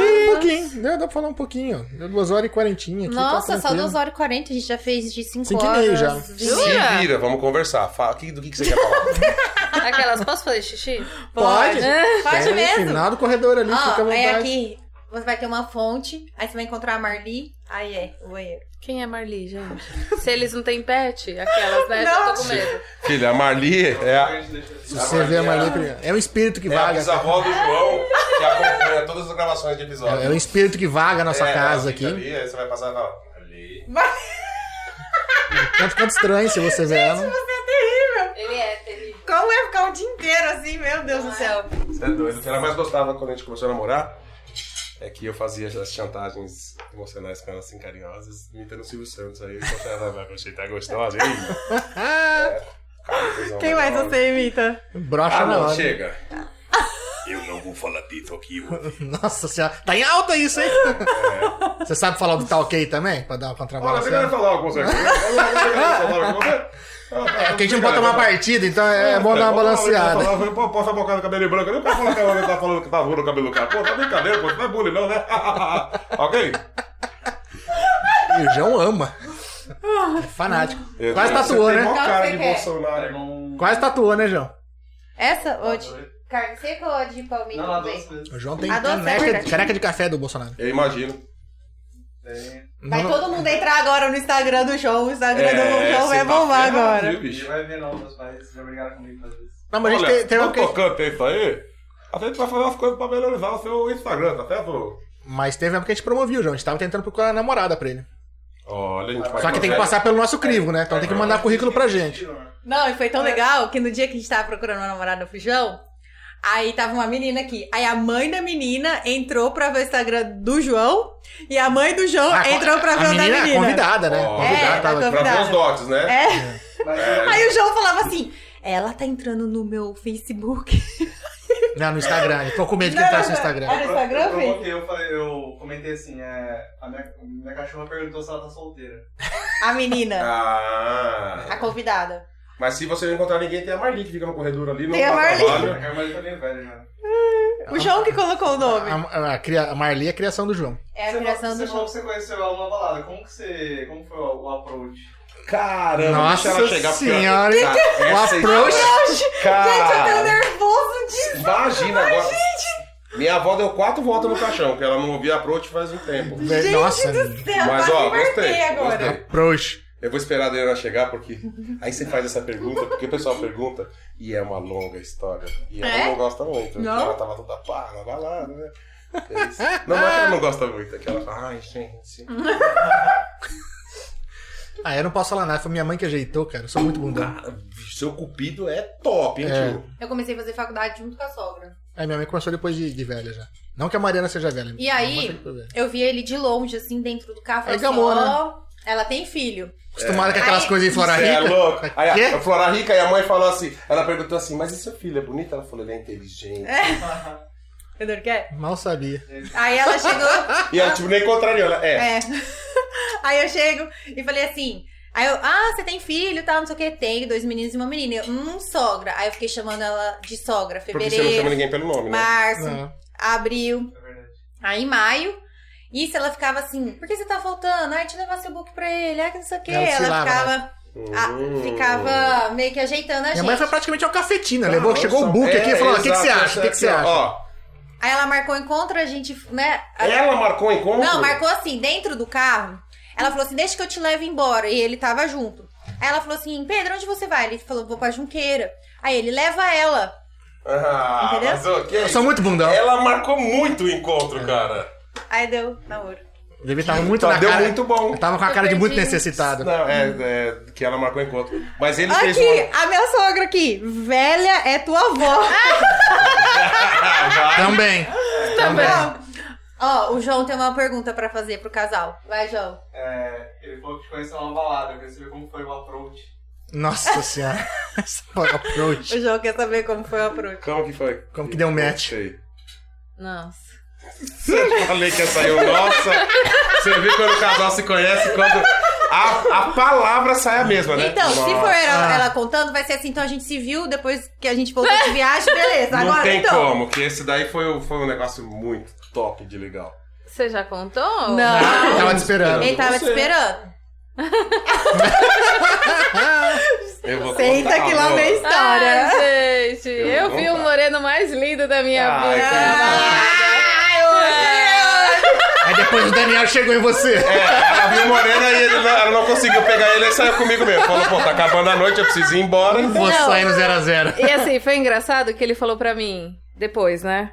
B: Ih, aqui, hein? Deu, dá pra falar um pouquinho. Deu duas horas e quarentinha aqui.
A: Nossa,
B: tá
A: só
B: tranquilo.
A: 2 horas e 40, a gente já fez de 5
B: Cinco e
A: horas.
B: meio já.
C: Se vira, vamos conversar. Fala, que- do que, que você quer falar?
D: [LAUGHS] Aquelas, posso fazer xixi?
B: Pode.
J: Pode
B: Tem
J: mesmo.
B: No final do corredor ali, É, fica à
A: É, Ó, aí
B: vontade.
A: aqui você vai ter uma fonte, aí você vai encontrar a Marli, aí é o banheiro.
D: Quem é Marli, gente? [LAUGHS] Se eles não têm pet, aquelas, né? Eu tô com medo.
C: Filha, a Marli é a,
B: Se você vê a Maria primeiro. É o espírito que
C: É a
B: vaga.
C: bisavó do João que acompanha todas as gravações de
B: É
C: episódio.
B: o espírito que vaga a nossa
C: É,
B: casa
C: ela fica
B: aqui.
C: ali, aí você vai passar e fala, ali.
B: Então fica estranho se você vê ela.
D: Ele é terrível.
J: Como é ficar o dia inteiro assim, meu Deus do céu.
C: Tá Você é doido. O que ela mais gostava quando a gente começou a namorar É que eu fazia as chantagens emocionais com elas assim carinhosas, imitando o Silvio Santos. Aí eu falava, vai, você tá gostosa,
A: [LAUGHS]
C: hein? É, Cara,
A: Quem mais você imita?
B: Brocha
C: Ah,
B: na
C: não,
B: hora.
C: chega. Eu não vou falar disso aqui hoje.
B: Nossa senhora, tá em alta isso, hein? Você sabe falar do tá ok também? Pra dar uma
C: É. Olha, você quer
B: contrabalança?
C: falar
B: [LAUGHS]
C: alguma coisa?
B: É, Porque a gente não pode tomar partida, então é bom dar uma balanceada.
C: Pô, posso abocar no cabelo branco? Eu não posso falar que a homem tá falando que tá ruim no cabelo do cara. Pô, tá brincadeira, pô. Não é bullying, não, né? [LAUGHS] ok?
B: E o João ama.
A: Ah.
B: É fanático.
C: Eu-
B: Quase
C: Então, você
B: tatuou,
C: tem
B: né?
C: mó cara
A: Então, Você
C: de
A: quer?
C: Bolsonaro.
E: Não,
B: Quase tatuou, né, João?
A: Essa? Ou de
E: dois.
A: carne seca ou de palmito
E: não, lá
A: também?
E: duas vezes.
B: O João tem
A: Adoro
B: caneca,
A: essa
B: caneca de café do Bolsonaro.
C: Eu imagino.
E: Tem.
A: Vai
B: Não-
A: todo mundo entrar agora no Instagram do João. O Instagram do João
C: você
A: vai
C: tá
A: bombar
C: ferrado,
A: agora.
C: viu,
E: E
C: bicho?
E: vai ver não, meus pais já brigaram comigo às vezes.
B: Não, mas a gente
C: Olha,
B: tem- teve uma
C: no
B: que-
C: tocante a é isso aí, a gente vai fazer umas coisas pra melhorizar o seu Instagram, tá certo?
B: Mas teve uma época que a gente promovia, João. A gente tava tentando procurar a namorada pra ele.
C: Olha, a gente vai...
B: Só que tem que passar pelo nosso crivo, né? Então tem que mandar currículo pra gente.
A: Não, e foi
C: É.
A: tão legal que no dia que a gente tava procurando uma namorada pro João, aí tava uma menina aqui. Aí a mãe da menina entrou pra ver o Instagram do João e a mãe do João
B: Ah,
A: entrou pra
B: a
A: ver o da
B: menina é
A: menina.
B: convidada, né?
C: Ó.
B: convidada,
A: É,
B: tava-
A: tá
C: Pra ver os
A: convidada.
C: dotes, né?
A: É.
E: Mas
A: [LAUGHS] Aí o João falava assim: ela tá entrando no meu Facebook.
B: Não, no Instagram. Eu tô com medo de
A: Não,
B: entrar no seu
A: não,
B: Instagram.
A: Era no Instagram,
E: eu,
A: filho?
E: provoquei, eu, falei, eu comentei assim, é, a minha, minha cachorra perguntou se ela tá solteira.
A: A menina,
C: Ah...
A: a convidada.
C: Mas se você não encontrar ninguém, tem a Marli que fica no corredor ali. não
A: Tem a
C: dá
A: Marli.
E: A
C: trabalho.
E: minha irmã tá meio velha, né?
A: O João que colocou o nome.
B: A, a, cria- a Marli é a criação do João.
A: É a
E: Você
A: criação
E: falou-
A: do
E: você
A: João.
E: falou que você conheceu ela numa balada. Como que você. Como foi o, o approach? [LAUGHS]
C: Caramba,
B: Nossa
C: deixa ela chegar
B: senhora,
C: porque... Cara,
B: O
C: essa
B: approach.
C: história-
A: Gente, eu tô
C: Cara,
A: nervoso de.
C: imagina agora. Minha avó deu quatro voltas no caixão, que ela não ouvia approach faz um tempo.
B: Velho,
A: Gente
B: Nossa,
A: do céu,
C: Mas
A: quase
C: ó,
A: invertei
C: gostei,
A: agora.
C: gostei.
B: approach.
C: Eu vou esperar a Adriana chegar, porque aí você faz essa pergunta, porque o pessoal pergunta, e é uma longa história. E ela
A: É?
C: não gosta muito.
A: Não?
C: Ela tava toda pá, na balada, né? É isso. Não, não é que ela não gosta muito, é que ela fala, ai, gente.
B: Ah, eu não posso falar nada. Foi minha mãe que ajeitou, cara. Eu sou muito bundão.
C: Cara, seu cupido é top, hein,
B: É.
C: tio?
A: Eu comecei a fazer faculdade junto com a sogra.
B: Aí minha mãe começou depois de, de velha já. Não que a Mariana seja velha.
A: E aí,
B: mas foi velha.
A: Eu vi ele de longe, assim, dentro do carro.
B: Aí
C: É
A: Falei assim,
B: gamou, né?
A: ó, ela tem filho.
B: Acostumada com aquelas
A: Aí-
B: coisas em Flora
C: Cê é
B: Rica.
C: louco. Aí a-
B: Quê?
C: a Flora Rica e a mãe falou assim, ela perguntou assim, mas e seu filho é bonito? Ela falou, ele é inteligente.
A: Eu não quero.
B: Mal
E: é
B: sabia.
A: é? Aí
C: [LAUGHS]
A: ela chegou,
C: E ela, tipo, nem contrariou, ela, é.
A: é. [LAUGHS] Aí eu chego e falei assim. Aí eu, ah, você tem filho e tal, não sei o que, tenho dois meninos e uma menina. E Eu, hum, sogra. Aí eu fiquei chamando ela de sogra.
C: Porque você não chama
A: Fevereiro,
C: ninguém pelo nome, né?
A: março,
B: Não.
A: abril.
E: É verdade.
A: Aí em maio. Isso, ela ficava assim, por que você tá faltando? Ai, te levar seu book pra ele, ai, que não sei o que.
B: Ela
A: Ela
B: oscilava,
A: ficava,
C: Hum.
A: ah,
C: Oh.
A: ficava meio que ajeitando a
B: Minha
A: gente.
B: mãe foi praticamente uma cafetina.
C: Cara,
B: levou, chegou o
C: nossa,
B: book
C: é,
B: aqui e falou: ó, o que, que
C: exato, é,
B: você acha? O que,
C: essa
B: que você
C: aqui,
B: acha?
C: ó,
A: Aí ela marcou o encontro, a gente, né?
C: ó, ela marcou o encontro?
A: Não, marcou assim, dentro do carro. Ela falou assim: deixa que eu te levo embora. E ele tava junto. Aí ela falou assim: Pedro, onde você vai? Ele falou: vou pra Junqueira. Aí ele leva ela.
C: Ah,
A: Entendeu?
C: mas o quê?
B: Eu sou muito bundão.
C: Ela marcou muito o encontro, cara.
A: Aí deu namoro.
B: O bebê tava muito
C: Tá,
B: na
C: deu
B: cara.
C: muito bom.
B: Eu tava com a
A: Eu
B: cara de muito
A: perdi.
B: necessitado.
C: Não, é, é, que ela marcou o encontro. Mas ele fez
A: Aqui,
C: uma...
A: a minha sogra aqui, velha é tua
C: [LAUGHS]
A: avó.
C: Ah, vai.
B: Também.
C: Tá
B: Também.
A: Ó, o João tem uma pergunta pra fazer pro casal. Vai, João.
E: É, ele falou que te conheceu numa balada, eu queria saber como foi o approach.
B: Nossa
C: [LAUGHS]
B: senhora. Essa foi o approach.
A: O João quer saber como foi o approach.
C: Como que foi?
B: Como que deu um match?
C: Sei.
D: Nossa.
C: Eu Falei que ia sair o nossa. Você vê quando o casal se conhece, quando a, a palavra sai a mesma, né?
A: Então, se
C: Nossa.
A: for ela, ela contando, vai ser assim. Então a gente se viu depois que a gente voltou de viagem, beleza.
C: Não
A: Agora
C: tem
A: então.
C: como, que esse daí foi, um- foi um negócio muito top de legal.
D: Você já contou?
A: Não.
B: Tá? Eu tava te
C: [LAUGHS]
B: esperando.
A: Ele tava te
C: Você.
A: esperando.
C: Eu vou
A: Senta
C: contar,
A: que lá
C: amor.
A: vem história.
D: Ai, Ah, gente,
C: Eu
D: eu,
C: vou
D: vi
C: contar. Ah,
D: o moreno mais lindo da minha
C: Ai,
D: vida.
B: Aí depois o Daniel chegou em você.
C: É, ela viu o Moreno e ele não- ela não conseguiu pegar ele e saiu comigo mesmo. Falou, pô, tá acabando a noite, eu preciso ir embora.
B: Vou
D: Não.
B: sair no 0 a 0
D: E assim, foi engraçado que ele falou pra mim depois, né?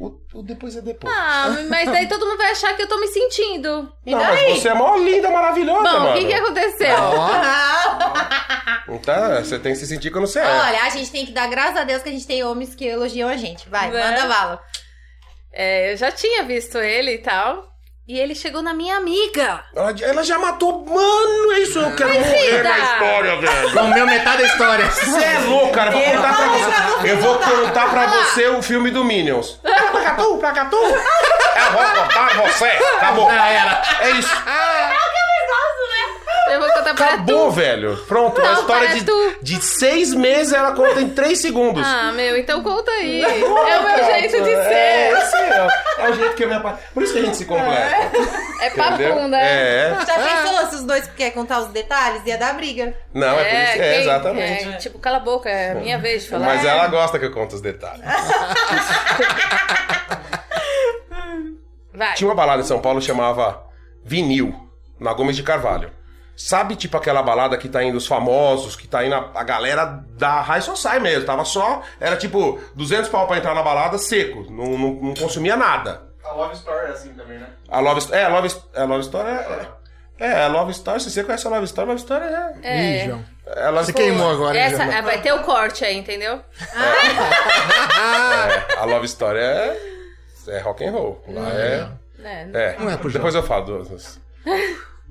C: O, o depois é depois.
D: Ah, mas daí todo mundo vai achar que eu tô me sentindo.
C: não, mas você é mó linda, maravilhosa,
D: Bom, o
C: mano.
D: que é? que aconteceu?
A: Ah,
C: Então, você tem que se sentir quando você é.
A: Olha, a gente tem que dar graças a Deus que a gente tem homens que elogiam a gente. Vai,
D: Né?
A: manda bala.
D: É, eu já tinha visto ele e tal. E ele chegou na minha amiga.
C: Ela, ela já matou. Mano, é isso, eu quero morrer
D: vida!
C: na história, velho.
B: Comeu metade da história.
C: Você é louco, cara. Eu vou contar pra você. Eu vou contar pra você o filme do Minions. Placatu, placatu. Eu vou contar você. Acabou.
B: Já era.
C: É isso.
D: Eu vou contar pra
C: Acabou, velho. Pronto, a
D: Não,
C: história
D: para
C: de,
D: tu.
C: de seis meses ela conta em três segundos.
D: Ah, meu, então conta
C: [LAUGHS]
D: aí. É o meu jeito de
C: É,
D: ser.
C: esse é, é o jeito que eu me apa- Por isso que a gente se completa.
D: É
C: Entendeu?
D: papum, né?
C: É.
A: Já pensou se os dois querem contar os detalhes? Ia dar briga.
C: Não, é, por isso. É,
D: quem-
C: exatamente.
D: é, tipo, cala a boca, é a minha vez de falar.
C: Mas ela gosta que eu conte os detalhes.
D: Vai.
C: Tinha uma balada em São Paulo que chamava Vinil, na Gomes de Carvalho. Sabe, tipo, aquela balada que tá indo os famosos, que tá indo a, a galera da High Society mesmo. Tava só... Era, tipo, 200 pau pra entrar na balada, seco. Não, não, não consumia nada.
E: A Love Story é assim também, né?
C: A Love... Sto- É, a Love, Sto- é, a Love Story é... É, a Love Story, se você conhece a Love Story, a Love Story é...
D: É.
B: Ih, João.
C: é a Love
B: Você [LAUGHS] queimou agora, hein,
D: Essa,
B: João.
C: né?
D: ah, vai ter o corte aí, entendeu?
C: É, a Love Story é, é rock and roll. Lá é.
D: É.
C: é.
B: Não é pro
C: Depois eu falo. do- dos-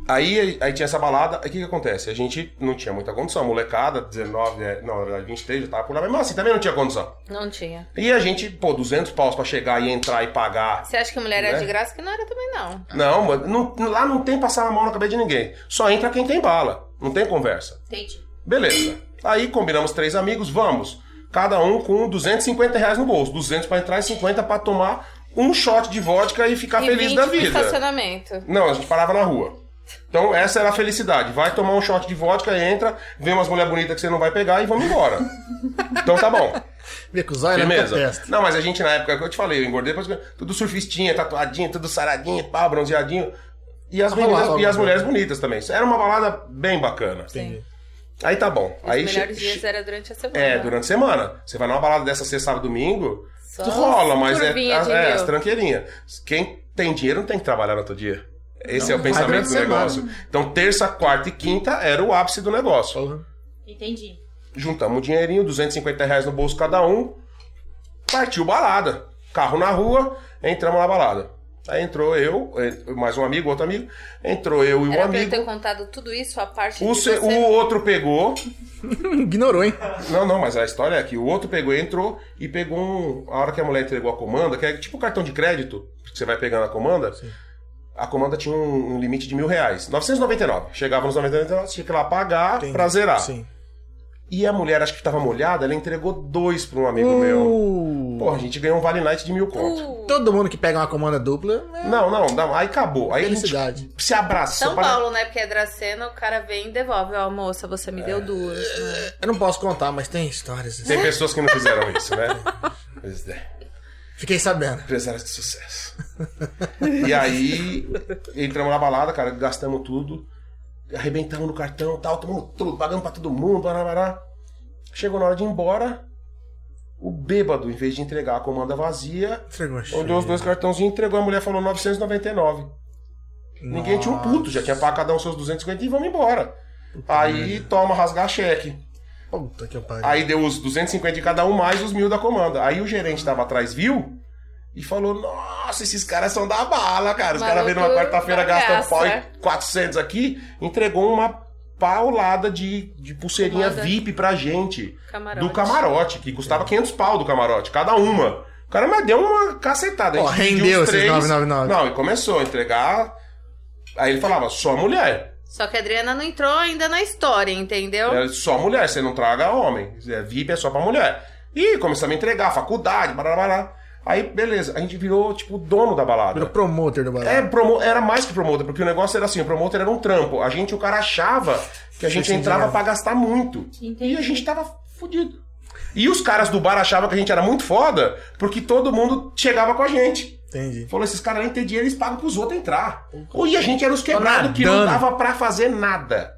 C: Aí, aí tinha essa balada, aí o que, que acontece? A gente não tinha muita condição, molecada, 19, é, não, na verdade, 23, já tava por lá, mas assim, também não tinha condição.
D: Não tinha.
C: E a gente, pô, 200 paus pra chegar e entrar e pagar.
D: Você acha que mulher era
C: Né?
D: de graça? Que não era também, não.
C: Não, mano, não- lá não tem passar a mão na cabeça de ninguém. Só entra quem tem bala, não tem conversa.
A: Entendi.
C: Beleza. Aí combinamos três amigos, vamos. Cada um com 250 reais no bolso. 200 pra entrar e 50 pra tomar um shot de vodka e ficar
D: e
C: Tá feliz
D: 20
C: da
D: pro
C: vida.
D: estacionamento.
C: Não, a gente parava na rua. Então essa era a felicidade. Vai tomar um shot de vodka, entra, vê umas mulheres bonitas que você não vai pegar e vamos embora. Então tá bom.
B: Vê que os olhos na tua
C: Firmeza.
B: testa.
C: Não, mas a gente na época que eu te falei, eu engordei, depois, tudo surfistinha, tatuadinho, tudo saradinho, pá, bronzeadinho. E as,
B: Tá rolando
C: meninas- e
B: alguma
C: as
B: coisa.
C: mulheres bonitas também. Era uma balada bem bacana. Sim. Aí tá bom.
D: Os
C: Aí
D: melhores
C: che-
D: dias era durante a semana.
C: é, durante a semana. Você vai numa balada dessa sexta, sábado, domingo,
D: Só
C: rola,
D: as
C: mas é,
D: curvinhas
C: as,
D: de
C: é
D: mil.
C: as tranqueirinhas. Quem tem dinheiro não tem que trabalhar no outro dia. Esse é o
B: vai
C: pensamento
B: durante
C: do
B: a semana.
C: negócio. Então, terça, quarta e quinta era o ápice do negócio.
B: Porra.
A: Entendi.
C: Juntamos um dinheirinho, 250 reais no bolso cada um, partiu balada. Carro na rua, entramos na balada. Aí entrou eu, eh, mais um amigo, outro amigo. Entrou eu e um
D: Era pra eu
C: amigo.
D: ter contado tudo isso, a parte
C: O,
D: de
C: se-
D: você...
C: o outro pegou,
B: Ignorou, hein?
C: Não, não, mas a história é que o outro pegou, entrou e pegou um. A hora que a mulher entregou a comanda, que é tipo cartão de crédito, que você vai pegando a comanda. A comanda tinha um, um limite de mil reais. 999. Chegava nos 999, tinha que ir lá pagar
B: Entendi.
C: pra zerar.
B: Sim.
C: E a mulher, acho que tava molhada, ela entregou dois pra um amigo
D: Hum.
C: meu.
B: Uh,
C: Porra, a gente ganhou um Vale Night de mil conto.
D: Uh,
B: Todo mundo que pega uma comanda dupla é
C: Não, não, não, aí acabou. Aí a gente
B: felicidade.
C: se abraçou.
D: São
C: Então, para- É.
D: Paulo, né? Porque é Dracena, o cara vem e devolve. Ó, moça, você me deu duas. né?
B: Eu não posso contar, mas tem histórias. assim.
C: Tem pessoas que não fizeram isso, né? Pois é.
B: Fiquei sabendo.
C: Empresários de sucesso. e aí, entramos na balada, cara, gastamos tudo, arrebentamos no cartão tal, tomamos tudo, pagamos pra todo mundo, bará, bará. Chegou na hora de ir embora, o bêbado, em vez de entregar a comanda vazia,
B: Entregou a cheia.
C: mandou os dois cartãozinhos, entregou, a mulher falou 999. Ninguém tinha um puto, já tinha pago cada um seus 250 e vamos embora. Aí toma rasgar cheque.
B: Puta que eu pariu.
C: Aí deu os 250 de cada um, mais os mil da comanda. Aí o gerente tava atrás, viu? E falou, nossa, esses caras são da bala, cara. Os caras
D: Maluco tá
C: vêm numa quarta-feira, gastam
D: bagaça.
C: pau e 400 aqui. Entregou uma paulada de, de pulseirinha
D: Comanda.
C: VIP pra gente.
D: Camarote.
C: Do camarote, que
B: É.
C: custava 500 pau do camarote, cada uma. O cara mas deu uma cacetada. A
B: Ó,
C: gente dividiu
B: rendeu
C: os
B: esses 999.
C: Não, e começou a entregar... Aí ele falava, só mulher.
D: Só que a Adriana não entrou ainda na história, entendeu?
C: É só mulher, você não traga homem. É, VIP é só pra mulher. E começamos a entregar, faculdade, barará, barará. Aí, beleza, a gente virou, tipo, o dono da
B: Virou
C: balada.
B: promoter do
C: É,
B: balada.
C: promo... Era mais que promotor, porque o negócio era assim, o promotor era um trampo. A gente, o cara achava que a gente
B: Vocês
C: entrava
B: entenderam.
C: pra gastar muito. E a gente tava fudido. E os caras do bar achavam que a gente era muito foda, porque todo mundo chegava com a gente.
B: Entendi.
C: Falou, esses caras nem têm dinheiro, eles pagam pros outros entrar. Ou e a gente era os quebrados que não
B: nadando.
C: dava pra fazer nada.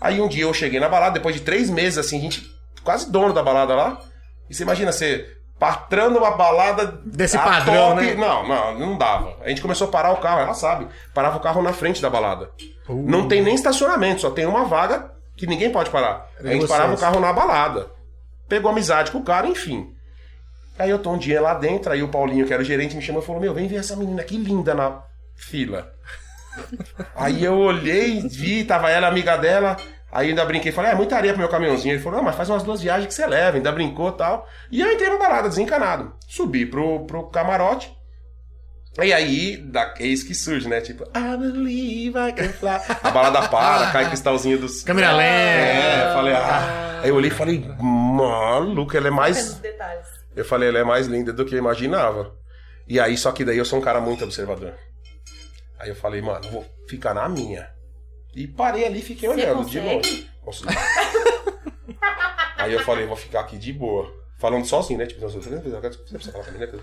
C: Aí um dia eu cheguei na balada, depois de três meses, assim, a gente quase dono da balada lá. E você imagina você patrando uma balada
B: Desse
C: a
B: padrão, né?
C: Não, não, não dava. A gente começou a parar o carro, ela sabe. Parava o carro na frente da balada.
B: Uh.
C: Não tem nem estacionamento, só tem uma vaga que ninguém pode parar. A gente
B: vocês.
C: parava o carro na balada. Pegou amizade com o cara, enfim. Aí eu tô um dia lá dentro, aí o Paulinho, que era o gerente, me chamou e falou: Meu, vem ver essa menina, que linda na fila. aí eu olhei, vi, tava ela, amiga dela. Aí ainda brinquei, falei, é muita areia pro meu caminhãozinho. Ele falou, não, mas faz umas duas viagens que você leva, ainda brincou e tal. E eu entrei na balada, desencanado. Subi pro, pro camarote. E aí, da, é isso que surge, né? Tipo, I believe I can fly. A balada para, cai
B: [LAUGHS]
C: cristalzinho dos.
B: Câmera lenta.
C: É, falei, ah. Aí eu olhei e falei, maluco, ela é mais.
A: detalhes.
C: Eu falei, ela é mais linda do que eu imaginava. E aí, só que daí eu sou um cara muito observador. Aí eu falei, mano, vou ficar na minha. E parei ali e fiquei
A: Você
C: olhando de
A: consegue?
C: longe. Consegui. [LAUGHS] aí eu falei, vou ficar aqui de boa. Falando sozinho, né? Tipo, você precisa falar comigo, né?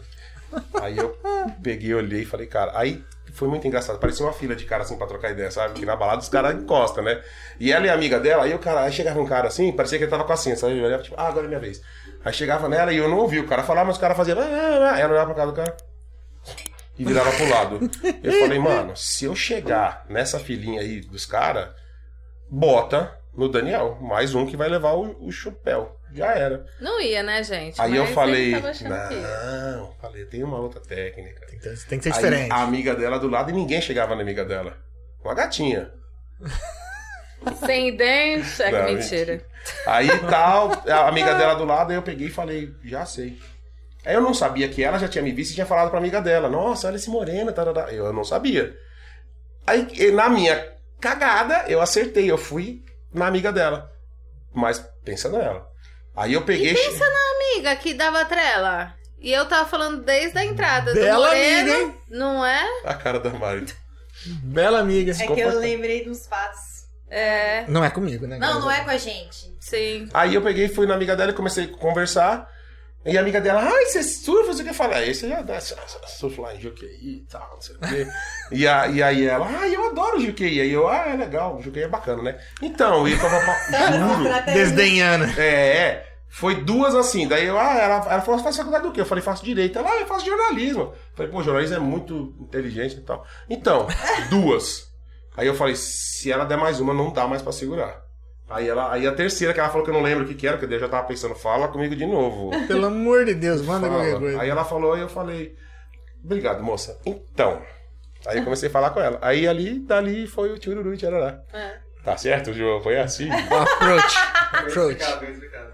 C: Aí eu peguei, olhei e falei, cara. Aí foi muito engraçado. Parecia uma fila de cara assim pra trocar ideia, sabe? Que na balada os caras encostam, né? E ela e a amiga dela, aí o cara, aí chegava um cara assim, parecia que ele tava com a cinta, sabe? Eu olhava, tipo, ah, agora é minha vez. Aí chegava nela e eu não ouvia o cara falar, mas o cara fazia. "Ah, ah, ah". Ela olhava pra cara do cara e virava pro lado. Eu falei, mano, se eu chegar nessa filinha aí dos caras, bota no Daniel, mais um que vai levar o, o chapéu. Já era.
D: Não ia, né, gente?
C: Aí eu
D: Mas
C: falei,
D: ele tava achando que ia.
C: não, falei, tem uma outra técnica.
B: Tem que, tem que ser
C: Aí,
B: É diferente.
C: a amiga dela do lado e ninguém chegava na amiga dela. Uma gatinha.
D: Sem dente? É
C: [LAUGHS]
D: que
C: Não,
D: mentira.
C: Aí tal, a amiga dela do lado, aí eu peguei e falei, já sei. Aí eu não sabia que ela já tinha me visto e tinha falado pra amiga dela, nossa, olha esse moreno, tarará. Eu não sabia. Aí, e na minha cagada, eu acertei, eu fui na amiga dela. Mas pensa nela. Aí eu peguei.
D: pensa Amiga, que dava trela. E eu tava falando desde a entrada do
B: Bela
D: Moreno,
B: amiga, hein?
D: não é?
C: A cara da Mari.
B: Bela amiga.
A: É que eu lembrei dos fatos.
D: É,
B: Não é comigo, né?
A: Não,
B: galera?
A: não é com a gente.
D: sim.
C: Aí eu peguei, fui na amiga dela e comecei a conversar. E a amiga dela, ai, você é surfa, você quer falar? Aí você já dá essa- essa- surf lá em Juqueí e tal, não sei o quê. e, a- e aí ela, ai, eu adoro Juqueí. Aí eu, ah, é legal, Juqueí é bacana, né? Então, e papapá,
A: [LAUGHS] É,
C: juro.
B: Desdenhana.
C: É, é. Foi duas assim. Daí eu, ah, ela, ela falou, você faz faculdade do quê? Eu falei, faço direito. Ela, ah, eu faço jornalismo. Eu falei, pô, jornalismo é muito inteligente e tal. Então, duas. Aí eu falei, se ela der mais uma, não dá mais pra segurar. Aí, ela, aí a terceira, que ela falou que eu não lembro o que, que era, que eu já tava pensando, fala comigo de novo.
B: Pelo amor de Deus, manda
C: Fala.
B: qualquer coisa.
C: Aí ela falou e eu falei, obrigado, moça. Então. Aí eu comecei a falar com ela. Aí ali, dali foi o tchururu e tcharará.
D: É.
C: Tá certo, João? Foi assim?
B: Approach.
E: Bem
B: Approach.
E: explicado, bem explicado.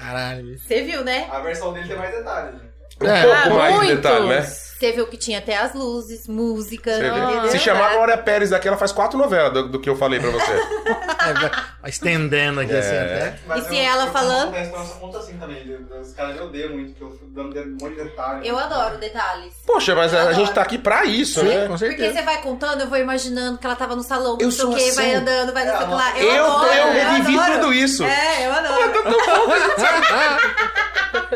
B: Caralho. bicho.
A: Você viu, né?
E: A versão dele tem mais detalhes. né?
C: Um
B: É.
D: Ah,
C: pouco mais de
D: muitos.
C: detalhe, né?
A: Você viu que tinha até as luzes, música,
C: Você vê.
A: entendeu?
C: Se chamar Glória Pérez daqui, ela faz quatro novelas do, do que eu falei pra você.
B: É, vai- vai estendendo aqui assim até.
E: Mas
A: E se
E: eu-
A: ela
E: eu-
A: falando?
E: Eu sou muito assim também. eu- Os caras me odeiam muito, porque eu fui dando de- um monte de detalhe.
A: Eu adoro detalhes.
C: Poxa, mas a, a gente tá aqui pra isso,
B: Sim,
C: né?
B: com
A: Porque
B: certeza.
A: você vai contando, eu vou imaginando que ela tava no salão,
C: Eu
A: não sei o
C: sou
A: quê, vai
C: assim.
A: andando, vai não sei o que lá.
C: Eu,
A: Eu, adoro,
C: eu
A: eu
C: revivi
A: adoro.
C: tudo isso.
A: É, eu adoro. [LAUGHS]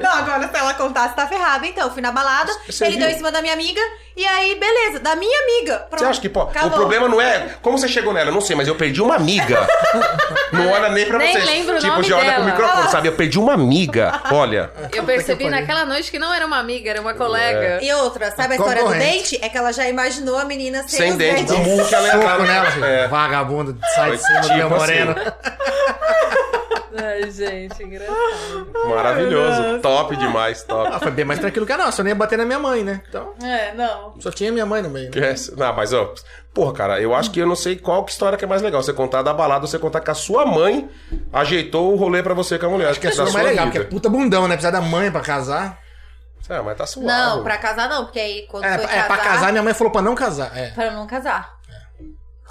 A: Não, agora se ela contasse, tá ferrada. Então, eu fui na balada,
C: Você
A: ele
C: viu?
A: deu em cima da minha amiga, e aí, beleza, da minha amiga. Pronto,
C: Você acha que pode? O
A: acabou.
C: problema não é como você chegou nela, eu não sei, mas eu perdi uma amiga. não olha nem pra
D: Nem
C: vocês.
D: lembro o
C: tipo,
D: nome
C: já olha pro
D: dela.
C: microfone, sabe? Eu perdi uma amiga. Olha.
D: Eu percebi naquela noite que não era uma amiga, era uma colega.
C: é.
A: E outra, sabe a história do
B: Concorrente.
A: dente? É que ela já imaginou a menina sem,
C: Sem
A: os
C: dente,
A: dentes.
C: não.
B: um
C: burro que ela é,
B: Soco
C: cara.
B: nela, filho.
C: É.
B: Vagabundo, sai de cima do
C: Tipo
B: meu
C: assim.
B: moreno.
D: Ai, gente, engraçado.
C: Maravilhoso. Top demais, top.
B: [LAUGHS] Ah, foi bem mais tranquilo que a nossa. Eu nem ia bater na minha mãe, né? Então,
D: É, não.
B: só tinha minha mãe no meio. né?
C: Esquece. Não, mas ó, porra, cara, eu acho que eu não sei qual que história que é mais legal. Você contar da balada ou você contar que a sua mãe ajeitou o rolê pra você com a mulher. Acho que
B: Isso
C: essa
B: é
C: é a
B: mais
C: sua
B: legal, porque é
C: vida.
B: puta bundão, né? Precisar da mãe pra casar.
C: É, mas tá suave.
A: Não, pra casar não, porque aí quando
B: É,
A: foi
B: é, pra casar, minha mãe falou pra não casar. é.
A: Pra não casar.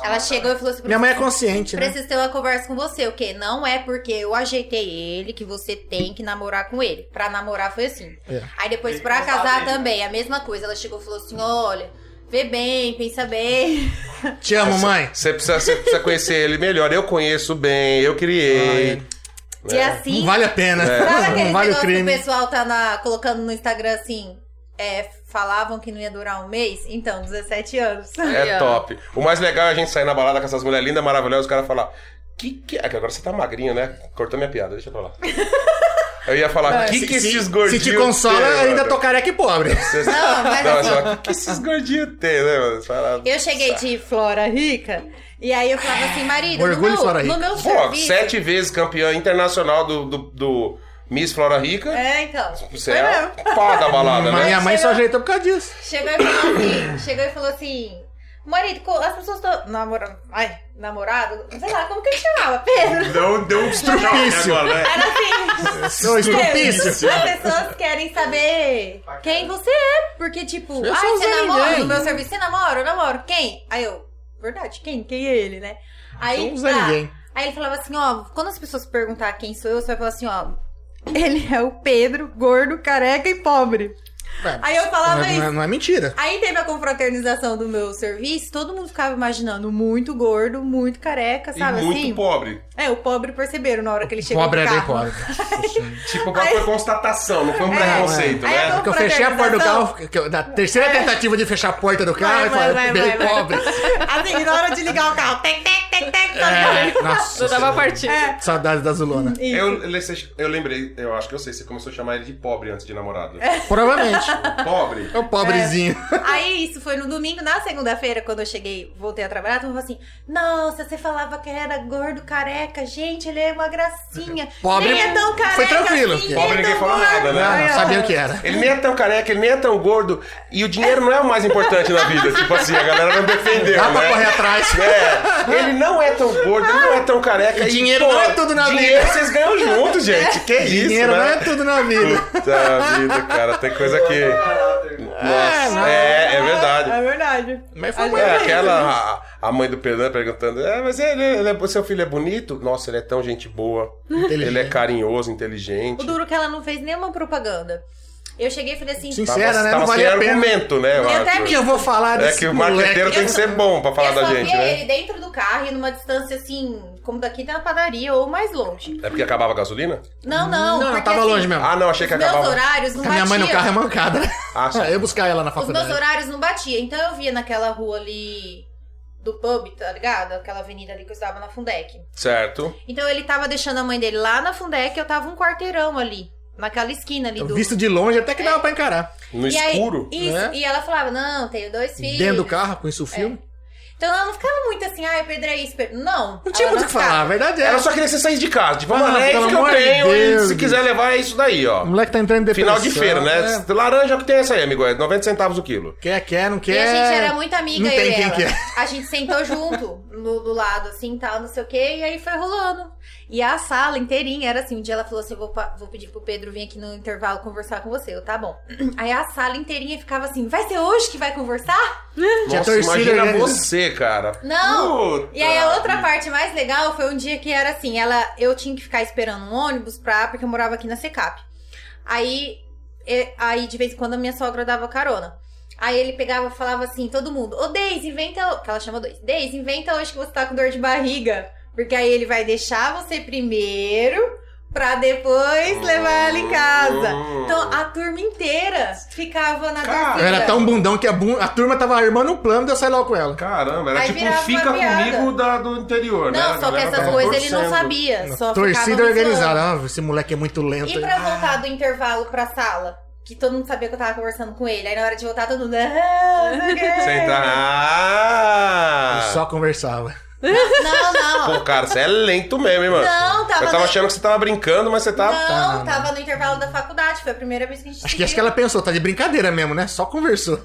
A: Ela chegou e falou assim:
B: Minha mãe é consciente, né?
A: Preciso ter uma conversa com você. O quê? Não é porque eu ajeitei ele que você tem que namorar com ele. Pra namorar foi assim.
B: É.
A: Aí depois
E: Tem que
A: pra
C: tá
E: pensar
A: casar
E: bem, né?
A: também, a mesma coisa. Ela chegou e falou assim: olha, vê bem, pensa
B: [LAUGHS]
A: bem.
B: Te amo, mãe.
C: Você precisa, você precisa conhecer ele melhor. Eu conheço bem, eu criei.
A: E
C: É.
A: assim.
B: Não vale a pena.
A: Sabe aquele
B: Não vale o
A: negócio que o
B: crime.
A: pessoal tá na- colocando no Instagram assim? é, falavam que não ia durar um mês? Então, 17 anos. [LAUGHS]
C: É
D: Aí, ó.
C: top. O mais legal é a gente sair na balada com essas mulheres lindas, maravilhosas, e o cara falar. Que que. É que agora você tá magrinho, né? Cortou minha piada, deixa pra lá. Eu ia falar, o que, que esses
B: é se
C: gordinhos.
B: te consola,
C: têm,
B: ainda
C: mano?"
B: tô careca e pobre.
C: Vocês-
A: Não, mas
C: Não,
A: assim-
C: só, "O que, que esses gordinhos têm, né, mano? Fala-
A: Eu cheguei de Flora Rica, e aí eu falava assim, marido,
B: Orgulho
A: no
B: Flora
A: meu,
B: Rica.
A: no meu
C: Pô,
A: serviço...
C: sete vezes campeã internacional do, do, do Miss Flora Rica,
A: É, então.
C: você é a pá da balada,
B: Mas
C: né?
B: minha mãe só ajeitou por causa disso.
A: Chegou e falou assim, chegou e falou assim, marido, co- as pessoas estão... Namorado, ai, namorado, sei lá, como que ele chamava? Pedro.
K: Deu, deu um
B: Estrupício.
K: agora, né?
A: Era
B: [LAUGHS]
A: assim,
B: Não, estrupício.
A: Pedro, as pessoas querem saber quem você é, porque tipo,
B: Eu
A: ai,
B: sou né?"
A: você
B: Zé
A: namora
B: Ninguém.
A: no meu serviço, você namora, eu namoro, quem? Aí eu, verdade, quem? Quem é ele, né? Aí,
B: Não usa
A: tá.
B: ninguém.
A: Aí ele falava assim, ó, quando as pessoas perguntar quem sou eu, você vai falar assim, ó, ele é o Pedro, gordo, careca e pobre.
B: Ué,
A: Aí eu falava
B: não, é-
A: isso.
B: não é- não é mentira.
A: Aí teve a confraternização do meu serviço, todo mundo ficava imaginando muito gordo, muito careca, sabe
K: e muito
A: assim?
K: pobre.
A: É, o pobre perceberam na hora que ele chegou
B: Pobre
A: no
B: é
A: carro.
B: bem pobre.
K: Tipo, agora foi constatação, não foi um preconceito,
A: É. Aí eu
K: né?
A: tô-
B: Porque eu fechei a porta do
A: Confraternização.
B: carro, que eu- na terceira tentativa de fechar a porta do carro,
A: É. Vai,
B: eu falei,
A: vai, vai,
B: bem
A: vai, vai. [LAUGHS]
B: pobre.
A: [LAUGHS] Assim, na hora de ligar o carro, tec, tec, tec, tec, todo mundo-
B: É, nossa,
D: Eu tava partindo.
A: É.
B: saudade da Zulona.
K: Eu,
A: Isso.
K: eu lembrei, eu acho que eu sei, você começou a chamar ele de pobre antes de namorado.
A: É.
B: Provavelmente.
K: Pobre?
B: É o pobrezinho.
A: Aí isso foi no domingo, na segunda-feira, quando eu cheguei, voltei a trabalhar, todo mundo falou assim: Nossa, você falava que era gordo, careca, gente, ele é uma gracinha.
B: [LAUGHS] Pobre
A: nem é tão careca.
B: foi tranquilo,
A: Assim,
B: porque-
A: nem é
K: Pobre ninguém
A: tão
K: fala
A: gordo."
K: nada, né?
B: Ah, Não,
A: Aí,
B: não
A: ó,
B: sabia o que era.
C: Ele nem é tão careca, ele nem é tão gordo. E o dinheiro não é o mais importante na vida. Tipo assim, a galera não defendeu,
B: Dá pra
C: né?
B: correr atrás.
C: É, ele não é tão gordo, ele não é tão careca.
B: E dinheiro não é tudo na
C: dinheiro
B: vida.
C: vocês ganham junto, gente. Que isso,
B: Dinheiro
C: né?
B: não é tudo na vida.
C: Puta vida, cara, tem coisa
B: é
C: que...
E: Caráter.
C: Nossa, é, é verdade.
A: É verdade.
B: Mas foi
C: É,
B: uma
C: aquela a, a mãe do Pedro perguntando: é, mas ele, ele é- seu filho é bonito? Nossa, ele é tão gente boa. Ele é carinhoso,
A: O
C: inteligente.
A: duro é que ela não fez nenhuma propaganda. Eu cheguei e falei assim.
B: Sim,
C: Tava,
B: Sincera, né?
C: tava
B: Não
C: sem
B: valia a pena.
C: argumento, né? eu
A: E
C: acho.
A: até
B: O que eu vou falar
C: É
B: desse
C: que o marqueteiro
B: moleque?
C: tem que ser bom pra falar
A: eu só
C: da gente,
A: via
C: né?
A: ele dentro do carro e numa distância assim, como daqui até na padaria ou mais longe.
C: É porque acabava a gasolina?
A: Não, não.
B: Hum. Não,
A: porque,
B: tava
A: assim,
B: longe mesmo.
C: Ah, não, achei
A: Os
C: que
A: meus
C: acabava.
A: horários não
B: a minha mãe no
A: batiam.
B: carro é mancada.
C: Ah, sim.
B: Eu buscar ela na
A: Os meus
B: faculdade.
A: horários não batiam. Então eu via naquela rua ali do pub, tá ligado? Aquela avenida ali que eu estava na Fundec.
C: Certo.
A: Então ele tava deixando a mãe dele lá na Fundec, eu tava um quarteirão ali. Naquela esquina ali do. É.
B: Visto de longe, até que dava pra encarar.
C: No
A: E aí-
C: escuro.
A: Isso.
B: né?
A: E ela falava: Não, tenho dois filhos.
B: Dentro do carro, com
A: É.
B: isso o filme.
A: Então ela não ficava muito assim, ai, Pedro é isso. Pedro. Não.
B: Não tinha
A: ela
B: muito o que falar, a verdade é.
C: Ela só queria você sair de casa. Tipo,
B: Ah,
C: mano, é
B: pelo
C: isso que eu
B: amor de
C: tenho.
B: Deus.
C: e se quiser levar, é isso daí, ó.
B: O moleque tá entrando em depressão.
C: Final de feira, né? Laranja que tem essa aí, amigo. É 90 centavos o quilo.
B: Quer, quer, não
A: E
B: quer.
A: a gente era muito amiga,
B: Não
A: eu
B: tem
A: e
B: quem
A: ela.
B: quer.
A: A gente sentou junto, no, do lado, assim, tal, não sei o quê, e aí foi rolando. E a sala inteirinha era assim, um dia ela falou assim, vou, pa- vou pedir pro Pedro vir aqui no intervalo conversar com você, eu, tá bom. Aí a sala inteirinha ficava assim, vai ser hoje que vai conversar?
B: Tinha
C: Nossa,
B: torcida,
C: imagina
B: né?
C: você, cara.
A: Não!
C: Puta.
A: E aí a outra parte mais legal foi um dia que era assim, ela eu tinha que ficar esperando um ônibus pra, porque eu morava aqui na Secap. Aí e- aí de vez em quando a minha sogra dava carona. Aí ele pegava e falava assim, todo mundo, ô Deise, inventa, o-" que ela chama dois. Deise, inventa hoje que você tá com dor de barriga, porque aí ele vai deixar você primeiro pra depois levar ela em casa. Então a turma inteira ficava na
K: Cara,
B: Eu
A: torcida.
B: era tão bundão que a, bun- a turma tava armando um plano de eu sair logo com ela.
K: Caramba, era
A: Aí
K: tipo um
A: virava
K: fica
A: uma piada.
K: comigo da- do interior, né?
A: Não,
K: A
A: só que
K: galera
A: essas
K: tava
A: coisas ele não
K: torcendo.
A: sabia. Só ficava
B: Torcida
A: me
B: organizada. Ah, esse moleque é muito lento.
A: E pra voltar do intervalo pra sala, que todo mundo sabia que eu tava conversando com ele. Aí na hora de voltar, todo mundo. "Ah, não sei o
B: [LAUGHS]
A: quê."
C: Sentar. Ah!
B: Eu só conversava.
A: Não, não.
C: Pô, cara, você é lento mesmo, hein, mano?
A: Não, tava
C: Eu tava
A: no-
C: achando que você tava brincando, mas você tá- tava.
A: Não, tava no intervalo da faculdade. Foi a primeira vez que a gente.
B: Acho
A: se
B: que, acho que
A: viu.
B: ela pensou, tá de brincadeira mesmo, né? Só conversou.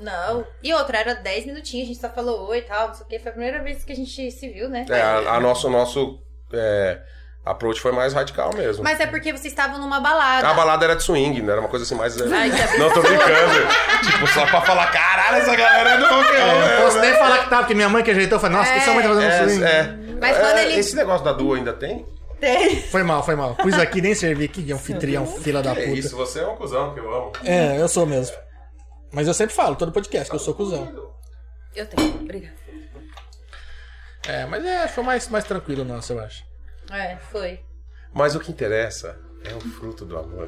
A: Não. E outra, era 10 minutinhos, a gente só falou oi e tal, não sei o quê. Foi a primeira vez que a gente se viu, né?
C: É, a, a nosso, nosso é, approach foi mais radical mesmo.
A: Mas é porque vocês estavam numa balada.
C: A balada era de swing, né? Era uma coisa assim mais. é,
D: Ai, que
C: não tô brincando. tipo, só pra falar, caralho, essa galera é do rock and roll,
B: Eu não
C: né?
B: posso nem falar que tá, porque minha mãe que ajeitou, eu falei, nossa, que sua mãe tá fazendo um swing.
C: É, é.
A: Mas
C: É,
A: quando ele-
C: Esse negócio da Dua ainda tem?
B: Foi mal, foi mal. Pus aqui, nem servi, que anfitrião, fila da
C: É
B: puta.
C: isso, você é um cuzão que eu amo.
B: É, eu sou mesmo. Mas eu sempre falo, todo podcast, que eu sou cuzão.
D: Eu tenho, obrigada.
B: É, mas é, foi mais, mais tranquilo nosso, eu acho.
A: É, foi.
C: Mas o que interessa é o fruto do amor.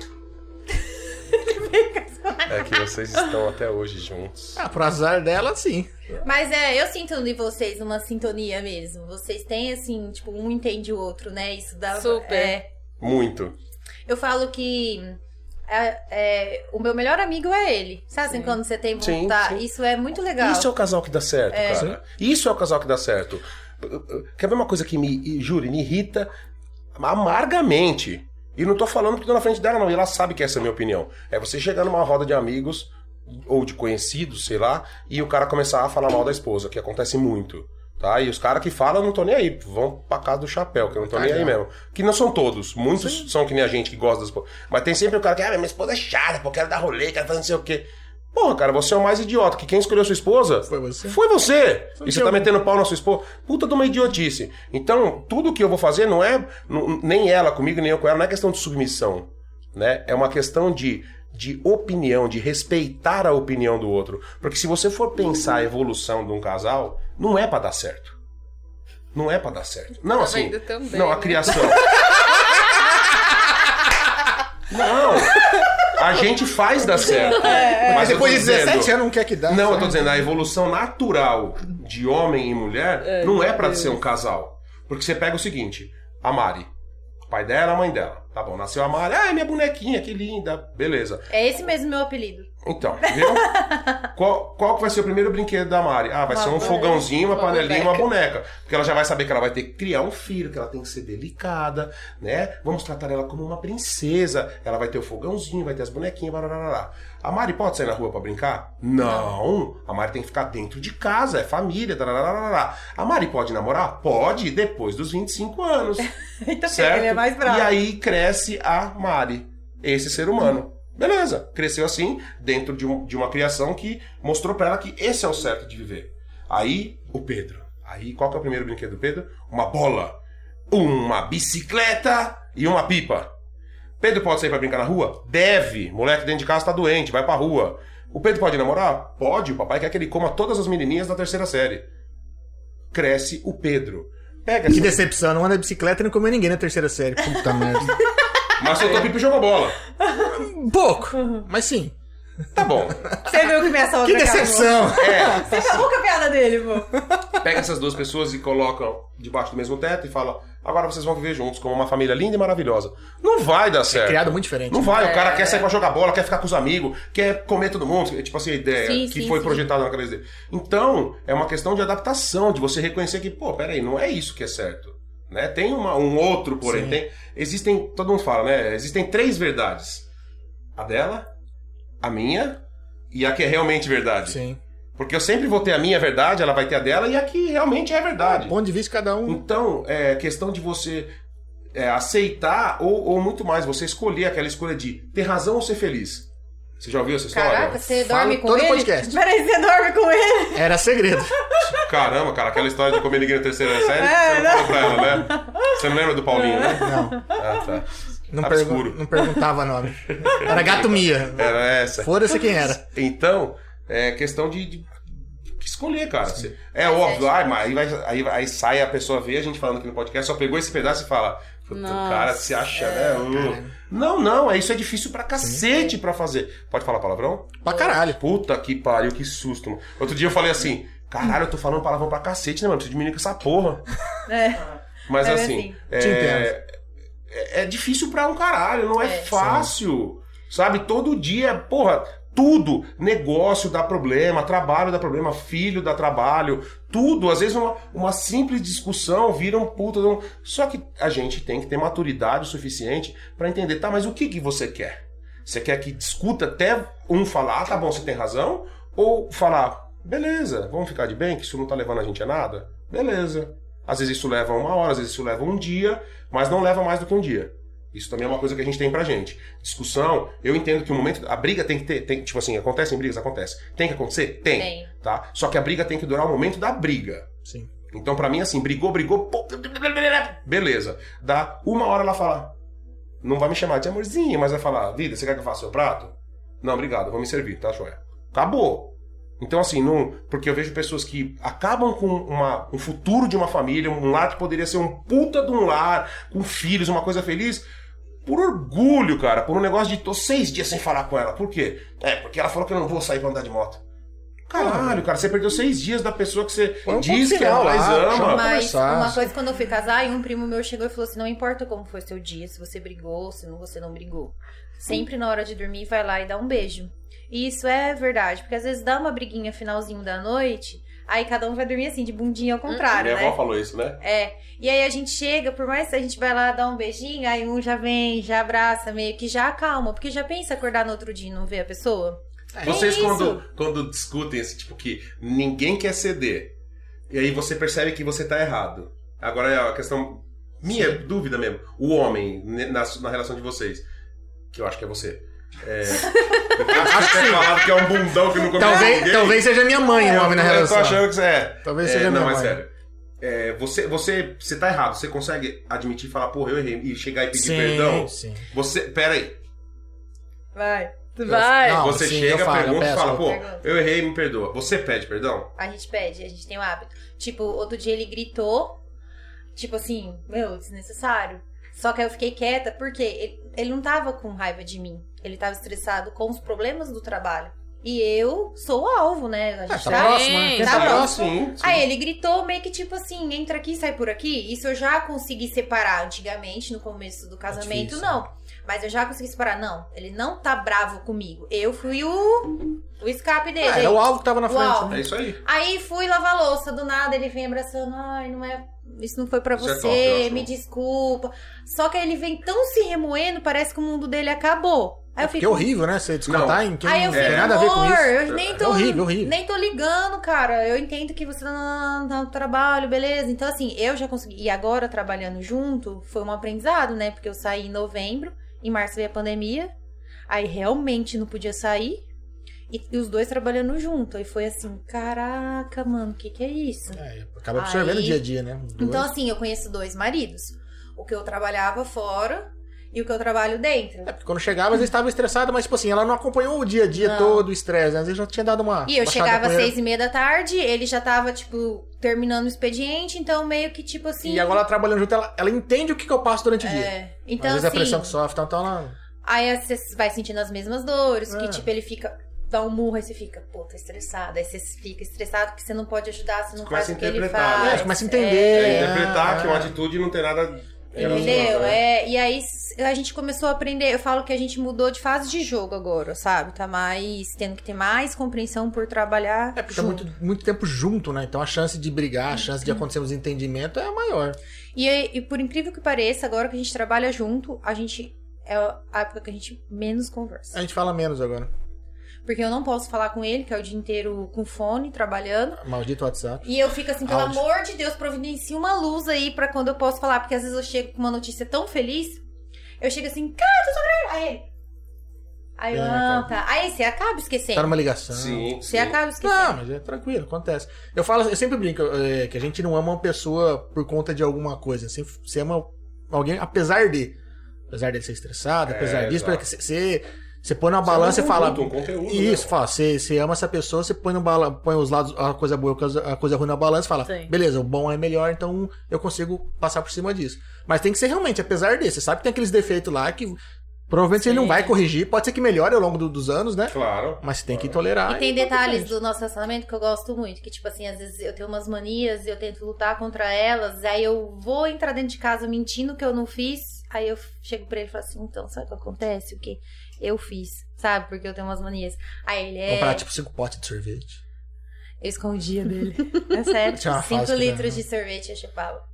C: é que vocês estão até hoje juntos.
B: Ah, pro azar dela, sim.
A: Mas é, eu sinto de vocês uma sintonia mesmo. Vocês têm, assim, tipo, um entende o outro, né? Isso dá.
D: Super.
A: é,
C: Muito.
A: Eu falo que é, é, o meu melhor amigo é ele. Sabe assim, quando você tem
C: Sim,
A: vontade?
C: sim.
A: Isso é muito legal.
C: Isso é o casal que dá certo, cara. Isso é o casal que dá certo. Quer ver uma coisa que me, juro, me irrita amargamente? E não tô falando que tô na frente dela, não. E ela sabe que essa é a minha opinião. É você chegar numa roda de amigos ou de conhecidos, sei lá, e o cara começar a falar mal da esposa, que acontece muito. Tá? E os caras que falam, eu não tô nem aí, vão pra casa do chapéu, que eu não tô nem aí mesmo. Que não são todos, muitos são que nem a gente que gosta das esposas. Mas tem sempre o cara que, ah, minha esposa é chata, pô, quero dar rolê, quero fazer não sei o quê. Porra, cara, você é o mais idiota, que quem escolheu sua esposa
B: Foi você.
C: foi você!
B: Foi
C: e você
B: eu.
C: tá metendo pau na sua esposa? Puta de uma idiotice. Então, tudo que eu vou fazer não é. não- nem ela comigo, nem eu com ela, não é questão de submissão. Né? É uma questão de, de opinião, de respeitar a opinião do outro. Porque se você for pensar a evolução de um casal, não é pra dar certo. Não é pra dar certo. Não,
D: Tá
C: assim.
D: vendo também,
C: Não, a
D: né? [LAUGHS]
C: criação. não! A gente faz dar certo.
D: É.
B: Mas
C: eu
B: depois
C: tô
B: de 17
C: dizendo-
B: anos não quer que dá. né?
C: não, eu
B: sabe?
C: tô dizendo, a evolução natural de homem e mulher não é pra ser um casal. Porque você pega o seguinte, a Mari, o pai dela, a mãe dela. Tá bom, nasceu a Mari, ai, minha bonequinha, que linda, beleza.
A: É esse mesmo meu apelido. [LAUGHS]
C: Então, [LAUGHS] viu? qual, qual que vai ser o primeiro brinquedo da Mari? Ah, vai ser um fogãozinho, uma,
D: Uma
C: panelinha, uma boneca. Porque ela já vai saber que ela vai ter que criar um filho, que ela tem que ser delicada, né? Vamos tratar ela como uma princesa. Ela vai ter o fogãozinho, vai ter as bonequinhas, barará. A Mari pode sair na rua pra brincar? Não. A Mari tem que ficar dentro de casa, é família, tarará. A Mari pode namorar? Pode, depois dos 25 anos.
A: Então
C: certo?
A: ele é mais bravo.
C: E aí cresce a Mari, esse ser humano. Beleza, cresceu assim, dentro de, um- de uma criação que mostrou pra ela que esse é o certo de viver. Aí, o Pedro. Aí, qual que é o primeiro brinquedo do Pedro? Uma bola, uma bicicleta e uma pipa. Pedro pode sair pra brincar na rua? Deve. Moleque dentro de casa tá doente, vai pra rua. O Pedro pode namorar? Pode. O papai quer que ele coma todas as menininhas da terceira série. Cresce o Pedro. Pega
B: Que
C: essa-
B: decepção, não anda de bicicleta e não comeu ninguém na terceira série. Puta merda.
C: Mas soltou pipa e jogou bola.
B: Um pouco, mas sim.
C: Tá bom.
A: Você viu que minha sogra
B: Que
A: acabou.
B: decepção!
C: É,
A: Você acabou com a piada dele, pô.
C: pega essas duas pessoas e colocam debaixo do mesmo teto e fala: agora vocês vão viver juntos como uma família linda e maravilhosa. Não vai dar certo.
B: Criado muito diferente.
C: Não vai, o
A: É.
C: cara quer sair pra jogar bola, quer ficar com os amigos, quer comer todo mundo, tipo assim, a ideia
A: Sim,
C: que
A: sim,
C: foi
A: sim.
C: projetada na cabeça dele. Então, é uma questão de adaptação, de você reconhecer que, pô, peraí, não é isso que é certo. Né? Tem uma- um outro, porém,
B: Sim.
C: tem. Existem, todo mundo fala, né? Existem três verdades: a dela, a minha e a que é realmente verdade.
B: Sim.
C: Porque eu sempre vou ter a minha verdade, ela vai ter a dela e a que realmente é verdade.
B: Ponto de vista, cada um.
C: Então, é questão de você é, aceitar ou, ou muito mais, você escolher aquela escolha de ter razão ou ser feliz. Você já ouviu essa história?
A: Caraca, você
B: Fala
A: dorme com
B: todo
A: ele?
B: podcast.
A: Peraí, você dorme com ele?
B: Era segredo.
C: Caramba, cara, aquela história de comer ninguém na terceira série, você não falou pra ela, né? Você não lembra do Paulinho, né?
B: [LAUGHS] Não,
C: Ah, tá.
B: não,
C: Tá
B: pergun-
C: escuro.
B: não perguntava nome. Era gato Mia.
C: Era essa.
B: Foda-se quem era.
C: Então, é questão de, de- de escolher, cara. Você- é óbvio, ai, mas aí, vai- aí, vai- aí sai a pessoa vê a gente falando aqui no podcast, só pegou esse pedaço e fala. "Puta, O cara se acha, né? hum." Não, não, é isso é difícil pra cacete pra fazer. Pode falar palavrão?
B: Pra caralho.
C: Puta que pariu, que susto. mano. Outro dia eu falei assim, caralho, eu tô falando palavrão pra cacete, né, mano? Preciso diminuir com essa porra.
A: É.
C: Mas
A: É
C: assim,
A: assim.
B: Te
C: é,
B: entendo.
C: é- é difícil pra um caralho, não é, fácil. Sabe, todo dia, porra, tudo, negócio dá problema, trabalho dá problema, filho dá trabalho, tudo. Às vezes uma, uma simples discussão vira um puta. de um- Só que a gente tem que ter maturidade o suficiente pra entender, tá, mas o que, que você quer? Você quer que discuta até um falar, ah, tá bom, você tem razão? Ou falar, beleza, vamos ficar de bem, que isso não tá levando a gente a nada? Beleza. Às vezes isso leva uma hora, às vezes isso leva um dia, mas não leva mais do que um dia. Isso também é uma coisa que a gente tem pra gente. Discussão, eu entendo que o momento. A briga tem que ter. tem- tipo assim, acontecem brigas? Acontece. Tem que acontecer? Tem.
L: Tem.
C: Tá? Só que a briga tem que durar o momento da briga.
B: Sim.
C: Então, pra mim, assim, brigou, brigou, pô, beleza. Dá uma hora ela fala. Não vai me chamar de amorzinho, mas vai falar, vida, você quer que eu faça seu prato? Não, obrigado, vou me servir, tá, joia? Acabou. Então, assim, não. Porque eu vejo pessoas que acabam com uma- um futuro de uma família, um lar que poderia ser um puta de um lar, com filhos, uma coisa feliz, por orgulho, cara, por um negócio de tô seis dias sem falar com ela. Por quê? É, porque ela falou que eu não vou sair pra andar de moto. Caralho, cara, você perdeu seis dias da pessoa que você
B: Põe um
C: diz
B: ponto
C: que ela
B: final
C: mais
B: lá, chama-
C: ama.
B: Vamos
A: Mas
B: conversar.
A: uma coisa, quando eu fui casar, e um primo meu chegou e falou assim: não importa como foi seu dia, se você brigou, se não, você não brigou. Sempre na hora de dormir, vai lá e dá um beijo. E isso é verdade, porque às vezes dá uma briguinha finalzinho da noite, Aí cada um vai dormir assim, de bundinha ao contrário,
B: Uhum.
C: Minha
A: né?
C: avó falou isso, né?
A: É. E aí a gente chega, por mais que a gente vai lá dar um beijinho, aí um já vem, já abraça, meio que já acalma, porque já pensa acordar no outro dia e não ver a pessoa.
B: É.
C: Vocês
A: isso.
C: quando, quando discutem esse tipo que ninguém quer ceder, e aí você percebe que você tá errado. Agora é a questão minha, dúvida mesmo. O homem, ne- na, su- na relação de vocês, que eu acho que é você.
B: [LAUGHS]
C: É, eu acho que é falado que é um bundão que não comeu
B: Talvez,
C: ninguém.
B: talvez seja minha mãe o nome na
C: eu tô
B: relação.
C: achando que você é.
B: Talvez
C: É,
B: seja
C: não,
B: minha
C: mas
B: mãe.
C: sério. É, você, você, você tá errado. Você consegue admitir e falar, porra, eu errei, e chegar e pedir
B: Sim,
C: perdão?
B: sim.
C: Você, pera aí.
A: Vai.
D: Vai.
B: Não,
C: você
B: sim,
C: chega,
B: eu falo, eu
C: pergunta e
B: peço,
C: fala,
B: eu
C: pô,
A: pergunto.
C: eu errei, me perdoa. Você pede perdão?
A: A gente pede, a gente tem o hábito. Tipo, outro dia ele gritou, tipo assim, meu, desnecessário. Só que aí eu fiquei quieta, porque ele, ele não tava com raiva de mim. Ele tava estressado com os problemas do trabalho. E eu sou o alvo, né? A
B: Ah,
A: gente
B: tá
A: tá
B: próximo, né? Quem tá
A: Tá bom.
B: próximo?
C: Sim.
A: Aí ele gritou meio que tipo assim, entra aqui, sai por aqui. Isso eu já consegui separar antigamente, no começo do casamento,
B: É difícil.
A: não. Mas eu já consegui separar. Não, ele não tá bravo comigo. Eu fui o, o escape dele.
B: Ah, era o alvo que tava na
A: O
B: frente,
A: alvo.
B: né?
C: É isso aí.
A: Aí fui lavar a louça, do nada ele vem abraçando, ai, não é, isso não foi pra
C: Isso é
A: você,
C: top, eu acho.
A: me desculpa. Só que aí ele vem tão se remoendo, parece que o mundo dele acabou. Aí eu
B: Que
A: fico,
B: é horrível, né? Você descontar em quem
A: aí eu
B: não
A: fico,
B: tem
A: amor,
B: nada a ver com isso.
A: eu nem tô,
B: É horrível, horrível.
A: nem tô ligando, cara. Eu entendo que você tá no, tá no trabalho, beleza. Então, assim, eu já consegui. E agora, trabalhando junto, foi um aprendizado, né? Porque eu saí em novembro, em março veio a pandemia. Aí realmente não podia sair. E, e os dois trabalhando junto. Aí foi assim, caraca, mano, o que que é isso?
B: É, acaba absorvendo
A: Aí-
B: o dia a dia, né? Os dois.
A: Então, assim, eu conheço dois maridos. O que eu trabalhava fora e o que eu trabalho dentro.
B: É, porque quando chegava, às vezes estava estressada, mas, tipo assim, ela não acompanhou o dia a dia
A: Não.
B: todo, o estresse, né? Às vezes já tinha dado uma.
A: E eu
B: baixada
A: chegava às
B: poeira.
A: seis e meia da tarde, ele já tava, tipo, terminando o expediente, então meio que, tipo assim...
B: E agora ela trabalhando junto, ela, ela entende o que, que eu passo durante o dia.
A: É, então
B: às vezes é a pressão que
A: assim,
B: sofre, então, então ela.
A: aí você vai sentindo as mesmas dores,
B: É.
A: que tipo, ele fica, dá um murro, aí você fica, pô, tá estressado, aí você fica estressado porque você não pode ajudar, você não
C: Começa
A: faz
C: a
A: o que ele
C: interpretar,
A: faz.
C: né?
B: É, começa a
A: É,
B: entender.
C: É, interpretar
B: ah,
C: que uma atitude não tem nada.
B: É,
A: Entendeu? É, e aí s- a gente começou a aprender. Eu falo que a gente mudou de fase de jogo agora, sabe? Tá mais. tendo que ter mais compreensão por trabalhar.
B: É porque
A: junto.
B: é muito, muito tempo junto, né? Então a chance de brigar, a chance de acontecer um desentendimento é maior.
A: E, e por incrível que pareça, agora que a gente trabalha junto, a gente. É a época que a gente menos conversa.
B: A gente fala menos agora.
A: Porque eu não posso falar com ele, que é o dia inteiro com fone, trabalhando.
B: Maldito WhatsApp.
A: E eu fico assim, pelo
B: Áudio.
A: amor de Deus, providencie uma luz aí pra quando eu posso falar. Porque às vezes eu chego com uma notícia tão feliz, eu chego assim, cara, tô sobre Aí ele. Aí eu,
B: É,
A: ah, tá. Aí você acaba esquecendo.
B: Tá numa ligação.
C: Sim,
A: Você
C: sim.
A: acaba esquecendo.
B: Não, mas é tranquilo, acontece. Eu falo, eu sempre brinco é, que a gente não ama uma pessoa por conta de alguma coisa. Você, você ama alguém apesar de. Apesar dele ser estressado,
C: É,
B: apesar disso,
C: exato.
B: porque você, você, você põe na
C: Você
B: balança
C: é
B: e
C: um
B: fala.
C: conjunto, um conteúdo, né?
B: Isso, fala, você, você ama essa pessoa, você põe, no bala, põe os lados, a coisa boa, e a coisa- a coisa ruim na balança e fala,
D: Sim.
B: beleza, o bom é melhor, então eu consigo passar por cima disso. Mas tem que ser realmente, apesar disso, você sabe que tem aqueles defeitos lá que provavelmente ele não
D: Sim.
B: vai corrigir, pode ser que melhore ao longo do- dos anos, né?
C: Claro.
B: Mas você tem que tolerar.
A: E tem
B: e-
A: detalhes do nosso relacionamento que eu gosto muito, que tipo assim, às vezes eu tenho umas manias, eu tento lutar contra elas, aí eu vou entrar dentro de casa mentindo que eu não fiz, aí eu chego pra ele e falo assim, então, sabe o que acontece? O que eu fiz, sabe? Porque eu tenho umas manias. Aí ele é,
B: Comprar, tipo, cinco potes de sorvete.
A: eu escondia
B: [LAUGHS]
A: dele. é sério,
B: Tinha uma
A: 5
B: fase que É.
A: litros
B: dava.
A: de sorvete eu chupava.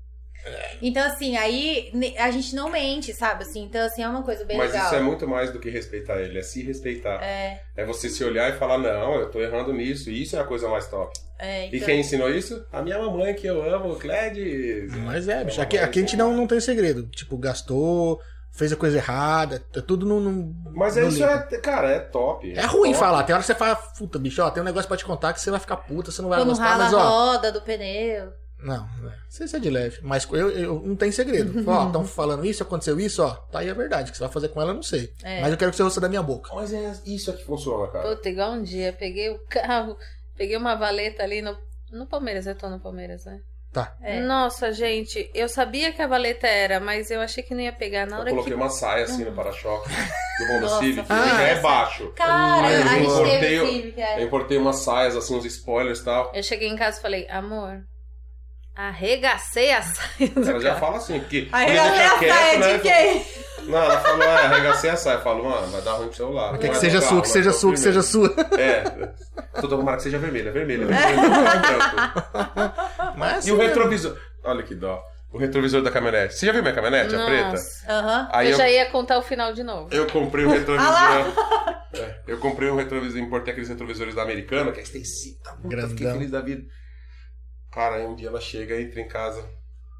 A: Então assim, aí ne- a gente não mente, sabe? Assim, então assim, é uma coisa bem
C: Mas
A: legal.
C: isso é muito mais do que respeitar ele, é se respeitar.
A: É,
C: É você se olhar e falar, não, eu tô errando nisso, isso é a coisa mais top.
A: é,
C: E
A: então-
C: quem ensinou isso? A minha mamãe, que eu amo, Cledis.
B: Mas é, bicho,
C: uma
B: aqui,
C: coisa
B: aqui a gente não, não tem segredo. Tipo, gastou, fez a coisa errada, é tudo no. no-
C: Mas
B: no
C: é isso
B: limpo.
C: é, cara, é top.
B: É ruim
C: top.
B: falar, tem hora que você fala, puta, bicho, ó, tem um negócio pra te contar que você vai ficar puta, você não vai
A: Quando
B: gostar,
A: rala
B: tá? mas
A: a
B: ó.
A: roda do pneu.
B: Não, é, você isso é de leve. Mas eu, eu- não tem segredo. Fala, ó,
C: [LAUGHS]
B: estão falando isso, aconteceu isso, ó. Tá aí a verdade. O que você vai fazer com ela, eu não sei.
A: É.
B: Mas eu quero que você ouça da minha boca.
C: Mas é isso é que funciona, cara.
D: Puta, igual um dia, peguei o carro, peguei uma valeta ali no, no Palmeiras, eu tô no Palmeiras, né?
B: Tá.
A: É.
D: Nossa, gente, eu sabia que a valeta era, mas eu achei que não ia pegar na
C: Eu
D: hora
C: coloquei
D: que...
C: uma saia assim no para-choque do Honda
A: Uhum. Nossa,
C: Civic, que
B: ah,
C: já é
A: essa-
C: baixo.
A: Cara,
B: Mas eu
A: a gente teve
C: cortei o-
A: Civic, é.
C: Eu importei umas saias, assim, uns spoilers e tal.
D: Eu cheguei em casa e falei, amor, arregacei a [LAUGHS] saia do
C: Ela já
D: carro.
C: fala assim, porque
A: Aí
C: podia
A: eu
C: deixar
A: falei,
C: quieto,
A: é de
C: né?
A: quem?
C: Não, ela falou, é, arregacei a saia. Falou, mano, vai dar ruim pro celular.
B: Quer
C: Vai
B: que
C: do
B: seja
C: é carro,
B: sua, que
C: vai
B: seja
C: do
B: sua, que seja
C: primeiro.
B: sua.
C: [LAUGHS] É. Tô tomando que seja
B: [LAUGHS]
C: vermelha, vermelha, vermelha. é branco.
B: Mas, assim,
C: E o retrovisor. Olha que dó. O retrovisor da caminhonete. Você já viu minha caminhonete, a preta?
A: Aham.
C: Aí
D: eu
C: eu,
D: já ia contar o final de novo.
C: eu comprei um retrovisor. É, eu comprei um retrovisor, importei aqueles retrovisores da americana, que é extensivo, tá puta,
B: Grandão.
C: fiquei feliz da vida. Cara, aí um dia ela chega, entra em casa,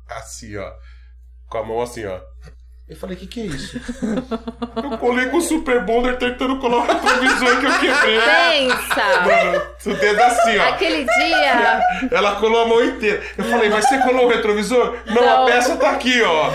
C: assim, ó. Com a mão assim, ó. Eu falei, o que que é isso? eu colei com o Super Bonder tentando colocar o retrovisor que eu quebrei. [LAUGHS]
D: Pensa!
C: Mano, o dedo assim, ó.
D: Aquele dia,
C: Ela colou a mão inteira. Eu falei, mas você colou o retrovisor? Não,
D: Não.
C: a peça tá aqui, ó.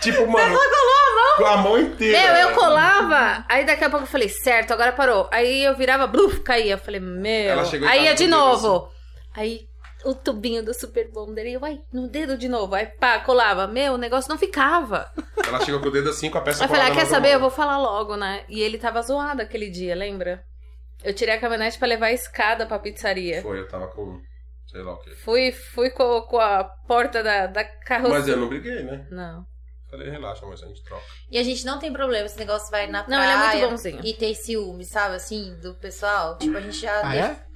C: Tipo, mano. Ela colou a mão? A mão inteira. né?
D: meu, eu
C: velho.
D: colava, aí daqui a pouco eu falei, certo, agora parou. Aí eu virava, bluf, caía. Eu falei, meu.
C: Ela chegou em
D: Aí
C: casa
D: ia de
C: com assim. o dedo
D: novo. Aí o tubinho do Super Bonder, e eu, ai, no dedo de novo. Aí pá, colava. Meu, o negócio não ficava.
C: Ela chegou com o dedo assim, com a peça
D: Aí eu falei,
C: colada
D: ah, quer
C: na
D: saber? Eu
C: mão.
D: vou falar logo, né? E ele tava zoado aquele dia, lembra? Eu tirei a caminhonete pra levar a escada pra pizzaria.
C: Foi, eu tava com. Sei lá o quê.
D: Fui, fui co- com, a porta da, da carroceria.
C: Mas eu não briguei, né?
D: Não.
C: Falei, relaxa, mas a gente troca.
A: E a gente não tem problema, esse negócio vai na
D: Não,
A: praia
D: ele é muito bonzinho.
A: e ter ciúme, sabe, assim, do pessoal. Tipo, a gente já...
C: Então,
B: ah,
A: deixa-
C: assim,
B: é?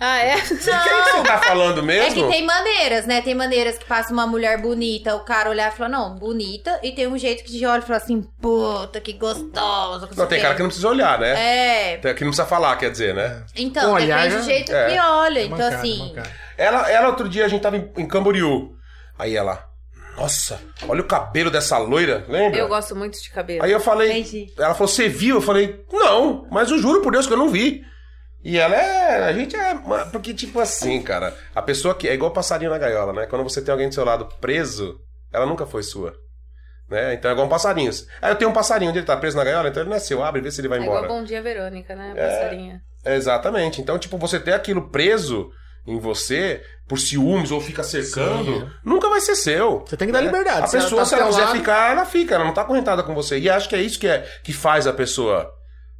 D: Ah, é?
C: Quem que você tá falando
A: É
C: mesmo?
A: que tem maneiras, né? Tem maneiras que passa uma mulher bonita, o cara olhar e fala, não, bonita. E tem um jeito que te olha e fala assim, puta, que gostosa.
C: Não, tem cara que não precisa olhar, né?
A: É,
C: Tem que não precisa falar, quer dizer, né?
A: então,
B: Com Um olhar
A: depende do
B: já-
A: jeito
C: é.
A: que olha.
B: É
A: então,
B: mancado,
A: assim,
B: mancado.
C: Ela, ela, outro dia, a gente tava em, em Camboriú. Aí ela, nossa, olha o cabelo dessa loira, lembra?
D: Eu gosto muito de cabelo.
C: Aí eu falei,
A: entendi.
C: Ela falou, você viu? Eu falei, não, mas eu juro por Deus que eu não vi. E ela é. A gente é. uma- Porque, tipo assim, cara, a pessoa que. É igual passarinho na gaiola, né? Quando você tem alguém do seu lado preso, ela nunca foi sua. Né? Então é igual um passarinho. Aí eu tenho um passarinho onde ele tá preso na gaiola, então ele não é seu, abre e vê se ele vai
D: É
C: embora.
D: igual Bom Dia Verônica, né, passarinha?
C: É, exatamente. Então, tipo, você ter aquilo preso em você, por ciúmes ou fica cercando,
B: Sim.
C: nunca vai ser seu.
B: Você tem que dar liberdade.
C: é. A
B: Se ela
C: pessoa,
B: tá
C: se ela
B: ao seu
C: quiser
B: lado-
C: ficar, ela fica, ela não tá correntada com você. E acho que é isso que, é, que faz a pessoa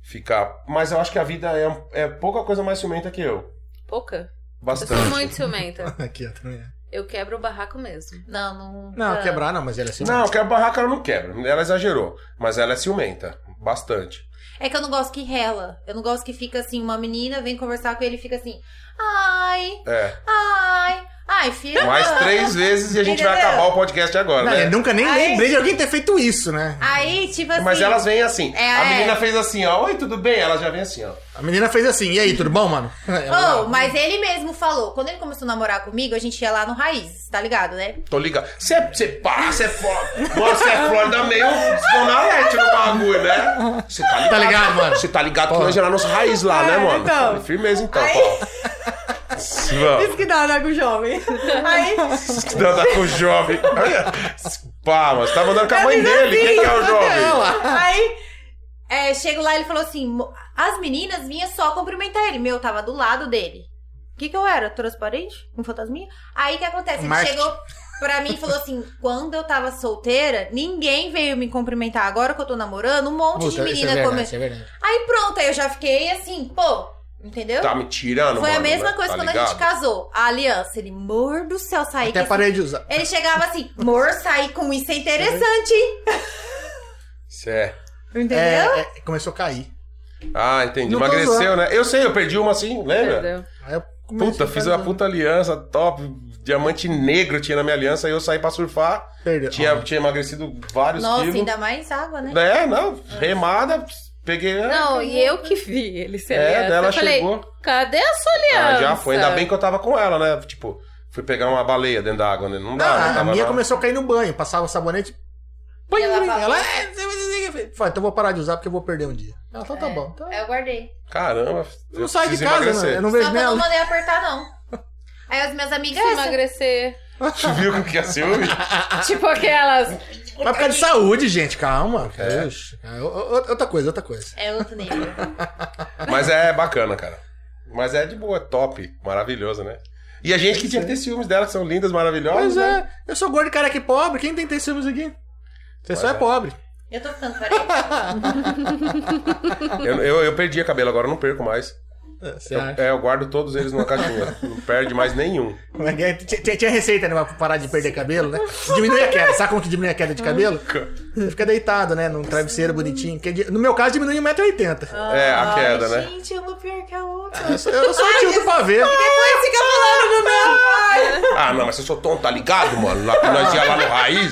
C: ficar. Mas eu acho que a vida é, um- é pouca coisa mais ciumenta que eu.
D: Pouca. Eu
A: é
D: sou
C: Bastante.
D: muito ciumenta.
B: Aqui, ó, também. é.
D: Eu quebro o barraco mesmo.
A: Não, não...
B: Não,
A: ah.
B: quebrar não, mas ela é assim.
C: Não, quebra barraca ela não quebra. Ela exagerou. Mas ela é ciumenta. Bastante.
A: É que eu não gosto que rela. Eu não gosto que fica assim, uma menina vem conversar com ele e fica assim, ai,
C: É.
A: ai, ai, filha.
C: Mais três vezes e a gente vai
A: Entendeu?
C: acabar o podcast agora,
B: Não, eu
C: né?
B: nunca nem
A: Aí-
B: lembrei de alguém ter feito isso, né?
A: Aí, tipo assim...
C: Mas elas vêm assim.
A: É,
C: a
A: é.
C: menina fez assim, ó. Oi, tudo bem? Ela já vem assim, ó.
B: A menina fez assim, e aí, tudo bom, mano? [LAUGHS] Ela-
A: Oh, mas ele mesmo falou, quando ele começou a namorar comigo, a gente ia lá no Raiz, tá ligado, né?
C: Tô ligado. Você é, cê pá, você é foda. Mano, você é Flórida meio Dona Leste no bagulho, né? Você tá ligado.
B: Tá ligado, mano?
C: Você tá ligado que
B: Porra.
C: nós já nos raiz lá,
A: É,
C: né, mano? Falei, Firmeza então,
A: [LAUGHS]
C: pô. Vamos.
A: que dá, né, com o jovem. [LAUGHS] Aí,
C: Que dá tá com o jovem. [LAUGHS] Pá, mas você tá mandando com a mãe dele.
A: assim.
C: Quem que é o jovem? [LAUGHS]
A: aí é, chego lá ele falou assim: "Mo- as meninas vinham só cumprimentar ele. Meu, tava do lado dele. O que, que eu era? Transparente? Um fantasminha? Aí o que acontece? Ele
B: Marketing.
A: chegou pra mim e falou assim: quando eu tava solteira, ninguém veio me cumprimentar. Agora que eu tô namorando, um monte
B: Puta,
A: de
B: isso é
A: menina
B: verdade,
A: come-
B: isso é verdade.
A: Aí pronto, aí eu já fiquei assim, pô, entendeu?
C: Tá me tirando,
A: Foi
C: mano.
A: a mesma
C: né?
A: coisa
C: Tá
A: quando a
C: ligado?
A: gente casou. A aliança, ele, amor do céu, saí com
B: Até
A: esse
B: parei de usar.
A: ele chegava assim, amor, sair com isso é interessante, hein?
C: Cê é.
A: Entendeu?
B: É, é, começou a cair.
C: Ah, entendi.
B: Não tô
C: Emagreceu, né? Eu sei, eu perdi uma assim, lembra?
D: Entendeu?
B: Aí eu comecei
C: Puta,
B: a
A: tá
C: fiz
B: fazer- um
C: uma puta aliança top. Diamante negro tinha na minha aliança. Aí eu saí pra surfar.
B: Perdeu.
C: Tinha, tinha emagrecido vários
A: Nossa,
C: quilos.
A: ainda mais água, né?
C: É, não. Remada, peguei. né?
D: Não, e eu que vi ele se
C: é,
D: aliança.
C: daí ela
D: eu falei,
C: chegou.
D: cadê a sua aliança?
C: Ah, já foi. Ainda bem que eu tava com ela, né? Tipo, fui pegar uma baleia dentro da água, né? Não dá. né?
B: Ah, a
C: Tava
B: minha
C: lá.
B: começou a cair no banho, passava o sabonete. Põe
A: ela
B: ela,
A: falou-
B: ela é. Falei, então eu vou parar de usar porque eu vou perder um dia. Ela falou, tá
A: É.
B: bom. Então,
A: Aí eu guardei.
C: Caramba.
B: eu não saio de casa, né? Eu não
A: Só
B: vejo
A: que eu não
B: nela.
A: mandei apertar, não. Aí as minhas
D: Se
A: amigas. essa-
D: emagrecer.
C: [LAUGHS] Tu viu como que é ciúme?
D: tipo aquelas.
B: Vai ficar de saúde, gente, calma.
C: É.
B: Oxe. É, o- o- Outra coisa, outra coisa.
A: É outro nível.
C: Mas é bacana, cara. Mas é de boa, é top. Maravilhoso, né? E a gente que tinha que ter ciúmes dela, que são lindas, maravilhosas.
B: Pois
C: né?
B: é, eu sou gordo, cara, que pobre. Quem tem que ter ciúmes aqui? Você só é,
C: é.
B: pobre.
A: Eu tô ficando parede.
C: Eu, eu, eu perdi a cabelo, agora eu não perco mais.
B: é. Você
C: Eu,
B: acha?
C: é, eu guardo todos eles numa
B: [LAUGHS]
C: caixinha. não perde mais nenhum.
B: Como é que é? Tinha- Tinha, tinha receita, né? Pra parar de perder cabelo, né? Diminui a queda. Sabe como que diminui a queda
A: Ah.
B: de cabelo? Você fica deitado, né? Num travesseiro bonitinho. Que é de- No meu caso, diminui
A: Ah.
B: 1,80m.
C: É, a queda, né?
M: Gente, uma pior que a outra.
B: Eu sou, eu sou tio do pavê.
M: Fica falando no meu.
C: Ah, não, mas eu sou tonto, tá ligado, mano? Lá que nós ia lá no Raiz.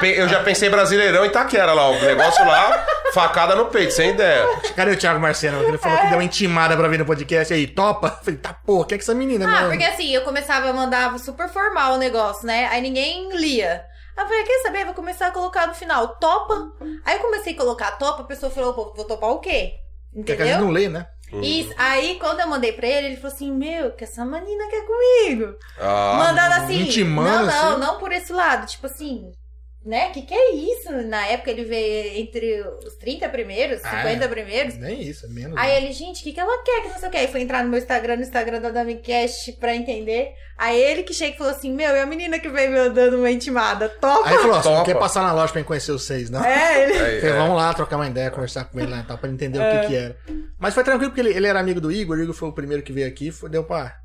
C: Pe- Eu já pensei Brasileirão e Taquera lá, o negócio lá, facada no peito, sem ideia.
B: Cadê o Thiago Marcelo? Ele falou
A: É.
B: que deu uma intimada pra vir no podcast aí. Topa? Eu Falei, tá porra, o que é que essa menina,
A: Ah,
B: mano?
A: porque assim, eu começava, eu mandava super formal o negócio, né? Aí ninguém lia. Aí eu falei, quer saber? Vou começar a colocar no final, topa. Aí eu comecei a colocar topa, a pessoa falou, pô, vou topar o quê?
B: É que a gente
A: Entendeu?
B: não lê, né?
A: Isso. Aí quando eu mandei pra ele, ele falou assim, meu, que essa menina quer comigo.
C: Ah,
A: Mandando assim, não,
B: intimando,
A: não,
B: assim.
A: não por esse lado. Tipo assim, né? Que que é isso? Na época ele veio entre os 30 primeiros,
B: Ah,
A: 50 primeiros.
B: Nem isso, é menos.
A: Aí ele, gente, o que, que ela quer? Que não sei o que. Aí foi entrar no meu Instagram, no Instagram da Damicast pra entender. Aí ele que chega e falou assim: Meu, é a menina que veio me dando uma intimada. Top!
B: Aí ele falou, ó, você não
C: Topa.
B: quer passar na loja pra eu conhecer os seis, não?
A: É, ele.
C: aí,
B: Falei,
C: é.
B: vamos lá trocar uma ideia, conversar com ele lá e tal, pra ele entender o que que era. Mas foi tranquilo, porque ele, ele era amigo do Igor, o Igor foi o primeiro que veio aqui, foi- deu pra,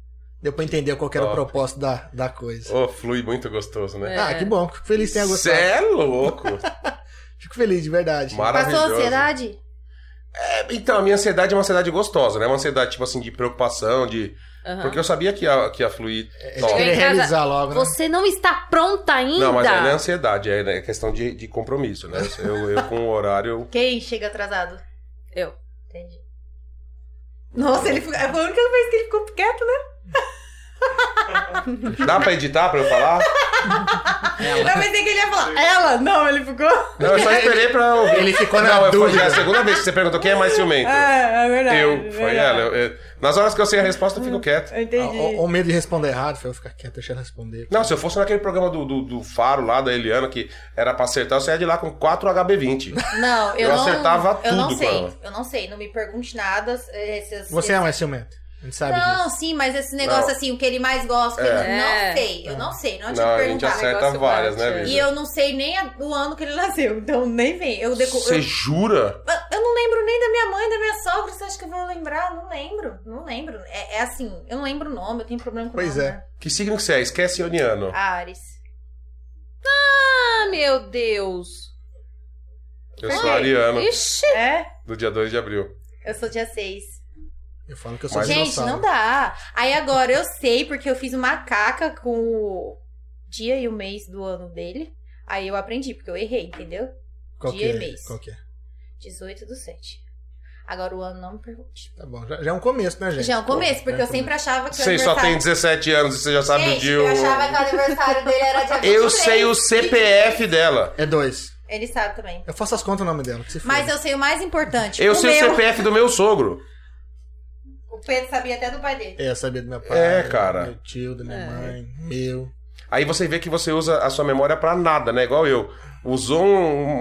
B: deu pra entender qual que era o
C: Top.
B: propósito da, da coisa.
C: Ô, flui muito gostoso,
A: É,
C: né?
B: Ah, que bom, fico feliz que tenha
C: Você
B: gostado.
C: é
A: [LAUGHS]
C: louco.
B: Fico feliz, de verdade.
A: Passou a
C: Maravilhoso.
A: ansiedade?
C: Então, a minha ansiedade é uma ansiedade gostosa, né? Uma ansiedade, tipo assim, de preocupação, de.
A: Ah.
D: Aham.
C: Porque eu sabia que ia, que ia fluir
B: É de
C: top.
B: querer
D: Em casa,
B: realizar logo, né?
D: Você não está pronta ainda?
C: Não, mas aí não é ansiedade, é né, questão de, de compromisso, né? Eu, eu com o horário.
A: Quem chega atrasado?
D: Eu.
A: Entendi. Nossa, ele ficou. é, Foi a única vez que ele ficou quieto, né?
C: Dá pra editar pra eu falar?
A: Eu pensei que ele ia falar. Ela? Não, ele ficou.
C: Não, eu só esperei pra ouvir.
B: Ele ficou na
C: Não, eu falei,
B: dúvida.
C: é a segunda vez que você perguntou quem é mais ciumento.
A: É, é verdade.
C: eu, foi ela. Eu- eu- nas horas que eu sei a resposta, eu fico quieto.
A: Eu entendi.
B: Ou, ou medo de responder errado, foi eu ficar quieto, deixar ela responder.
C: Não, se eu fosse naquele programa do, do, do Faro lá, da Eliana, que era pra acertar, eu saía de lá com 4 HB20.
A: Não, eu,
C: eu
A: não.
C: acertava
A: eu não
C: tudo com
A: sei.
C: ela.
A: Eu não sei. Não me pergunte nada. Esses,
B: Você é mais ciumento, a gente sabe disso.
A: Não, sim, mas esse negócio
C: Não.
A: assim, o que ele mais gosta, o que ele-
D: É.
A: não sei, eu não sei, não adianta
C: Não, a gente
A: perguntar. um
C: acerta
D: negócio
C: várias, né,
D: bate.
C: bicho?
A: E eu não sei nem a- o ano que ele nasceu, então nem vem. Eu, deco-
C: Você
A: eu,
C: jura?
A: eu não lembro nem da minha mãe, da minha sogra, você acha que eu vou lembrar? Não lembro, não lembro. É, é assim, eu não lembro o nome, eu tenho problema com
B: Pois
A: o nome.
B: é.
A: né?
C: Que signo que você é? Esquece Ioniano.
A: Ares.
D: Ah, meu Deus.
C: Eu sou Ariano,
D: Ixi.
A: É?
C: do dia 2 de abril.
A: Eu sou dia 6.
B: Eu falo que eu sou
C: Mas-
A: Gente,
B: dinossauro.
A: não dá. Aí agora eu sei, porque eu fiz uma caca com o dia e o mês do ano dele. Aí eu aprendi, porque eu errei, entendeu?
B: Qual
A: dia
B: que
A: e
B: é?
A: mês.
B: Qual que é?
A: 18 do 7. Agora o ano não me pergunte.
B: Tá bom, já, já é um começo, né, gente?
A: Já é um começo, porque
B: Já é
A: eu
B: um
A: sempre achava que o
C: Você só tem
A: aniversário...
C: 17 anos e você já sabe o
A: Gente,
C: dia.
A: eu
C: o-
A: achava que o aniversário dele era dia 23.
C: Eu sei o CPF dela.
B: É dois.
A: Ele sabe também.
B: Eu faço as contas o nome dela, que se
A: Mas
B: foda.
A: eu sei o mais importante.
C: Eu
A: o
C: sei o
A: meu.
C: CPF do meu sogro.
A: O Pedro sabia até do pai dele.
B: É, eu sabia do meu pai.
C: É, cara.
B: do Meu tio, da minha
A: É.
B: mãe, meu.
C: Aí você vê que você usa a sua memória pra nada, né? Igual eu. Usou um,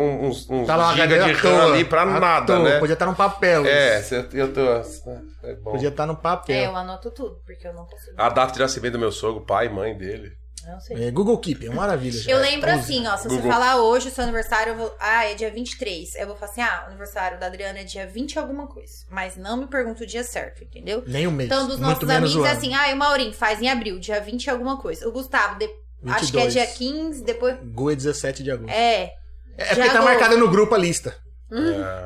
C: um, uns- uns
B: Tá lá uma
C: giga de
B: cadeira à
C: RAM
B: toa.
C: ali pra
B: à
C: nada,
B: toa.
C: né?
B: Podia um estar num papel.
C: É,
B: isso.
C: cê- eu tô. É bom.
B: Podia estar num
A: É,
B: papel.
A: eu anoto tudo, porque eu não consigo.
C: A data de nascimento do meu sogro, pai e mãe dele.
A: Eu Não sei.
B: É, Google Keep, é uma maravilha. gente.
A: Eu lembro
B: Use.
A: assim, ó, se você
C: Google.
A: falar hoje o seu aniversário, eu vou, ah, é dia 23. Eu vou falar assim, ah, o aniversário da Adriana é dia 20 e alguma coisa. Mas não me pergunta o dia certo, entendeu?
B: Nem o mês.
A: Então, dos
B: É muito
A: nossos
B: menos
A: amigos,
B: o
A: é
B: ano.
A: assim, ah, e o Maurinho faz em abril, dia 20 e alguma coisa. O Gustavo, de- acho que é
B: 22.
A: dia 15, depois...
B: Gu é 17 de agosto.
A: É,
B: É, porque tá
A: Thiago-
B: marcada no grupo a lista.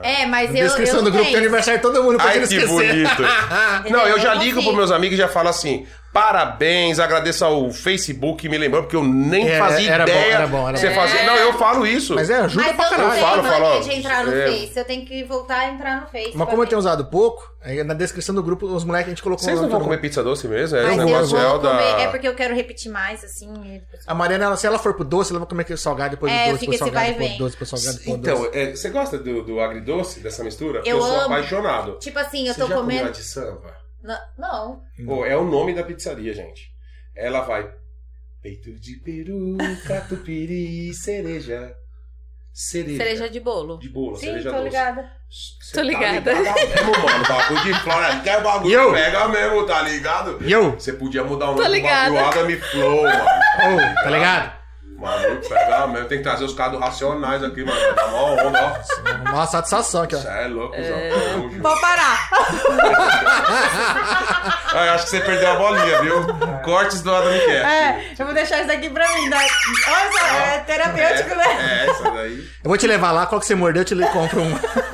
A: é, mas
B: Na
A: eu,
B: descrição
A: eu
B: do
A: não
B: grupo tem
A: tenho.
B: aniversário de todo mundo, pra
C: Ai,
B: quem não
C: que
B: esquecer. [LAUGHS]
C: bonito. Não, eu já ligo pros meus amigos e já falo assim: parabéns, agradeço ao Facebook que me lembrou, porque eu nem
B: É,
C: fazia
B: era bom,
C: ideia.
B: era bom, era
C: você
B: bom.
C: fazia. Não, eu falo isso.
B: Mas é, ajuda
A: Mas
B: pra
A: eu não
B: caralho.
A: tenho
C: Falo,
A: mania
C: falo.
A: de entrar no
C: É.
A: Face, eu tenho que voltar a entrar no Face.
B: Mas
A: pra
B: como é eu
A: ver.
B: tenho usado pouco, aí na descrição do grupo, os moleques a gente colocou...
C: Vocês não
B: todo
C: vão comer
B: mundo.
C: pizza doce mesmo? É
A: Mas
C: um
A: eu
C: negócio é o
A: vou
C: da.
A: comer, é porque eu quero repetir mais, assim... e-
B: A Mariana, ela- se ela for pro doce, ela vai comer aquele salgado, depois
A: É,
B: do doce,
A: fica
B: depois
A: esse
B: salgado,
A: vai e
B: depois
A: vem.
B: doce, depois salgado, depois doce.
C: Então, é, você gosta do, do agridoce, dessa mistura? Porque
A: Eu
C: sou
A: amo.
C: apaixonado.
A: Tipo assim, eu
C: você
A: tô
C: já comeu
A: comendo...
C: a de samba?
A: Na- Não,
C: Pô, é o nome da pizzaria, gente. Ela vai. Peito de peru, catupiry, cereja. Cereja.
D: Cereja de bolo.
C: de bolo,
A: Sim,
C: cereja
A: tô
C: doce.
A: ligada.
C: Cê
D: Tô ligada.
C: Tá
A: [LAUGHS]
C: ligada mesmo, mano. Bagulho de flor até o bagulho
B: Yo.
C: pega mesmo, tá ligado?
B: Yo!
C: Você podia mudar o
D: Tô
C: nome do
D: ligada.
C: bagulho Adam e Flow, mano.
B: Oh, tá ligado?
C: Maluco, pegar, meu. Tem que trazer os caras do Racionais aqui, mano. Tá mó onda, ó.
B: Uma satisfação aqui, ó.
C: Cê é louco, Zão.
A: Pode parar.
C: Ah, eu acho que você perdeu a bolinha, viu? Cortes do Adam Cat.
A: É, eu vou deixar isso daqui pra mim. Né? Olha só, é
B: tá
A: terapêutico, né?
C: É, essa daí.
B: Eu vou te levar lá, qual que você mordeu, eu te le- compro um.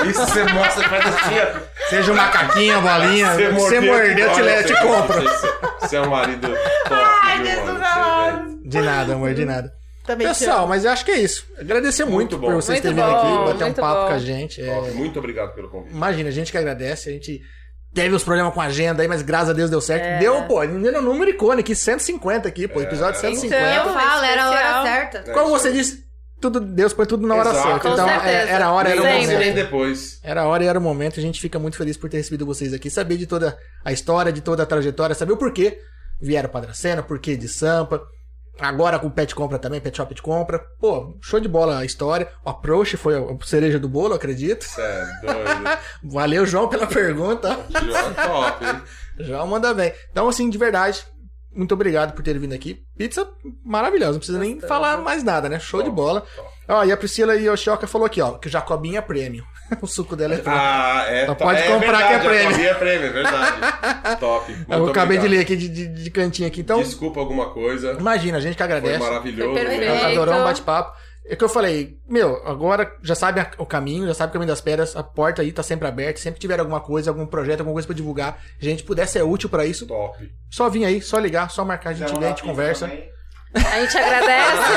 C: Isso você mostra pra tia.
B: Seja um macaquinho, bolinha. o que Você mordeu, eu te, le- eu te compro.
C: Você é um marido top. Ai,
A: Jesus
B: De nada, amor, de nada.
A: Também te
B: Pessoal, mas eu acho que é isso. Agradecer muito,
C: Muito bom.
B: por vocês
D: Muito
B: terem vindo
D: bom,
B: aqui, bater um
D: muito
B: papo
D: bom.
B: com a gente. É,
C: Muito obrigado pelo convite.
B: Imagina, a gente que agradece, a gente teve uns problemas com a agenda aí, mas graças a Deus deu
D: É.
B: certo. Deu, pô, deu um número icônico aqui, 150 aqui, pô, episódio 150.
D: Então,
G: Eu falo, era a hora
D: especial.
G: certa.
C: É
B: Como você disse, tudo, Deus põe tudo na hora
C: Exato.
B: certa.
D: Então, Com
B: Então, é-
D: certeza.
B: era a hora, era o
D: Sempre.
B: momento.
C: Nem depois.
B: Era a hora e era o momento. A gente fica muito feliz por ter recebido vocês aqui, saber de toda a história, de toda a trajetória, saber o porquê vieram para Dracena, porquê de Sampa. Agora com Pet Compra também, Pet Shop de Compra. Pô, show de bola a história. O approach foi a a cereja do bolo, acredito.
C: Você é doido.
B: Valeu, João, pela [LAUGHS] pergunta.
C: João, top, hein?
B: João manda bem. Então, assim, de verdade, muito obrigado por ter vindo aqui. Pizza maravilhosa, não precisa nem falar mais nada, né? Show de bola. Ó, e a Priscila e a Oshioka falou aqui, ó, que o Jacobinha é prêmio. [LAUGHS] o suco dela é prêmio.
C: Ah, é.
B: Só
C: tá-
B: pode comprar que é
C: verdade, eu
B: prêmio.
C: sabia, É prêmio, é verdade. Top.
B: [LAUGHS] Eu
C: Muito
B: acabei
C: obrigado.
B: de ler aqui de, de- de cantinho aqui. Então,
C: Desculpa alguma coisa.
B: imagina, a gente que
C: Foi
B: agradece.
C: maravilhoso.
D: Foi perfeito.
C: obrigado.
B: Adoramos o
D: Então-
B: bate-papo. É que eu falei, meu, agora já sabe a- o caminho, já sabe o caminho das pedras, a porta aí tá sempre aberta, sempre tiver alguma coisa, algum projeto, alguma coisa pra divulgar, gente puder ser útil pra isso,
C: Top.
B: só vir aí, só ligar, só marcar, a gente vem, a gente
E: Pizza
B: conversa.
E: é um também.
D: A gente agradece,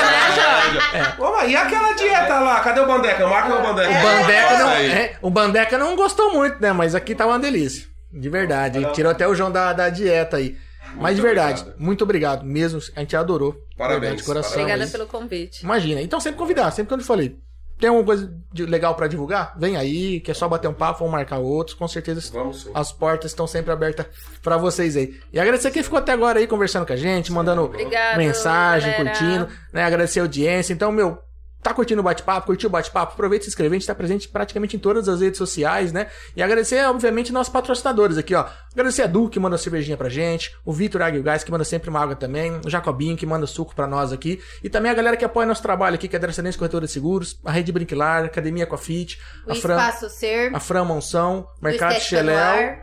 C: [LAUGHS]
D: né, Jorge?
C: Ô, e aquela dieta lá? Cadê o Bandeca? Marca o Bandeca.
B: O Bandeca, não,
C: Aí.
B: é, o Bandeca não gostou muito, né? Mas aqui tá uma delícia. De verdade. hein? Tirou até o João da, da dieta aí. Mas de verdade,
C: obrigado.
B: muito obrigado mesmo. A gente adorou.
C: Parabéns,
B: Verdade, de coração.
C: parabéns.
D: Obrigada
B: aí.
D: pelo convite.
B: Imagina. Então sempre convidar, sempre quando eu falei. Tem alguma coisa de legal pra divulgar? Vem aí, que é só bater um papo, vamos marcar outros. Com certeza
C: Vamos.
B: as portas estão sempre abertas pra vocês aí. E agradecer quem ficou até agora aí conversando com a gente, mandando
D: Obrigado,
B: mensagem,
D: galera.
B: curtindo, né? Agradecer a audiência. Então, meu, tá curtindo o bate-papo, curtiu o bate-papo, aproveita e se inscrever. A gente tá presente praticamente em todas as redes sociais, né? E agradecer, obviamente, nossos patrocinadores aqui, ó. Agradecer a Du, que manda cervejinha pra gente, o Vitor Aguilgás, que manda sempre uma água também, o Jacobinho, que manda suco pra nós aqui, e também a galera que apoia nosso trabalho aqui, que é a Dracenense Corretora de Seguros, a Rede Brinquilar, Academia Coafit,
G: O
B: a Fran,
G: Espaço Ser,
B: a Fran Monção,
G: o
B: Mercado
G: Estética no
B: Cheléu,
G: Ar,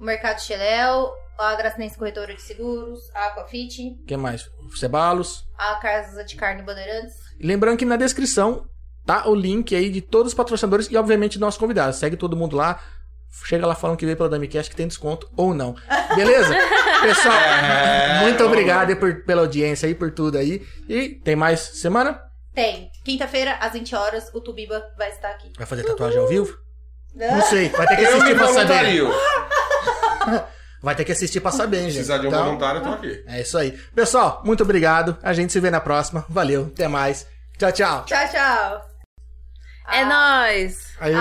G: o Mercado Cheléu, a Gracinense Corretora de Seguros, a Aquafit,
B: o que mais? Cebalos,
G: a Casa de Carne Bandeirantes.
B: E Lembrando que na descrição tá o link aí de todos os patrocinadores e, obviamente, nossos convidados. Segue todo mundo lá. Chega lá falando que veio pela Damicast que tem desconto ou não. Beleza? Pessoal,
C: É,
B: muito obrigado aí por, pela audiência aí, por tudo aí. E tem mais semana?
G: Tem. Quinta-feira, às 20 horas, o Tubiba vai estar aqui.
B: Vai fazer tatuagem ao vivo? Não sei, vai ter que assistir pra saber.
C: voluntario. Se
B: Vai ter que assistir pra saber, hein, gente.
C: precisar de um
B: Então,
C: voluntário, eu tô aqui.
B: é isso aí. Pessoal, muito obrigado. A gente se vê na próxima. Valeu, até mais. Tchau, tchau.
A: É
B: Ah.
G: Tchau, tchau.
D: É nóis!
B: Aí.